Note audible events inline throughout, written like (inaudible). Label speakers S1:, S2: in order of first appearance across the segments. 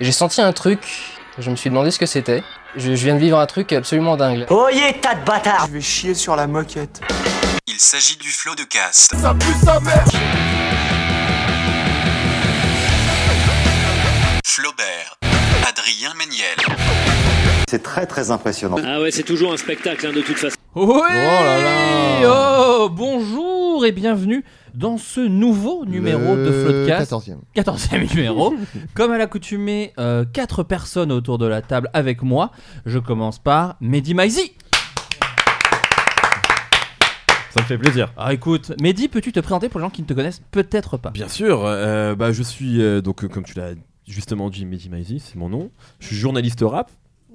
S1: J'ai senti un truc, je me suis demandé ce que c'était. Je, je viens de vivre un truc absolument dingue. là.
S2: Oyez, tas de bâtards
S3: Je vais chier sur la moquette.
S4: Il s'agit du flot de cast. Flaubert. Adrien Méniel.
S5: C'est très très impressionnant.
S6: Ah ouais, c'est toujours un spectacle hein, de toute façon.
S7: Ouais
S1: Oh là là.
S7: Oh, Bonjour et bienvenue dans ce nouveau numéro
S8: Le
S7: de Floodcast.
S8: 14e.
S1: (laughs)
S7: 14e numéro. Comme à l'accoutumée, euh, quatre personnes autour de la table avec moi. Je commence par Mehdi Maizi.
S9: Ça me fait plaisir.
S7: Ah écoute, Mehdi, peux-tu te présenter pour les gens qui ne te connaissent peut-être pas
S9: Bien sûr, euh, bah, je suis, euh, donc, euh, comme tu l'as justement dit, Mehdi Maizi, c'est mon nom. Je suis journaliste rap.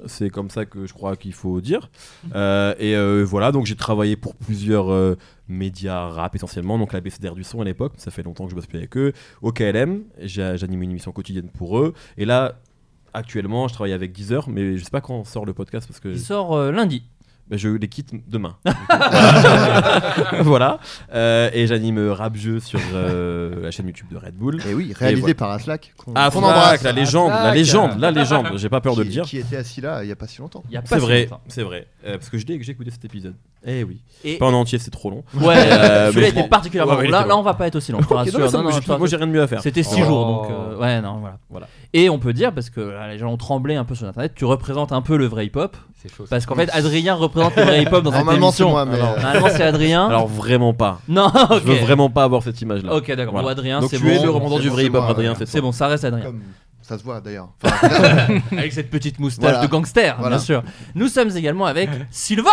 S9: C'est comme ça que je crois qu'il faut dire. Euh, et euh, voilà, donc j'ai travaillé pour plusieurs euh, médias rap essentiellement, donc la BCDR du son à l'époque, ça fait longtemps que je bosse plus avec eux. Au KLM, j'a- j'anime une émission quotidienne pour eux. Et là, actuellement, je travaille avec Deezer, mais je sais pas quand sort le podcast parce que
S7: Il sort euh, lundi.
S9: bah, je les quitte demain. (laughs) voilà. Euh, et j'anime euh, Rap Jeu sur euh, la chaîne YouTube de Red Bull.
S8: Et Eh oui, réalisé
S9: voilà.
S8: par Aslak. qu'on-
S9: Ah, qu'on embrasse, la légende, la
S8: Aflac.
S9: légende, la légende. J'ai pas peur de le
S8: qui-
S9: dire.
S8: Qui était assis là il y a pas si longtemps.
S7: Il y a pas
S9: C'est
S7: si
S9: vrai,
S7: longtemps.
S9: c'est vrai. Euh, parce que je l'ai j'ai écouté cet épisode. Eh oui.
S7: Et- Ah,
S9: Pas en entier, c'est trop long.
S7: Ouais,
S9: Euh, mais
S7: (laughs) celui-là
S9: je
S7: était
S9: prends-
S7: particulièrement
S9: Ouais, ouais,
S7: long.
S9: il
S7: Là,
S9: était
S7: là,
S9: long.
S7: on va pas être aussi long. Je te
S9: Ok,
S7: rassure.
S9: non, ça
S7: Non,
S9: me-
S7: non,
S9: je-
S7: je te
S9: moi j'ai rien de mieux à faire.
S7: C'était 6
S8: Oh.
S7: jours, donc euh, ouais, non, voilà.
S9: Voilà.
S7: Et on peut dire, parce que là, les gens ont tremblé un peu sur internet, tu représentes un peu le vrai hip-hop.
S10: C'est chaud.
S7: Parce qu'en fait, Adrien représente le vrai hip-hop dans cette
S8: Normalement, c'est
S7: émission.
S8: moi, mais,
S7: Alors,
S8: euh,
S7: Normalement, c'est Adrien.
S9: (laughs) Alors vraiment pas.
S7: non,
S9: Je veux
S7: hein. ok.
S9: vraiment pas avoir cette image là.
S7: Ok, d'accord. Bon, Adrien,
S9: Donc
S7: c'est
S9: tu
S7: bon.
S9: es le représentant
S8: C'est
S9: du
S8: bon,
S9: vrai
S8: c'est
S9: hip-hop,
S8: moi,
S9: Adrien,
S8: ouais.
S9: c'est
S7: C'est bon, ça reste Adrien.
S8: Comme ça se voit d'ailleurs. Enfin, (laughs)
S7: Avec cette petite moustache
S8: Voilà.
S7: de gangster,
S8: Voilà.
S7: bien sûr. Nous sommes
S9: (laughs)
S7: également avec Sylvain.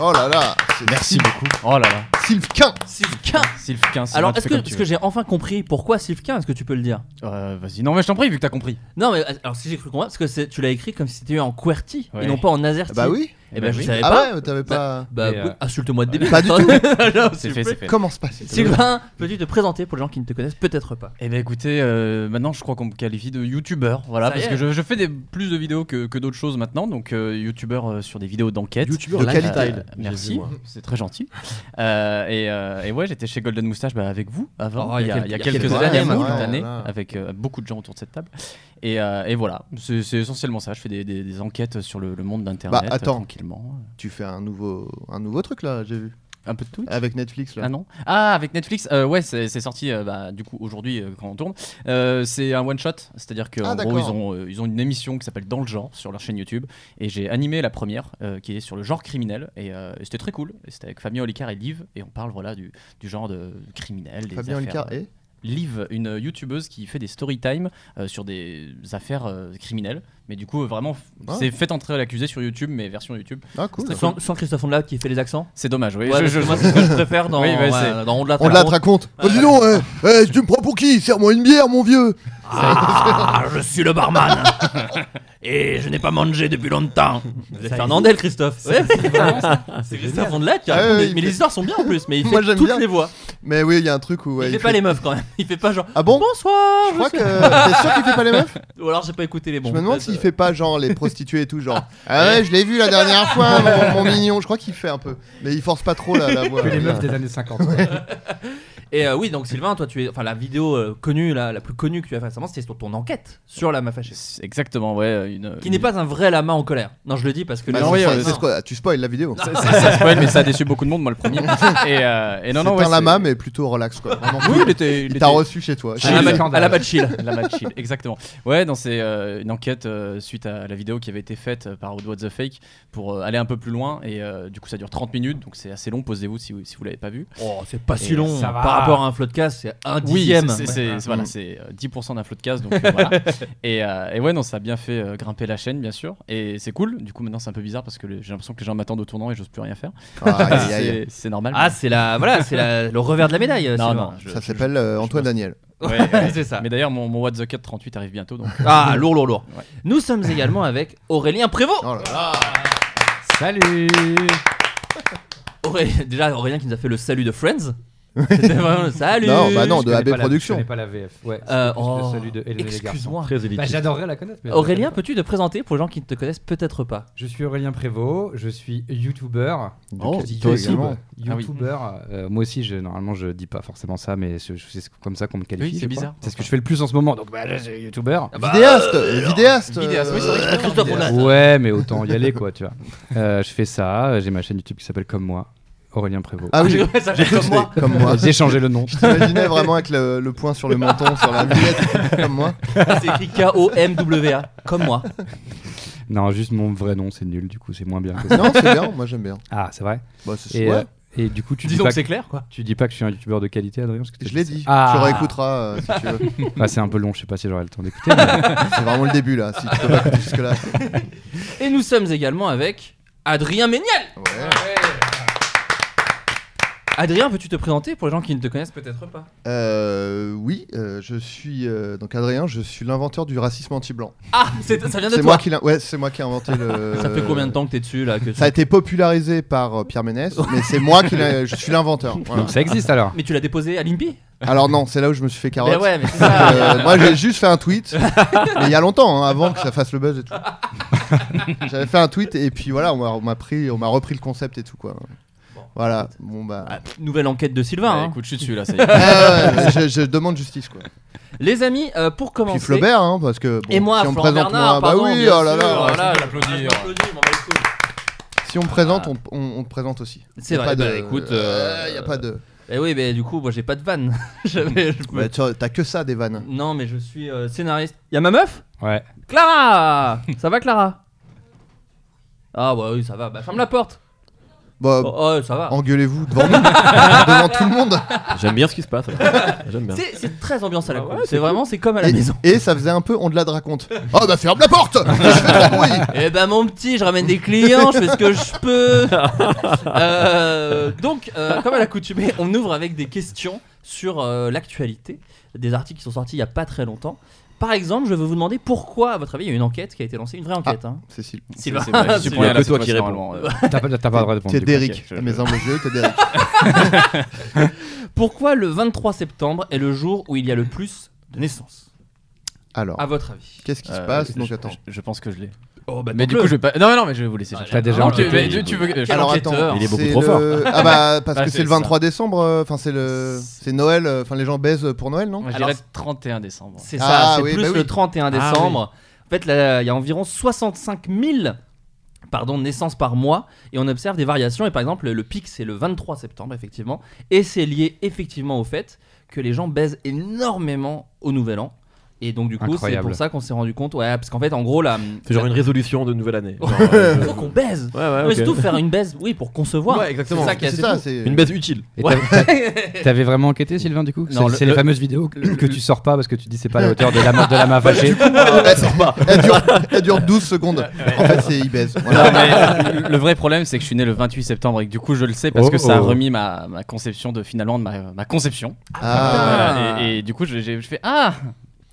S8: oh là là. c'est
S10: Merci
S8: Sylv-
S10: beaucoup. Oh là là.
S8: Sylvquin.
S7: Sylvain.
S10: Sylvain,
S7: Alors, est-ce que, est-ce que j'ai enfin compris pourquoi Sylvain Est-ce que tu peux le dire
S10: Euh, Vas-y, non, mais je t'en prie, vu que t'as compris.
S7: Non, mais alors si j'ai cru comprendre, parce que c'est- tu l'as écrit comme si c'était en QWERTY et
S10: Ouais.
S7: non pas en AZERTY.
S8: Bah oui.
S7: Et ben je
S10: oui.
S7: savais pas.
S8: Ah ouais, t'avais pas.
S7: Bah,
S10: Et, euh,
S7: écoute, insulte-moi de début. (laughs)
S8: Pas du tout.
S7: Alors,
S10: C'est
S7: s'il vous
S10: fait, c'est
S7: plaît.
S10: fait.
S8: Comment se passe
S7: Sylvain, peux-tu te présenter pour les gens qui ne te connaissent peut-être pas
S10: Eh bien écoutez, euh, maintenant je crois qu'on me qualifie de youtubeur, voilà,
S7: Ça y
S10: parce
S7: est.
S10: que je, je fais des, plus de vidéos que, que d'autres choses maintenant, donc euh, youtubeur euh, sur des vidéos d'enquête.
S9: Youtubeur
S8: De
S9: lifestyle,
S8: qualité.
S10: Euh,
S9: j'ai
S10: merci,
S9: vu, moi.
S10: c'est très gentil. Euh, et, euh, et ouais, j'étais chez Golden Moustache bah, avec vous avant,
S7: Oh,
S10: il y a, il y a quelques,
S8: quelques
S10: années,
S7: hein,
S8: années,
S10: beaucoup
S8: ouais,
S10: d'années,
S8: voilà.
S10: avec euh, beaucoup de gens autour de cette table. Et, euh, et voilà, c'est c'est essentiellement ça. Je fais des, des- des enquêtes sur le, le monde d'internet
S8: Bah,
S10: euh,
S8: attends.
S10: tranquillement.
S8: Tu fais un nouveau, un nouveau truc là, j'ai vu.
S10: Un peu de tout.
S8: Avec Netflix là.
S10: Ah non Ah, avec Netflix, euh, ouais, c'est c'est sorti euh, bah, du coup aujourd'hui euh, quand on tourne. Euh, c'est un one shot, c'est-à-dire qu'en
S8: Ah,
S10: gros, ils
S8: d'accord.
S10: ont, euh, ils ont une émission qui s'appelle Dans le genre sur leur chaîne YouTube. Et j'ai animé la première euh, qui est sur le genre criminel. Et euh, c'était très cool. C'était avec Fabien Olicard et Liv. Et on parle voilà du, du genre de criminel. Des
S8: Fabien eh.
S10: affaires,
S8: Olicard
S10: euh,
S8: et.
S10: Liv, une euh, youtubeuse qui fait des story time euh, sur des affaires euh, criminelles. Mais du coup, euh, vraiment, f-
S8: Ah.
S10: c'est fait entrer l'accusé sur YouTube, mais version YouTube.
S8: Ah cool.
S7: sans, sans Christophe Ondelat qui fait les accents
S10: C'est dommage, oui.
S7: Ouais, parce
S10: je- je-
S7: que Moi,
S10: (laughs)
S7: c'est ce que je préfère dans,
S10: Oui, bah,
S7: voilà,
S10: c'est-
S7: dans On de la
S8: On te la te raconte. Oh, dis donc, eh, eh, tu me prends pour qui Serre-moi une bière, mon vieux.
S7: Ah, je suis le barman (laughs) Et je n'ai pas mangé depuis longtemps C'est Fernandel, Christophe Ouais, C'est vraiment ça. (laughs) C'est Christophe Ondelat qui a-
S8: Ah ouais,
S7: mais,
S8: il
S7: mais les
S8: fait-
S7: histoires sont bien en plus, mais il fait
S8: Moi, j'aime
S7: toutes
S8: bien.
S7: les voix.
S8: Mais oui, il y a un truc où. ouais,
S7: il
S8: il
S7: fait pas
S8: fait-
S7: les meufs quand même. Il fait pas genre
S8: Ah bon
S7: Bonsoir
S8: Je crois que. T'es sûr qu'il fait pas les meufs
S7: Ou alors j'ai pas écouté les bons.
S8: Je me demande
S7: peut-être.
S8: s'il fait pas genre les prostituées et tout, genre Ah ouais, je l'ai vu la dernière fois, mon, mon mignon. Je crois qu'il fait un peu, mais il force pas trop la, la voix.
S10: Que les meufs
S8: Ouais.
S10: des années 50.
S7: Et euh, oui, donc Sylvain, toi tu es. Enfin, la vidéo euh, connue, la, la plus connue que tu as fait récemment, c'était sur ton enquête sur la mafia
S10: C'est Exactement, ouais. Une,
S7: Qui n'est
S10: une-
S7: pas un vrai lama en colère. Non, je le dis parce que
S8: Bah,
S7: les gens-
S8: c'est
S10: oui,
S8: ça,
S10: ouais,
S8: c'est
S7: non.
S8: ce quoi, tu spoil la vidéo.
S10: ça, ça- ça se spoil, mais ça a déçu beaucoup de monde, moi le premier. et, euh, et non, non,
S8: c'est
S10: ouais,
S8: un lama, mais plutôt relax quoi. Vraiment
S10: Oui,
S8: cool.
S10: il était.
S8: (laughs) il
S10: était-
S8: t'a
S10: Ah,
S8: reçu chez toi.
S7: à la,
S10: Chill.
S7: ma- à la Batchill.
S10: Lama chill, exactement. Ouais, non, c'est euh, une enquête euh, suite à la vidéo qui avait été faite euh, par What the Fake pour euh, aller un peu plus loin. Et euh, du coup, ça dure 30 minutes, donc c'est assez long. Posez-vous si vous, si vous l'avez pas vu.
S7: Oh, c'est pas si
S10: Et
S7: long.
S10: ça
S7: Par rapport à un floodcast, c'est un dixième.
S10: Oui, c'est- c'est- c'est
S7: Ouais.
S10: voilà, c'est, euh, 10% d'un flot de case, donc euh,
S7: (laughs)
S10: voilà. Et, euh, et ouais, non, ça a bien fait euh, grimper la chaîne, bien sûr. Et c'est cool. Du coup, maintenant, c'est un peu bizarre parce que le- j'ai l'impression que les gens m'attendent au tournant et j'ose plus rien faire.
S8: Ah, aïe, aïe, aïe.
S10: C'est- C'est normal.
S7: Ah, c'est la, voilà, c'est la- le revers de la médaille. euh,
S10: non,
S7: Sylvain.
S10: non, je-
S8: Ça
S10: je-
S8: s'appelle euh, Antoine Daniel.
S10: ouais, ouais.
S7: (laughs) c'est ça.
S10: Mais d'ailleurs, mon, mon What the Cut 38 arrive bientôt,
S2: (laughs)
S10: donc
S7: Ah, lourd, lourd, lourd.
S10: Ouais.
S7: Nous sommes également avec Aurélien Prévost.
S8: Oh là là.
S10: Salut
S7: Auré- Déjà, Aurélien qui nous a fait le salut de Friends. C'était vraiment salut.
S8: Non, bah non,
S2: Je
S8: bah, de
S2: connais
S8: AB
S2: pas la-
S8: Productions.
S2: Je connais pas la VF. Ouais, c'est
S7: Euh,
S2: plus de
S7: oh,
S2: celui de Hello les garçons.
S7: Excuse-moi.
S9: Très élitiste.
S2: Bah, J'adorerais la connaître. mais je la
S7: Aurélien,
S2: connais pas.
S7: peux-tu te présenter pour les gens qui ne te connaissent peut-être pas
S2: Je suis Aurélien Prévost, je suis youtubeur.
S8: Oh,
S2: Je dis
S8: toi aussi,
S2: YouTube,
S8: bah.
S10: Ah oui.
S2: youtubeur. Euh, moi aussi, je, normalement, je dis pas forcément ça, mais je- je- c'est comme ça qu'on me qualifie.
S10: Oui, c'est
S2: je crois.
S10: bizarre. Ah,
S2: C'est ce que je fais le plus en ce moment, donc bah, je suis youtubeur.
S8: Vidéaste euh, Vidéaste
S10: Vidéaste, oui, c'est vrai que
S8: euh,
S10: c'est un
S8: Christophe
S10: vidéaste.
S8: Roland.
S2: Ouais, mais autant y aller, quoi, tu vois. (laughs) Euh, je fais ça, euh, j'ai ma chaîne YouTube qui s'appelle Comme moi, Aurélien Prévost.
S7: (laughs)
S8: Ah oui,
S7: Ça fait comme
S8: (laughs)
S7: moi.
S8: comme moi.
S2: (laughs) J'ai changé le nom.
S8: Je t'imaginais vraiment avec le, le point sur le menton, sur
S10: (laughs)
S8: la miette, comme moi.
S7: C'est écrit K-O-M-W-A. Comme moi.
S2: Non, juste mon vrai nom, c'est nul, du coup, c'est moins bien. que ça.
S8: Non, c'est bien, moi j'aime bien.
S2: Ah, c'est vrai.
S8: Bah, c'est
S2: Et,
S8: ouais.
S2: euh, et du coup, tu dis,
S7: Disons
S2: pas que,
S7: que c'est clair, quoi.
S2: tu dis pas que je suis un youtubeur de qualité, Adrien parce que t'as
S8: Je l'ai
S2: ça.
S8: dit, tu
S2: Ah.
S8: réécouteras euh, si tu veux.
S2: Ah, c'est un peu long, je sais pas si j'aurai le temps d'écouter. mais-
S8: C'est vraiment le début là, si tu peux pas écouter jusque-là.
S7: Et nous sommes également avec Adrien Méniel.
S8: Ouais.
S7: Adrien, peux-tu te présenter pour les gens qui ne te connaissent peut-être pas
S8: Euh, oui, euh, je suis euh, donc Adrien, je suis l'inventeur du racisme anti-blanc.
S7: Ah, c'est- ça vient de
S8: C'est
S7: toi.
S8: moi qui l'ai- ouais, c'est moi qui ai inventé le.
S7: (laughs) Ça fait combien de temps que t'es dessus là que
S8: Ça a été popularisé par euh, Pierre Ménès, mais c'est moi qui l'ai- je suis l'inventeur. voilà.
S2: Donc ça existe alors.
S7: Mais tu l'as déposé à l'INPI
S8: Alors non, c'est là où je me suis fait carotte.
S7: Mais ouais, mais c'est ça.
S8: (laughs)
S7: (laughs)
S8: Euh, moi j'ai juste fait un tweet, mais il y a longtemps, hein, avant que ça fasse
S7: (laughs)
S8: le buzz et tout. J'avais fait un tweet et puis voilà, on m'a- on m'a pris, on m'a repris le concept et tout quoi. Voilà, bon bah.
S7: Ah, Nouvelle enquête de Sylvain.
S10: Ouais,
S7: hein.
S10: Écoute, je suis dessus là, ça (laughs) y est.
S8: (laughs) Ah ouais, ouais, je, je demande justice quoi.
S7: Les amis, euh, pour
S8: Puis
S7: commencer.
S8: Flaubert, hein, parce que bon,
S7: et moi,
S8: si on me
S7: Florent
S8: présente
S7: Bernard,
S8: moi,
S7: pardon,
S8: bah oui,
S7: bien
S8: oh là
S7: sûr,
S8: là,
S7: voilà, je
S10: l'applaudis.
S7: l'applaudis, je m'en bats les couilles.
S8: Si on me présente, on, on- on te présente aussi.
S7: Ah. C'est
S8: Y a
S7: vrai,
S8: pas
S7: bah,
S8: de-
S7: écoute. bah,
S8: Euh, y a pas de.
S7: Et oui, mais du coup, moi j'ai pas de vanne. (laughs) J'avais- je peux-
S8: Bah, tu- T'as que ça des vannes.
S7: Non, mais je suis euh, scénariste. Y'a ma meuf
S2: Ouais.
S7: Clara Ça va, Clara Ah, bah oui, ça va. Bah, ferme la porte.
S8: Bah,
S7: Oh, oh, ça va.
S8: engueulez-vous
S7: (laughs)
S8: devant nous, devant tout le monde.
S9: J'aime bien ce qui se passe. là. J'aime bien.
S7: C'est c'est très ambiance à la con. Bah c'est vraiment, c'est comme à la
S8: Et,
S7: maison.
S8: et ça faisait un peu, on te la raconte. Oh bah ferme la (laughs) porte. Je fais trop de bruit.
S7: Eh ben mon petit, je ramène des clients, je fais ce que je (laughs) peux. Euh, donc, euh, comme à l'accoutumée, on ouvre avec des questions sur euh, l'actualité, des articles qui sont sortis il y a pas très longtemps. Par exemple, je veux vous demander pourquoi, à votre avis, il y a une enquête qui a été lancée, une vraie enquête. hein.
S8: Cécile,
S7: Sylvain,
S10: C'est vrai,
S7: Sylvain.
S10: point à la
S9: que toi qui
S10: situation,
S9: réponds.
S10: normalement, euh.
S2: T'as pas, t'as pas le droit de répondre.
S8: t'es
S2: du coup.
S8: Derrick.
S10: ok, je-
S8: À mes humbles yeux, t'es Derrick.
S7: (laughs) pourquoi le 23 septembre est le jour où il y a le plus de naissances
S8: Alors,
S7: À votre avis
S8: qu'est-ce qui se
S10: Euh,
S8: passe
S10: je-
S8: Donc
S10: je-
S8: attends.
S10: Je, je pense que je l'ai.
S7: Oh bah
S10: Mais du coup, je vais pas. Non, non, mais je vais vous laisser.
S7: Ah,
S10: chercher.
S2: T'as déjà
S10: Non, tu,
S2: enquêté,
S10: mais tu- tu veux. je-
S8: Alors attends,
S7: enquêteur.
S9: Il est beaucoup
S8: c'est
S9: trop fort.
S8: le- Ah bah parce
S10: Bah,
S8: que
S10: c'est
S8: c'est le
S10: ça.
S8: 23 décembre, euh, enfin c'est le c'est Noël, euh, enfin les gens baisent pour Noël, non
S10: Moi, je
S7: Alors,
S10: dirais 31 décembre.
S7: C'est
S8: Ah
S7: ça, c'est
S8: oui,
S7: plus
S8: bah oui.
S7: le 31
S10: Ah
S7: décembre. En fait, là, il y a environ 65 000 pardon, naissances par mois et on observe des variations. Et par exemple, le, le pic, c'est le 23 septembre, effectivement. Et c'est lié effectivement au fait que les gens baisent énormément au Nouvel An. Et donc, du coup, c'est
S2: Incroyable.
S7: pour ça qu'on s'est rendu compte. Ouais, parce qu'en fait, en gros, là.
S9: C'est genre une résolution de nouvelle année. Genre,
S7: (laughs)
S9: euh,
S7: Il faut qu'on baise.
S9: Ouais, ouais,
S7: Mais
S9: ok.
S7: surtout faire une baise, oui, pour concevoir.
S9: Ouais, exactement.
S7: C'est ça qui est assez
S8: C'est ça,
S7: fou.
S8: c'est
S9: Une baisse utile.
S2: Et
S7: Ouais.
S2: t'avais- T'avais vraiment enquêté, Sylvain, du coup
S7: Non,
S2: C'est
S7: le-
S2: c'est les
S7: le-
S2: fameuses vidéos que, que tu sors pas parce que tu dis c'est pas à la
S8: (laughs)
S2: hauteur de la, ma- de la main fâchée.
S8: elle, Ah. elle
S10: (laughs)
S8: dure, elle dure 12 secondes. En fait, c'est il baise. Voilà.
S10: Non, mais le- le vrai problème, c'est que je suis né le 28 septembre et que du coup, je le sais parce
S2: Oh,
S10: que ça a remis ma, ma conception de finalement de ma, ma conception.
S8: Ah,
S10: Voilà, et, et du coup, j'ai- j'ai- je fais Ah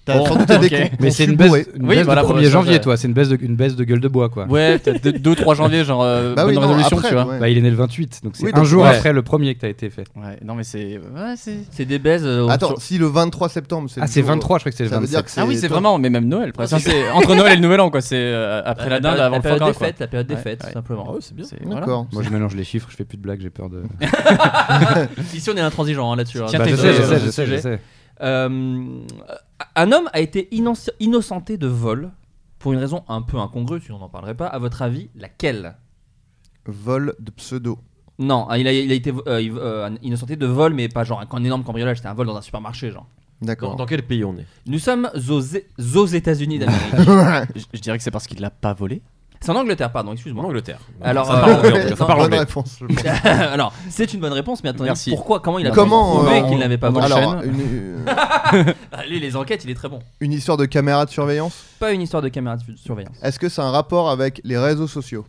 S8: t'as
S10: Bon,
S8: sans doute été
S10: ok.
S8: con-
S2: Mais c'est une
S8: conçu
S2: baisse,
S8: bourré.
S2: une
S10: Oui,
S2: baisse
S10: voilà,
S2: du
S10: pour euh,
S2: 1er
S10: ça,
S2: janvier,
S10: je-
S2: toi. C'est une baisse, de, une baisse de gueule de bois, quoi.
S10: Ouais, peut-être 2-3 janvier, genre euh,
S8: Bah oui,
S10: bonne
S8: non,
S10: résolution,
S8: après,
S10: tu vois.
S8: ouais.
S2: Bah, il est né le 28, donc c'est
S8: Oui,
S2: un
S8: donc-
S2: jour
S10: Ouais.
S2: après le premier que t'as été fait.
S10: Ouais, non, mais c'est. Ouais, c'est.
S7: C'est des baises. euh,
S8: Attends,
S7: sur-
S8: si le 23 septembre, c'est
S2: Ah,
S8: le
S2: c'est
S8: jour-
S2: 23, je crois que c'est le
S8: Ça veut dire
S2: 27.
S8: que c'est.
S10: Ah oui, c'est
S8: toi-
S10: vraiment, mais même Noël. presque. (laughs) C'est entre Noël et le Nouvel An, quoi. C'est euh, après la dinde,
S7: Bah, période-
S10: avant le
S7: période
S10: foie gras,
S7: des
S10: quoi.
S7: fêtes, la période des
S10: Ouais,
S7: fêtes,
S10: ouais.
S7: tout simplement.
S9: ouais, Ah c'est bien.
S10: Ah C'est- voilà.
S8: D'accord.
S2: Moi, je mélange les chiffres, je fais plus de blagues, j'ai peur hein, de.
S7: Ici, on est intransigeant hein, là-dessus. hein.
S10: Tiens,
S2: Bah,
S10: t'es-
S2: je sais, je
S10: euh,
S2: sais,
S10: ce
S2: je sais, je
S7: sujet.
S2: sais.
S7: Euh, un homme a été inno- innocenté de vol pour une raison un peu incongrue, si on n'en parlerait pas. À votre avis, laquelle
S8: Vol de pseudo.
S7: Non, hein, il a, il a été euh, il- euh, innocenté de vol, mais pas genre un, un énorme cambriolage, c'était un vol dans un supermarché, genre.
S9: Dans,
S8: D'accord.
S9: dans quel pays on est
S7: Nous sommes aux, Zé- aux États-Unis
S8: (laughs)
S7: d'Amérique.
S10: Je, je dirais que c'est parce qu'il l'a pas volé.
S7: C'est en Angleterre, pardon, excuse-moi.
S9: Angleterre.
S7: Alors,
S9: ça
S7: euh,
S9: parle anglais, en tout cas,
S8: Bonne
S9: ça parle anglais.
S8: réponse. je pense.
S7: (laughs) Alors, c'est une bonne réponse, mais attendez,
S10: Merci.
S7: pourquoi Comment il a
S8: Comment
S7: prouvé
S8: euh,
S7: qu'il n'avait pas
S8: on-
S7: volé
S8: Alors, une, euh,
S7: Allez, les enquêtes, il est très bon.
S8: une histoire de caméra de surveillance.
S7: Pas une histoire de caméra de surveillance.
S8: Est-ce que c'est un rapport avec les réseaux sociaux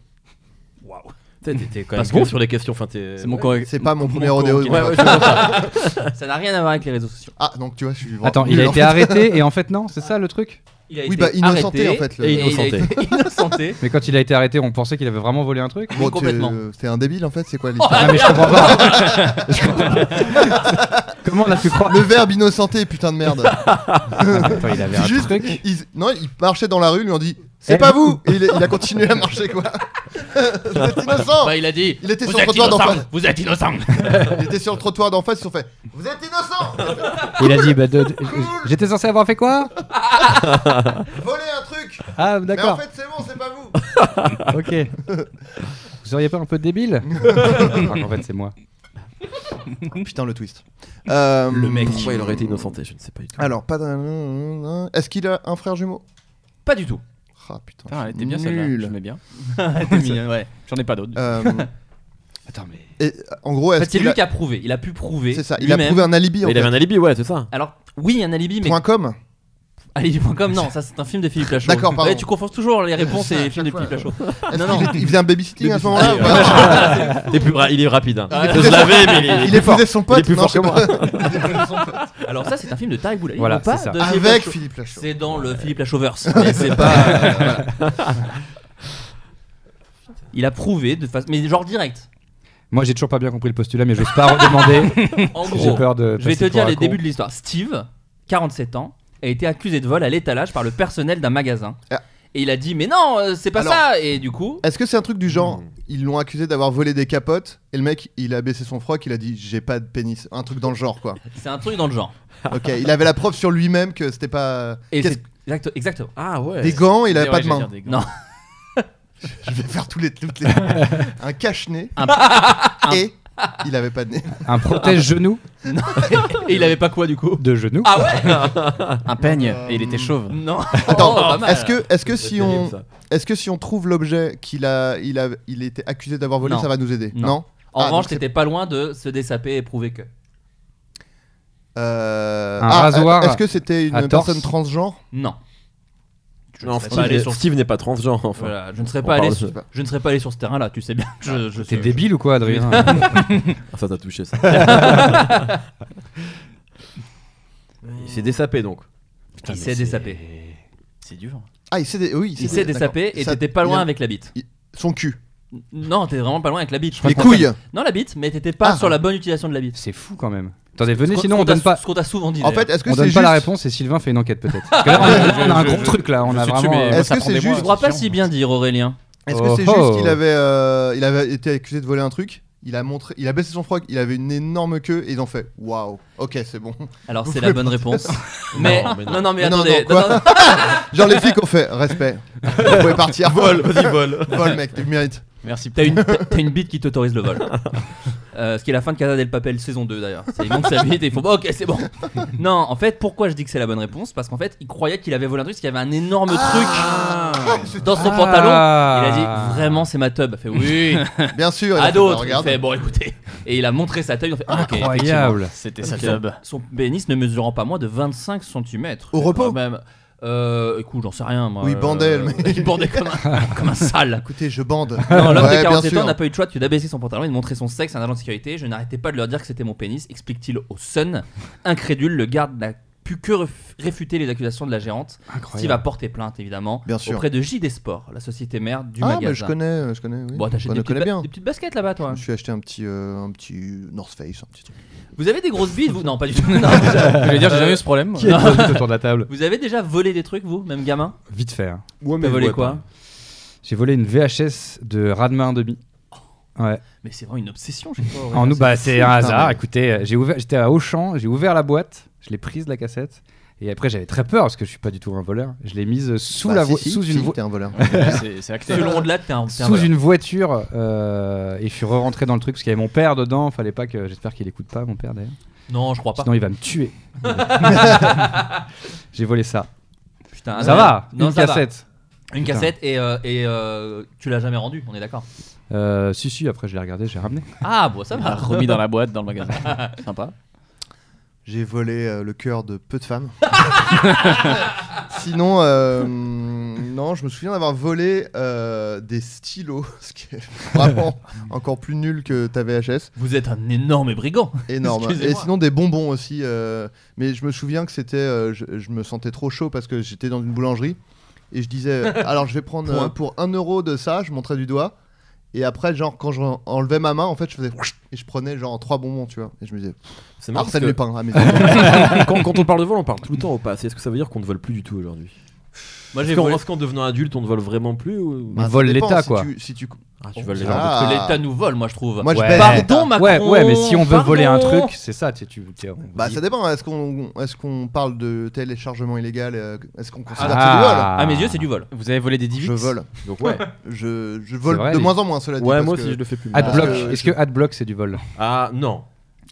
S9: T'es- t'es- T'es quand
S10: Parce
S9: même
S10: que-
S9: bon sur les questions. Enfin, t'es.
S10: C'est mon correct.
S8: C'est pas mon
S10: Mon
S8: premier
S10: con,
S8: rodéo.
S10: qui-
S8: donc-
S7: Ouais, ouais, je comprends. Ça n'a rien à voir avec les réseaux sociaux.
S8: Ah, donc tu vois, je suis. vraiment
S2: Attends, il
S8: nul,
S2: a
S8: en
S2: été
S8: fait.
S2: arrêté et en fait, non, c'est ça le truc
S7: Il a
S8: Oui,
S7: été
S8: bah, innocenté,
S7: arrêté,
S8: en fait, le-
S7: et il a
S9: Innocenté.
S7: (laughs) été innocenté.
S2: Mais quand il a été arrêté, on pensait qu'il avait vraiment volé un truc
S8: Bon, t'es-
S10: complètement.
S8: T'es un débile en fait, c'est quoi l'histoire
S7: Ah,
S2: Non, mais je comprends pas. Je comprends
S10: (laughs)
S2: pas. Comment on a pu croire
S8: Le verbe innocenté, putain de merde.
S2: Attends, il avait un
S8: Juste,
S2: truc.
S8: il- non, il marchait dans la rue, ils lui ont dit
S2: Eh.
S8: C'est pas vous Et il, il a continué à marcher quoi. Vous êtes innocent
S10: Bah, il a dit
S8: Il était
S10: Vous
S8: sur le
S10: êtes
S8: trottoir d'en
S10: innocent,
S8: face.
S10: Vous êtes innocent
S8: Il était sur le trottoir d'en face, ils se sont fait Vous êtes innocent
S2: Il a dit bah, de- J'étais censé avoir fait quoi
S8: Volez un truc
S2: Ah,
S8: Mais en
S2: d'accord.
S8: fait, c'est bon, c'est pas vous
S2: Ok. Vous seriez pas un peu débile Enfin, En fait, c'est moi.
S8: Putain, le twist. Euh,
S9: Le mec, pourquoi il aurait été innocenté Je ne sais pas du tout.
S8: Alors, pas d'un. Est-ce qu'il a un frère jumeau
S7: Pas du
S10: (laughs)
S7: tout.
S8: Ah putain.
S10: Ah, elle était bien
S8: Nul.
S10: celle-là, j'aimais bien. Elle était mignonne, ouais. J'en ai pas d'autres.
S8: Euh,
S2: Attends, mais.
S8: et, en gros,
S7: En
S8: est-ce
S7: fait, c'est
S8: qu'il
S7: lui
S8: a-
S7: qui a prouvé. Il a pu prouver.
S8: C'est ça, il a
S7: lui-même.
S8: prouvé un alibi en
S9: il
S8: fait.
S9: avait un alibi, ouais, c'est ça.
S7: Alors, oui, un alibi, mais.
S8: Point com
S7: Alibi.com, non, ça c'est un film de Philippe Lachaud.
S8: D'accord, pardon.
S7: Ouais, tu confonds toujours les réponses et les
S8: Chaque
S7: films de
S8: fois,
S7: Philippe Lachaud.
S8: Est-ce
S7: Non, non.
S8: qu'il est- Ah, Il faisait un babysitting à ce moment-là bah, ou
S9: euh,
S8: pas
S9: (laughs) Il est, plus ra- il est rapide. hein.
S7: Ah,
S9: Il peut se laver, mais il est,
S8: Il épousait son pote
S9: Il est plus
S8: non,
S9: fort
S8: je sais
S9: que
S8: pas.
S9: moi.
S7: Alors, ça c'est un film de Tarek Boulali.
S2: Voilà,
S7: non pas
S2: c'est ça.
S7: de Philippe
S8: Avec
S7: Lachaud.
S8: Philippe Lachaud.
S7: C'est dans le Philippe
S8: (laughs)
S7: Lachauverse, mais c'est pas. euh, voilà. (laughs) Il a prouvé de façon. Mais genre direct.
S2: Moi, j'ai toujours pas bien compris le postulat, mais j'ose pas
S10: (laughs)
S2: redemander.
S7: En
S2: J'ai
S7: gros,
S2: peur de.
S7: je vais
S2: passer
S7: te
S2: pour
S7: dire
S2: un
S7: les
S2: con.
S7: débuts de l'histoire. Steve, 47 ans, a été accusé de vol à l'étalage par le personnel d'un magasin.
S8: Ah.
S7: Et il a dit, mais non, euh, c'est pas
S8: Alors-
S7: ça Et du coup,
S8: Est-ce que c'est un truc du genre Ils l'ont accusé d'avoir volé des capotes et le mec il a baissé son froc, il a dit j'ai pas de pénis. Un truc dans le genre quoi.
S7: c'est un truc dans le genre.
S8: Ok, il avait la preuve sur lui-même que c'était pas.
S7: Et
S8: Qu'est-ce-
S7: c'est- exact- exactement.
S9: Ah ouais.
S8: Des gants, il
S10: Ouais,
S8: avait pas
S10: ouais,
S8: de
S10: j'allais
S8: main.
S10: dire des gants. (laughs)
S7: Non,
S8: Je vais faire tous les, toutes les... un cache-nez. Et il avait pas de nez.
S2: Un protège genou
S7: et il avait pas quoi du coup
S2: de genou.
S7: Ah ouais (laughs)
S10: Un peigne, et il était chauve.
S7: Non
S8: Attends,
S7: Oh, pas mal.
S8: est-ce que, est-ce que si on,
S9: terrible,
S8: est-ce que si on trouve l'objet qu'il a, il a, il était accusé d'avoir volé,
S7: Non.
S8: ça va nous aider
S7: Non.
S8: Non.
S7: En
S8: Ah,
S7: revanche,
S8: donc c'est-
S7: t'étais pas loin de se dessaper et prouver que.
S8: Euh,
S2: Un rasoir
S8: Est-ce que c'était
S2: à
S8: une
S2: torse.
S8: personne transgenre
S7: Non.
S9: ça. Non,
S7: serais
S9: Steve,
S7: pas allé
S9: n'est-
S7: sur-
S9: Steve n'est pas transgenre, enfin.
S7: Voilà, je ne serais
S9: on
S7: pas allé
S9: parle de
S7: sur,
S8: ça. Ah,
S7: je ne serais pas allé sur ce terrain-là, tu sais bien. Je, je
S2: T'es
S7: je-
S2: débile ou quoi, Adrien
S9: Ah, Ça t'a touché,
S8: (laughs)
S9: ça. Il s'est dessapé donc.
S7: Il s'est dessapé.
S10: C'est dur. hein.
S8: Ah, il s'est, dé- oui,
S7: Il s'est dessapé
S8: d'accord.
S7: et
S8: Ça-
S7: t'étais pas loin
S8: il a-
S7: avec la bite.
S8: son cul,
S7: Non, t'es vraiment pas loin avec la bite.
S8: les
S7: Je pense qu'on-
S8: couilles.
S7: Non, la bite, mais t'étais pas
S8: Ah.
S7: sur la bonne utilisation de la bite.
S2: C'est fou quand même. Attendez, venez,
S7: Ce qu'on-
S2: sinon
S7: ce
S2: on
S7: qu'on t'a
S2: donne
S7: sou-
S2: pas.
S7: Ce qu'on t'a souvent dit.
S8: En
S7: d'ailleurs.
S8: fait, est-ce que
S2: On
S8: c'est
S2: donne
S8: juste
S2: pas la réponse et Sylvain fait une enquête peut-être. Parce que là, on a- on a un gros truc là, on
S10: je
S2: a
S10: suis
S2: vraiment.
S10: dessus, mais-
S2: euh,
S8: Est-ce
S10: ça
S8: que
S10: prend
S8: c'est
S10: des mois,
S7: Je
S8: juste,
S10: ouais.
S7: crois pas
S10: Attention.
S7: si bien dire Aurélien.
S8: est-ce que c'est
S2: Oh,
S8: juste
S2: oh.
S8: qu'il avait, euh, il avait été accusé de voler un truc Il a montré, il a baissé son froc, il avait une énorme queue et ils ont fait waouh, ok c'est bon.
S7: Alors c'est la bonne réponse. Mais
S9: Non, mais
S7: (laughs)
S9: non.
S7: non, non, mais
S8: Mais non,
S7: attendez.
S8: non, quoi (laughs) Genre les flics ont fait respect, vous pouvez partir. Vol, (laughs) vas-y vol, vol mec, tu le mérites.
S10: Merci.
S7: T'as une, t'as- t'as une bite qui t'autorise le vol. Euh, ce qui est la fin de Casa del Papel saison 2 d'ailleurs. C'est- Il monte sa bite et il faut. Bon, ok, c'est bon. Non, en fait, pourquoi je dis que c'est la bonne réponse Parce qu'en fait, il croyait qu'il avait volé un truc, parce qu'il y avait un énorme
S8: Ah.
S7: truc dans son pantalon. Il a dit vraiment, c'est ma tub. Il fait oui.
S8: Bien sûr. il a
S7: à
S8: fait, bah,
S7: d'autres. Il
S8: regarde.
S7: fait bon, écoutez. Et il a montré sa tub. Ils ont fait
S8: ah,
S7: ok.
S2: Incroyable.
S10: C'était sa tub.
S7: Son pénis ne mesurant pas moins de 25 cm.
S8: Au repos
S7: même. Euh, écoute, j'en sais rien moi. euh,
S8: Oui, il bandait, le mec.
S7: Il bandait comme
S8: (laughs)
S7: un, comme un sale.
S8: Écoutez, je bande.
S7: Non, l'homme
S8: Ouais,
S7: de
S8: bien
S7: 47
S8: sûr.
S7: ans n'a pas eu le choix que d'abaisser son pantalon et de montrer son sexe à un agent de sécurité. Je n'arrêtais pas de leur dire que c'était mon pénis, explique-t-il au Sun. Incrédule, le garde n'a pu que ref- réfuter les accusations de la gérante. Steve a
S2: Incroyable.
S7: porté plainte, évidemment,
S8: Bien sûr.
S7: auprès de JD Sport, la société mère du
S8: Ah,
S7: magasin.
S8: mais je connais, je connais. Oui.
S7: Bon, t'as acheté
S8: je
S7: des,
S8: le
S7: petites
S8: connais
S7: ba-
S8: bien.
S7: des petites baskets là-bas,
S8: Je
S7: toi. hein.
S8: me suis acheté un petit, euh, un petit North Face, un petit truc.
S7: Vous avez des grosses
S2: (laughs)
S7: bites, vous Non, pas du tout. (laughs) Non, déjà.
S10: Je veux dire, j'ai jamais eu ce problème.
S2: Qui est venu (laughs) autour de la table
S7: Vous avez déjà volé des trucs, vous, même gamin
S2: Vite fait. hein.
S9: Ouais,
S7: T'as volé quoi
S2: J'ai volé une VHS de Rademain 1,5. Ouais.
S7: Mais c'est vraiment une obsession, je sais pas.
S2: En nous, bah, c'est un
S8: fou.
S2: hasard.
S8: Ah ouais.
S2: Écoutez, euh, j'ai ouvert, j'étais à Auchan, j'ai ouvert la boîte, je l'ai prise la cassette, et après j'avais très peur parce que je suis pas du tout un voleur. Je l'ai mise sous
S8: Bah,
S2: la
S8: si,
S2: vo-
S8: si,
S2: sous
S8: si,
S2: une vo-
S8: T'es
S2: (laughs)
S8: un voleur.
S10: C'est c'est acté.
S7: Tout le long de là, t'es un. t'es un
S2: sous
S7: voleur.
S2: une voiture euh, et je suis rentré dans le truc parce qu'il y avait mon père dedans. Fallait pas que, j'espère qu'il écoute pas mon père d'ailleurs.
S7: Non, je crois pas.
S2: Sinon il va me tuer. j'ai volé ça.
S7: Putain,
S2: ça
S7: Ah, non.
S2: va.
S7: Non,
S2: une
S7: ça va.
S2: cassette.
S7: Une
S2: Putain.
S7: cassette et, euh, et euh, tu l'as jamais rendue, on est d'accord.
S2: Euh, si
S10: (laughs)
S2: si. Après je l'ai regardé, j'ai ramené.
S7: Ah bon, ça
S10: Il l'a
S2: (laughs)
S7: va.
S10: remis dans la boîte, dans le magasin. Sympa.
S8: j'ai volé euh, le cœur de peu de femmes. (laughs) Sinon, euh, non, je me souviens d'avoir volé euh, des stylos, (laughs) ce qui est
S2: (laughs)
S8: vraiment encore plus nul que ta VHS.
S7: Vous êtes un énorme brigand.
S8: Énorme. Et
S7: Excusez-moi.
S8: sinon des bonbons aussi. euh, mais je me souviens que c'était, euh, je, je me sentais trop chaud parce que j'étais dans une boulangerie et je disais, euh, alors je vais prendre euh, pour un euro de ça, je montrais du doigt. Et après, genre quand je enlevais ma main, en fait, je faisais et je prenais genre trois bonbons, tu vois. Et je me disais,
S9: C'est marrant.
S8: Arsène
S9: parce que
S8: Lupin. ah,
S9: (laughs)
S8: mais- (laughs)
S9: quand, quand on parle de vol, on parle tout le temps au passé. Est-ce que ça veut dire qu'on ne vole plus du tout aujourd'hui
S7: Moi
S9: Est-ce
S7: j'ai
S9: qu'en
S7: volé.
S9: est-ce qu'en devenant adulte, on ne vole vraiment plus ou...
S2: On
S8: Ah, ça
S2: vole
S8: dépend,
S2: l'État,
S8: si
S2: quoi.
S8: tu- si tu-
S9: Ah, tu voles les
S8: Ah.
S9: gens.
S7: Parce que l'État nous vole, moi je trouve.
S8: Moi, je
S2: Ouais.
S8: baise.
S7: Pardon, Macron.
S2: Ouais, ouais, mais si on veut
S7: pardon.
S2: voler un truc, c'est ça. Tu, tu, tu- on
S8: Bah,
S2: dit-
S8: ça dépend. Est-ce qu'on est-ce qu'on parle de téléchargement illégal euh, Est-ce qu'on considère
S2: Ah.
S7: À mes yeux, c'est du vol.
S10: Vous avez volé des
S8: que c'est
S10: 18
S8: du vol Je vole.
S9: Donc ouais.
S8: (laughs) Je, je vole
S2: C'est vrai,
S8: de
S2: les-
S8: moins en moins, cela dit.
S9: Ouais,
S8: parce
S9: moi
S8: que-
S9: aussi je le fais plus.
S8: Ad-
S2: Adblock.
S8: Parce que-
S2: Est-ce que Adblock c'est du vol
S9: Ah non.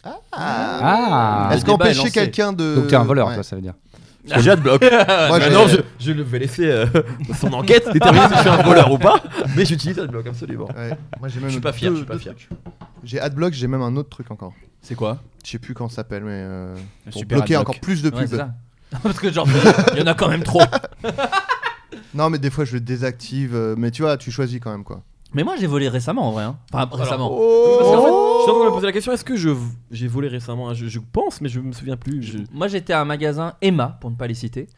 S8: Ah.
S2: Ah.
S8: Est-ce
S7: Le débat est
S8: qu'empêcher
S7: lancé.
S8: quelqu'un de.
S2: Donc t'es un voleur,
S8: Ouais.
S2: toi, ça veut dire.
S9: Parce que J'ai
S8: (laughs)
S9: adblock.
S8: Moi, j'ai-
S9: Maintenant, je, je le vais laisser euh, son enquête déterminer si je suis un voleur ou pas. Mais j'utilise adblock absolument.
S8: Ouais. Moi, j'ai même
S9: Je suis pas
S8: deux-
S9: fier, je suis pas
S8: deux
S9: fier.
S8: trucs. J'ai Adblock, j'ai même un autre truc encore.
S10: C'est quoi
S8: Je sais plus comment ça s'appelle, mais. euh,
S10: Le
S8: pour
S10: super
S8: bloquer
S10: adblock.
S8: encore plus de
S10: Ouais,
S8: pubs.
S10: c'est ça.
S7: (laughs) Parce que genre, il y en a quand même trop.
S8: non, mais des fois, je le désactive. euh, Mais tu vois, tu choisis quand même, quoi. Oh
S7: Mais moi j'ai volé récemment en vrai. hein. Enfin, récemment.
S9: Parce qu'en fait, je suis en train de me poser la question est-ce que je v- j'ai volé récemment hein je, je pense, mais je me souviens plus. Je-
S7: Moi j'étais à un magasin Emma, pour ne pas les citer,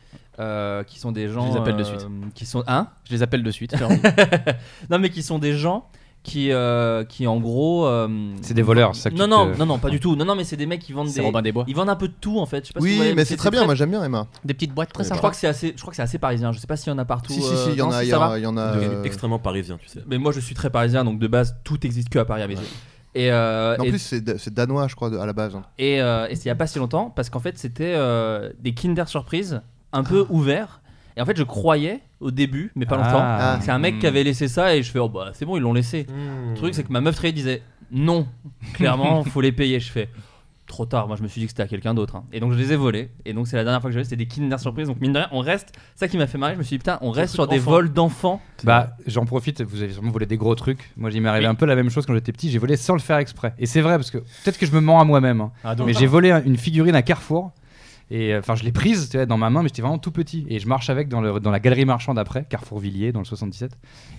S7: euh, qui sont des gens.
S10: les appelle de
S7: euh,
S10: suite.
S7: Qui sont. Hein (laughs)
S10: Je les appelle de suite.
S7: Non, mais qui sont des gens qui, euh, qui en gros. euh,
S2: (laughs) C'est des voleurs, c'est ça que
S7: Non,
S2: tu
S7: non,
S2: te-
S7: non, non, pas du tout. Non, non, mais c'est des mecs qui vendent
S10: C'est
S7: des.
S10: Robin des Bois.
S7: Ils vendent un peu de tout en fait. Je sais pas si vous
S8: Oui,
S7: voyez,
S8: mais c'est très bien. Moi, j'aime bien Emma.
S10: Des petites boîtes très
S7: Je crois que c'est assez, je crois que c'est assez parisien. Je sais pas s'il y en a partout.
S8: Si, si,
S7: euh,
S8: si, il y
S7: non,
S8: en a. il y
S7: ça
S8: en
S7: va
S8: a- il y en a,
S9: devenu
S8: euh,
S9: extrêmement parisien, tu sais.
S7: Mais moi, je suis très parisien, donc de base, tout existe que à Paris à mes yeux. Et, euh,
S8: En
S7: et,
S8: plus, c'est da- c'est danois, je crois, de- à la base. hein.
S7: et, euh, et c'est il y a pas si longtemps, parce qu'en fait, c'était euh, des Kinder Surprise un
S10: Ah.
S7: peu ouverts. Et en fait, je croyais au début, mais pas longtemps.
S2: Ah.
S7: C'est un mec
S10: Mm.
S7: qui avait laissé ça, et je fais, oh bah c'est bon, ils l'ont laissé.
S10: Hmm.
S7: Le truc, c'est que ma meuf très disait, non,
S10: (laughs)
S7: clairement, faut les payer. Je fais. Trop tard, moi je me suis dit que c'était à quelqu'un d'autre. hein. Et donc je les ai volés. Et donc c'est la dernière fois que j'avais, c'était des Kinder Surprise. Donc mine de rien, on reste. Ça qui m'a fait marrer, je me suis dit putain, on reste sur des
S9: d'enfant.
S7: vols d'enfants.
S2: Bah, j'en profite, vous avez sûrement volé des gros trucs. Moi, il m'est arrivé
S7: Oui.
S2: un peu la même chose quand j'étais petit, j'ai volé sans le faire exprès. Et c'est vrai, parce que peut-être que je me mens à moi-même. hein.
S10: Ah,
S2: mais
S7: ah.
S2: j'ai volé un- une figurine à Carrefour. Et euh, enfin, je l'ai prise tu vois, dans ma main, mais j'étais vraiment tout petit. Et je marche avec dans, le- dans la galerie marchande après, Carrefour Villiers, dans le 77.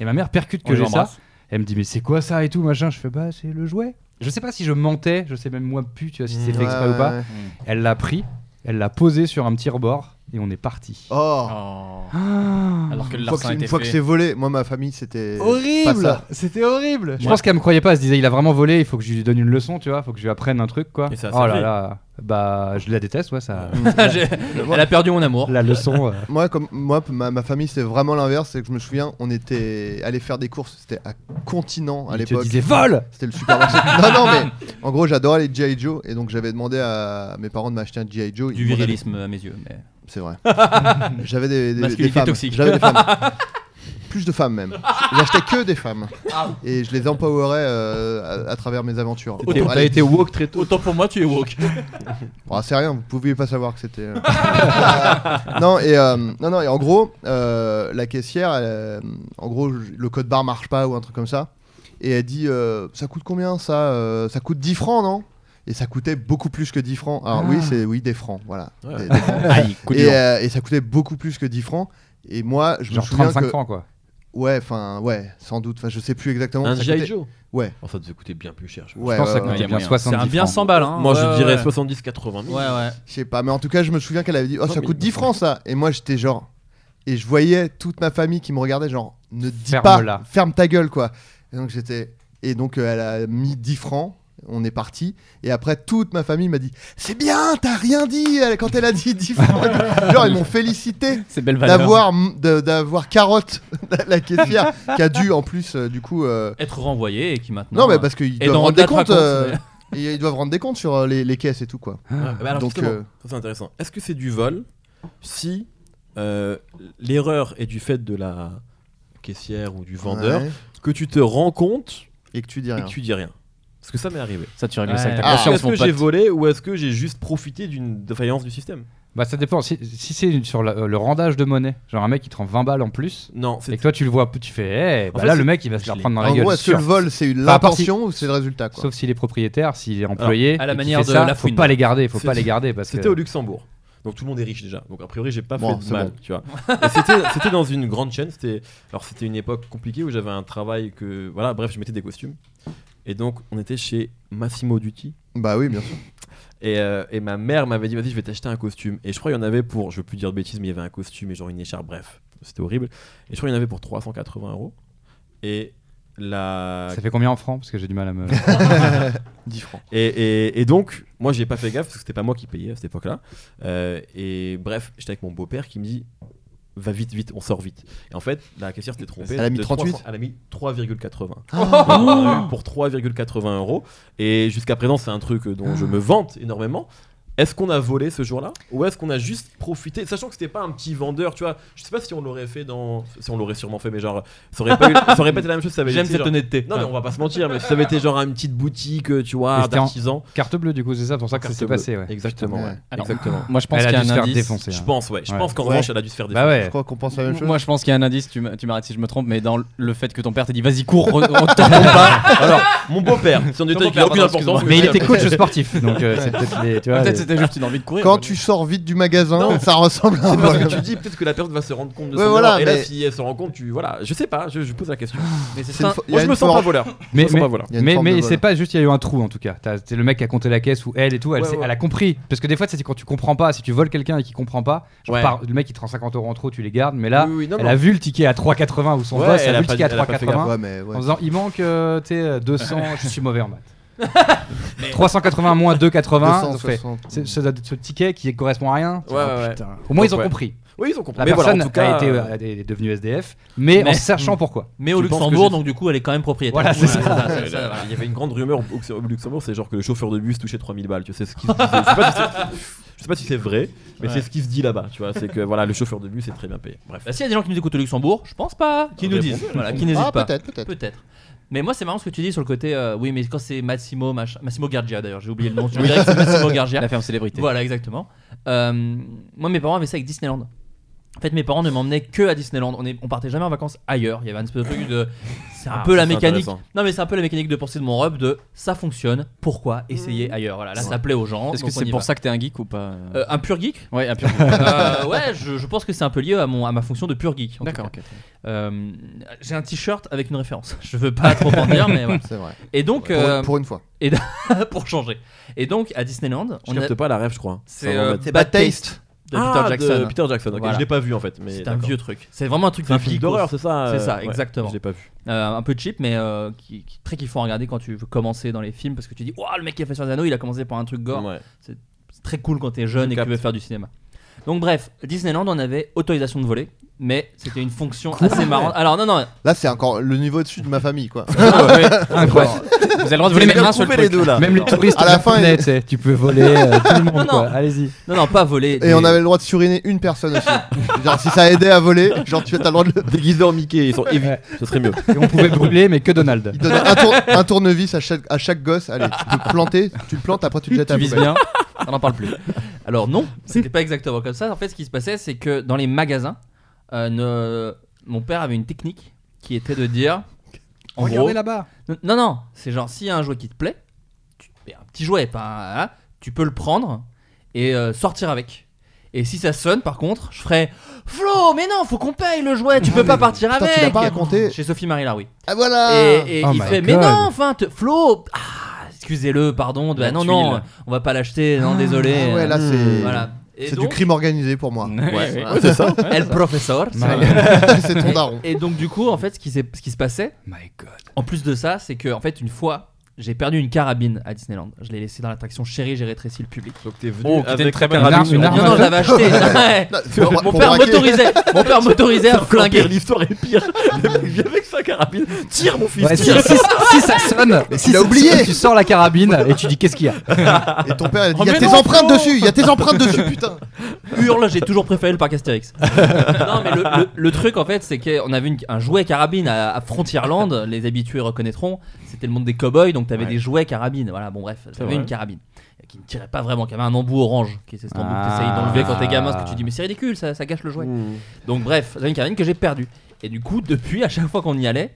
S2: Et ma mère percute que j'ai ça. Elle me dit, mais c'est quoi ça et tout, machin. Je fais, bah, c'est le jouet. Je sais pas si je mentais, je sais même moi plus, tu vois,
S7: Hmm.
S2: si c'est fait
S8: Ouais,
S2: exprès ou pas.
S8: ouais.
S2: Elle l'a pris, elle l'a posé sur un petit rebord, et on est parti.
S8: Oh
S7: Ah.
S10: Alors que le
S8: Une fois que
S10: larcin
S8: c'est-
S10: était
S8: une fois que c'est
S10: fait.
S8: volé, moi ma famille c'était pas
S2: Horrible
S8: ça.
S2: C'était horrible Je pense qu'elle me croyait pas, elle se disait il a vraiment volé, il faut que je lui donne une leçon, tu vois, faut que je lui apprenne un truc quoi.
S9: Et ça a
S2: oh là
S9: servi.
S2: là, bah je la déteste, ouais,
S7: (laughs)
S2: ça.
S7: J'ai- Elle a perdu mon amour.
S2: la leçon. euh,
S8: Moi comme moi ma, ma famille c'était vraiment l'inverse, c'est que je me souviens on était allé faire des courses, c'était à Continent à
S2: il te
S8: l'époque.
S2: disait vol
S8: C'était le supermarché. non non mais en gros j'adorais les GI Joe et donc j'avais demandé à mes parents de m'acheter un GI Joe. Ils
S7: Du
S8: m'ont donné-
S7: virilisme à mes yeux. Mais...
S8: C'est
S7: (laughs)
S8: vrai. j'avais des, des,
S7: Masculinité
S8: des femmes.
S7: toxique.
S8: J'avais
S7: (laughs)
S8: des femmes. Plus de femmes même. J'achetais que des femmes
S7: Ah.
S8: et je les empowerais euh, à, à travers mes aventures.
S7: T'étais-
S8: Bon,
S7: t'as
S8: allez.
S9: été woke très tôt.
S7: Autant pour moi, tu es woke.
S8: Bon, ah, c'est rien, vous pouviez pas savoir que c'était. euh. non, et, euh, non, non, et en gros, euh, la caissière, elle, euh, en gros, j- le code barre marche pas ou un truc comme ça. Et elle dit euh, Ça coûte combien ça euh, Ça coûte 10 francs, non Et ça coûtait beaucoup plus que 10 francs. Alors
S2: Ah.
S8: oui, c'est oui, des francs, voilà.
S9: Ouais.
S8: Des-
S2: (laughs)
S8: des francs.
S10: Aïe, coup de
S8: Et,
S10: vent.
S8: euh, et ça coûtait beaucoup plus que 10 francs. Et moi, je
S2: Genre
S8: me souviens
S2: 35
S8: que.
S2: francs quoi.
S8: Ouais, enfin, ouais, sans doute. Enfin, je sais plus exactement.
S9: Un
S8: ça
S9: G.I.
S8: coûtait-
S9: Joe
S8: Ouais.
S9: Enfin, ça devait coûter bien plus cher. je pense.
S8: Ouais,
S2: je pense que ça
S8: ouais,
S10: ouais,
S2: coûtait
S10: y a
S2: bien
S10: moyen.
S2: 70
S7: C'est un bien
S2: francs.
S7: 100 balles. Hein.
S9: Moi, je
S7: Ouais,
S9: dirais
S7: ouais.
S9: 70-80 000.
S7: Ouais, ouais.
S8: Je sais pas, mais en tout cas, je me souviens qu'elle avait dit Oh,
S9: Non,
S8: ça
S9: mais-
S8: coûte 10 francs ça. Et moi, j'étais genre. Et je voyais toute ma famille qui me regardait, genre, ne dis pas,
S2: Ferme-la.
S8: ferme ta gueule, quoi. Et donc, j'étais. Et donc, euh, elle a mis 10 francs. On est parti et après toute ma famille m'a dit c'est bien t'as rien dit elle- quand elle a dit 10 francs genre ils m'ont félicité
S10: C'est belle valeur.
S8: d'avoir de- d'avoir carotte (laughs) la, la caissière qui a dû en plus euh, du coup euh,
S7: Être renvoyé et qui maintenant. euh,
S8: non, mais bah- parce qu'ils
S7: Et
S8: doivent
S7: dans
S8: rendre des
S7: Date
S8: comptes
S9: hein,
S7: Raconte,
S8: euh, et ils doivent rendre des comptes sur euh, les, les caisses et tout quoi
S9: Ah, bah alors
S8: Donc,
S9: justement,
S8: euh,
S9: ça c'est intéressant. Est-ce que c'est du vol si euh, l'erreur est du fait de la caissière ou du vendeur
S8: Ouais.
S9: que tu te rends compte
S8: et que tu dis
S9: et
S8: rien
S9: que tu dis rien Parce que ça m'est arrivé.
S10: Ça, tu règles ça avec ta
S7: Ah,
S10: conscience,
S9: est-ce
S10: mon
S9: que j'ai
S10: pote.
S9: volé ou est-ce que j'ai juste profité d'une défaillance du système
S2: Bah, ça dépend. Si, si c'est sur la- euh, le rendage de monnaie, genre un mec qui te rend 20 balles en plus,
S9: Non,
S2: et
S9: c'est
S2: que toi tu le vois, tu fais, eh, bah
S9: En fait,
S2: là
S9: c'est-
S2: le mec il va se
S10: je
S2: faire
S10: l'ai.
S2: prendre dans la
S8: En
S2: gueule.
S8: gros, est-ce que
S2: sûr.
S8: le vol, c'est
S2: Enfin, à part
S8: l'intention ou c'est le résultat quoi
S2: Sauf s'il est propriétaire, s'il est employé.
S10: à la
S2: et qu'il
S10: manière
S2: fait
S10: de
S2: ça,
S10: la
S2: faut
S10: fouine.
S2: pas les garder, faut
S9: C'est-
S2: pas les garder parce
S9: C'était
S2: que.
S9: au Luxembourg. Donc tout le monde est riche déjà. Donc a priori j'ai pas
S8: Bon,
S9: fait
S8: c'est
S9: de mal,
S8: bon.
S9: tu vois. Et c'était, c'était dans une grande chaîne. C'était alors c'était une époque compliquée où j'avais un travail que voilà. Bref, je mettais des costumes. Et donc on était chez Massimo Dutti.
S8: Bah oui, bien sûr.
S9: Et, euh, et ma mère m'avait dit vas-y je vais t'acheter un costume. Et je crois qu'il y en avait pour je veux plus dire de bêtises mais il y avait un costume et genre une écharpe. Bref, c'était horrible. Et je crois qu'il y en avait pour 380 euros. Et la
S2: Ça fait combien en francs Parce que j'ai du mal à me.
S8: 10 francs.
S9: Et, et- et donc, moi, j'ai pas fait gaffe parce que c'était pas moi qui payais à cette époque-là. Euh, et bref, j'étais avec mon beau-père qui me dit Va vite, vite, on sort vite. Et en fait, la caissière s'était trompée.
S8: Elle a mis
S9: de
S8: 38.
S9: 300 Elle a mis 3,80.
S7: Ah.
S9: Donc, on a eu pour 3,80 euros. Et jusqu'à présent, c'est un truc dont je me vante énormément. Est-ce qu'on a volé ce jour-là ou est-ce qu'on a juste profité, sachant que c'était pas un petit vendeur, tu vois Je sais pas si on l'aurait fait dans, si on l'aurait sûrement fait, mais genre ça aurait pas, eu- ça aurait pas été la même chose. si Ça avait
S7: J'aime
S9: été
S7: cette
S9: genre-
S7: honnêteté.
S9: Non mais on va pas se mentir, mais si ça avait été genre une petite boutique, euh, tu
S2: Mais
S9: vois,
S2: c'était en-
S9: d'artisan,
S2: Carte bleue, du coup, c'est ça pour ça que ça
S9: Carte
S2: s'est
S9: bleue.
S2: passé, ouais.
S9: Exactement.
S8: Putain,
S9: ouais.
S8: ouais.
S10: Alors,
S9: Exactement.
S10: Moi, je pense
S2: Elle
S10: qu'il y
S2: a
S10: a
S2: dû
S10: un
S2: se faire
S10: indice.
S2: défoncer.
S9: Je
S2: hein.
S9: pense, ouais. Je
S2: Ouais.
S9: pense qu'en
S8: Ouais.
S9: revanche, elle a dû se faire des.
S2: Bah
S8: Je
S2: ouais.
S8: crois qu'on pense à la même chose.
S10: Moi, je pense qu'il y a un indice, tu m- tu m'arrêtes si je me trompe, mais dans le fait que ton père t'a dit vas-y, cours, on on te répond pas.
S9: Alors, mon beau-père, si on
S10: Ton
S9: détail, il a
S10: beau-père,
S9: aucune
S10: pardon,
S9: importance.
S10: excuse-moi.
S2: Mais il était coach sportif, donc euh, c'est peut-être les. Tu vois,
S10: Peut-être
S2: les-
S10: c'était juste une envie de courir.
S8: Quand
S10: mais-
S8: tu sors vite du magasin,
S9: Non.
S8: ça ressemble à un
S9: C'est parce que
S2: (laughs)
S8: vol.
S9: tu dis, peut-être que la personne va se rendre compte de
S8: Ouais,
S9: son
S8: voilà,
S9: erreur. Et là,
S8: mais-
S9: si elle se rend compte, tu. Voilà, je sais pas, je, je pose la question.
S7: Mais c'est
S8: C'est une
S7: ça.
S8: fo- il y
S9: Moi,
S8: a
S9: je
S8: une
S9: me sens pas
S8: forme-
S9: voleur.
S2: Ah. Mais,
S9: Je me sens
S2: mais-
S9: pas voleur.
S8: Il y a une
S2: mais,
S8: forme
S2: mais
S8: de
S2: c'est
S8: vol.
S2: pas juste il y a eu un trou en tout cas. T'as- C'est le mec qui a compté la caisse ou elle et tout. Elle,
S9: Ouais,
S2: s'est-
S9: ouais.
S2: elle a compris. Parce que des fois, c'est quand tu comprends pas. Si tu voles quelqu'un et qu'il comprend pas, genre
S9: Ouais.
S2: par- le mec il te rend 50 euros en trop, tu les gardes. Mais là,
S9: Oui, oui, non,
S2: elle
S9: non.
S2: a vu le ticket à 3,80 ou son
S9: Ouais,
S2: boss
S9: elle
S2: a
S9: a
S2: vu le
S9: pas
S2: ticket à
S9: dit- elle a pas fait gaffe.
S2: 3,80
S8: Ouais, mais ouais.
S2: en disant il manque euh, tu sais, euh, 200. je suis mauvais en maths. 380 moins 2,80. donc fait-
S8: 260.
S2: c'est- ce, ce ticket qui correspond à rien.
S10: Oh,
S9: Ouais, ouais, ouais.
S2: Putain. Au moins, ils ont
S9: Ouais.
S2: compris.
S9: Oui, ils ont compris.
S2: La
S9: mais voilà,
S2: personne
S9: en tout cas,
S2: a été,
S9: euh,
S2: euh, est devenue SDF, mais, en
S7: Mais-
S2: sachant pourquoi.
S7: Mais au
S9: Tu penses que
S7: Luxembourg,
S9: j'ai-
S7: donc du coup, elle est quand même propriétaire.
S2: Voilà, c'est ça.
S7: c'est
S9: euh,
S7: ça, voilà.
S9: Il y avait une grande rumeur au au Luxembourg, c'est genre que le chauffeur de bus touchait 3000 balles. Tu sais
S2: (laughs)
S9: ce qui se disait. Je sais pas si c'est- je sais pas si c'est vrai, mais c'est ce qui se dit là-bas. Tu vois, c'est que voilà, le chauffeur de bus est très bien payé. Bref.
S7: Bah, S'il y a des gens qui nous écoutent au Luxembourg, je pense pas. Qui nous
S9: Répondez,
S7: disent. Voilà, qui
S9: répondez.
S7: n'hésitent
S8: Ah,
S7: pas.
S8: peut-être, peut-être.
S7: Peut-être. Mais moi, c'est marrant ce que tu dis sur le côté. euh, oui, mais quand c'est Massimo, machin- Massimo Gargia d'ailleurs, j'ai oublié le nom. Je dirais que c'est Massimo Gargia.
S10: (laughs) La ferme célébrité.
S7: Voilà, exactement. Euh, moi, mes parents avaient ça avec Disneyland. En fait, mes parents ne m'emmenaient que à Disneyland. On, est, on partait jamais en vacances ailleurs. Il y avait un espèce de truc de. C'est un
S9: Ah,
S7: peu la
S9: ça, c'est
S7: mécanique.
S9: intéressant.
S7: Non, mais c'est un peu la mécanique de pensée de mon rub de ça fonctionne. Pourquoi essayer ailleurs Voilà, là, ça plaît aux gens.
S10: Est-ce que
S7: donc on
S10: c'est
S7: y
S10: pour
S7: va.
S10: ça que t'es un geek ou pas
S7: Euh, un pur geek
S10: Ouais, ah, un pur
S7: Euh, Ouais, je, je pense que c'est un peu lié à, mon, à ma fonction de pur geek. en tout
S10: D'accord,
S7: cas.
S10: ok. très bien.
S7: Euh, J'ai un t-shirt avec une référence. (laughs) Je veux pas trop en dire, mais voilà.
S8: C'est vrai.
S7: Et donc,
S8: Pour-
S7: euh,
S8: Pour, une fois.
S7: (laughs) pour, changer. Et donc, à Disneyland,
S9: Je
S7: on a.
S9: capte pas la rêve, je crois.
S7: C'est
S9: Ça va
S7: euh,
S9: mettre-
S7: Bad, Taste de
S9: Ah,
S7: Peter Jackson.
S9: Peter Jackson, ok.
S7: Voilà.
S9: Je l'ai pas vu en fait. mais
S7: C'est un
S9: d'accord.
S7: vieux truc. C'est vraiment un truc
S9: C'est un
S7: de
S9: film
S7: geekos.
S9: d'horreur, c'est ça
S7: C'est
S9: euh,
S7: ça,
S9: ouais,
S7: exactement.
S9: Je l'ai pas vu.
S7: Euh, un peu cheap, mais euh, qui, qui- très kiffant à regarder quand tu veux commencer dans les films parce que tu dis, waouh, le mec qui a fait sur les anneaux, il a commencé par un truc gore.
S9: Ouais.
S7: C'est très cool quand t'es jeune
S9: Je
S7: et que tu veux
S9: capte.
S7: faire du cinéma. Donc, bref, Disneyland, on avait autorisation de voler, mais c'était une fonction assez marrante. Alors, non, non,
S8: Là, c'est encore le niveau au-dessus de ma famille, quoi.
S10: Ah, (laughs)
S2: Incroyable.
S10: Vous avez le droit de voler mettre main sur le
S9: Trouvez
S10: truc.
S9: les deux là.
S2: Même les touristes
S8: À la fin,
S2: japonais, tu sais, tu peux
S8: (laughs)
S2: voler euh, tout le monde. quoi.
S7: Non.
S2: Allez-y.
S7: non, non, pas voler.
S8: Et on avait le droit de suriner une personne aussi. genre, si ça aidait à voler, genre, tu as le droit de le.
S9: Déguisés en Mickey, ils sont évi- Ce serait mieux.
S2: Et on pouvait brûler, mais que Donald.
S8: Il donnait un, tour- un tournevis à chaque, à chaque gosse. Allez, tu peux te planter, tu le plantes, après tu te jettes à
S10: Tu
S8: la
S10: vises
S8: poubelle.
S10: bien.
S7: On n'en parle plus. Alors non, c'était pas exactement comme ça. En fait, ce qui se passait, c'est que dans les magasins, euh, ne- mon père avait une technique qui était de dire, en gros,
S2: là-bas.
S7: non, non, c'est genre s'il y a un jouet qui te plaît, tu- mais un petit jouet, pas un- hein, tu peux le prendre et euh, sortir avec. Et si ça sonne, par contre, je ferais Flo, mais non, faut qu'on paye le jouet, tu peux pas partir
S8: putain, tu
S7: avec.
S8: l'as pas raconté.
S7: Chez Sophie Marie Laroui.
S8: Ah voilà
S7: Et, et
S2: Oh
S7: il
S2: my
S7: fait Mais
S2: God.
S7: non, enfin, te- Flo ah, Excusez-le, pardon. bah
S10: La
S7: non,
S10: tuile.
S7: non, on va pas l'acheter. Non, désolé. Euh,
S8: Ah ouais, là, c'est.
S7: Voilà. Et
S8: C'est
S7: donc,
S8: du crime organisé pour
S7: (laughs)
S8: moi.
S10: Ouais,
S7: voilà. El professeur. c'est vrai.
S8: c'est ton daron.
S7: Et donc du coup, en fait, ce qui, s'est- ce qui se passait,
S2: My God.
S7: en plus de ça, c'est que en fait, une fois, j'ai perdu une carabine à Disneyland. Je l'ai laissée dans l'attraction Chérie, j'ai rétréci le public.
S9: Donc t'es
S10: Oh,
S9: venu
S10: qui était une
S9: avec
S10: très
S9: très
S10: belle
S2: Une arme-
S10: radio.
S2: une
S8: Ah,
S7: Non,
S2: arme
S7: non,
S2: à
S7: je
S2: feu.
S7: l'avais acheté.
S8: (laughs)
S7: Ouais.
S8: Non, bah, pour-
S7: mon,
S8: pour
S7: père
S8: braquer.
S7: m'autorisait, mon père
S8: (laughs)
S7: m'autorisait à flinguer.
S9: L'histoire est
S7: (laughs)
S9: pire. Le mec vient avec sa carabine. Tire mon fils.
S2: Ouais, si,
S9: tire.
S2: si- si ça sonne, si
S8: il a
S2: ça
S8: oublié.
S2: sonne, tu sors la carabine et tu dis qu'est-ce qu'il y a.
S8: Et ton père, il a dit
S10: Oh,
S8: il y a
S10: mais
S8: tes
S10: non,
S8: empreintes
S10: Flo
S8: dessus, il y a tes empreintes dessus, putain
S7: Hurle, j'ai toujours préféré le parc Astérix. (laughs) non, mais le, le- le truc en fait, c'est qu'on avait une- un jouet carabine à, à Frontierland, les habitués reconnaîtront. C'était le monde des cowboys, donc donc t'avais
S9: Ouais.
S7: des jouets carabines. Voilà, bon, bref, t'avais
S9: vrai.
S7: une carabine qui ne tirait pas vraiment, qui avait un embout orange qui était sans doute
S2: Ah. Mmh.
S7: t'essayes d'enlever quand t'es gamin, parce que tu dis, mais c'est ridicule, ça, ça gâche le jouet. Donc, bref, j'avais une carabine que j'ai perdue. Et du coup, depuis, à chaque fois qu'on y allait,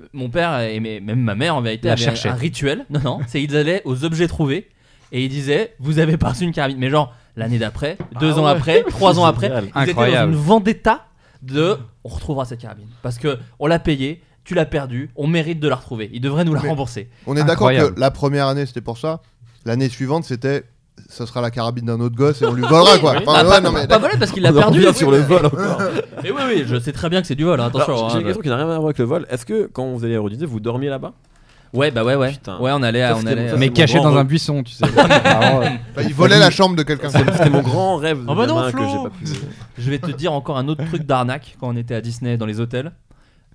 S7: euh, mon père et mes- même ma mère en vérité
S2: La
S7: avaient
S2: cherchaient.
S7: un, un rituel. Non, non, c'est ils allaient aux objets trouvés et ils disaient, vous avez pas reçu une carabine. Mais genre, l'année d'après, deux
S9: Ah
S7: ans
S9: ouais. (laughs)
S7: après, trois ans
S9: C'est
S7: après,
S9: génial.
S7: ils étaient dans
S2: Incroyable.
S7: une vendetta de on retrouvera cette carabine parce que on l'a payée, tu l'as perdue, on mérite de la retrouver. Ils devraient nous la
S8: Mais-
S7: rembourser.
S8: On est d'accord
S2: Incroyable.
S8: que la première année c'était pour ça. L'année suivante c'était ça sera la carabine d'un autre gosse et on lui volera quoi.
S7: Oui,
S8: Enfin,
S7: bah,
S8: ouais,
S7: bah,
S8: non, mais
S7: bah,
S8: d'accord.
S7: voilà parce qu'il l'a
S9: On en
S7: perdu.
S9: revient sur le vol encore.
S7: Mais oui oui, je sais très bien que c'est du vol, hein, attention.
S9: Alors, J'ai
S7: hein,
S9: une question qui n'a rien à voir avec le vol. Est-ce que quand vous allez à Rodinée, vous dormiez là-bas
S7: je- Ouais bah ouais ouais.
S9: Putain.
S7: Ouais, on allait à-
S9: Ça,
S7: on
S9: c'était-
S7: allait
S9: ça,
S7: à-
S2: Mais
S9: mon
S2: caché
S9: grand
S2: dans un
S9: rêve.
S2: buisson, (laughs) tu sais. Alors, euh,
S8: Enfin, il volait la chambre de quelqu'un.
S9: C'était mon grand rêve de
S7: Ah bah non,
S9: gamin
S7: Flo.
S9: que j'ai pas pu.
S7: Je vais te dire encore un autre truc d'arnaque quand on était à Disney dans les hôtels.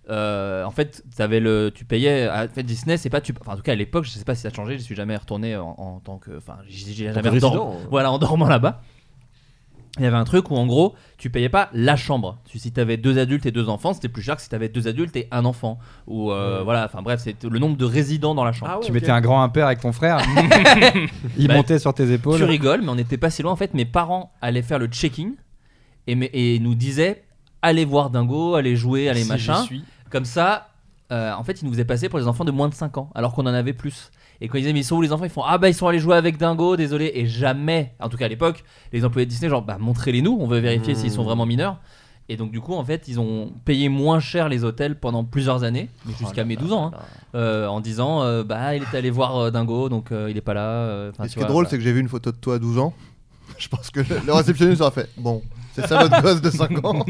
S7: Euh, en fait, avais le, tu payais. En fait, Disney, c'est pas tu. Enfin, en tout cas, à l'époque, je sais pas si ça a changé. Je suis jamais retourné en, en tant que. Enfin, j'y j'y ai jamais
S9: que
S7: redormi.
S9: résident, euh.
S7: Voilà, en dormant là-bas. Il y avait un truc où en gros, tu payais pas la chambre. Tu- Si t'avais deux adultes et deux enfants, c'était plus cher que si t'avais deux adultes et un enfant. Ou euh, voilà, enfin bref, c'est le nombre de résidents dans la chambre.
S2: tu mettais un grand impair avec ton (laughs) frère. il
S7: Bah,
S2: montait sur tes épaules.
S7: Tu rigoles, mais on n'était pas si loin. En fait, mes parents allaient faire le checking et, me- et nous disaient allez voir Dingo, allez jouer, allez
S10: Si
S7: machin.
S10: j'y suis.
S7: Comme ça, euh, en fait, ils nous faisaient passer pour les enfants de moins de 5 ans, alors qu'on en avait plus. Et quand ils disaient mais ils sont où les enfants Ils font ah bah ils sont allés jouer avec Dingo, désolé. Et jamais, en tout cas à l'époque, les employés de Disney genre bah montrez-les nous, on veut vérifier
S9: Mmh.
S7: s'ils sont vraiment mineurs. Et donc du coup en fait ils ont payé moins cher les hôtels pendant plusieurs années,
S10: Oh
S7: mais jusqu'à mes 12 ans, hein, euh, en disant euh, bah il est allé voir euh, Dingo donc euh, il est pas là. euh, enfin,
S8: Et
S7: tu
S8: ce qui est
S7: vois,
S8: drôle,
S7: voilà.
S8: c'est que j'ai vu une photo de toi à 12 ans. Je pense que le, le réceptionniste aura fait Bon, c'est ça votre gosse de 5
S7: (laughs)
S8: ans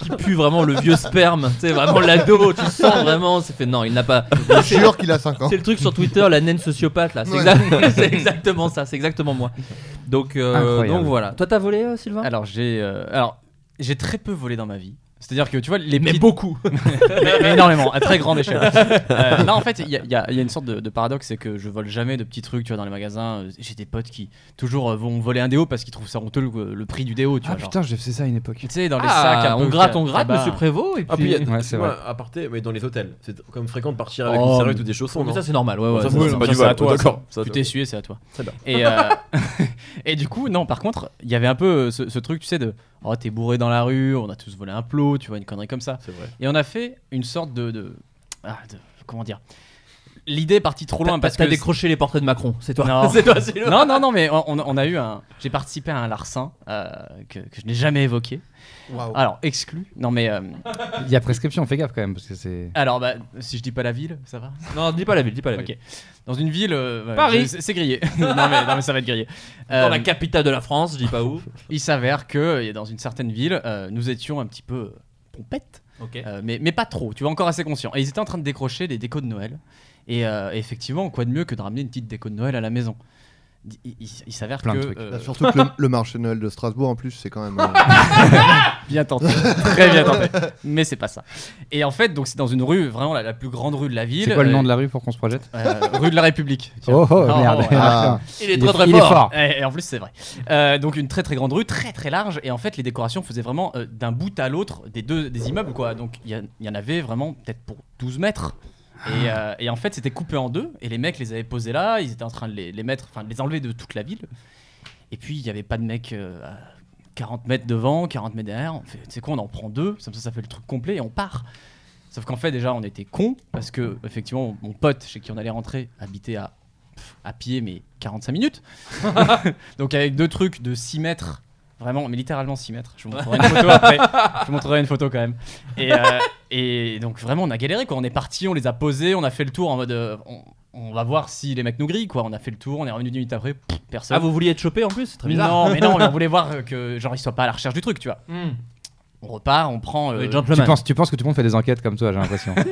S7: qui pue vraiment le vieux sperme, tu sais, vraiment l'ado, tu sens vraiment, c'est fait non, il n'a pas.
S8: Je jure qu'il a 5 ans.
S7: C'est le truc sur Twitter, la naine sociopathe là, c'est
S8: Ouais.
S7: exact- (laughs) c'est exactement ça, c'est exactement moi. Donc, euh,
S2: Incroyable.
S7: donc voilà. Toi t'as volé euh, Sylvain
S10: Alors j'ai euh, alors j'ai très peu volé dans ma vie. C'est-à-dire que tu vois les
S7: Mais
S10: petites-
S7: beaucoup.
S10: (laughs) mais, mais énormément, à très grande (laughs) échelle. Euh, non, en fait, il y, a- il y a il y a une sorte de, de paradoxe, c'est que je vole jamais de petits trucs, tu vois, dans les magasins. Euh, J'ai des potes qui toujours euh, vont voler un déo parce qu'ils trouvent ça honteux le, le prix du déo, tu
S2: Ah
S10: vois. genre.
S2: putain, j'ai fait ça à une époque.
S10: Tu sais, dans les
S7: Ah,
S10: sacs, un
S7: on
S10: peu
S7: gratte,
S10: ca-
S7: on gratte,
S10: cabas.
S7: Monsieur Prévost. Et
S9: Ah, puis il
S7: puis...
S9: y a
S2: Ouais, c'est
S9: excuse-moi, aparté, mais dans les hôtels. C'est comme fréquent de partir avec
S10: Oh,
S9: une serviette
S10: mais-
S9: ou des chaussons.
S7: mais
S9: non
S7: ça c'est normal. Ouais, ouais.
S9: Ça,
S7: ça,
S9: c'est
S7: c'est
S9: pas
S10: ça,
S9: du
S10: c'est
S9: vol.
S10: à
S7: Oh,
S10: toi,
S9: D'accord. Ça,
S10: Tu
S9: ça-
S10: t'es essuyé, c'est à toi.
S9: Très bien.
S10: Et, euh, (laughs) et du coup, non, par contre, il y avait un peu euh, ce, ce truc, tu sais, de oh, t'es bourré dans la rue, on a tous volé un plot, tu vois, une connerie comme ça.
S9: C'est vrai.
S10: Et on a fait une sorte de. de- ah, de- comment dire L'idée est partie
S7: T'as-
S10: trop loin
S7: t'as-
S10: parce que.
S7: T'as décroché les portraits de Macron, c'est toi. (laughs)
S10: Non.
S7: c'est toi, Sylvain.
S10: Non, non, non, mais on, on a eu un. J'ai participé à un larcin euh, que, que je n'ai jamais évoqué.
S8: Waouh.
S10: Alors, exclu. Non, mais. euh,
S2: Il y a prescription, fais gaffe quand même, parce que c'est.
S10: alors, bah, si je dis pas la ville, ça va
S7: Non, dis pas la ville, dis pas la
S10: Ok.
S7: ville.
S10: Dans une ville. euh, ouais,
S7: Paris.
S10: je- C'est c'est grillé. (laughs) non, mais, non, mais ça va être grillé.
S7: Dans
S10: Euh,
S7: la capitale de la France, je dis pas
S10: (laughs)
S7: où.
S10: Il s'avère que euh, dans une certaine ville, euh, nous étions un petit peu euh, pompettes,
S7: Ok.
S10: euh, mais, mais pas trop, tu vois, encore assez conscient. Et ils étaient en train de décrocher des décos de Noël. Et euh, effectivement, quoi de mieux que de ramener une petite déco de Noël à la maison Il, il- il- il s'avère
S2: Plein de
S10: que.
S2: trucs.
S10: euh,
S8: Bah, Surtout que le, le marché de Noël de Strasbourg en plus, c'est quand
S7: (laughs)
S8: même. euh,
S10: Bien tenté, très bien tenté. Mais c'est pas ça. Et en fait, donc c'est dans une rue, vraiment la, la plus grande rue de la ville.
S2: C'est quoi le nom
S10: euh,
S2: de la rue pour qu'on se projette
S10: euh, Rue de la République. tiens.
S2: Oh oh,
S10: Non,
S2: merde.
S10: ouais.
S8: Ah.
S7: Il est
S2: Il
S7: très
S2: est-
S7: très
S2: il est
S7: fort.
S2: fort.
S10: Eh, Et, et en plus, c'est vrai. Euh, donc une très très grande rue, très très large, et en fait les décorations faisaient vraiment euh, d'un bout à l'autre des deux des immeubles quoi. Donc il y, a- il y en avait vraiment peut-être pour 12 mètres. Et,
S2: Ah.
S10: euh, et en fait c'était coupé en deux, et les mecs les avaient posés là, ils étaient en train de les, les mettre, enfin de les enlever de toute la ville. Et puis il n'y avait pas de mec euh, à 40 mètres devant, 40 mètres derrière. On fait, tu sais quoi, on en prend deux, comme ça ça fait le truc complet et on part. Sauf qu'en fait déjà on était cons parce que effectivement mon pote chez qui on allait rentrer habitait à pff, à pied mais
S7: (laughs)
S10: 45 minutes. Donc avec deux trucs de 6 mètres, vraiment, mais littéralement 6 mètres. Je vous montrerai une photo après. Je vous montrerai une photo quand même. Et, euh, et donc vraiment, on a galéré quoi. On est parti, on les a posés, on a fait le tour en mode. euh, on, on va voir si les mecs nous grillent quoi. On a fait le tour, on est revenu 10 minutes après, pff, personne.
S7: Ah, vous vouliez être chopé en plus, c'est très bizarre.
S10: Non, mais non,
S7: (laughs)
S10: mais on voulait voir euh, que genre ils soient pas à la recherche du truc, tu vois.
S7: Hmm.
S10: On repart, on prend. euh,
S7: Les
S2: (laughs) Tu
S7: gentlemen.
S2: penses, tu penses que tout le monde fait des enquêtes comme toi, j'ai l'impression.
S10: non,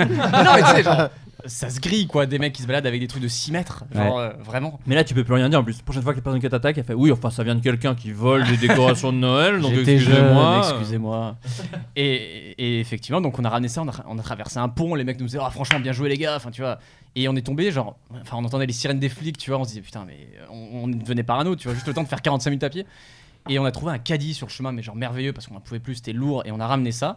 S10: mais tu sais, genre, ça se grille quoi. Des mecs qui se baladent avec des trucs de 6 mètres, genre euh, vraiment.
S7: Mais là, tu peux plus rien dire en plus. La prochaine fois que les personnes qui t'attaquent, elle fait Oui, enfin, ça vient de quelqu'un qui vole des décorations de Noël, donc
S10: J'étais
S7: excusez-moi.
S10: jeune, excusez-moi. et, et effectivement, donc on a ramené ça, on a, on a traversé un pont, les mecs nous disaient Ah, franchement bien joué les gars, enfin tu vois. Et on est tombé genre, enfin on entendait les sirènes des flics, tu vois, on se disait putain mais on, on devenait parano, tu vois, juste le temps de faire 45 minutes à pied. Et on a trouvé un caddie sur le chemin, mais genre merveilleux parce qu'on en pouvait plus, c'était lourd et on a ramené ça.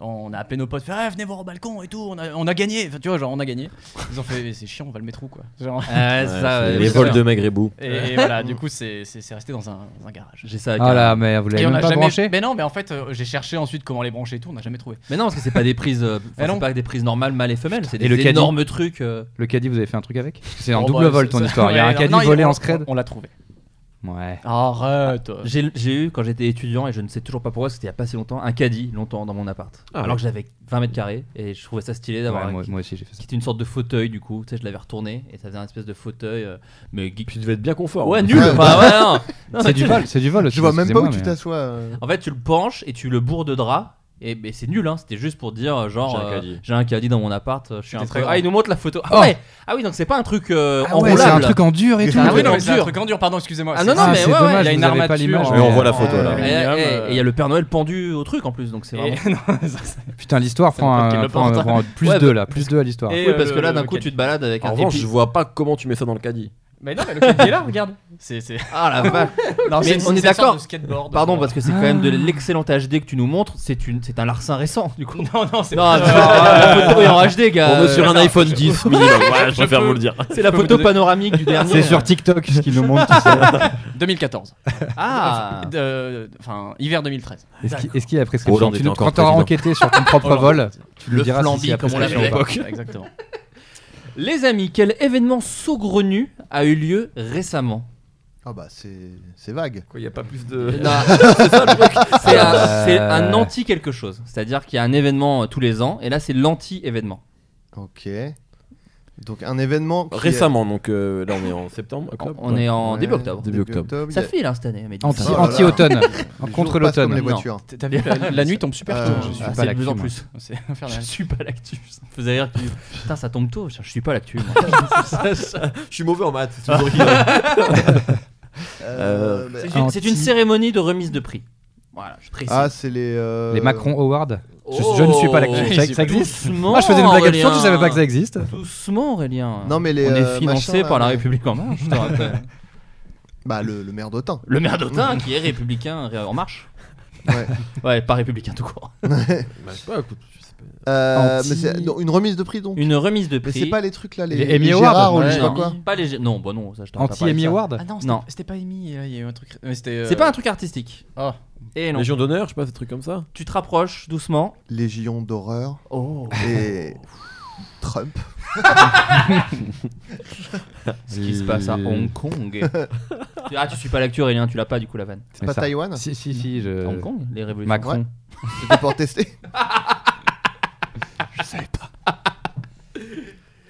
S10: On a appelé nos potes, fait Ah, venez voir au balcon et tout, on a, on a gagné. Enfin, tu vois, genre on a gagné. Ils ont fait Mais c'est chiant, on va le mettre où quoi Genre-
S7: Ah,
S9: Ouais,
S7: euh,
S9: c'est les vols de Maghrébou.
S7: (laughs)
S10: Et, et voilà, du coup, c'est c'est- c'est resté dans un, dans un garage.
S7: J'ai ça à
S2: Ah
S7: Cannes.
S2: la merde, vous l'avez
S10: Et on
S2: même
S10: a
S2: pas
S10: jamais.
S2: branché
S10: Mais non, mais en fait, euh, j'ai cherché ensuite comment les brancher et tout, on n'a jamais trouvé.
S7: Mais non, parce que c'est pas des prises, euh, enfin,
S10: Eh non.
S7: c'est pas des prises normales mâles et femelles, c'est des
S2: Et le caddie
S7: énormes trucs. euh.
S2: Le caddie, vous avez fait un truc avec Parce que C'est en
S10: Bon,
S2: double
S10: bah,
S2: vol
S10: ça-
S2: ton
S10: ça-
S2: histoire. Il y a
S10: ouais,
S2: un
S10: non,
S2: caddie
S10: non, il-
S2: volé
S10: on-
S2: en scred.
S10: On l'a trouvé.
S2: Ouais.
S10: Arrête.
S7: J'ai j'ai eu, quand j'étais étudiant, et je ne sais toujours pas pourquoi, c'était il y a pas si longtemps, un caddie longtemps dans mon appart.
S9: Ah ouais.
S7: alors que j'avais 20 mètres carrés, et je trouvais ça stylé d'avoir
S2: Ouais,
S7: un
S2: moi,
S7: qui,
S2: moi aussi j'ai fait ça.
S7: qui était une sorte de fauteuil du coup, tu sais, je l'avais retourné, et ça faisait un espèce de fauteuil, euh, mais geek-
S9: Puis tu devais être bien confort.
S7: Ouais,
S9: hein.
S7: nul
S8: Ouais.
S7: enfin, ouais,
S9: (laughs)
S7: non. Non,
S2: C'est
S7: mais
S2: du
S7: tu-
S2: vol, c'est du vol aussi.
S8: Je vois même pas où
S7: hein.
S2: excusez-moi,
S8: tu
S2: mais-
S8: t'assois. euh.
S7: En fait, tu le penches et tu le bourres de drap. Et mais c'est nul, hein. c'était juste pour dire euh, genre
S9: J'ai un
S7: euh,
S9: caddie.
S7: j'ai un caddie dans mon appart, euh, je suis un
S10: C'était
S7: très...
S10: très
S7: Ah, il
S10: grand.
S7: nous montre la photo. Ah
S2: Oh.
S7: ouais. Ah oui, donc c'est pas un truc euh,
S2: Ah ouais, c'est un
S7: enroulable.
S2: truc en dur et tout.
S7: Ah
S10: Ah
S7: oui,
S10: oui,
S7: non, mais
S10: c'est un truc en dur, pardon, excusez-moi.
S7: Ah
S10: C'est-
S7: non, non,
S2: Ah,
S7: mais
S2: c'est
S7: ouais, ouais,
S2: dommage,
S7: il y a
S2: vous
S7: une
S2: avez
S7: armature.
S2: pas l'image,
S7: en-
S9: Mais on voit la photo
S8: Ouais.
S9: là.
S7: Et-
S10: Aluminium,
S7: Eh, et-
S10: euh.
S7: et il y a le Père Noël pendu au truc en plus, donc c'est
S10: (laughs)
S7: vraiment.
S10: Et- non, ça, ça-
S2: Putain, l'histoire prend
S10: C'est le pote qui
S2: un
S10: le
S2: prend un-
S10: porte.
S2: prend un- plus
S7: Ouais,
S2: deux là, plus deux à l'histoire.
S10: Et
S7: hein. oui,
S10: euh,
S7: parce que
S10: le-
S7: là, d'un
S10: le
S7: coup,
S10: caddie.
S7: tu te balades avec
S9: En
S7: un.
S9: revanche,
S7: et
S9: je
S7: puis-
S9: vois pas comment tu mets ça dans le caddie.
S10: Mais non, mais le caddie est là, regarde. C'est. c'est-
S7: Ah la (laughs) vache.
S10: Non,
S7: Mais
S10: c'est une-
S7: on est
S10: c'est une sorte
S7: d'accord.
S10: de skateboard.
S7: Pardon, parce que c'est quand même
S2: Ah.
S7: de l'excellente HD que tu nous montres. C'est une, c'est un larcin récent du coup.
S10: Non, non, c'est
S7: Non,
S10: pas-
S7: c'est pas- la photo est en HD, gars.
S9: On est sur un
S7: Euh,
S9: iPhone
S7: (laughs)
S9: 10 minimum. Ouais, je préfère
S10: peux-
S9: vous le dire.
S7: C'est la photo panoramique du dernier.
S2: C'est sur TikTok ce qui nous montre. tu sais.
S10: 2014.
S7: Ah.
S10: De- Enfin, hiver 2013.
S2: Est-ce qu'il- est-ce qu'il a prescription
S9: Hollande
S2: Tu
S9: était
S2: nous-
S9: encore
S2: Quand t'auras
S9: président.
S2: enquêté sur ton
S7: (laughs)
S2: propre vol, tu
S10: Le
S2: nous diras si
S10: flambi,
S2: c'est
S10: comme on l'appelait à
S2: prescription ou pas.
S10: l'époque. Exactement.
S7: Les amis, quel événement saugrenu a eu lieu récemment
S8: Ah bah c'est c'est vague.
S9: Il n'y a pas plus de.
S7: Non, c'est ça, le truc. C'est un,
S2: Euh.
S7: c'est un anti quelque chose. C'est-à-dire qu'il y a un événement euh, tous les ans, et là c'est l'anti événement.
S8: Ok. Donc un événement qui-
S9: Récemment, donc euh, là on est en septembre,
S7: On,
S9: octobre.
S7: on est en
S8: Ouais,
S7: début octobre.
S9: Début octobre.
S7: Ça
S8: il y a-
S7: file hein, cette année. Mais
S2: Anti-
S8: Oh là là.
S7: (laughs)
S2: Anti-automne.
S8: les
S2: Contre
S8: jours passent comme
S2: l'automne.
S8: les
S7: Non.
S8: voitures.
S10: T'as vu, la, la nuit tombe super
S8: Euh,
S10: tôt.
S8: je suis
S7: Ah,
S2: pas
S7: c'est de
S2: l'actu,
S7: plus en
S2: moi.
S7: plus.
S10: C'est infernal.
S7: Je suis pas l'actu. Ça me faisait rire. que tu- Putain, ça tombe tôt. Je suis pas l'actu. moi.
S9: Je suis mauvais en maths. c'est toujours
S7: (laughs)
S9: Bah, qui-
S8: Euh, bah,
S7: C'est une- C'est une
S2: Anti-
S7: cérémonie de remise de prix. Voilà, je précise.
S8: Ah c'est les. euh,
S2: Les Macron Awards. Je, je ne suis pas l'actu. Ça, ça existe
S7: Doucement,
S2: Moi je faisais une blague absurde, je
S7: Oh. Aurélien.
S2: savais pas que ça existe.
S7: Doucement, Aurélien.
S8: Non mais les.
S7: On
S8: euh,
S7: est financé
S8: machins, là,
S7: par la
S8: là.
S7: République en marche. je
S2: (laughs)
S7: te rappelle.
S8: Bah le, le maire d'Autun.
S7: Le maire d'Autun qui est républicain en marche.
S8: Ouais.
S7: Ouais, pas républicain tout court.
S9: Bah, je sais pas, écoute, je sais pas.
S8: Euh,
S2: Anti-
S8: mais c'est non, une remise de prix donc.
S7: Une remise de
S8: Mais
S7: prix.
S8: c'est pas les trucs là les.
S2: Les Emmy
S8: les
S2: Awards,
S8: Gérard ou
S7: Ouais,
S8: je sais pas
S7: non.
S8: quoi.
S7: Pas les gé- Non, bah non, ça je t'en parle pas
S2: Anti-Emmy
S7: avec ça.
S2: Award
S10: Ah non,
S7: Non.
S10: c'était- c'était pas émis. euh, Il y a eu un truc. ouais, C'était. euh,
S7: C'est pas un truc artistique.
S10: Ah.
S7: Et non.
S9: Légion d'honneur, je sais pas, des trucs comme ça.
S7: Tu te rapproches
S8: (laughs)
S7: doucement.
S8: Les Gillons d'horreur
S7: Oh. (laughs)
S8: et Trump.
S7: Ce qui se passe à Hong Kong. ah, tu suis pas l'actu, Aurélien, tu l'as pas du coup la vanne.
S8: C'est pas Taïwan
S2: Si, si, si. je-
S7: Hong Kong, les révolutions.
S2: Euh, Macron.
S8: Ouais. C'était pour tester.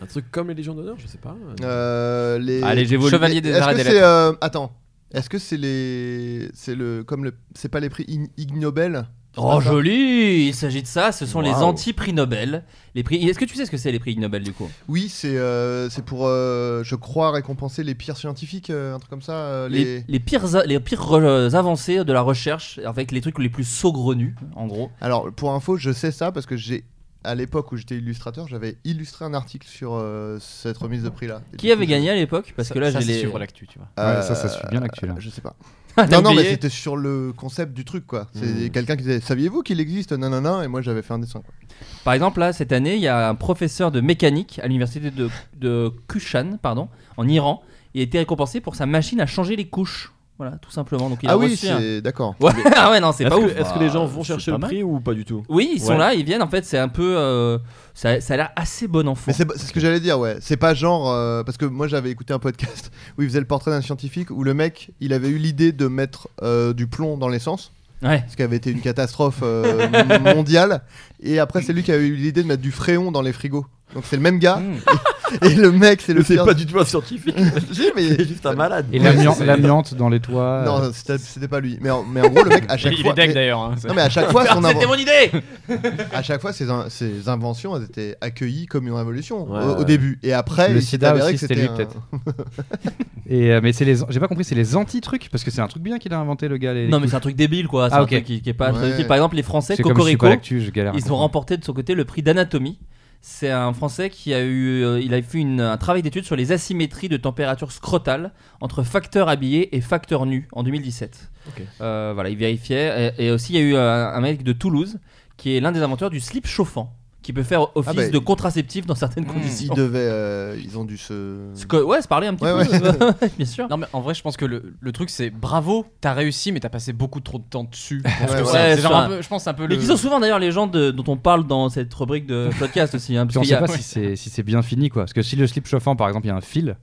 S9: Un truc comme les Légions d'honneur, je sais pas.
S8: Euh, les.
S7: Allez, j'évolue.
S10: Chevalier des
S8: Est-ce
S10: arts et
S8: que
S10: des
S8: c'est
S10: lettres.
S8: euh, attends. Est-ce que c'est les c'est le comme le c'est pas les prix Ig, Ig Nobel
S7: Oh joli, il s'agit de ça, ce sont les
S9: Waouh.
S7: anti-prix Nobel. Les prix Est-ce que tu sais ce que c'est les prix Nobel du coup
S8: Oui, c'est euh, c'est pour euh, je crois récompenser les pires scientifiques euh, un truc comme ça euh, les,
S7: les... les pires a- les pires re- avancées de la recherche avec les trucs les plus saugrenus en gros.
S8: Alors pour info, je sais ça parce que j'ai à l'époque où j'étais illustrateur, j'avais illustré un article sur euh, cette remise de prix là.
S7: Qui avait gagné à l'époque Parce
S10: ça-
S7: que là Ah,
S10: ça,
S7: j'ai
S10: c'est
S7: les
S10: suivre l'actu, tu vois.
S2: Ouais, ça, ça suit bien l'actu, là.
S8: Je sais pas.
S7: (laughs) T'as
S8: non, non, mais
S7: oublié
S8: c'était sur le concept du truc, quoi. C'est quelqu'un qui disait Saviez-vous qu'il existe Non, non, non. Et moi, j'avais fait un dessin. Quoi.
S7: Par exemple, là, cette année, il y a un professeur de mécanique à l'université de, de Kushan, pardon, en Iran. Il a été récompensé pour sa machine à changer les couches. Voilà, tout simplement. Donc, il a
S8: Ah oui,
S7: reçu un-
S8: c'est d'accord.
S2: (laughs)
S7: Ouais, ah ouais, non, c'est
S9: Est-ce
S7: pas
S9: que,
S7: ouf. Bah,
S9: est-ce que les gens vont chercher
S7: pas
S9: le
S7: mal.
S9: prix ou pas du
S10: (laughs)
S9: tout
S7: Oui, ils sont
S9: Ouais.
S7: là, ils viennent. En fait, c'est un peu. euh, ça, ça a l'air assez bon enfant.
S8: Mais c'est c'est ce que j'allais dire, ouais. C'est pas genre. euh, parce que moi, j'avais écouté un podcast (laughs) où il faisait le portrait d'un scientifique où le mec, il avait eu l'idée de mettre euh, du plomb dans l'essence,
S7: Ouais.
S8: ce qui avait été une catastrophe euh, (laughs) m- mondiale. Et après, c'est lui qui avait eu l'idée de mettre du fréon dans les frigos. Donc, c'est le même gars.
S7: Mmh.
S2: Mmh.
S8: Et le mec, c'est le
S9: C'est
S8: pire-
S9: pas du tout un scientifique,
S8: (laughs) Si, mais-
S9: c'est juste un
S8: (laughs)
S9: malade.
S2: Et
S8: Ouais,
S2: l'amian-
S8: c'est-
S2: l'amiante dans les toits. euh,
S8: Non, c'était c'était pas lui. Mais en, mais en gros, le mec,
S2: (laughs)
S8: à chaque
S10: Il
S8: fois.
S10: est deg
S8: mais-
S10: d'ailleurs. hein, c'est-
S8: Non mais à chaque fois, son inven-
S7: C'était mon idée
S8: à chaque fois ses, in- ses inventions elles étaient accueillies comme une révolution
S9: Ouais,
S8: au, au
S9: ouais.
S8: début et après
S2: Le
S8: il s'est
S7: Ah,
S2: sida
S8: avéré
S2: aussi,
S8: que
S2: c'était
S8: c'était
S2: lui,
S8: un-
S2: peut-être. (laughs) Et euh, mais c'est les, j'ai pas compris, c'est les anti-trucs parce que c'est un truc bien qu'il a inventé le gars. les-
S7: Non, mais c'est un truc débile, quoi. C'est
S2: Ah,
S7: un
S2: ok.
S7: truc qui, qui est pas très
S8: Ouais.
S7: utile. Par exemple, les Français,
S2: c'est comme je suis
S7: Cocorico,
S2: pas l'actu, je galère. à
S7: Ils ont
S2: comprendre.
S7: remporté de son côté le prix d'anatomie. C'est un Français qui a eu, euh, il a fait une- un travail d'étude sur les asymétries de température scrotale entre facteurs habillés et facteurs nus en 2017.
S9: Ok.
S7: Euh, voilà, il vérifiait. Et, et aussi, il y a eu euh, un, mec de Toulouse qui est l'un des inventeurs du slip chauffant, qui peut faire office
S8: bah,
S7: de contraceptif dans certaines
S10: Hmm.
S8: Ils
S7: conditions.
S8: devaient, euh, ils ont dû se.
S7: Parce que- ouais, se parler un petit
S8: Ouais,
S7: peu, (laughs) bien sûr.
S10: Non, mais en vrai, je pense que le, le truc, c'est bravo, t'as réussi, mais t'as passé beaucoup trop de temps dessus. Parce que
S8: Ouais,
S10: c'est-
S7: ouais,
S10: c'est
S7: ça.
S10: genre un peu, je pense, c'est un peu
S7: Mais
S10: le.
S7: qui sont souvent d'ailleurs les gens de- dont on parle dans cette rubrique de podcast aussi. hein, parce
S2: Puis on
S7: qu'il
S2: sait
S7: y a-
S2: pas si c'est si c'est bien fini quoi. Parce que si le slip chauffant par exemple il y a un fil,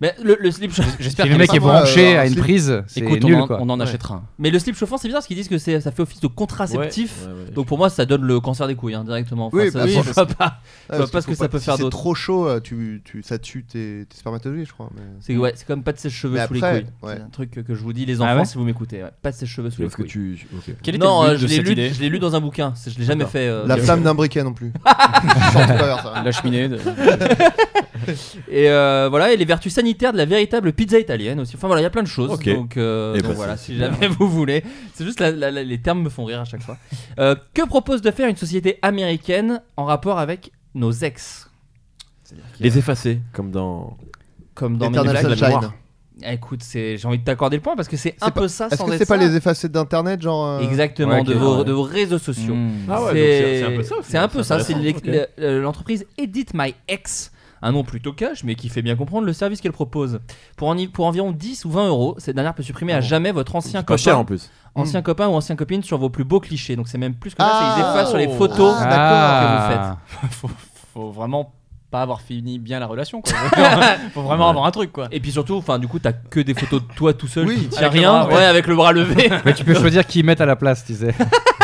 S7: Mais le, le slip chauffant.
S2: si
S10: J'espère
S2: le
S10: que
S2: mec
S8: les
S2: est
S8: enfants,
S2: branché
S8: euh,
S2: à une
S8: slip-
S2: prise, c'est
S10: Écoute,
S2: nul
S10: on en,
S2: quoi.
S10: on en
S8: Ouais.
S10: achètera un.
S7: Mais le slip chauffant, c'est bizarre parce qu'ils disent que c'est- ça fait office de contraceptif.
S9: Ouais, ouais.
S7: Donc pour moi, ça donne le cancer des couilles hein, directement. Enfin,
S8: Oui,
S7: ça-
S8: bah,
S7: je
S8: oui,
S7: vois pas.
S8: Ah,
S7: vois pas ce
S8: qu'il
S7: que
S8: faut
S7: ça peut
S8: si
S7: faire
S8: C'est
S7: d'autre.
S8: trop chaud, euh, tu, tu, ça tue tes, tes spermatozoïdes, je crois. mais-
S7: C'est ouais, c'est comme pas de sèche-cheveux
S8: Mais
S7: sous
S8: après,
S7: les couilles.
S8: ouais.
S7: C'est un truc que, que je vous dis, les
S2: Ah
S7: enfants,
S2: ouais
S7: si vous m'écoutez. ouais, Pas de sèche-cheveux sous les
S9: Parce que
S7: couilles.
S9: tu. ok.
S10: Quel était
S7: Non,
S10: le
S7: euh,
S10: but
S7: je
S10: de
S7: l'ai
S10: cette
S7: lu,
S10: idée
S7: je l'ai lu dans un bouquin. c'est- Je l'ai jamais
S10: D'accord.
S7: fait. euh,
S8: La
S7: bien
S8: flamme
S7: sûr.
S8: d'un
S7: (laughs)
S8: briquet non plus. Je sens pas vers ça.
S10: La cheminée. de-
S7: Et euh, voilà, et les vertus sanitaires de la véritable pizza italienne aussi. Enfin voilà, il y a plein de choses.
S9: Ok.
S7: Donc, euh,
S9: Eh
S7: donc
S9: ben,
S7: voilà,
S9: c'est
S7: si jamais (laughs) vous voulez. C'est juste la- la- la- les termes me font rire à chaque fois. Euh, que propose de faire une société américaine en rapport avec nos ex
S9: Les effacer, comme dans.
S7: Comme dans Men in
S8: Eternal
S7: Black.
S8: Sunshine.
S7: Ah, Écoute, c'est- j'ai envie de t'accorder le point parce que c'est
S8: C'est
S7: un
S8: pas-
S7: peu ça
S8: Est-ce
S7: sans
S8: que
S7: être
S8: c'est pas
S7: ça.
S8: les effacés d'Internet, genre euh,
S7: Exactement,
S2: Ouais, ok,
S7: de, vos,
S2: ouais.
S7: de vos réseaux sociaux.
S2: Hmm.
S9: Ah ouais, donc c'est- c'est un peu ça, au
S7: C'est un
S9: final,
S7: peu
S9: c'est
S7: ça. C'est
S9: intéressant,
S7: l'e- le- euh, l'entreprise Edit My Ex, un nom plutôt cash, mais qui fait bien comprendre le service qu'elle propose. Pour, en- pour environ 10 ou 20 euros, cette dernière peut supprimer à jamais votre ancien
S9: Oh. Pas
S7: copain,
S9: cher hein. Mm. en plus.
S7: ancien copain ou ancienne copine sur vos plus beaux clichés. Donc c'est même plus que ça,
S8: Ah.
S7: c'est ils effacent sur les photos
S8: Ah, d'accord,
S7: que vous faites.
S10: (laughs) faut, faut vraiment pas avoir fini bien la relation, quoi. (laughs) faut vraiment avoir un truc, quoi.
S7: Et puis surtout, enfin du coup, t'as que des photos de toi tout seul
S8: Oui,
S7: qui tient
S10: avec le
S7: rien,
S10: bras, ouais.
S7: ouais, avec le bras levé.
S2: Mais tu peux choisir qui mettre à la place, tu
S7: (laughs)
S2: sais.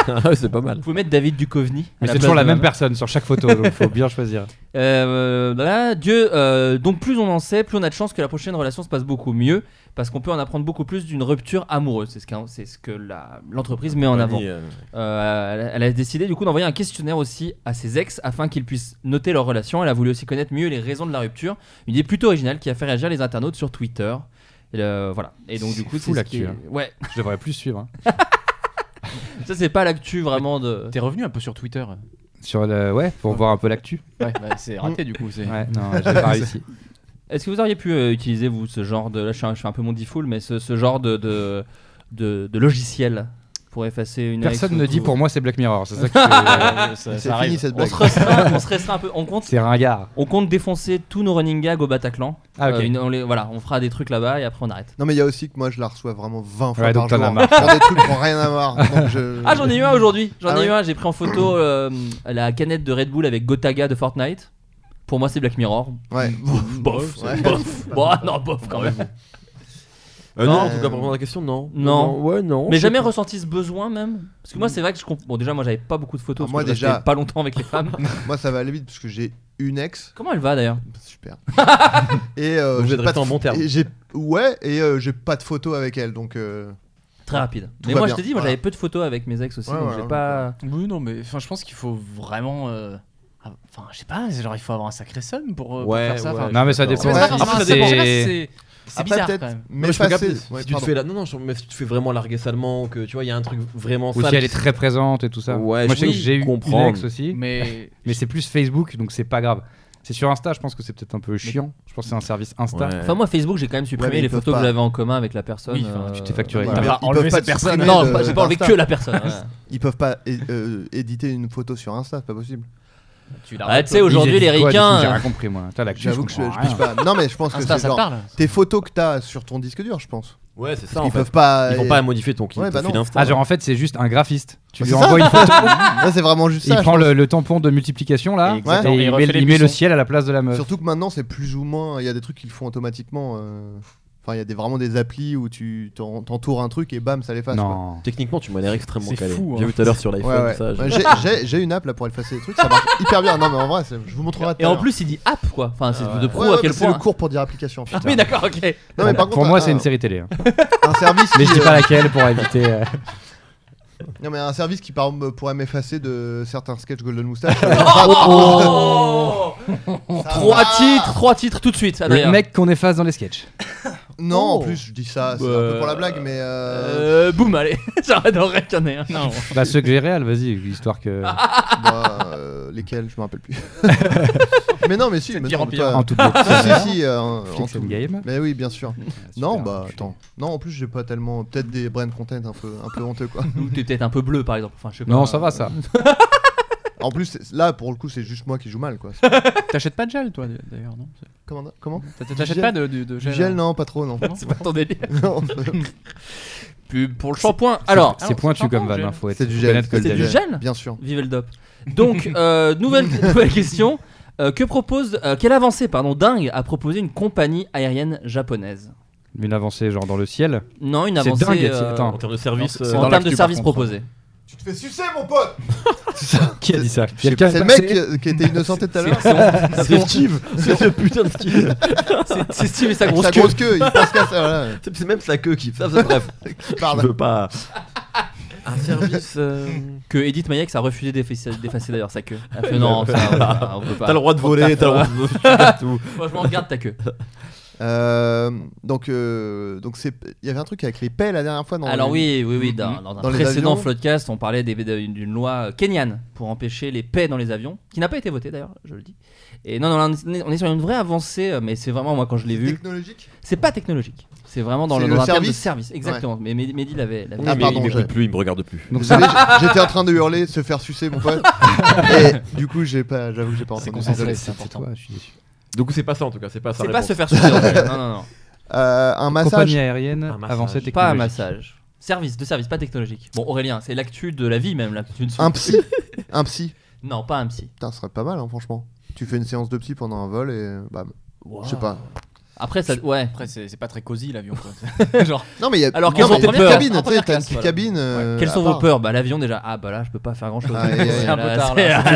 S9: Ah ouais, c'est pas mal.
S7: Vous pouvez mettre David Duchovny.
S2: Mais
S7: à la
S2: c'est
S7: place
S2: toujours la
S7: de
S2: même
S7: Manon.
S2: personne sur chaque photo, donc faut bien choisir.
S7: (laughs) Euh, voilà, Dieu, euh, donc plus on en sait, plus on a de chances que la prochaine relation se passe beaucoup mieux, parce qu'on peut en apprendre beaucoup plus d'une rupture amoureuse. C'est ce, qu'un- c'est ce que la- l'entreprise met en avant.
S9: Ni, euh,
S7: Euh, elle, a- elle a décidé du coup d'envoyer un questionnaire aussi à ses ex afin qu'ils puissent noter leur relation. Elle a voulu aussi connaître mieux les raisons de la rupture. Une idée plutôt originale qui a fait réagir les internautes sur Twitter. Et, euh, voilà. Et donc du
S2: C'est
S7: coup,
S2: fou,
S7: c'est ce qui est-
S2: l'actu, hein.
S7: Ouais, (laughs)
S2: Je devrais plus suivre. hein.
S7: ça c'est pas l'actu vraiment de.
S10: T'es revenu un peu sur Twitter.
S2: Sur le, ouais, pour voir un peu l'actu.
S10: Ouais, bah, c'est raté, du coup. c'est-
S2: Ouais, non, j'ai pas réussi.
S7: Est-ce que vous auriez pu euh, utiliser vous ce genre de là je suis un, je suis un peu mon difool mais ce, ce genre de, de, de, de logiciel pour effacer une
S2: Personne
S7: ex
S2: ne
S7: ou-
S2: dit pour moi c'est Black Mirror. C'est ça qui fait-
S10: Ouais, ça-
S8: C'est
S10: ça
S8: fini
S10: arrive.
S8: cette
S7: on
S8: blague.
S2: (laughs)
S7: se restreint, on se restreint un peu on compte
S2: C'est ringard.
S7: on compte défoncer tous nos running gags au Bataclan
S2: Ah, ok.
S7: Euh, une- on les, voilà on fera des trucs là-bas et après on arrête
S8: Non, mais il y a aussi que moi je la reçois vraiment 20 fois
S2: Ouais,
S8: par
S2: donc
S8: jour.
S2: t'en as
S8: Pour des trucs qui n'ont rien à voir. Donc je...
S7: ah j'en ai eu un aujourd'hui j'en
S8: Ah
S7: ai eu
S8: ouais
S7: un j'ai pris en photo euh, la canette de Red Bull avec Gotaga de Fortnite pour moi c'est Black (laughs) Mirror
S8: Ouais.
S7: bof
S8: Ouais.
S7: bof bon ah non bof quand même
S9: euh, non,
S8: Non.
S9: en tout cas, pour répondre à la question, non.
S7: Non.
S9: Ouais, non.
S7: Mais jamais ressenti ce besoin même Parce que moi c'est vrai que je comprends. Bon déjà moi j'avais pas beaucoup de photos.
S8: Ah,
S7: parce
S8: moi,
S7: que je
S8: déjà-
S7: restais pas longtemps avec
S2: (laughs)
S7: les femmes.
S8: Moi ça va aller vite parce que j'ai une ex.
S7: Comment elle va d'ailleurs (laughs)
S8: Super. et euh,
S9: Donc, vous
S8: j'ai
S9: êtes
S8: pas de
S9: restés en bon terme.
S8: et j'ai- ouais, et euh, j'ai pas de photo avec elle donc. euh,
S7: Très rapide.
S8: Tout
S7: mais
S8: va
S7: moi
S8: bien,
S7: je te dis moi
S8: voilà.
S7: j'avais peu de photos avec mes ex aussi
S8: Ouais,
S7: donc
S8: ouais,
S7: j'ai
S8: ouais,
S7: pas.
S10: Oui, non, mais enfin, je pense qu'il faut vraiment. euh, av- Enfin, je sais pas, genre, il faut avoir un sacré somme pour, euh, pour
S9: Ouais,
S10: faire ça.
S9: ouais,
S10: enfin.
S9: je
S2: Non, mais
S9: suis
S2: ça
S9: d'accord.
S2: dépend.
S10: C'est pas
S8: Ouais,
S10: forcément-
S2: après,
S10: c'est-
S2: c'est-
S10: je sais pas, c'est- C'est
S8: après,
S10: bizarre
S8: peut-être,
S10: quand même.
S9: Mais je peux
S8: effacer.
S9: capter.
S8: Ouais,
S9: si tu te
S8: pardon.
S9: fais là, non, non, je- mais si tu te fais vraiment larguer salement, que tu vois, il y a un truc vraiment
S2: Ou
S9: sale
S2: si elle est
S9: qui-
S2: très présente et tout ça.
S9: Ouais,
S2: Moi,
S9: je
S2: je sais que
S9: peux
S2: j'ai eu une
S9: comprendre.
S2: ex aussi, mais,
S10: Mais
S2: c'est plus Facebook, donc c'est pas grave. C'est sur Insta, je pense que c'est peut-être un peu chiant. Je pense que c'est un service Insta.
S9: Ouais.
S7: Enfin moi Facebook j'ai quand même
S8: Ouais,
S7: supprimé
S8: mais ils
S7: les
S8: peuvent
S7: photos que
S8: pas.
S7: j'avais en commun avec la personne. euh,
S10: Oui, enfin, tu
S2: t'es facturé.
S8: Ils
S7: voilà.
S8: peuvent-
S10: pas
S8: ils
S10: enlevé
S8: peuvent pas
S10: cette
S8: te
S10: personne.
S8: streamer
S7: Non
S8: de-
S7: pas- j'ai pas enlevé
S8: d'Insta.
S7: que la personne. hein. ouais.
S8: Ils peuvent pas é- euh, éditer une photo sur Insta, c'est pas possible.
S10: tu l'as
S7: Ah, tu sais, aujourd'hui
S2: Ils
S7: les
S2: éditent quoi, du coup, J'ai rien
S7: ricains.
S2: compris, moi. T'as l'actu,
S8: J'avoue que je,
S2: comprends
S8: je
S2: rien.
S8: piche pas. Non mais je pense que
S10: Insta,
S8: c'est
S10: ça te
S8: genre
S10: parle
S8: (laughs) tes photos que t'as sur ton disque dur, je pense.
S9: Ouais, c'est ça
S8: Ils
S9: en fait.
S8: peuvent pas.
S9: Ils vont
S8: (laughs)
S9: pas modifier ton
S8: Ouais,
S9: ton
S8: bah
S9: feed
S8: non.
S9: Insta.
S2: Ah, genre en fait, c'est juste un graphiste. Tu
S8: C'est
S2: lui
S8: ça.
S2: envoies une photo,
S8: Là c'est vraiment juste
S2: il
S8: ça. je
S2: prend le, le tampon de multiplication là,
S8: Exactement.
S2: et
S10: Et il
S2: il, met,
S10: refait les
S2: il met le
S10: buissons.
S2: ciel à la place de la meuf.
S8: Surtout que maintenant, c'est plus ou moins. Il y a des trucs qu'ils font automatiquement. euh, Enfin, il y a des, vraiment des applis où tu t'en- t'entoures un truc et bam, ça l'efface. quoi.
S2: non.
S9: Techniquement, tu m'as l'air extrêmement
S10: C'est
S9: calé.
S10: fou, hein.
S9: J'ai vu tout à l'heure sur
S8: Ouais,
S9: l'iPhone,
S8: ouais.
S9: ça. j'ai-
S8: Ouais, j'ai- j'ai- J'ai une app là pour effacer des trucs, ça marche (laughs) hyper bien. Non, mais en vrai, c'est- je vous montrerai. tout
S7: Et
S8: à
S7: en
S8: l'heure.
S7: plus il dit app quoi. Enfin c'est de pro
S8: Ah Ouais, ouais,
S7: à quel
S8: mais c'est le
S7: point. Ah,
S8: cours pour dire application. putain.
S7: Oui d'accord ok.
S8: Non, mais par
S2: pour
S8: contre, euh,
S2: moi,
S8: un-
S2: c'est une série télé. hein.
S8: Un service.
S2: Mais je
S8: qui,
S2: dis pas
S8: euh,
S2: laquelle pour éviter. euh,
S8: Non, mais un service qui par exemple, pourrait m'effacer de certains sketchs Golden Moustache. euh,
S7: Oh
S8: Ça
S7: Trois
S8: va.
S7: titres, Oh. trois titres tout de suite.
S2: le
S7: Adrien.
S2: mec qu'on efface dans les sketchs.
S8: Non, en
S7: Oh.
S8: plus, je dis ça, c'est un
S7: Bah,
S8: peu pour la blague, mais. euh,
S7: Euh, boum, allez, (laughs) j'adorerais qu'il y en ait un. Non.
S2: Bah, ceux que j'ai réel, vas-y, histoire que.
S8: bah, euh, lesquels Je
S2: (laughs)
S8: me rappelle plus. mais non, mais si, mais
S7: pire
S8: non,
S7: en
S8: mais
S7: pire.
S8: toi-
S2: Ah, en tout cas.
S8: (laughs) Si, si, si, euh, en- en
S2: Flick
S8: tout-
S2: Game.
S8: Mais oui, bien sûr. non, bah
S2: je suis-
S8: attends. Non, en plus, j'ai pas tellement. Peut-être des brain content un peu, un peu honteux, quoi.
S7: Ou t'es peut-être un peu bleu par exemple. Enfin, je sais pas.
S2: Non, ça va, ça.
S8: Ah, En plus, c'est- là, pour le coup, c'est juste moi qui joue mal, quoi.
S10: T'achètes pas de gel, toi, d'ailleurs, non
S8: Comment Comment
S10: T'achètes
S8: gel.
S10: pas de, de- de
S8: Du
S10: gel
S8: gel,
S10: euh,
S8: non, pas trop, non. (laughs)
S10: non C'est pas ton délire.
S8: Non.
S7: Pub pour le shampoing. Alors,
S2: C'est pointu
S10: Ah, c'est
S2: comme
S10: sympa,
S2: van,
S10: le
S2: hein,
S10: gel.
S2: faut être.
S8: C'est du
S2: faut
S8: gel.
S2: connaître que le
S7: c'est du
S2: gel.
S7: gel
S8: bien sûr.
S7: Vive le dop.
S2: (laughs)
S7: Donc, euh, nouvelle, nouvelle question. Euh, que propose, euh, quelle avancée pardon, dingue a proposé une compagnie aérienne japonaise
S2: Une avancée, genre dans le ciel.
S7: Non, une
S2: C'est
S7: avancée
S2: dingue. c'est-
S7: euh,
S2: Attends,
S9: En termes de service,
S7: en
S9: euh,
S2: dans
S7: termes de
S2: l'actu, par
S7: services
S2: contre. hein. (laughs)
S7: proposés.
S8: Tu te fais sucer, mon pote
S2: (laughs) qui a dit ça
S8: C'est
S2: Quelqu'un est
S8: le mec
S2: passé
S8: qui, qui était innocenté tout à l'heure
S9: c'est
S7: (laughs)
S9: Steve C'est ce putain de Steve
S7: C'est- C'est Steve et sa
S8: Avec
S7: grosse
S8: sa
S7: queue.
S8: grosse queue, il pense qu'à ça, voilà.
S7: (laughs)
S9: C'est c'est même sa queue qui. ça, ça, Bref,
S8: Qui
S9: je
S8: parle.
S9: veux pas. Un service.
S10: euh,
S7: Que Edith Mayex a refusé d'effacer d'effacer d'ailleurs sa queue. Elle fait, non, ça, on peut pas.
S9: T'as le droit de voler, t'as le droit de. tu fais tout.
S7: Franchement, garde ta queue.
S8: Euh, donc, euh, donc c'est, il y avait un truc avec les pelles la dernière fois. Dans
S7: Alors
S8: les-
S7: oui, oui, oui,
S8: Mhm.
S7: dans, dans un
S8: Dans les
S7: précédent
S8: avions.
S7: Floodcast, on parlait des- d'une d'une loi kenyane pour empêcher les paix dans les avions, qui n'a pas été votée d'ailleurs, je le dis. Et non, non, là, on est- on est sur une vraie avancée, euh, mais c'est vraiment, moi, quand je l'ai vu,
S8: Technologique.
S7: c'est pas technologique. C'est vraiment dans,
S8: C'est
S7: le,
S8: le
S7: dans un terme de
S8: service
S7: service, exactement. Mais Mehdi Mehdi l'avait. l'avait
S8: Ah,
S9: Mais
S8: pardon,
S9: il
S8: j'ai-
S9: m'écoute plus, il me regarde plus.
S2: Donc ça
S8: Désolé, j'- j'étais en train de hurler, se faire sucer,
S2: (laughs)
S8: mon pote. et du coup, j'ai pas, j'avoue, que j'ai pas entendu.
S2: Désolé,
S8: désolé.
S2: c'est toi, je suis déçu.
S9: Du coup, c'est pas ça en tout cas, c'est pas ça.
S7: C'est pas se faire sucer. en fait. non,
S8: (laughs)
S7: non, non.
S8: Euh, un massage.
S2: Compagnie aérienne,
S9: Un massage.
S2: avancée technologique.
S7: Pas un massage. Service, de service, pas technologique. Bon, Aurélien, c'est l'actu de la vie même, l'actu de
S8: Un psy. un psy.
S7: (laughs) Non, pas un psy.
S8: Putain, ce serait pas mal, hein, franchement. Tu fais une séance de psy pendant un vol et bam. Je sais pas.
S7: Après, ça. Ouais.
S10: Après, c'est c'est pas très cosy l'avion, quoi.
S8: Non, mais il y a.
S7: Alors,
S8: non,
S7: quelles
S8: mais
S7: sont
S8: t'as
S7: vos
S8: une
S7: peurs
S8: cabine,
S7: En
S8: tu sais,
S7: Ah, première
S8: t'as une
S7: classe,
S8: petite
S7: voilà.
S8: cabine. euh,
S7: Quelles
S8: à
S7: sont vos
S8: part.
S7: peurs Bah, l'avion déjà. Ah, bah là, je peux pas faire grand chose.
S8: Ah,
S7: (laughs)
S8: ouais,
S10: ouais. (laughs)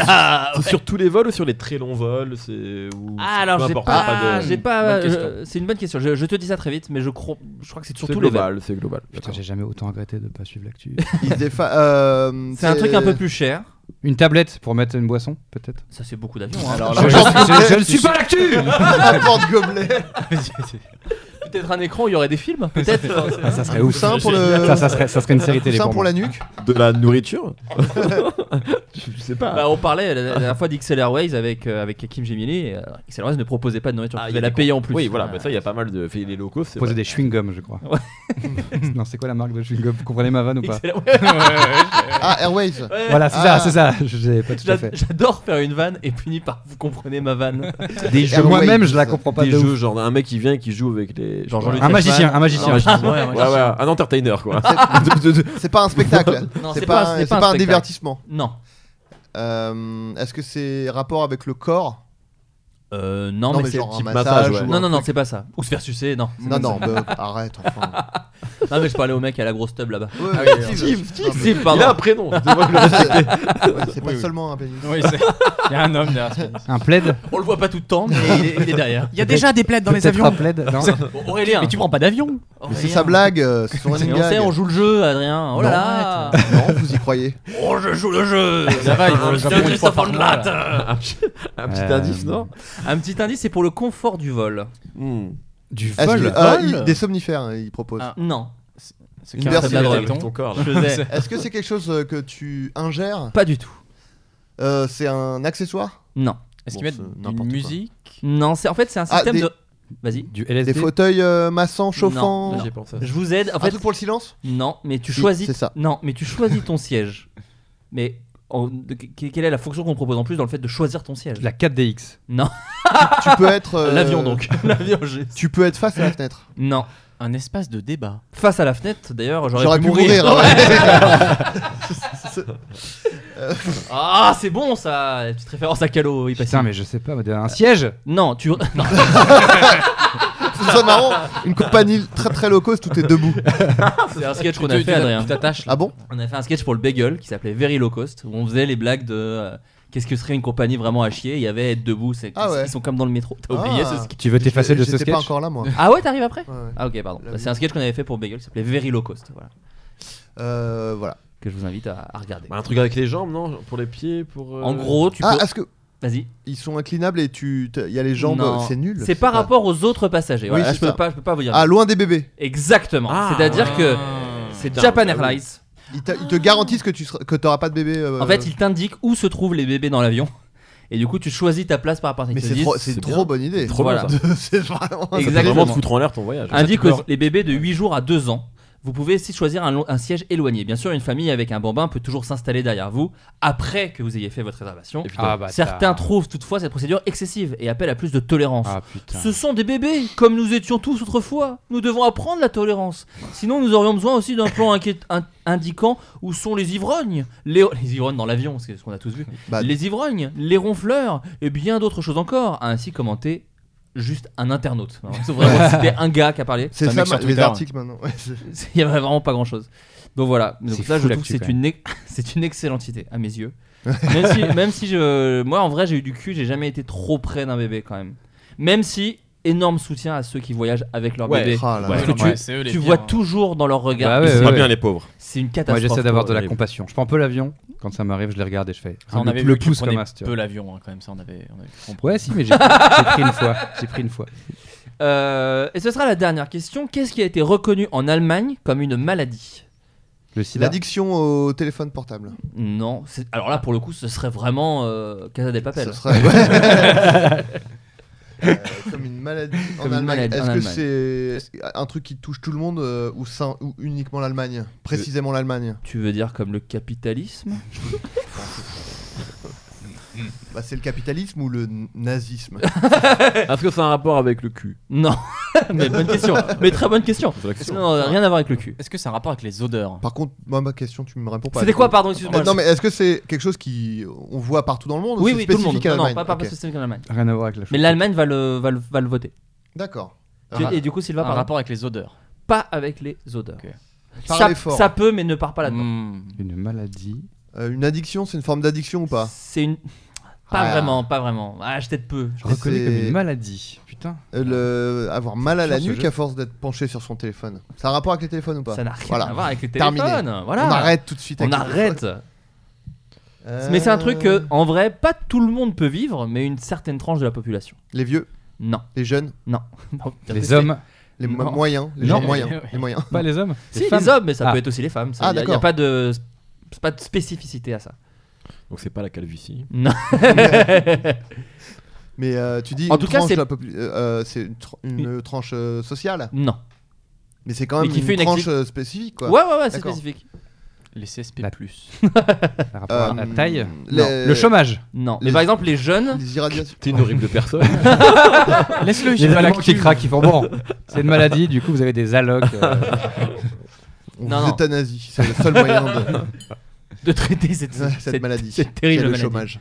S9: Sur tous les vols ou sur les très longs vols c'est ou-
S7: Ah alors
S9: peu
S7: j'ai
S9: importe,
S7: pas,
S9: de-
S7: j'ai pas.
S9: Bonne question.
S7: je- C'est une bonne question. Je, je te dis ça très vite, mais je crois, je crois que c'est
S9: C'est
S7: surtout les vols.
S9: global, c'est global.
S2: Putain, j'ai jamais autant regretté de pas suivre (laughs) l'actu.
S8: Il se défa- euh,
S7: C'est un truc un peu plus cher.
S2: Une tablette pour mettre une boisson, peut-être
S7: Ça c'est beaucoup d'avions. hein.
S8: Alors
S2: je,
S8: là,
S2: je- je- je ne suis pas l'actu
S8: (laughs) un porte-gobelet.
S7: peut-être un écran, il y aurait des films. Peut-être.
S2: Ah, (laughs) Ça serait ouf.
S8: Coussin pour le-
S2: Ça, ça serait, ça serait une série télé
S8: Coussin
S2: pour
S8: pour la
S2: moi.
S8: nuque.
S9: De la (laughs) nourriture Je sais pas.
S7: Bah, on parlait la, la dernière fois d'XL Airways avec euh, avec Kim Gemini. et, euh, XL Airways ne proposait pas de nourriture.
S9: Ah, il
S7: tu
S9: y
S7: devais
S9: a
S7: la
S9: des
S7: payer en plus.
S9: Oui, voilà, bah,
S7: Euh,
S9: ça, il y a pas mal de. fait, Les locaux, c'est.
S2: Poser des chewing-gums, je crois. (laughs) non, c'est quoi la marque de chewing-gum Vous comprenez ma vanne (laughs) ou pas
S7: XL Airways. Ouais, ouais,
S8: Ah, Airways.
S7: ouais.
S2: Voilà, c'est ça,
S8: Ah.
S2: c'est ça. Je n'avais pas tout à
S7: J'a-
S2: fait.
S7: J'adore faire une vanne et finir par vous comprenez ma vanne.
S9: des
S8: jeux-
S2: Moi-même, je la
S8: Airways.
S2: comprends pas
S9: Des
S2: de ouf.
S9: jeux, genre un mec qui vient et qui joue avec les.
S7: Genre Jean-Luc
S2: Un magicien, un magicien.
S9: magicien.
S10: Ah,
S7: Ouais,
S9: Ouais, ouais, un entertainer quoi. (laughs) De- de- de-
S8: C'est pas un spectacle.
S7: Non,
S8: C'est pas, un- c'est pas un
S7: spectacle.
S8: divertissement.
S7: Non.
S8: Euh, Est-ce que c'est rapport avec le corps
S7: Euh, non, mais, c'est.
S8: genre un
S9: type
S8: massage,
S9: massage, ouais.
S8: ou un
S7: Non, non, non,
S8: truc.
S7: c'est pas ça. Ou se faire sucer, non.
S8: Non, non, bah, arrête, enfin.
S7: Non, mais je parlais au mec à la grosse tub là-bas.
S8: Ouais,
S9: Ah
S8: ouais,
S9: oui,
S8: ouais.
S9: Steve,
S8: Non,
S9: Steve,
S8: mais-
S7: Steve,
S8: (laughs)
S9: Il
S7: pardon.
S9: a un prénom.
S8: Ouais, C'est pas
S10: Oui, oui.
S8: seulement hein, un pénis.
S10: Oui, c'est. Il y a un homme derrière. ce pénis.
S2: Un plaid
S7: On le voit pas tout le temps, mais il est, il est derrière.
S10: Il y a déjà des plaides dans les
S2: Peut-être un
S10: avions.
S2: plaid Non,
S7: Bon, Aurélien.
S10: Mais tu prends pas d'avion.
S8: Mais C'est
S7: Aurélien.
S8: sa blague, euh, c'est son
S7: On
S8: running
S7: sait,
S8: gag.
S7: on joue le jeu, Adrien. Oh là là.
S8: Non, vous y croyez
S7: Oh, je joue le jeu.
S10: Ça va, il va au
S7: C'est
S10: Japon
S7: un
S10: une fois par
S7: Christophe
S10: mois,
S7: Ondelat.
S10: là.
S9: Un petit un petit
S2: Euh,
S9: indice, non
S7: Un petit indice, c'est pour le confort du vol.
S9: Hmm. ah,
S2: du
S8: Est-ce que-
S2: vol.
S8: euh,
S10: Vol
S8: il- Des somnifères, hein, il propose.
S10: Ah.
S7: Non.
S10: C'est
S8: Une
S10: qu'un
S8: version
S7: de
S10: seul
S7: la
S10: téton.
S9: Avec ton corps là.
S7: Je sais.
S8: Est-ce que c'est quelque chose euh, que tu ingères
S7: Pas du tout.
S8: Euh, C'est un accessoire
S7: Non.
S10: Est-ce qu'ils
S8: Bon,
S10: mettent
S8: c'est
S10: une
S8: n'importe quoi.
S10: musique
S7: Non, c'est en fait c'est un
S8: Ah,
S7: système
S8: des-
S7: de. Vas-y.
S2: Du
S8: Des
S2: LSD.
S8: fauteuils euh, massants, chauffants
S7: Non.
S9: J'ai pensé à ça.
S7: Je vous aide. En
S8: Un
S7: fait,
S8: truc pour le silence
S7: non, mais tu
S8: Si,
S7: choisis. (laughs)
S8: c'est ça.
S7: Non, mais tu choisis ton siège. Mais en- de- que- quelle est la fonction qu'on propose en plus dans le fait de choisir ton siège
S2: La 4DX.
S7: Non.
S8: Tu peux être. euh,
S7: L'avion donc. L'avion. j'ai-
S8: Tu peux être face à la fenêtre.
S7: Non.
S10: Un espace de débat.
S7: Face à la fenêtre, d'ailleurs,
S8: J'aurais pu mourir. hein. ouais.
S7: (laughs) Ah, c'est bon ça Petite référence à Calo, il passe.
S2: Putain, mais je sais pas, un siège
S7: (laughs) Non, tu. Non,
S8: (laughs) Ce serait marrant, une compagnie très très low cost, tout est debout.
S7: c'est un sketch qu'on a
S10: Tu- tu-
S7: fait, Adrien.
S10: Tu t'attaches là.
S8: Ah bon
S7: (laughs) On a fait un sketch pour le bagel qui s'appelait Very Low Cost, où on faisait les blagues de. euh, Qu'est-ce que serait une compagnie vraiment à chier Il y avait être debout, c'est
S8: Ah ouais.
S7: ils sont comme dans le métro. T'as
S8: Ah.
S7: oublié ce sketch
S2: Tu veux t'effacer de ce
S8: J'étais
S2: sketch
S8: pas encore là moi.
S7: Ah ouais, t'arrives après
S8: Ouais, ouais.
S7: Ah ok, pardon.
S8: La
S7: Bah,
S8: vie.
S7: C'est un sketch qu'on avait fait pour bagel qui s'appelait Very Low Cost, voilà,
S8: Euh, voilà.
S7: que je vous invite à, à regarder.
S9: Bah, un truc avec les jambes, non Pour les pieds, pour. euh,
S7: Bah, En gros, tu
S8: Ah,
S7: peux.
S8: est-ce que
S7: Vas-y.
S8: Ils sont inclinables et tu, t'as- il y a les jambes.
S7: Non.
S8: C'est nul.
S7: C'est par
S8: pas-
S7: rapport aux autres passagers.
S8: Oui,
S7: Voilà,
S8: c'est
S7: je peux
S8: ça.
S7: pas, je peux pas vous dire.
S8: Ah, loin des bébés.
S7: Exactement.
S9: Ah.
S7: C'est-à-dire que Ah. c'est
S9: Putain,
S7: Japan
S9: bah oui.
S7: Airlines.
S8: Ils, t'a- ils te garantissent que tu seras- que t'auras pas de bébé. euh,
S7: En fait, ils t'indiquent où se trouvent les bébés dans l'avion. Et du coup, tu choisis ta place par rapport à
S8: mais
S7: ils te
S8: c'est
S7: disent-
S8: trop, c'est
S9: c'est
S8: trop
S9: bien.
S8: bonne idée.
S9: Trop
S7: Voilà.
S9: bien, ça.
S8: (laughs) c'est vraiment.
S9: Ça peut
S7: Exactement.
S9: vraiment te foutre en l'air ton voyage.
S7: Indique
S9: Ça, tu
S7: aux- les bébés de 8 jours à 2 ans. Vous pouvez aussi choisir un, lo- un siège éloigné. Bien sûr, une famille avec un bambin peut toujours s'installer derrière vous après que vous ayez fait votre réservation.
S2: Ah, bah,
S7: Certains
S2: t'as-
S7: trouvent toutefois cette procédure excessive et appellent à plus de tolérance.
S2: Ah putain.
S7: Ce sont des bébés, comme nous étions tous autrefois. Nous devons apprendre la tolérance. Sinon, nous aurions besoin aussi d'un plan inquiét- in- indiquant où sont les ivrognes. Les, les ivrognes dans l'avion, c'est ce qu'on a tous vu.
S2: Ah.
S8: Bah,
S7: les ivrognes, les ronfleurs, et bien d'autres choses encore, a ainsi commenté juste un internaute. Non,
S2: (laughs)
S7: c'est vraiment, C'était un gars qui a parlé.
S8: C'est
S3: C'est un
S8: ça
S3: mec sur
S8: ma- les
S3: Twitter.
S8: articles maintenant. Ouais, c'est-
S7: Il y avait vraiment pas grand chose. Donc voilà. Donc
S2: C'est
S7: ça,
S2: fou,
S7: je trouve que
S2: l'actu,
S7: c'est
S2: quand
S7: une, ex- (laughs) c'est une excellente idée à mes
S2: (laughs)
S7: yeux. même si, même si je, moi en vrai, j'ai eu du cul, j'ai jamais été trop près d'un bébé quand même. Même si énorme soutien à ceux qui voyagent avec leur
S3: Ouais.
S7: bébé.
S8: Ah là là.
S3: Ouais,
S7: que tu-
S3: ouais, c'est eux les
S7: Tu
S3: pires,
S7: vois
S3: hein.
S7: toujours dans leur regard.
S2: Bah ouais,
S9: vois.
S2: ouais,
S9: Pas
S2: ouais.
S9: bien les pauvres.
S7: C'est une
S2: Moi
S7: catastrophe.
S2: j'essaie d'avoir de la
S9: horrible.
S2: compassion. Je prends un peu l'avion. Quand ça m'arrive, je les regarde et je fais.
S3: Ça, on
S2: le-
S3: avait
S2: le
S3: vu que tu
S2: pouce comme
S3: prenais
S2: as. tu vois.
S3: peu l'avion hein, quand même ça on avait on avait compris.
S2: Ouais, si, mais j'ai j'ai pris une fois. J'ai pris une fois.
S7: Euh, et ce sera la dernière question. Qu'est-ce qui a été reconnu en Allemagne comme une maladie
S2: Le sida.
S8: L'addiction au téléphone portable.
S7: Non. c'est- Alors là, pour le coup, ce serait vraiment euh, Casa des Papel. (laughs)
S8: Ce serait. Ouais. Euh, Comme une maladie en
S7: Comme une
S8: Allemagne.
S7: maladie en
S8: Est-ce que
S7: Allemagne.
S8: c'est un truc qui touche tout le monde euh, ou, ça- ou uniquement l'Allemagne Précisément l'Allemagne
S7: Tu veux dire comme le capitalisme
S8: bah, C'est le capitalisme ou le n- nazisme
S9: Est-ce que ça a un rapport avec le cul
S7: Non. (laughs) Mais bonne
S8: (laughs)
S7: question. Mais très bonne question. Non, rien à voir avec le cul.
S3: Est-ce que c'est un rapport avec les odeurs
S8: Par contre, moi, ma question, tu me réponds pas.
S7: C'était quoi, pardon, excuse-moi
S8: Euh, Non, mais est-ce que c'est quelque chose qui on voit partout dans le monde
S7: Oui,
S8: ou c'est
S7: oui, tout le monde.
S8: spécifique à
S7: Non, non,
S8: l'Allemagne
S7: pas, pas
S8: Ok.
S7: spécifique en Allemagne.
S2: Rien à voir avec la chose.
S7: Mais l'Allemagne va le, va, le, va le voter.
S8: D'accord.
S7: Tu-
S8: Ah,
S7: Et du coup, Sylvain,
S3: Un
S7: pardon.
S3: rapport avec les odeurs.
S7: pas avec les odeurs.
S3: Ok.
S7: Ça,
S8: Parlez fort.
S7: ça peut, mais ne part pas là-dedans.
S3: Hmm.
S2: Une maladie.
S8: euh, une addiction, c'est une forme d'addiction ou pas
S7: C'est une. Pas
S8: Ah.
S7: vraiment, pas vraiment. Ah, je t'aide peu.
S2: Je reconnais
S8: c'est-
S2: comme une maladie. Putain.
S8: Euh, le... Avoir mal à la
S2: Sur ce
S8: nuque
S2: jeu.
S8: à force d'être penché sur son téléphone. Ça a un rapport avec les téléphones ou pas
S7: Ça n'a rien
S8: Voilà.
S7: à voir avec les
S8: Terminé.
S7: téléphones. Voilà.
S8: On arrête tout de suite.
S7: On
S8: avec les
S7: arrête.
S8: téléphones.
S7: Mais c'est un truc
S8: Euh,
S7: que, en vrai, pas tout le monde peut vivre, mais une certaine tranche de la population.
S8: Les vieux, (laughs)
S7: Non.
S8: les jeunes,
S2: Les hommes.
S8: les mo-
S7: Non.
S8: moyens, les
S2: Non.
S8: gens moyens, les (laughs) moyens.
S2: Pas les hommes.
S7: Si,
S2: femmes.
S7: les hommes, mais ça
S2: Ah.
S7: peut être aussi les femmes.
S8: Ah,
S7: Il n'y a,
S8: d'accord.
S7: pas de. c'est Pas de spécificité à
S8: (laughs)
S7: ça.
S9: Donc c'est pas la calvitie.
S7: Non.
S8: Mais euh, tu dis
S7: En
S8: une
S7: tout cas,
S8: tranche
S7: c'est-
S8: de la popu- euh, euh, c'est une, tr- une, euh, tranche euh, sociale,
S7: (laughs) non.
S8: mais c'est quand
S7: Mais
S8: même
S7: qui
S8: une,
S7: fait une
S8: tranche
S7: acti-
S8: euh, spécifique quoi.
S7: Ouais, ouais, ouais, c'est
S8: D'accord.
S7: spécifique.
S3: Les CSP+.
S2: La- Par rapport
S8: Euh,
S2: à la taille.
S8: les-
S2: Non. Le chômage.
S7: Non. Mais
S8: Les-
S7: par exemple, les jeunes.
S8: Les irradiations.
S9: T'es une horrible personne.
S3: Laisse-le,
S2: Il y
S3: j'ai
S2: a
S3: pas
S2: des
S3: la
S2: gens qui craquent, ils font bon. C'est une maladie, du coup vous avez des allocs. euh,
S8: On
S7: Non,
S8: vous
S7: non.
S8: euthanasie, c'est le seul moyen de
S7: (laughs) de traiter cette,
S8: cette, maladie.
S7: cette terrible
S8: Quel
S7: maladie.
S8: chômage.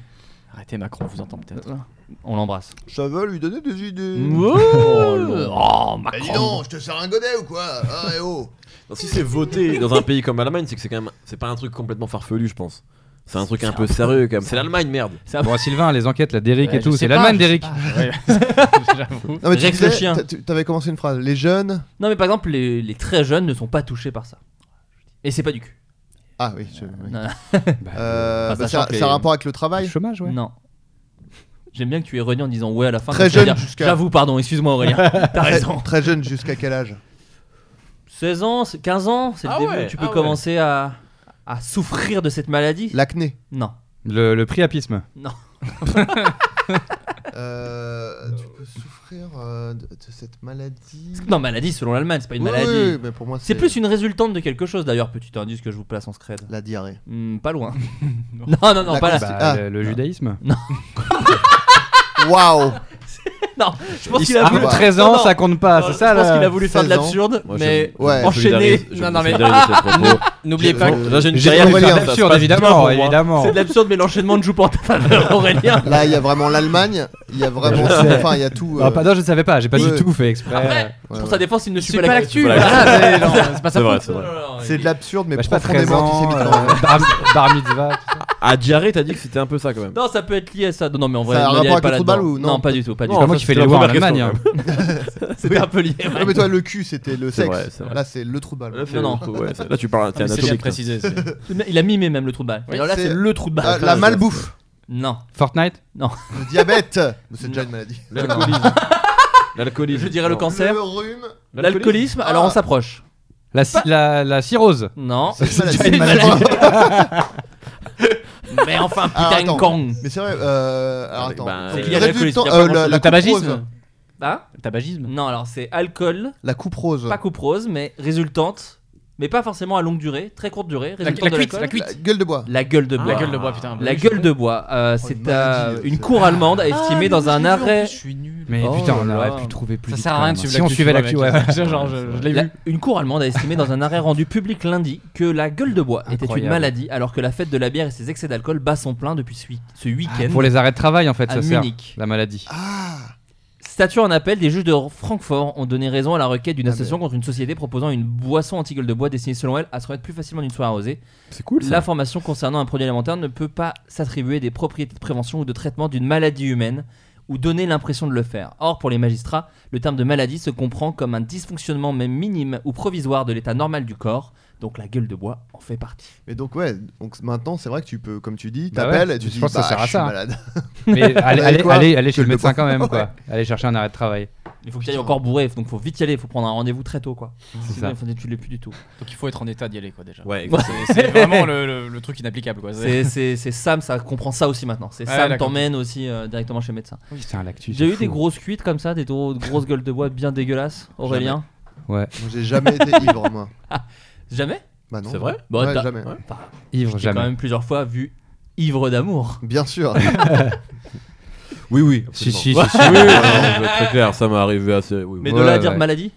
S3: Arrêtez Macron, vous entend peut-être.
S7: On l'embrasse.
S8: Ça veut lui donner des idées.
S7: oh,
S8: Bah dis
S7: Macron.
S8: donc, je te sers un godet ou quoi Ah, eh oh
S9: (laughs) Non, si c'est (laughs) voté dans un pays comme l'Allemagne, c'est que c'est quand même c'est pas un truc complètement farfelu, je pense. C'est un truc un peu sérieux quand même. C'est l'Allemagne, merde.
S2: Bon, Sylvain, les enquêtes, la Derrick
S3: Ouais,
S2: et tout,
S3: je sais
S2: c'est
S3: pas,
S2: l'Allemagne,
S3: je sais
S2: Derrick.
S3: pas. J'avoue.
S8: (laughs) Non, mais tu
S7: Rex le
S8: disais-
S7: chien.
S8: t'a- tu- T'avais commencé une phrase. Les jeunes.
S7: Non, mais par exemple, les, les très jeunes ne sont pas touchés par ça. Et c'est pas du cul.
S8: Ah oui. je-
S7: (laughs)
S8: oui.
S7: Non.
S2: Bah,
S8: Euh,
S7: Enfin,
S8: bah,
S7: sachant
S8: ça
S7: que les-
S8: ça a un rapport avec le
S2: le
S8: travail.
S2: chômage, ouais.
S7: Non. J'aime bien que tu aies renié en disant ouais à la fin.
S8: Très
S7: comme ça veut
S8: jeune
S7: dire,
S8: jusqu'à-
S7: J'avoue, pardon, excuse-moi (laughs) Aurélien. T'as
S8: Très,
S7: raison.
S8: très jeune jusqu'à quel âge
S7: 16 ans, c'est- 15 ans, c'est le
S9: Ah
S7: début.
S9: ouais,
S7: tu peux
S9: ah ouais.
S7: commencer à, à souffrir de cette maladie.
S8: L'acné.
S7: Non.
S2: Le, le priapisme.
S8: Euh, tu peux souffrir euh, de, de cette maladie.
S7: Non, maladie selon l'Allemagne, c'est pas une
S8: Oui,
S7: maladie.
S8: oui, mais pour moi,
S7: C'est plus une résultante de quelque chose d'ailleurs, petit indice que je vous place en scred.
S8: La diarrhée.
S7: Hmm, pas (laughs) loin. non, non, non,
S8: La
S7: pas là.
S8: consti-
S2: Bah,
S8: Ah.
S2: le, le judaïsme.
S8: Waouh
S7: Non, je pense qu'il a
S2: Ah,
S7: voulu.
S2: 13
S7: Non,
S2: ans,
S7: non.
S2: ça compte pas,
S7: Non,
S2: c'est ça
S7: Je pense
S2: là.
S7: qu'il a voulu faire de
S8: 16 ans.
S7: l'absurde,
S9: Moi, je-
S7: mais
S8: Ouais.
S9: Je
S7: enchaîner.
S9: solidarise- je
S7: Non, non, mais.
S9: solidarise de cette propos.
S3: N'oubliez pas que
S9: ah. (laughs) Là, j'ai une
S8: J'ai
S9: carrière
S8: trouvé
S9: de
S8: un
S9: faire, ça se
S2: Absurde,
S9: passe bien
S2: évidemment,
S9: pour moi.
S2: évidemment.
S7: C'est de l'absurde, mais l'enchaînement ne joue (laughs) pas en ta faveur, Aurélien.
S8: Là, il y a vraiment l'Allemagne, il y a vraiment.
S2: Je sais.
S8: enfin, il y a tout. euh,
S2: Ah, pas, non, je ne savais pas, j'ai pas
S8: Ouais.
S2: du tout fait exprès.
S7: Après,
S2: Bah,
S8: ouais,
S7: Pour
S8: ouais.
S7: sa défense, il ne
S3: c'est
S7: suit
S3: pas l'actu.
S9: Voilà. Ah,
S3: voilà,
S10: (laughs)
S3: mais genre, C'est pas
S9: C'est
S3: sa
S9: vrai,
S3: faute.
S9: c'est vrai.
S8: C'est de l'absurde, mais
S2: Bah, je sais pas, 13
S8: profondément
S2: ans,
S8: antisémite.
S2: euh, bar, bar mitzvah. tout ça.
S9: À Diarrhée, t'as dit que c'était un peu ça quand même.
S7: Non, ça peut être lié à ça. Non, Non, mais en vrai,
S8: Ça a un
S7: il y
S8: rapport
S7: avait
S8: avec
S7: pas
S8: le trou de balle
S7: là-dedans.
S8: ou non
S7: Non, pas du tout. Pas du
S2: C'est
S7: tout.
S2: pas moi qui
S9: ça,
S2: fais
S9: c'était
S2: les
S9: la
S2: lois en
S9: première question,
S2: Allemagne. hein.
S7: C'était un peu lié. ouais.
S8: hein. Non, mais toi, le cul, c'était le
S9: C'est
S8: sexe.
S9: vrai, c'est vrai.
S8: Là, c'est le trou de balle.
S9: Là, c'est-
S7: Non,
S9: ouais, c'est- là, tu parles,
S3: Ah,
S9: t'es
S3: mais C'est bien
S10: (laughs)
S9: anatomique. toi.
S3: précisé. c'est-
S7: Il a mimé même le trou de balle.
S8: Oui,
S7: Alors là,
S8: c'est-
S7: c'est le trou de
S8: Ah,
S7: balle.
S8: la malbouffe.
S7: Non.
S2: Fortnite
S8: Le diabète Mais C'est déjà une maladie.
S9: (laughs) L'alcoolisme. L'alcoolisme.
S7: Je dirais le
S9: Non.
S7: cancer.
S8: Le rhume. Ah.
S7: L'alcoolisme, alors on s'approche.
S2: la, ci- la, la cirrhose
S7: Non.
S8: C'est déjà une maladie.
S7: Mais enfin, putain,
S8: Alors, Ah, attends.
S7: con.
S8: Mais c'est vrai, euh, alors
S9: Bah,
S8: attends.
S9: c'est
S8: Donc,
S9: lié
S7: à
S8: le
S7: l'alcoolisme,
S8: résultat-
S7: il y a
S8: euh,
S7: pas
S8: la,
S7: grand-chose.
S8: la
S10: Le
S8: coupe rose.
S10: tabagisme
S7: Hein
S10: Le tabagisme
S7: Non, alors c'est alcool,
S8: La coupe rose.
S7: pas coupe rose, mais résultante, mais pas forcément à longue durée, très courte durée.
S10: la,
S7: Résultante
S10: la
S7: de
S10: cuite,
S7: l'alcool.
S10: la cuite. Ah.
S8: La gueule de bois.
S7: La gueule de bois.
S10: La gueule de bois, putain.
S7: Ah. La gueule de bois, euh,
S8: Oh, une
S7: c'est
S8: maladie,
S7: euh,
S8: euh,
S7: une
S8: c'est-
S7: cour allemande a estimé dans un arrêt.
S10: Ah, Je suis nul.
S2: Mais
S7: Oh
S2: putain, on
S7: là là.
S2: aurait pu trouver plus
S10: Ça
S2: vite,
S10: sert à
S2: quand
S10: rien de
S2: même.
S10: suivre
S2: Si on suivait l'actu, ouais.
S10: Genre, je, je l'ai
S7: La-
S10: vu.
S7: une cour allemande a estimé dans un arrêt rendu public lundi que la gueule de bois était une
S2: Incroyable.
S7: maladie alors que la fête de la bière et ses excès d'alcool bat son plein depuis ce week- ce week-end
S2: Ah, Pour les arrêts de travail, en fait,
S7: à
S2: ça sert.
S7: Munich.
S2: La maladie.
S8: Ah.
S7: Statuant en appel, des juges de Francfort ont donné raison à la requête
S9: Ah,
S7: d'une association contre une société proposant une boisson anti-gueule de bois destinée selon elle à se remettre plus facilement d'une soirée arrosée.
S9: C'est cool ça.
S7: L'information concernant un produit alimentaire ne peut pas s'attribuer des propriétés de prévention ou de traitement d'une maladie humaine ou donner l'impression de le faire. Or, pour les magistrats, le terme de maladie se comprend comme un dysfonctionnement même minime ou provisoire de l'état normal du corps, donc la gueule de bois en fait partie.
S8: Mais donc, ouais, donc maintenant, c'est vrai que tu peux, comme tu dis,
S2: Bah ouais.
S8: t'appelles et tu
S2: Je
S8: dis,
S2: pense que ça
S8: bah,
S2: sert à
S8: je suis
S2: ça.
S8: malade. (laughs)
S2: Mais allez,
S8: Bah,
S2: allez,
S8: quoi
S2: allez, allez chez
S8: Tu
S2: le
S8: le
S2: médecin
S8: prends.
S2: quand même,
S8: Ouais.
S2: quoi. Allez chercher un arrêt de travail.
S7: Il faut que tu ailles encore bourré, donc faut vite y aller, faut prendre un rendez-vous très tôt quoi.
S2: C'est
S7: Sinon,
S2: ça.
S7: il faut- tu l'es plus du tout.
S10: Donc il faut être en état d'y aller, quoi, déjà.
S9: Ouais,
S10: C'est- C'est vraiment le, le- le truc inapplicable, quoi. C'est-
S7: C'est- C'est c'est Sam, ça comprend ça aussi maintenant. C'est
S10: Ouais,
S7: Sam
S10: d'accord.
S7: t'emmène aussi euh, directement chez le médecin.
S2: Putain, l'actu.
S7: J'ai
S2: c'est
S7: eu des
S2: fou.
S7: grosses cuites comme ça, des gros- grosses gueules de bois bien dégueulasses, Aurélien.
S8: Moi, j'ai jamais été ivre, moi.
S7: Jamais,
S8: Bah non.
S9: C'est vrai
S7: Bon,
S8: Ouais,
S7: t'as-
S8: jamais.
S2: Ivre,
S7: J'ai quand
S2: jamais.
S7: même plusieurs fois vu ivre d'amour.
S2: (laughs)
S8: Bien sûr.
S9: Oui, oui.
S2: Si, si, si, si.
S9: absolument. (laughs) Oui, oui, non, je vais être très clair, ça m'est arrivé assez. oui,
S7: Mais
S9: oui.
S7: de là à
S2: Ouais,
S7: dire
S2: ouais.
S7: maladie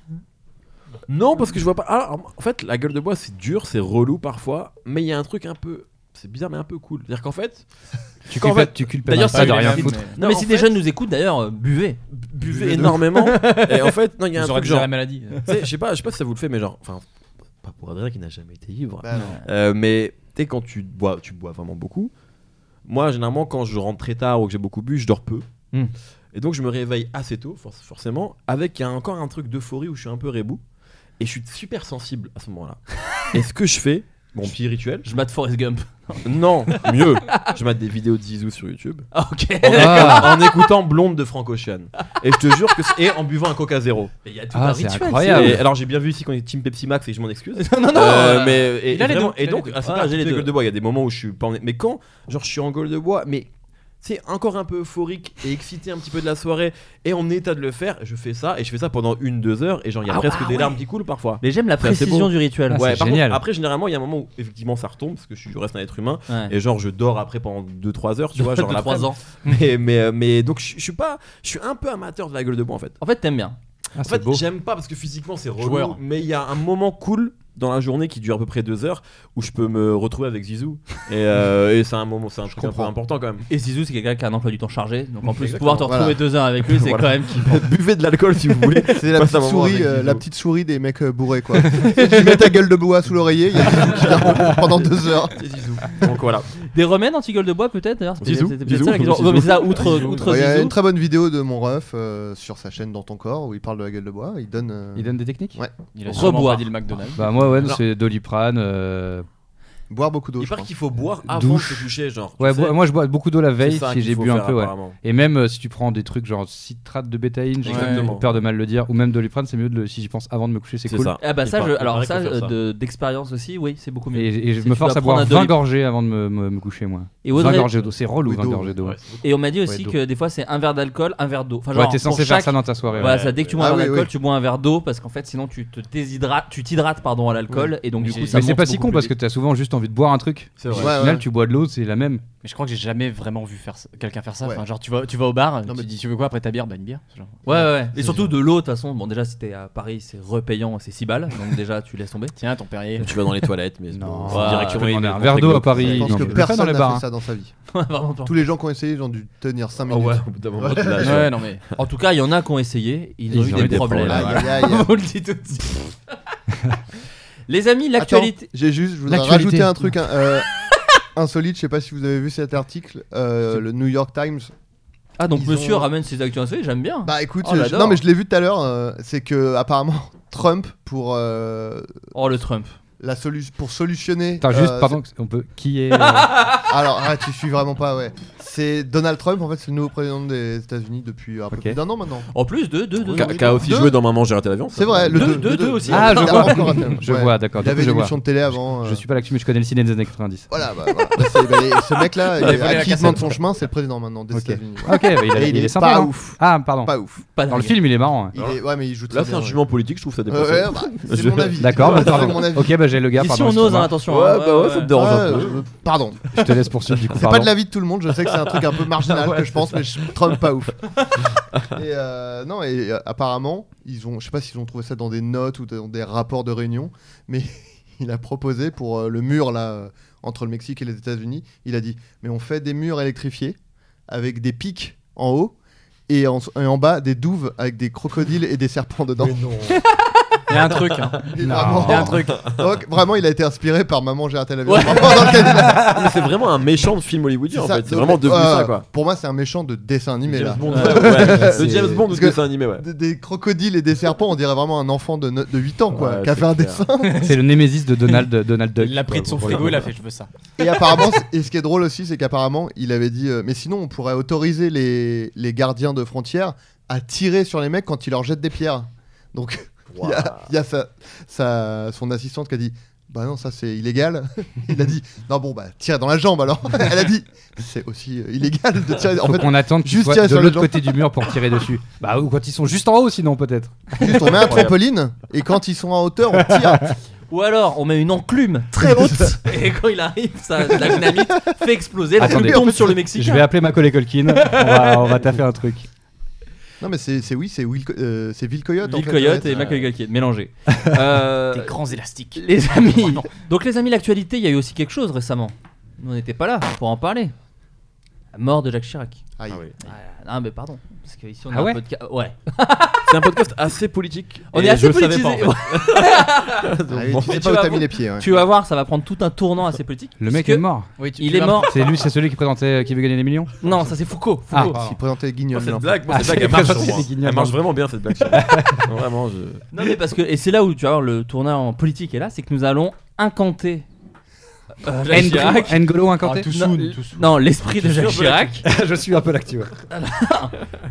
S9: Non, parce que je vois pas. Ah, en fait, la gueule de bois, c'est dur, c'est relou parfois, mais il y a un truc un peu. C'est bizarre, mais un peu cool. C'est-à-dire qu'en fait.
S2: Tu
S9: qu'en
S2: culpabilises
S9: fait-
S2: tu culpabilises
S7: D'ailleurs,
S2: pas
S7: ça
S2: de
S7: veut
S2: rien
S7: dire-
S2: foutre.
S7: Non, mais
S9: en
S7: si
S9: fait,
S7: des jeunes nous écoutent d'ailleurs, euh, buvez.
S9: buvez énormément. et en fait, non, il y a un
S10: Vous aurez
S9: truc
S10: déjà
S9: genre.
S10: la maladie.
S7: euh.
S9: Tu sais, je sais pas, je sais pas si ça vous le fait, mais genre, enfin, pas pour Adrien qui n'a jamais été ivre.
S8: Bah non.
S9: Euh, mais tu sais, quand tu bois, tu bois vraiment beaucoup. Moi, généralement, quand je rentre très tard ou que j'ai beaucoup bu, je dors peu.
S2: Hmm.
S9: Et donc, je me réveille assez tôt, for- forcément, avec un- encore un truc d'euphorie où je suis un peu rebou. Et je suis super sensible à ce moment-là. et ce que je fais, mon petit rituel,
S7: Je mate Forrest Gump.
S9: non, mieux, je mate des vidéos de Zizou sur YouTube.
S7: Ah, ok. Ah.
S9: En,
S7: (laughs)
S9: écoutant- en écoutant Blonde de Frank Ocean. Et je te jure que. c'est- Et en buvant un Coca Zéro.
S7: Mais il y a tout un
S2: Ah, c'est
S7: rituel.
S2: incroyable.
S9: Et alors j'ai bien vu ici qu'on est Team Pepsi Max et je m'en excuse.
S7: (laughs) Non, non,
S9: Euh,
S7: euh,
S9: mais et,
S10: il a les
S9: vraiment-
S10: deux,
S9: et
S10: il a
S9: donc
S10: les deux.
S9: ah, c'est
S7: Ah,
S9: pas
S7: j'ai les
S9: les
S7: deux.
S9: gueule de bois. Il y a des moments où je suis pas en- mais quand genre je suis en gueule de bois, mais c'est encore un peu euphorique et excité un petit peu de la soirée et en état de le faire, je fais ça et je fais ça pendant une deux heures et genre il y a
S7: Ah,
S9: presque
S7: ah,
S9: des
S7: ouais.
S9: larmes qui coulent parfois.
S7: Mais j'aime la
S9: Ça, c'est
S7: précision
S9: beau.
S7: du rituel.
S2: Ah,
S9: ouais,
S2: c'est
S9: par
S2: génial.
S9: contre, après généralement il y a un moment où effectivement ça retombe parce que je suis- je reste un être humain
S7: Ouais.
S9: et genre je dors après pendant 2-3 heures, tu vois, (laughs) genre
S7: de
S9: la
S7: 3 ans.
S9: Mais mais euh, mais donc je je suis pas, je suis un peu amateur de la gueule de bois en fait.
S7: En fait, t'aimes bien.
S2: Ah,
S9: En
S2: c'est
S9: fait,
S2: beau.
S9: j'aime pas parce que physiquement c'est relou,
S10: Joueur.
S9: mais il y a un moment cool dans la journée qui dure à peu près deux heures où je peux me retrouver avec Zizou et, euh, et c'est un moment, c'est un truc un peu
S8: comprends.
S9: important quand même.
S7: Et Zizou, c'est quelqu'un qui a un emploi du temps chargé. Donc en plus,
S9: Exactement.
S7: pouvoir te retrouver
S8: Voilà.
S7: deux heures avec lui, c'est
S9: Voilà.
S7: quand même qui.
S9: (laughs) Buvez de l'alcool si vous voulez.
S8: C'est la
S9: Passe un
S8: petite
S9: moment
S8: souris,
S9: avec
S8: euh,
S9: Zizou.
S8: la petite souris des mecs euh, bourrés quoi. (laughs) tu mets ta gueule de bois sous l'oreiller, il y a Zizou qui vient pendant deux heures.
S9: C'est Zizou. Donc voilà.
S7: Des remèdes anti-gueule de bois, peut-être d'ailleurs C'était
S9: Zizou,
S7: c'était
S9: Zizou,
S7: peut-être ça la question.
S9: Zizou.
S7: Ouais, mais c'est ça, outre
S8: Il
S7: outre
S8: y a
S7: Zizou.
S8: une très bonne vidéo de mon ref euh, sur sa chaîne Dans ton corps où il parle de la gueule de bois. Il donne. euh,
S2: Il donne des techniques
S10: Il a sûrement
S7: Reboire.
S10: pas dit le McDonald's.
S2: Bah, moi, ouais,
S9: Alors-
S2: c'est Doliprane. euh,
S8: Boire beaucoup d'eau.
S9: Il
S8: je
S9: paraît
S8: pense.
S9: qu'il faut boire avant de
S2: Douche.
S9: se toucher, genre. tu
S2: Ouais,
S9: sais.
S2: bo- moi, je bois beaucoup d'eau la
S9: C'est
S2: veille
S9: ça
S2: si
S9: qu'il
S2: j'ai
S9: faut
S2: bu un
S9: faire,
S2: peu, ouais.
S9: apparemment.
S2: Et même euh, si tu prends des trucs genre citrate de bétaïne, j'ai
S9: Exactement.
S2: peur de mal le dire, ou même Doliprane, c'est mieux de le, si j'y pense avant de me coucher, c'est
S9: C'est
S2: cool.
S9: ça.
S7: Ah bah
S9: Il
S7: ça,
S9: paraît-
S7: je-
S9: il
S7: alors
S9: paraît
S7: ça,
S9: qu'il
S2: euh,
S9: faut faire
S7: je- de- d'expérience aussi, oui, c'est beaucoup mieux.
S2: Et, et je
S7: Si
S2: me
S7: tu
S2: force
S7: dois
S2: à boire
S7: prendre un
S2: 20
S7: Dolip-
S2: gorgées avant de me, me- me coucher, moi.
S7: Et
S2: 20
S7: Audrey,
S2: gorgées d'eau, c'est relou
S8: Oui,
S2: 20
S8: d'eau,
S2: gorgées d'eau. Ouais,
S7: et on m'a dit aussi
S8: Ouais, d'eau.
S7: que des fois c'est un verre d'alcool, un verre d'eau. Enfin,
S2: t'es
S7: pour
S2: censé faire
S7: chaque-
S2: ça dans ta soirée. ouais.
S7: Voilà, ça, dès que tu bois
S8: Ah
S7: un verre
S8: oui,
S7: d'alcool,
S8: oui.
S7: tu bois un verre d'eau parce qu'en fait, sinon tu te déshydrates, tu t'hydrates pardon à l'alcool et donc du
S10: Mais
S7: coup
S10: j'ai-
S7: ça
S2: Mais c'est
S7: monte
S2: pas si
S7: beaucoup
S2: con
S7: plus
S2: parce que
S7: vite.
S2: t'as souvent juste envie de boire un truc.
S9: C'est vrai.
S2: Au
S8: Ouais,
S2: final,
S8: ouais.
S2: tu bois de l'eau, c'est la même.
S10: Mais je crois que j'ai jamais vraiment vu faire ça- quelqu'un faire ça.
S8: Ouais.
S10: Enfin, genre, tu vas, tu vas au bar,
S8: Non,
S10: tu
S8: mais-
S10: dis, tu veux quoi après ta bière Bah, une bière. Genre.
S7: Ouais, ouais, ouais. Et surtout de l'eau, de toute façon. Bon, déjà, si t'es à Paris, c'est repayant, c'est 6 balles. Donc, déjà, tu laisses tomber. (laughs)
S10: Tiens, ton Perrier.
S9: Tu vas dans les toilettes, mais
S2: Non.
S9: faut directement
S2: Tu peux
S9: y
S2: demander
S9: aller,
S2: un verre d'eau
S9: rentrer
S2: à Paris.
S8: Je
S9: glauque.
S8: pense
S2: Non, mais
S8: que
S2: je le fais
S8: personne
S2: dans les bars,
S8: n'a
S2: hein.
S8: fait ça dans sa vie.
S7: Vraiment pas.
S8: Tous les gens qui ont essayé, ils ont dû tenir 5
S9: Ah
S8: minutes.
S9: ouais, au bout d'un moment, tu lâches.
S10: Ouais, non, mais.
S7: En tout cas, il y en a qui ont essayé. Ils,
S2: Ils
S7: ont eu des, problèmes.
S9: ouais.
S8: Aïe, aïe, aïe.
S7: (laughs) On le dit tout de suite. Les amis, l'actualité.
S8: Attends, J'ai juste, je voudrais
S2: L'actualité.
S8: rajouter un truc hein, euh, (laughs) insolite. Je sais pas si vous avez vu cet article, euh, le New York Times.
S7: Ah, donc
S8: Ils
S7: monsieur
S8: ont-
S7: ramène ses actualités, j'aime bien.
S8: Bah écoute,
S7: Oh,
S8: je-
S7: j'adore.
S8: non mais je l'ai vu tout à l'heure. euh, c'est que apparemment (laughs) Trump pour euh,
S7: oh, le Trump.
S8: la solu- pour solutionner.
S2: Attends, juste,
S8: euh,
S2: pardon, on peut. Qui est. euh,
S8: c'est- Alors ah, tu suis vraiment pas ouais. C'est Donald Trump, en fait, c'est le nouveau président des États-Unis depuis un peu
S2: Ok.
S8: plus d'un an maintenant.
S7: En plus, deux, deux, deux.
S9: Qui a- qui a aussi
S8: Deux.
S9: joué dans Maman, j'ai raté l'avion.
S8: C'est vrai, le
S7: Deux-
S8: 2.
S7: deux- deux aussi. hein.
S2: Ah, je vois. Je
S8: Je
S2: vois, d'accord.
S8: Il
S2: Du coup,
S8: avait
S2: je
S8: une
S2: vois.
S8: émission de télé avant.
S2: Je
S8: euh,
S2: suis pas l'actu, mais je connais le ciné des années 90.
S8: Voilà, bah, voilà. Bah, c'est- bah, les- ce
S7: (laughs)
S8: mec-là,
S7: Il avait
S8: il-
S7: volé la
S8: à qui il
S7: cassette.
S8: demande son chemin, c'est le président maintenant des
S2: Ok.
S8: États-Unis.
S2: Ah, ok, bah, il, a-
S8: Et
S2: il est sympa.
S8: pas
S2: non
S8: ouf,
S2: Ah, pardon.
S8: pas ouf.
S7: Pas
S2: Dans le
S7: dingue.
S2: film, il est marrant. hein.
S8: Il est, ouais, mais il joue très
S9: Là, c'est
S8: bien.
S9: un
S8: ouais.
S9: jugement politique, je trouve ça dépasse.
S8: Ouais, bah, c'est
S9: Je-
S8: mon avis.
S2: D'accord, bah,
S8: c'est
S2: pardon.
S8: mon avis.
S2: Ok, bah j'ai le gars.
S7: Ici,
S2: pardon,
S7: on ose,
S2: excuse-moi.
S7: hein, attention.
S9: Ouais,
S7: hein,
S9: bah ouais, ça me dérange un
S8: Ah,
S9: peu.
S8: je- Pardon.
S2: Je te laisse poursuivre du coup.
S8: C'est pas de
S2: pardon.
S8: l'avis de tout le monde, je sais que c'est un truc un peu marginal que je pense, mais je trompe pas
S2: (laughs)
S8: ouf. Et euh, non, et euh, apparemment, ils ont, je sais pas s'ils ont trouvé ça dans des notes ou dans des rapports de réunion, mais (laughs) il a proposé pour euh, le mur là euh, entre le Mexique et les États-Unis, il a dit mais on fait des murs électrifiés avec des pics en haut. Et en, et en bas, des douves avec des crocodiles et des serpents dedans.
S10: Il y a un truc. hein.
S8: Et
S2: Non.
S8: vraiment-
S10: Il y a un truc.
S9: (laughs)
S8: Donc, vraiment, il a été inspiré par Maman, j'ai raté la vie.
S10: Ouais.
S9: Mais c'est vraiment un méchant de film hollywoodien en
S8: C'est ça.
S9: fait. C'est vraiment devenu
S8: Euh,
S9: ça quoi.
S8: Pour moi, c'est un méchant de dessin animé là.
S9: James Bond, ah. ouais, ouais.
S8: C'est-
S9: Le James Bond de
S8: Parce
S9: ce
S8: que-
S9: que c'est animé, ouais.
S8: Des, des crocodiles et des serpents, on dirait vraiment un enfant de, no- de 8 ans quoi,
S9: Ouais,
S8: qui a
S9: c'est
S8: fait un
S9: clair.
S8: dessin.
S2: C'est le Némésis de Donald, de Donald Duck.
S10: Il l'a pris de son
S2: Voilà.
S10: frigo, il a fait je veux ça.
S8: Et apparemment, c- et ce qui est drôle aussi, c'est qu'apparemment, il avait dit euh, Mais sinon, on pourrait autoriser les, les gardiens de frontières à tirer sur les mecs quand ils leur jettent des pierres. Donc, il y a, il y a sa- sa- son assistante qui a dit Bah non, ça c'est illégal. (laughs) il a dit Non, bon, bah tire dans la jambe alors. (laughs) Elle a dit C'est aussi euh, illégal de tirer. En
S2: Faut
S8: fait,
S2: qu'on attende qu'ils
S8: juste
S2: soient
S8: tirer
S2: de
S8: sur les
S2: l'autre
S8: gens.
S2: côté du mur pour tirer dessus. Bah, ou quand ils sont juste en haut, sinon peut-être.
S8: juste on met un trampoline et quand ils sont en hauteur, on tire.
S7: Ou alors, on met une enclume très haute (laughs) et quand il arrive, ça, la dynamite fait exploser, la
S2: Attendez.
S7: plume tombe sur le Mexique.
S2: Je vais appeler Macaulay Culkin. on, va, on va taffer un truc.
S8: Non, mais c'est c'est- oui, c'est Will, Co- euh, c'est Will Coyote. en
S7: Bill
S8: fait,
S7: Coyote
S8: ouais.
S7: et Macaulay Culkin mélangés. Euh,
S10: Des grands élastiques. Oh,
S7: les amis. Donc les amis, l'actualité, il y a eu aussi quelque chose récemment. Nous on n'était pas là pour en parler. La mort de Jacques Chirac.
S8: Aïe.
S9: Ah oui.
S7: Ah, non mais pardon, parce qu'ici on a
S2: Ah ouais
S7: un podcast. Ouais.
S9: C'est un podcast assez politique.
S7: (laughs) On
S9: Et
S7: est assez
S9: je savais
S7: politisé.
S9: pas, en fait.
S8: Ah oui,
S9: Bon.
S8: tu sais
S7: Mais
S8: pas
S7: tu
S8: où
S7: vas
S8: t'as mis
S7: voir-
S8: les pieds. ouais.
S7: Tu vas voir, ça va prendre tout un tournant assez politique.
S2: Le mec
S7: puisque
S2: est mort.
S10: Oui, tu-
S7: Il
S10: tu
S7: est
S10: l'as-
S7: mort.
S2: C'est lui, c'est celui qui présentait euh, qui veut gagner les millions.
S7: Non, ça c'est Foucault.
S2: Ah,
S7: Foucault.
S2: pardon.
S8: Il présentait Guignol.
S9: Moi, cette
S8: là.
S9: blague, moi,
S2: Ah,
S9: cette blague,
S2: c'est
S9: elle marche sur
S2: pas
S9: moi.
S2: des guignols,
S9: Elle marche
S2: non.
S9: vraiment bien cette blague. sur moi. hein. (laughs) Vraiment, je.
S7: Non mais parce que et c'est là où tu vas voir le tournant en politique est là, c'est que nous allons incanter euh, Jacques Chirac.
S2: N'Golo incanté.
S10: Ah, tout
S7: Non,
S10: soon, tout soon.
S7: Non, l'esprit de Jacques Chirac.
S2: Je suis un peu l'actu. ouais.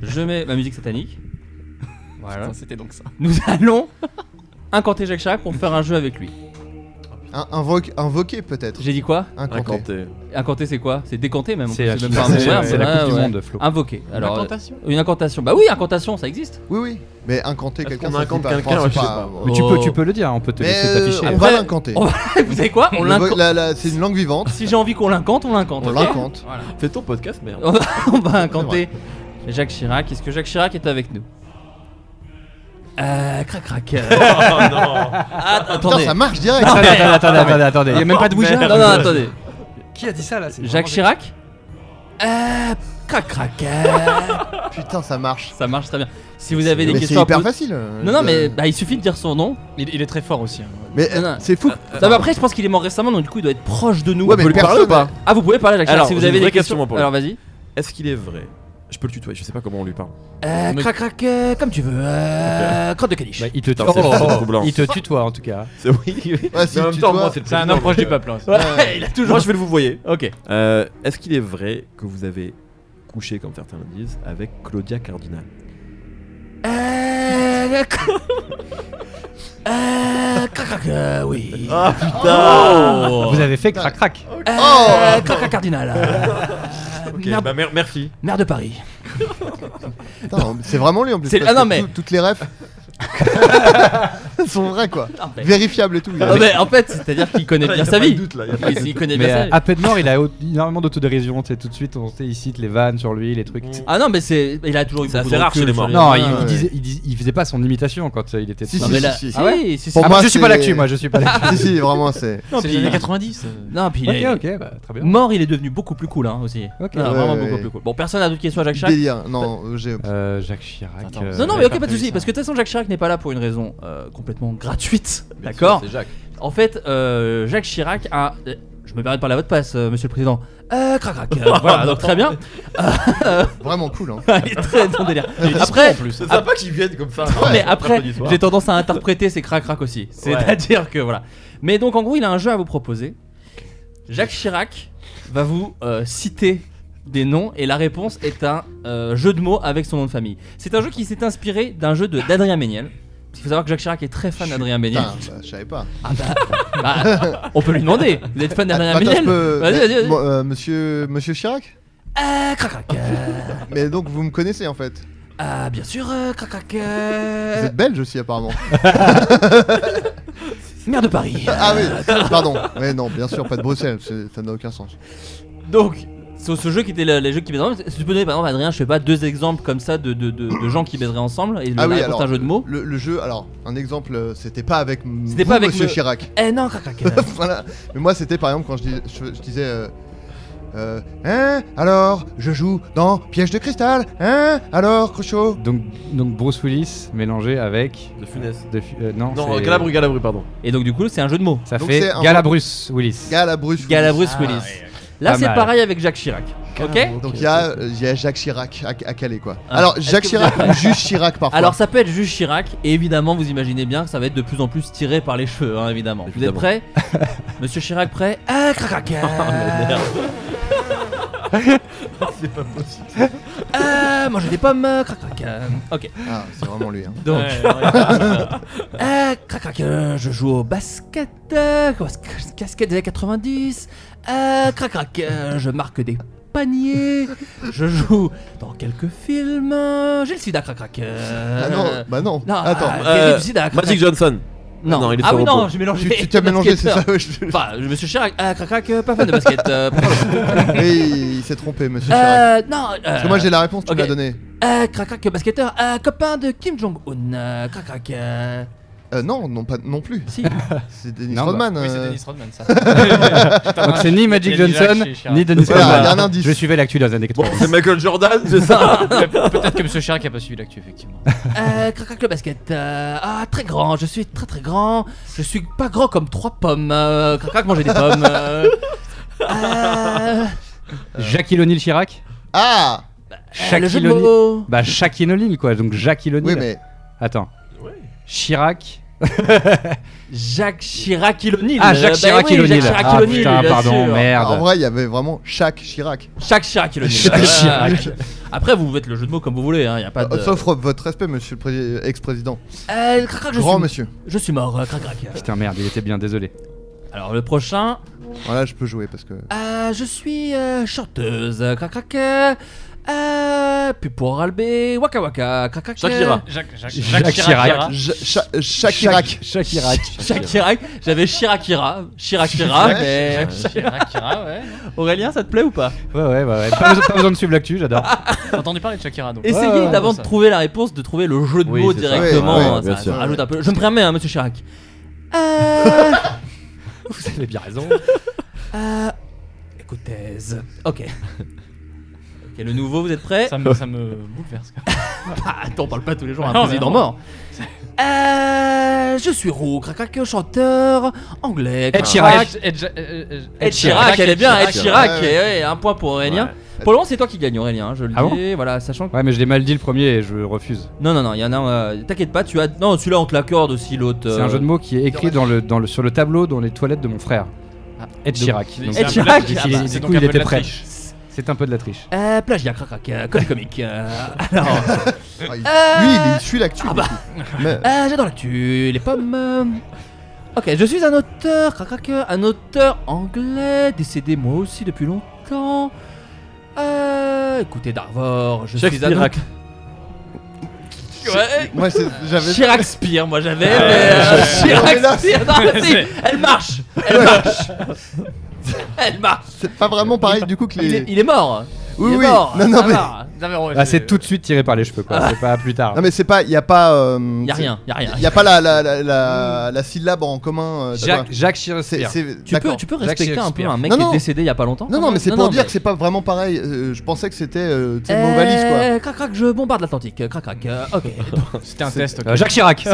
S7: Je mets ma musique satanique. Voilà.
S10: Putain, C'était donc ça.
S7: Nous allons incanter Jacques Chirac pour faire un jeu avec lui.
S8: Un- invoque- invoqué peut-être.
S7: J'ai dit quoi
S8: Incanté.
S9: Incanté.
S7: Incanter c'est quoi C'est décanter même. en
S2: C'est
S7: plus,
S2: la
S7: même pas un mot
S2: c'est la-
S7: verbe,
S2: c'est la
S7: Ah, ouais,
S2: Coupe du
S7: ouais.
S2: Monde, Flo.
S7: Invoquer. Alors, euh,
S10: Incantation.
S7: une incantation. Bah oui, incantation, ça existe. (laughs)
S8: Oui, oui. Mais incanter
S9: Est-ce
S8: quelqu'un.
S9: qu'on
S8: ça se
S9: incante
S8: dit pas.
S9: quelqu'un,
S8: Enfin,
S9: ouais,
S8: c'est
S9: je sais
S8: pas-
S9: pas, moi.
S2: Mais tu peux, tu peux le dire. On peut te
S8: Mais
S2: laisser
S8: euh, on
S2: t'afficher.
S8: va
S7: Après-
S8: l'incanter.
S7: on Vous savez quoi On
S8: Le vo-
S7: l'incante.
S8: la- la- C'est une langue vivante.
S7: Si j'ai envie qu'on l'incante, on l'incante.
S8: On
S7: ok
S8: l'incante.
S9: Fais ton podcast, merde.
S7: On va- on va incanter Jacques Chirac. Est-ce que Jacques Chirac est avec nous Euh. Crac crac. Euh, att-
S8: Putain,
S7: attendez.
S8: ça marche direct.
S2: (laughs) Attendez, attendez, attendez, attendez.
S10: Il y a même pas de bougie.
S7: Non, non, attendez.
S2: Qui a dit ça là c'est
S7: Jacques
S2: vraiment-
S7: Chirac Euh. Crac crac. euh.
S8: Putain, ça marche.
S7: Ça marche très bien. Si vous avez des
S8: Mais c'est
S7: questions à
S8: hyper
S7: poser-
S8: facile. Euh,
S7: Non, non, mais bah, il suffit de dire son nom.
S10: Il, il est très fort aussi. hein.
S8: Mais euh,
S7: Non, non.
S8: c'est fou.
S7: Non, mais après, je pense qu'il est mort récemment, donc du coup, il doit être proche de nous.
S8: Ouais, mais personne.
S7: Ah, vous pouvez parler, Jacques Chirac,
S9: Alors,
S7: si vous
S9: j'ai
S7: avez
S9: une
S7: des
S9: vraie
S7: questions.
S9: question, moi, pour
S7: Alors, vas-y.
S9: Est-ce qu'il est vrai Je peux le tutoyer, je sais pas comment on lui parle.
S7: Euh,
S10: Mais-
S7: crac crac, euh, comme tu veux. Euh, Crotte de caniche.
S2: Bah, il te
S9: Putain, c'est- c'est troublant.
S2: Il te tutoie en tout cas.
S9: C'est oui. oui.
S8: Ouais, si
S9: Mais en même
S8: tu
S9: temps,
S8: dois-
S9: moi, c'est le
S10: C'est un
S9: président,
S10: homme proche
S9: donc,
S10: du peuple. hein.
S7: Ouais, il a
S9: euh,
S7: toujours.
S9: Moi, je vais le vous voyez.
S7: Ok.
S9: Euh, Est-ce qu'il est vrai que vous avez couché, comme certains le disent, avec Claudia Cardinal
S7: Euh. cr- Euh. Crac crac, euh, oui.
S9: Ah putain
S2: Vous avez fait crac crac.
S7: Euh. Crac crac, cardinal. (laughs) Euh,
S9: Ok,
S7: maire-
S9: bah mer- merci.
S7: Maire de Paris.
S8: Putain, C'est vraiment lui en plus.
S7: C'est-
S8: parce
S7: ah, non,
S8: que
S7: mais-
S8: tout- Toutes
S7: (laughs)
S8: les refs. sont vraies quoi.
S7: Ah, mais-
S8: Vérifiables et tout.
S7: Ah, mais en fait, c'est-à-dire qu'il connaît bien sa vie.
S9: doute là.
S7: Il il connaît
S2: Mais
S7: bien sa
S2: euh,
S7: vie.
S2: à peine mort, il a au- énormément d'autodérision. Tu sais, tout de suite, on sait, il cite les vannes sur lui, les trucs.
S7: Ah non, mais c'est. Il a toujours eu
S9: C'est
S7: beaucoup
S9: assez
S7: de
S9: rare
S7: recul
S9: chez les morts.
S7: sur
S2: Non,
S7: Ah,
S2: il,
S7: ouais.
S2: il disait- il dis- il faisait pas son imitation quand euh, il était.
S8: Si,
S2: Non,
S7: Non,
S2: mais-
S7: mais là.
S8: si, si.
S7: Ah oui, si, si.
S8: Pour
S2: Ah,
S8: moi,
S2: je suis pas
S8: c'est-
S2: là-dessus, moi, je suis pas
S8: (laughs)
S2: là-dessus.
S8: Si, si, vraiment, c'est.
S10: C'est les années 90. euh.
S7: Non, puis il
S2: ok,
S7: est-
S2: ok, bah, très bien.
S7: Mort, il est devenu beaucoup plus cool hein, aussi.
S2: Ok.
S7: Non,
S8: Ouais,
S7: vraiment
S8: ouais,
S7: beaucoup
S8: ouais.
S7: plus cool. Bon, personne n'a d'autres questions à Jacques Chirac.
S8: Délire. Non, j'ai.
S2: Euh, Jacques Chirac.
S10: Attends.
S2: euh,
S7: Non, non,
S10: Ouais,
S7: mais ok,
S10: j'ai
S7: pas de
S10: pas vu
S7: soucis,
S10: ça.
S7: parce que de toute façon, Jacques Chirac n'est pas là pour une raison euh, complètement gratuite, d'accord
S9: C'est Jacques.
S7: En fait, euh, Jacques Chirac a. euh, Je me permets de parler à votre passe, euh, monsieur le président. Euh, crac, crac. euh, voilà, donc très bien.
S8: Vraiment cool.
S7: (laughs)
S8: hein.
S7: Il est très dans le délire. Après,
S9: C'est sympa qu'ils viennent comme ça. hein.
S7: Non, mais
S9: Ouais,
S7: après,
S9: mercredi soir.
S7: j'ai tendance à interpréter ces crac-crac aussi. C'est-à-dire que voilà. Mais donc, en gros, il a un jeu à vous proposer. Jacques Chirac va vous euh, citer des noms et la réponse est un euh, jeu de mots avec son nom de famille. C'est un jeu qui s'est inspiré d'un jeu de- d'Adrien Méniel. Parce qu'il faut savoir que Jacques Chirac est très fan d'Adrien Méniel.
S8: Putain, bah, je savais pas.
S7: Bah, on peut lui demander. Vous êtes fan d'Adrien
S8: Attends,
S7: Méniel
S8: je peux-
S7: Vas-y, vas-y, vas-y.
S8: Mo- euh, monsieur, monsieur Chirac
S7: Ah, crac, crac, euh,
S8: Mais donc vous me connaissez en fait.
S7: Ah, bien sûr, euh, crac, crac,
S8: Vous
S7: euh,
S8: êtes belge aussi apparemment.
S7: Maire de Paris.
S8: ah oui, pardon. Mais non, bien sûr, pas de Bruxelles, c'est- ça n'a aucun sens.
S7: Donc, sur ce jeu qui était le- les jeux qui baiseraient ensemble, si tu peux donner par exemple, Adrien, je sais pas, deux exemples comme ça de, de, de, de gens qui baiseraient ensemble et le
S8: ah oui,
S7: réponse,
S8: alors
S7: c'est un jeu de mots.
S8: Le, le jeu, alors un exemple, euh, c'était pas avec m-
S7: C'était
S8: vous,
S7: pas avec
S8: Monsieur
S7: me-
S8: Chirac.
S7: Eh non, crac, crac, euh,
S8: (laughs) voilà. Mais moi, c'était par exemple quand je, dis- je- je disais. euh, euh, hein Alors, je joue dans Piège de cristal. Hein Alors, Cruchot.
S2: Donc, donc Bruce Willis mélangé avec.
S9: De funeste.
S2: de fu- euh, non,
S9: Non,
S2: c'est-
S9: euh, Galabru, Galabru, pardon.
S7: Et donc, du coup, c'est un jeu de mots.
S2: Ça
S8: Donc
S2: fait
S8: c'est un-
S2: Galabrus Willis.
S8: Galabruce.
S7: Galabruce Willis. Là,
S2: Ah Pas
S7: c'est
S2: mal.
S7: pareil avec Jacques Chirac. Ok
S8: Donc il y, a, euh, il y a Jacques Chirac à, à Calais quoi.
S7: Ah.
S8: Alors
S7: Est-ce
S8: Jacques
S7: que vous
S8: Chirac
S7: êtes
S8: ou juste Chirac parfois.
S7: Alors, ça peut être juste Chirac, et évidemment, vous imaginez bien que ça va être de plus en plus tiré par les cheveux, hein, évidemment.
S9: Évidemment.
S7: Vous êtes prêts Monsieur Chirac prêt Ah, crac, crac, euh,
S2: (laughs) Oh,
S7: (laughs) Ah, manger des pommes, euh, crac, crac. euh, Ok.
S8: Ah, c'est vraiment lui.
S7: (laughs)
S8: hein.
S7: Donc.
S10: Ouais, ouais.
S7: Ah, crac, crac, euh, je joue au basket, euh, cos- casquette des années 90. Ah, crac, crac, euh, je marque des paniers. Je joue dans quelques films. J'ai le sida, crac, crac. euh.
S8: Ah non, bah non.
S7: Non,
S8: Attends.
S7: ah,
S9: Euh,
S7: terrible sida, crac,
S9: (laughs) Magic
S7: crac.
S9: Johnson.
S7: Non,
S9: non, il est
S7: ah
S9: sur
S7: oui,
S9: repos.
S7: non, j'ai mélangé.
S8: Tu tu t'as
S7: les
S8: mélangé, c'est ça
S7: basketteurs. (laughs)
S8: ouais, je-
S7: Enfin, je me suis Chirac, ah, crac, crac, euh, pas fan de basket. euh, pas fan de basket.
S8: Mais il, il s'est trompé, monsieur Chirac.
S7: Euh, non, euh,
S8: Parce que moi j'ai la réponse, tu
S7: ok.
S8: me l'as donnée.
S7: euh, crac, crac, basketteur, euh, copain de Kim Jong-un. euh, crac, crac. euh,
S8: Euh, non, non, pas, non plus.
S9: (laughs)
S7: Si.
S8: C'est Dennis
S2: Non, bah,
S8: Rodman.
S10: Oui, c'est
S8: euh,
S10: Dennis Rodman, ça.
S2: Donc c'est ni Magic
S10: Il y a déjà
S2: Johnson,
S10: chez Chirac.
S2: ni Dennis
S8: Voilà, il y a un
S2: Rodman.
S8: indice.
S2: Je suivais l'actu dans les années
S9: Bon,
S2: 80.
S9: c'est Michael Jordan, (laughs) c'est ça
S10: Peut-être que Monsieur Chirac a pas suivi l'actu, effectivement.
S7: Euh, crac, crac, le basket. euh, ah, très grand, je suis très très grand. Je suis pas grand comme trois pommes. Euh, crac, crac, manger des pommes. euh. Euh,
S2: Shaquille O'Neal Chirac
S8: Ah
S7: euh, le jeu
S2: Shaquille
S7: de
S2: O'Neal.
S7: mots.
S2: Bah Shaquille O'Neal quoi, donc Shaquille
S8: Oui,
S2: O'Neal.
S8: mais
S2: Attends. Chirac.
S7: Jacques Chirac O'Neal.
S2: Ah, Jacques
S7: Bah
S2: Chirac
S7: oui,
S2: O'Neal.
S7: Jacques Chirac
S2: Ah
S7: O'Neal,
S2: putain,
S7: bien
S2: pardon,
S7: sûr.
S8: en
S2: merde.
S8: vrai, il y avait vraiment Jacques Chirac.
S7: Jacques Chirac O'Neal.
S2: Jacques
S7: Voilà.
S2: Chirac.
S7: Après, vous faites le jeu de mots comme vous voulez, hein, y a pas de.
S8: Euh, Sauf re- votre respect, monsieur le pré- ex-président.
S7: Euh, crac, crac, je
S8: Grand
S7: suis...
S8: monsieur.
S7: Je suis mort, euh, crac, crac.
S2: Putain merde, il était bien, désolé.
S7: Alors le prochain,
S8: Voilà, je peux jouer parce que.
S7: euh, je suis euh, chanteuse, euh, crac crac. euh, euh, pub pour Albé, waka waka, crac euh, crac.
S9: Shakira.
S10: Jacques,
S2: Jacques
S10: Jacques, Jacques
S2: Chirac.
S10: Chirac.
S8: Ja- Cha- Jacques Chirac.
S2: Chirac.
S7: Jacques Chirac, j'avais Chirakira, Chirakira,
S8: Ouais.
S10: Ah,
S7: mais
S10: Chirac, Chirac, ouais.
S7: Aurélien, ça te plaît ou pas
S2: Ouais ouais ouais, ouais. Pas, besoin, pas besoin de suivre l'actu, j'adore.
S10: J'ai entendu parler de Shakira donc.
S7: Essayez
S2: ouais,
S7: d'avant
S10: ouais,
S7: de
S10: ça.
S7: trouver la réponse, de trouver le jeu de
S9: Oui,
S7: mots
S9: c'est ça.
S7: directement.
S8: Ouais, ouais,
S9: bien
S7: ça,
S9: sûr.
S7: ça rajoute un peu. Je me permets, hein, Monsieur Chirac. Euh,
S2: Vous avez bien raison.
S7: euh, écoutez, ok. Ok, le nouveau, vous êtes prêts
S10: Ça me, ça me bouleverse. quoi.
S7: Ah, attends, on parle pas tous les jours à un
S10: Non, mais
S7: président
S10: non.
S7: mort. Euh, je suis roux, crac chanteur anglais.
S2: Ed
S7: crac-
S2: Chirac.
S10: Ed- Ed- Ed- Ed- Ed-
S7: Ed Chirac, elle est bien, Ed Chirac,
S8: Chirac.
S7: et ouais, un point pour Aurélien. Pour le moment, c'est toi qui gagne, Aurélien, hein, je le
S2: Ah bon
S7: dis, voilà, sachant que.
S2: Ouais mais je l'ai mal dit le premier et je refuse.
S7: Non, non, non, il y en a un. euh, T'inquiète pas, tu as. Non, celui-là, on te l'accorde aussi, l'autre. euh,
S2: C'est un jeu de mots qui est écrit dans le, dans le, sur le tableau dans les toilettes de mon frère. Ed Chirac. Donc,
S10: C'est un
S7: Ed
S10: peu
S7: Chirac.
S10: de la triche.
S2: Ah bah,
S10: C'est
S2: du
S10: donc
S2: coup,
S10: un
S2: il
S10: peu de
S2: était
S10: la
S2: prêt.
S10: triche.
S2: C'est un peu de la triche.
S7: Euh, plagiat, crac, crac, euh,
S2: (laughs)
S7: code comique. euh, alors.
S8: Ah, il-
S7: euh,
S8: Lui, il, il suit l'actu.
S7: ah bah.
S8: lui. Mais-
S7: Euh, j'adore l'actu, les pommes. euh. Ok, je suis un auteur, crac, crac, euh, un auteur anglais, décédé moi aussi depuis longtemps. Euh, écoutez Darvor, je suis un auteur.
S9: Chirac.
S7: Ouais,
S8: Moi, c'est- j'avais.
S7: Chirac Spire, moi j'avais, mais euh,
S8: Mais là,
S7: Chirac Spire, non, mais si, elle marche, elle marche, elle marche.
S8: C'est pas vraiment pareil du coup que
S7: Il
S8: les.
S7: est, il est mort.
S8: Oui,
S7: il est
S8: oui.
S7: mort.
S8: Non, non,
S7: ça
S8: mais-
S7: va.
S2: Ah, c'est Ah. tout de suite tiré par les cheveux quoi, c'est pas plus tard.
S8: Non mais c'est pas, y a pas, euh,
S7: Y a
S8: c'est-
S7: rien, y a rien.
S8: y a pas la la, la, la, la syllabe en commun. euh, t'as
S2: Jacques,
S8: pas-
S2: Jacques Chirac.
S8: c'est, c'est-
S7: Tu peux,
S8: d'accord.
S7: tu peux
S2: Jacques
S7: respecter un peu
S2: Shakespeare.
S7: un mec
S8: Non,
S7: qui est
S8: non.
S7: décédé il y a pas longtemps.
S8: Non non mais c'est
S7: quand
S8: pour
S7: même.
S8: dire que c'est pas vraiment pareil. euh, je pensais que c'était, euh, tu sais, mon
S7: Euh,
S8: valise quoi.
S7: Crac crac, je bombarde l'Atlantique. euh, Crac crac. euh,
S8: (laughs)
S7: ok.
S10: C'était un test. ok.
S2: Euh, Jacques Chirac.